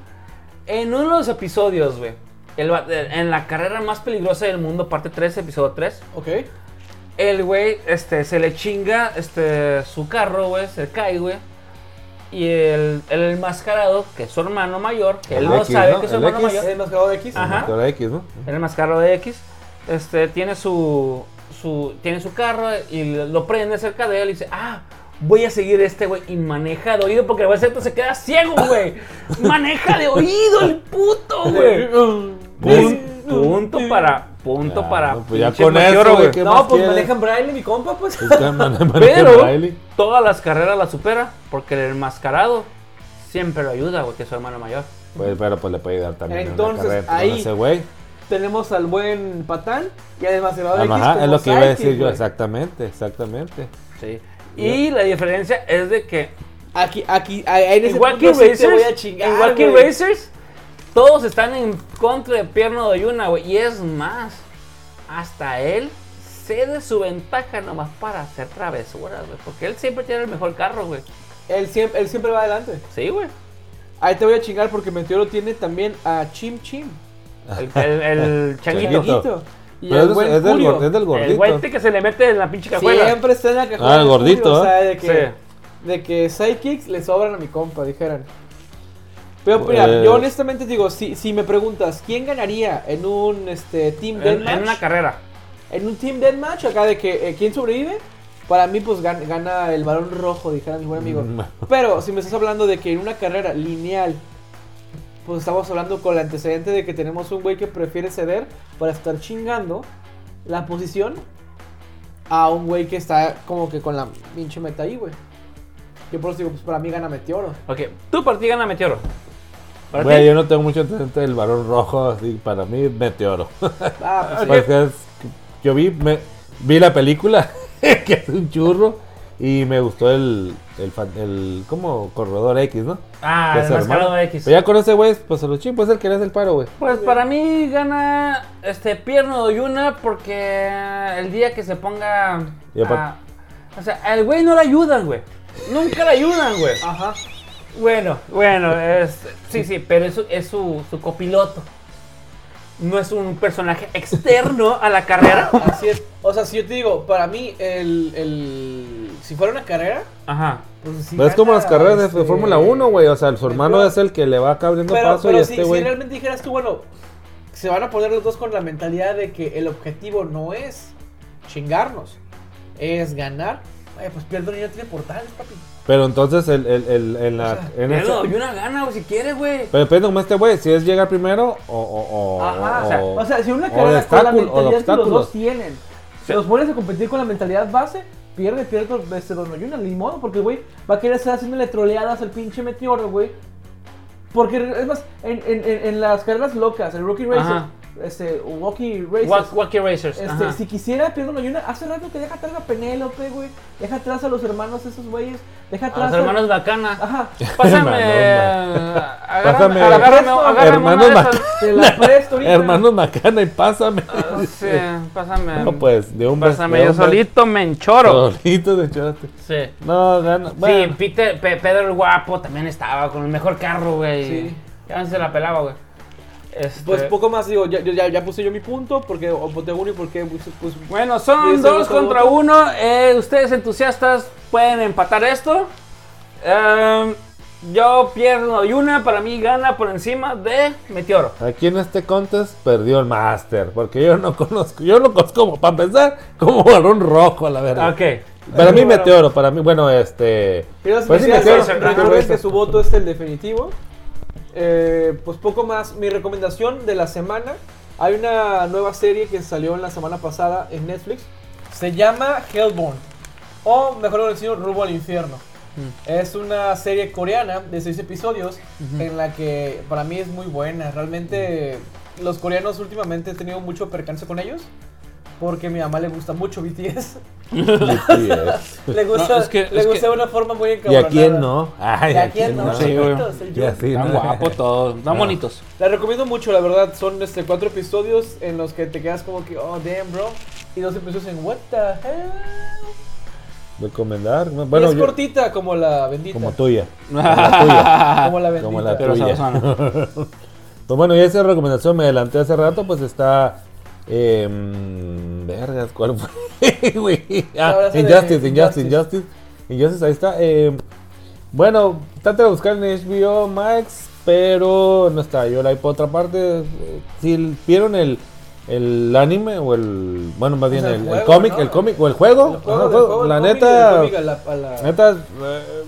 [SPEAKER 3] En uno de los episodios, güey, el va- eh, en la carrera más peligrosa del mundo, parte 3, episodio 3,
[SPEAKER 1] Ok.
[SPEAKER 3] el güey este, se le chinga este, su carro, güey, se cae, güey. Y el, el enmascarado, que es su hermano mayor, que
[SPEAKER 2] El
[SPEAKER 3] él no
[SPEAKER 2] X,
[SPEAKER 3] sabe
[SPEAKER 2] ¿no?
[SPEAKER 3] que es su
[SPEAKER 2] El
[SPEAKER 3] hermano
[SPEAKER 2] X.
[SPEAKER 3] mayor.
[SPEAKER 1] El mascarado de X.
[SPEAKER 3] Ajá.
[SPEAKER 2] Doctor X, ¿no?
[SPEAKER 3] Era el mascarro de X. Este, tiene su, su, tiene su carro y lo prende cerca de él y dice, ah, voy a seguir a este güey. Y maneja de oído porque el güey se queda ciego, güey. maneja de oído el puto, güey. Pun- punto para, punto
[SPEAKER 2] Ah,
[SPEAKER 3] para.
[SPEAKER 2] no, pues ya
[SPEAKER 3] pinche
[SPEAKER 2] con eso,
[SPEAKER 3] Maquioro,
[SPEAKER 2] güey, ¿qué más
[SPEAKER 1] No, pues
[SPEAKER 2] quieres?
[SPEAKER 1] manejan Braille, mi compa, pues.
[SPEAKER 2] Es que man- maneja
[SPEAKER 3] Pero
[SPEAKER 2] Riley.
[SPEAKER 3] todas las carreras la supera porque el enmascarado siempre lo ayuda, güey, que es su hermano mayor.
[SPEAKER 2] Pues, pero pues le puede ayudar también.
[SPEAKER 1] Entonces,
[SPEAKER 2] en una carrera,
[SPEAKER 1] ahí-
[SPEAKER 2] con ese güey.
[SPEAKER 1] Tenemos al buen Patán y al mascarado de X.
[SPEAKER 2] Ajá,
[SPEAKER 1] como
[SPEAKER 2] es lo que iba a
[SPEAKER 1] sidekick,
[SPEAKER 2] decir yo,
[SPEAKER 1] güey.
[SPEAKER 2] exactamente, exactamente.
[SPEAKER 3] Sí. Y la diferencia es de que
[SPEAKER 1] Aquí, aquí, ahí ahí en ese
[SPEAKER 3] Igual que
[SPEAKER 1] punto sí te voy a
[SPEAKER 3] Racers,
[SPEAKER 1] chingar.
[SPEAKER 3] igual que
[SPEAKER 1] güey.
[SPEAKER 3] Racers, todos están en contra de Pierno de Yuna, güey. Y es más, hasta él cede su ventaja nomás para hacer travesuras, güey. Porque él siempre tiene el mejor carro, güey.
[SPEAKER 1] Él siempre, él siempre va adelante.
[SPEAKER 3] Sí, güey.
[SPEAKER 1] Ahí te voy a chingar porque Meteoro tiene también a Chim Chim.
[SPEAKER 3] El, el, el changuito.
[SPEAKER 2] Changuito.
[SPEAKER 1] Chiquito. Y
[SPEAKER 2] Pero
[SPEAKER 1] al
[SPEAKER 2] es,
[SPEAKER 1] buen
[SPEAKER 2] es del,
[SPEAKER 1] Furio.
[SPEAKER 2] gor- es del
[SPEAKER 3] El
[SPEAKER 2] gordito.
[SPEAKER 3] güey este que se le mete en la pinche cajuela.
[SPEAKER 1] Siempre está en la cajona.
[SPEAKER 2] Ah, el
[SPEAKER 1] de Furio,
[SPEAKER 2] gordito,
[SPEAKER 1] O sea, de que.
[SPEAKER 3] ¿eh? Sí.
[SPEAKER 1] De que sidekicks le sobran a mi compa, dijeran. Pero
[SPEAKER 2] Pues-
[SPEAKER 1] mira, yo honestamente digo, si, si me preguntas, ¿quién ganaría en un este, Team
[SPEAKER 3] En, en una
[SPEAKER 1] Deathmatch?
[SPEAKER 3] carrera.
[SPEAKER 1] En, un Team Deathmatch, acá de que eh, quién sobrevive, para mí pues gan- gana el varón rojo, dijera mi buen amigo.
[SPEAKER 2] Mm.
[SPEAKER 1] Pero si me estás hablando de que en una carrera lineal, pues estamos hablando con el antecedente de que tenemos un güey que prefiere ceder para estar chingando la posición a un güey que está como que con la pinche meta ahí, güey. Yo por eso digo, pues para mí gana Meteoro.
[SPEAKER 3] Ok, tú para ti gana Meteoro. Para
[SPEAKER 2] Güey,
[SPEAKER 3] ti.
[SPEAKER 2] yo no tengo mucho antecedente del varón rojo, así para mí, meteoro.
[SPEAKER 1] Ah, pues,
[SPEAKER 2] Porque es- yo vi, me- vi la película, que es un churro, y me gustó el, el, fan- el como corredor X, ¿no?
[SPEAKER 3] Ah,
[SPEAKER 2] Que
[SPEAKER 3] el
[SPEAKER 2] es hermano.
[SPEAKER 3] mascarado X.
[SPEAKER 2] Pero ya con ese güey, pues a los chingos, es el que le hace el paro, güey.
[SPEAKER 3] Pues para mí gana este Pierno de Yuna porque el día que se ponga.
[SPEAKER 2] Y aparte-
[SPEAKER 3] a- o sea, al güey no le ayudan, güey. Nunca le ayudan, güey.
[SPEAKER 1] Ajá.
[SPEAKER 3] Bueno, bueno, este, sí, sí, pero es, su- es su, su copiloto. No es un personaje externo a la carrera.
[SPEAKER 1] Así es. O sea, si yo te digo, para mí, el, el- si fuera una carrera,
[SPEAKER 3] Ajá.
[SPEAKER 1] Pues, si
[SPEAKER 2] No es como
[SPEAKER 1] gana,
[SPEAKER 2] las carreras de- de
[SPEAKER 1] este,
[SPEAKER 2] Fórmula 1, güey. O sea, su
[SPEAKER 1] el
[SPEAKER 2] hermano
[SPEAKER 1] pro-
[SPEAKER 2] es el que le va acá abriendo
[SPEAKER 1] Pero,
[SPEAKER 2] paso
[SPEAKER 1] pero
[SPEAKER 2] y
[SPEAKER 1] si,
[SPEAKER 2] este
[SPEAKER 1] si
[SPEAKER 2] güey.
[SPEAKER 1] realmente dijeras tú, bueno, se van a poner los dos con la mentalidad de que el objetivo no es chingarnos, es ganar. Ay, pues Pierre Dorian ya tiene portales, papi.
[SPEAKER 2] Pero entonces el, el, el- en la. en esa-
[SPEAKER 3] Pero, y una gana, güey, si quieres, güey.
[SPEAKER 2] pero depende como este güey, si es llegar primero o. o, o-
[SPEAKER 3] Ajá, o sea,
[SPEAKER 1] O sea, si una
[SPEAKER 2] o
[SPEAKER 1] carrera
[SPEAKER 2] de
[SPEAKER 1] con la
[SPEAKER 2] obstáculo- o de
[SPEAKER 1] mentalidad que los dos
[SPEAKER 2] obstáculos.
[SPEAKER 1] tienen,
[SPEAKER 3] Sí.
[SPEAKER 1] los pones a competir con la mentalidad base, pierde, pierde este Don Oyuna, ni modo, porque el güey va a querer estar haciéndole troleadas al pinche meteoro, güey. Porque es más, en, en- en- en las carreras locas, el Rookie Racer,
[SPEAKER 3] Ajá.
[SPEAKER 1] este, Walkie Racer.
[SPEAKER 3] Wa- Wacky Racers.
[SPEAKER 1] Este,
[SPEAKER 3] ajá.
[SPEAKER 1] si quisiera, Pierre Don Oyuna, hace rato que deja atrás a Penélope, güey. Deja atrás a los hermanos esos güeyes. Deja
[SPEAKER 3] A
[SPEAKER 1] atrás
[SPEAKER 3] los hermanos bacana.
[SPEAKER 1] Ajá.
[SPEAKER 3] Pásame. eh,
[SPEAKER 2] Hermanos
[SPEAKER 3] Agárrame,
[SPEAKER 2] Pásame.
[SPEAKER 3] agárrame, agárrame una
[SPEAKER 2] Hermanos
[SPEAKER 3] de
[SPEAKER 2] Mac-
[SPEAKER 3] esas.
[SPEAKER 1] Te la presto ahorita.
[SPEAKER 2] Hermanos Macana y pásame.
[SPEAKER 3] Ah, Sí, pásame.
[SPEAKER 2] No, pues, de un beso-
[SPEAKER 3] Pásame
[SPEAKER 2] de
[SPEAKER 3] yo
[SPEAKER 2] un beso-
[SPEAKER 3] solito, me enchoro.
[SPEAKER 2] Solito de chote.
[SPEAKER 3] Sí.
[SPEAKER 2] No, gana. Bueno,
[SPEAKER 3] Sí, Peter, Pe- Pedro el Guapo también estaba con el mejor carro, güey.
[SPEAKER 1] Sí.
[SPEAKER 3] Ya se la pelaba, güey. Este,
[SPEAKER 1] Pues poco más, digo, ya, yo- ya, ya puse yo mi punto, porque o voté uno y pues, porque puse- puse-
[SPEAKER 3] Bueno,
[SPEAKER 1] Sí,
[SPEAKER 3] son
[SPEAKER 1] se
[SPEAKER 3] dos
[SPEAKER 1] votó
[SPEAKER 3] contra
[SPEAKER 1] voto.
[SPEAKER 3] uno. Eh, ustedes entusiastas pueden empatar esto. Em, yo pierdo y una, para mí gana por encima de Meteoro.
[SPEAKER 2] aquí en este contest perdió el Master. Porque yo no conozco. Yo lo conozco como, para empezar, como balón rojo, a la verdad.
[SPEAKER 3] Ok.
[SPEAKER 2] Para mí,
[SPEAKER 1] Bueno.
[SPEAKER 2] Meteoro. Para mí, bueno, este.
[SPEAKER 1] Pero
[SPEAKER 2] Pues sí,
[SPEAKER 1] especial, recuerden
[SPEAKER 2] Meteoro, Meteoro
[SPEAKER 1] recuerden
[SPEAKER 2] Racer.
[SPEAKER 1] que su voto es el definitivo. Eh, pues poco más, mi recomendación de la semana. Hay una nueva serie que salió en la semana pasada en Netflix. Se llama Hellbound. O mejor conocido, Rumbo al Infierno.
[SPEAKER 3] Mm.
[SPEAKER 1] Es una serie coreana de seis episodios en la que para mí es muy buena. Realmente
[SPEAKER 3] Mm.
[SPEAKER 1] los coreanos últimamente he tenido mucho percance con ellos. Porque a mi mamá le gusta mucho BTS.
[SPEAKER 2] sí
[SPEAKER 1] Le
[SPEAKER 2] es.
[SPEAKER 1] gusta,
[SPEAKER 3] Pues, No, es que-
[SPEAKER 1] le
[SPEAKER 3] es que-
[SPEAKER 1] gusta de una forma muy
[SPEAKER 2] ¿Y
[SPEAKER 1] encabronada.
[SPEAKER 2] a quién no? Ay,
[SPEAKER 1] ¿Y a quién no?
[SPEAKER 3] Sí, güey.
[SPEAKER 1] Chiquito, soy
[SPEAKER 2] Y
[SPEAKER 1] yo.
[SPEAKER 2] así,
[SPEAKER 3] Están
[SPEAKER 2] ¿no?
[SPEAKER 3] guapos todos, están
[SPEAKER 2] Ah.
[SPEAKER 3] bonitos.
[SPEAKER 1] La recomiendo mucho, la verdad. Son este, cuatro episodios en los que te quedas como que, oh, damn, bro. Y dos episodios en, what the hell.
[SPEAKER 2] Recomendar.
[SPEAKER 1] Bueno,
[SPEAKER 2] Bueno,
[SPEAKER 1] es
[SPEAKER 2] yo-
[SPEAKER 1] cortita como la bendita.
[SPEAKER 2] como tuya. Como la tuya.
[SPEAKER 1] Como la bendita.
[SPEAKER 2] como la
[SPEAKER 3] Pero
[SPEAKER 2] tuya.
[SPEAKER 3] sabrosona.
[SPEAKER 2] Pues bueno, y esa recomendación me adelanté hace rato, pues está. Eh, mm, vergas, ¿cuál fue? Güey. Ah,
[SPEAKER 1] Ahora sí de-
[SPEAKER 2] Injustice, Injustice,
[SPEAKER 1] Injustice.
[SPEAKER 2] Injustice. Injustice, ahí está. Eh, bueno, traté de buscar en HBO Max, pero no está. Yo la por otra parte. eh, Si vieron el, el anime o el. Bueno, más bien
[SPEAKER 1] sea, el
[SPEAKER 2] el, el
[SPEAKER 1] juego,
[SPEAKER 2] cómic,
[SPEAKER 1] ¿no?
[SPEAKER 2] el cómic o el juego.
[SPEAKER 1] El juego
[SPEAKER 2] ajá,
[SPEAKER 1] del
[SPEAKER 2] juego,
[SPEAKER 1] juego,
[SPEAKER 2] la
[SPEAKER 1] el cómic
[SPEAKER 2] neta.
[SPEAKER 1] y el cómic a la- a la-
[SPEAKER 2] Neta, eh,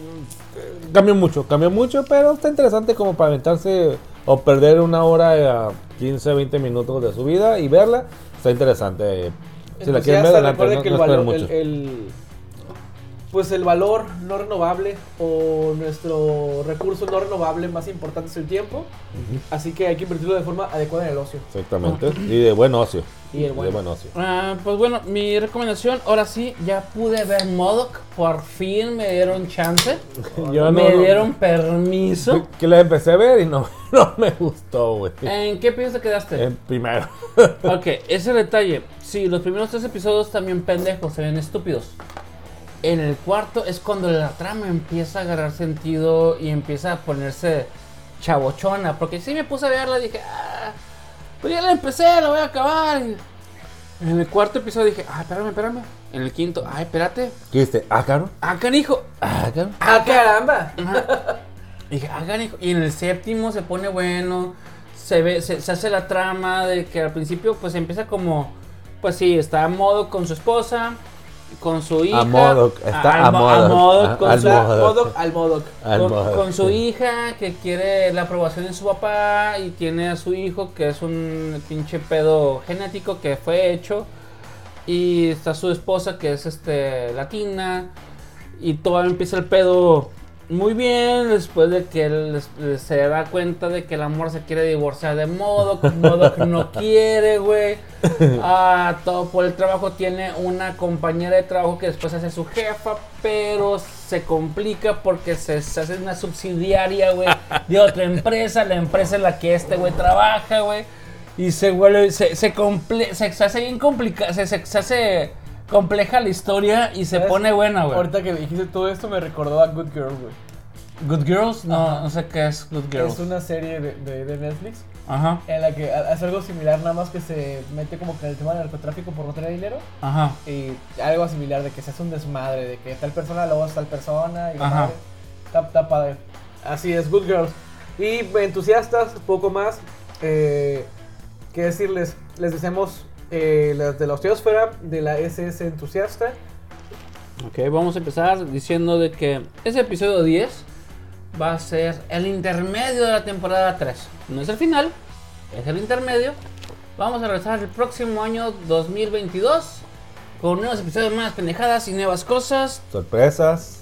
[SPEAKER 2] cambió mucho, cambió mucho, pero está interesante como para aventarse o perder una hora, eh, 15, 20 minutos de su vida y verla. Está interesante. eh, Si la quieren ver,
[SPEAKER 1] Entusiasta,
[SPEAKER 2] adelante,
[SPEAKER 1] recuerden
[SPEAKER 2] no,
[SPEAKER 1] que
[SPEAKER 2] no
[SPEAKER 1] el
[SPEAKER 2] esperen
[SPEAKER 1] valor,
[SPEAKER 2] mucho.
[SPEAKER 1] el, el- pues el valor no renovable o nuestro recurso no renovable más importante es el tiempo. Así que hay que invertirlo de forma adecuada en el ocio.
[SPEAKER 2] Exactamente. Y de buen ocio.
[SPEAKER 1] Y el bueno.
[SPEAKER 2] de buen ocio.
[SPEAKER 3] Ah, pues bueno, mi recomendación, ahora sí, ya pude ver Modoc. Por fin me dieron chance.
[SPEAKER 2] Yo no-
[SPEAKER 3] me
[SPEAKER 2] no-
[SPEAKER 3] dieron permiso.
[SPEAKER 2] Que la empecé a ver y no, no me gustó, güey.
[SPEAKER 3] ¿En qué piso te quedaste?
[SPEAKER 2] En primero.
[SPEAKER 3] Ok, ese detalle. Sí, los primeros tres episodios también pendejos, se ven estúpidos. En el cuarto es cuando la trama empieza a agarrar sentido y empieza a ponerse chabochona. Porque sí me puse a verla y dije, ah, pues ya la empecé, la voy a acabar. Y en el cuarto episodio dije, ah, espérame, espérame. En el quinto, ay, espérate.
[SPEAKER 2] ¿Qué dijiste? ¿Ah, caro?
[SPEAKER 3] Ah, canijo.
[SPEAKER 2] ¿Ah, caro?
[SPEAKER 1] ¡Ah, caramba!
[SPEAKER 3] Y dije, ah, canijo. Y en el séptimo se pone bueno. Se ve, se, se hace la trama de que al principio pues empieza como. Pues sí, está a modo con su esposa, con su hija.
[SPEAKER 2] A modo, está a,
[SPEAKER 3] mo-
[SPEAKER 2] modo.
[SPEAKER 3] modo con,
[SPEAKER 1] O
[SPEAKER 2] al
[SPEAKER 3] su-
[SPEAKER 1] sea,
[SPEAKER 2] Modoc.
[SPEAKER 1] Modoc al Modoc.
[SPEAKER 2] Al
[SPEAKER 3] con-
[SPEAKER 2] modo.
[SPEAKER 3] con su hija que quiere la aprobación de su papá y tiene a su hijo que es un pinche pedo genético que fue hecho. Y está su esposa que es este latina. Y todo empieza el pedo muy bien. Después de que él es- se da cuenta de que el amor se quiere divorciar de modo. Modo que no quiere, güey. Ah, todo por el trabajo. Tiene una compañera de trabajo que después hace su jefa. Pero se complica porque se, se hace una subsidiaria, güey. De otra empresa. La empresa en la que este güey trabaja, güey. Y se vuelve, se, se, comple- se, se hace bien complicada, se, se- se hace compleja la historia y se
[SPEAKER 1] ¿Sabes?
[SPEAKER 3] pone buena, güey.
[SPEAKER 1] Ahorita que dijiste todo esto me recordó a Good Girl, güey.
[SPEAKER 3] Good Girls, no,
[SPEAKER 1] Ajá.
[SPEAKER 3] no sé qué es Good Girls.
[SPEAKER 1] Es una serie de, de- de Netflix
[SPEAKER 3] Ajá,
[SPEAKER 1] en la que ha- hace algo similar, nada más que se mete como que en el tema del narcotráfico por no tener dinero.
[SPEAKER 3] ajá.
[SPEAKER 1] Y algo similar de que se hace un desmadre, de que tal persona lo es tal persona. Y la
[SPEAKER 3] Ajá.
[SPEAKER 1] madre. Está, está padre. Así es, Good Girls. Y entusiastas, poco más. eh, que decirles, les deseamos eh, las de la osteosfera, de la SS entusiasta.
[SPEAKER 3] Ok, vamos a empezar diciendo de que ese episodio 10 va a ser el intermedio de la temporada 3. No es el final, es el intermedio. Vamos a regresar el próximo año 2022 con nuevos episodios más pendejadas y nuevas cosas.
[SPEAKER 2] Sorpresas,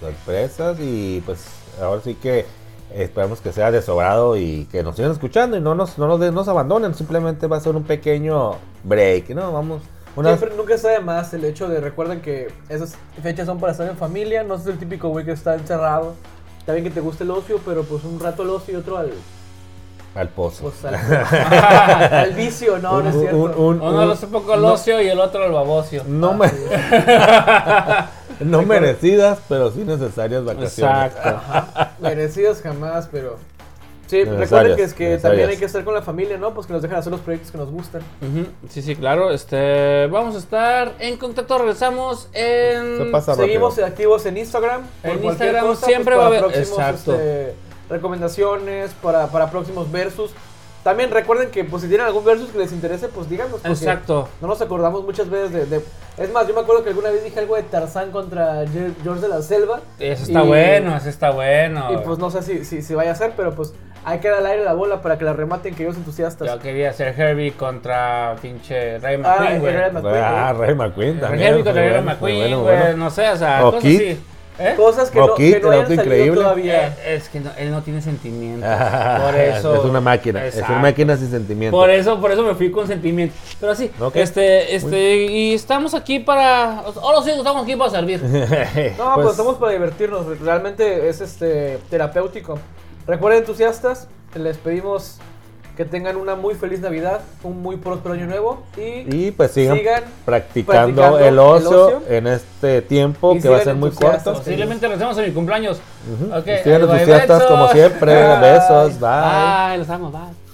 [SPEAKER 2] sorpresas y pues ahora sí que esperamos que sea de su agrado y que nos sigan escuchando y no nos, no nos, de- nos abandonen, simplemente va a ser un pequeño break, ¿no? Vamos, unas,
[SPEAKER 1] Siempre, nunca está de más el hecho de recuerden que esas fechas son para estar en familia, no es el típico güey que está encerrado. Está bien que te guste el ocio, pero pues un rato al ocio y otro al,
[SPEAKER 2] al pozo.
[SPEAKER 1] pues, al, al vicio, no, no es cierto.
[SPEAKER 3] Uno lo hace poco al
[SPEAKER 2] no-
[SPEAKER 3] ocio y el otro al babocio.
[SPEAKER 2] no me- no merecidas, pero sí necesarias vacaciones.
[SPEAKER 3] Exacto.
[SPEAKER 1] Merecidas jamás, pero. Sí,
[SPEAKER 2] Necesarias,
[SPEAKER 1] recuerden que, es que
[SPEAKER 2] necesarias.
[SPEAKER 1] también hay que estar con la familia, ¿no? Pues que nos dejan hacer los proyectos que nos gustan.
[SPEAKER 3] Ujú, Sí, sí, claro. Este, vamos a estar en contacto. Regresamos en.
[SPEAKER 2] Se pasa
[SPEAKER 1] Seguimos
[SPEAKER 2] rápido.
[SPEAKER 1] activos en Instagram. por
[SPEAKER 3] En
[SPEAKER 1] cualquier
[SPEAKER 3] Instagram
[SPEAKER 1] cosa, pues,
[SPEAKER 3] siempre
[SPEAKER 1] para
[SPEAKER 3] va a haber-
[SPEAKER 1] próximos,
[SPEAKER 3] Exacto.
[SPEAKER 1] este, recomendaciones para, para próximos versus. También recuerden que pues, si tienen algún versus que les interese, pues díganos. porque
[SPEAKER 3] Exacto.
[SPEAKER 1] No nos acordamos muchas veces de, de- Es más, yo me acuerdo que alguna vez dije algo de Tarzán contra Ge- George de la Selva.
[SPEAKER 3] Eso está
[SPEAKER 1] Y-
[SPEAKER 3] bueno, eso está bueno.
[SPEAKER 1] Y pues no sé si, si, si vaya a ser, pero pues hay que dar al aire la bola para que la rematen, que ellos entusiastas.
[SPEAKER 3] Yo quería hacer Herbie contra pinche Ray
[SPEAKER 1] pues, Ah,
[SPEAKER 3] McQueen, güey.
[SPEAKER 1] el Ray
[SPEAKER 3] Herbie
[SPEAKER 1] McQueen, ¿eh?
[SPEAKER 2] Ah, Ray McQueen también. muy
[SPEAKER 3] contra Ray
[SPEAKER 2] bueno, muy
[SPEAKER 3] McQueen,
[SPEAKER 2] bueno,
[SPEAKER 3] güey.
[SPEAKER 2] bueno.
[SPEAKER 3] No sé, o sea,
[SPEAKER 2] O
[SPEAKER 3] cosas
[SPEAKER 2] Kid.
[SPEAKER 3] así. ¿Eh?
[SPEAKER 1] Cosas que no,
[SPEAKER 2] Rocky,
[SPEAKER 1] que no
[SPEAKER 2] el
[SPEAKER 1] hayan
[SPEAKER 2] auto
[SPEAKER 1] salido
[SPEAKER 2] increíble.
[SPEAKER 1] todavía.
[SPEAKER 3] Eh, es que no- él no tiene sentimiento.
[SPEAKER 2] Ah,
[SPEAKER 3] por eso.
[SPEAKER 2] Es una máquina, es
[SPEAKER 3] Exacto.
[SPEAKER 2] una máquina sin sentimiento.
[SPEAKER 3] Por eso, por eso me fui con sentimiento. Pero sí,
[SPEAKER 2] Ok.
[SPEAKER 3] este, este, y estamos aquí para. Ahora sí, estamos aquí para servir. e-
[SPEAKER 1] No, pues, estamos para divertirnos, re- realmente es este terapéutico. Recuerden entusiastas, les pedimos que tengan una muy feliz Navidad, un muy próspero año nuevo y,
[SPEAKER 2] Y pues sigan,
[SPEAKER 1] Sigan
[SPEAKER 2] practicando,
[SPEAKER 1] practicando
[SPEAKER 2] el,
[SPEAKER 1] el
[SPEAKER 2] ocio
[SPEAKER 1] ocio.
[SPEAKER 2] en este tiempo
[SPEAKER 1] Y
[SPEAKER 2] que va a
[SPEAKER 1] sigan
[SPEAKER 2] ser muy
[SPEAKER 1] entusiastas.
[SPEAKER 2] corto.
[SPEAKER 3] Posiblemente lo hacemos en mi cumpleaños.
[SPEAKER 2] Ujú.
[SPEAKER 3] Ok,
[SPEAKER 2] Y sigan
[SPEAKER 3] bye,
[SPEAKER 2] entusiastas como
[SPEAKER 3] besos.
[SPEAKER 2] siempre.
[SPEAKER 3] Bye.
[SPEAKER 2] Besos, bye.
[SPEAKER 3] Bye, los amo, bye.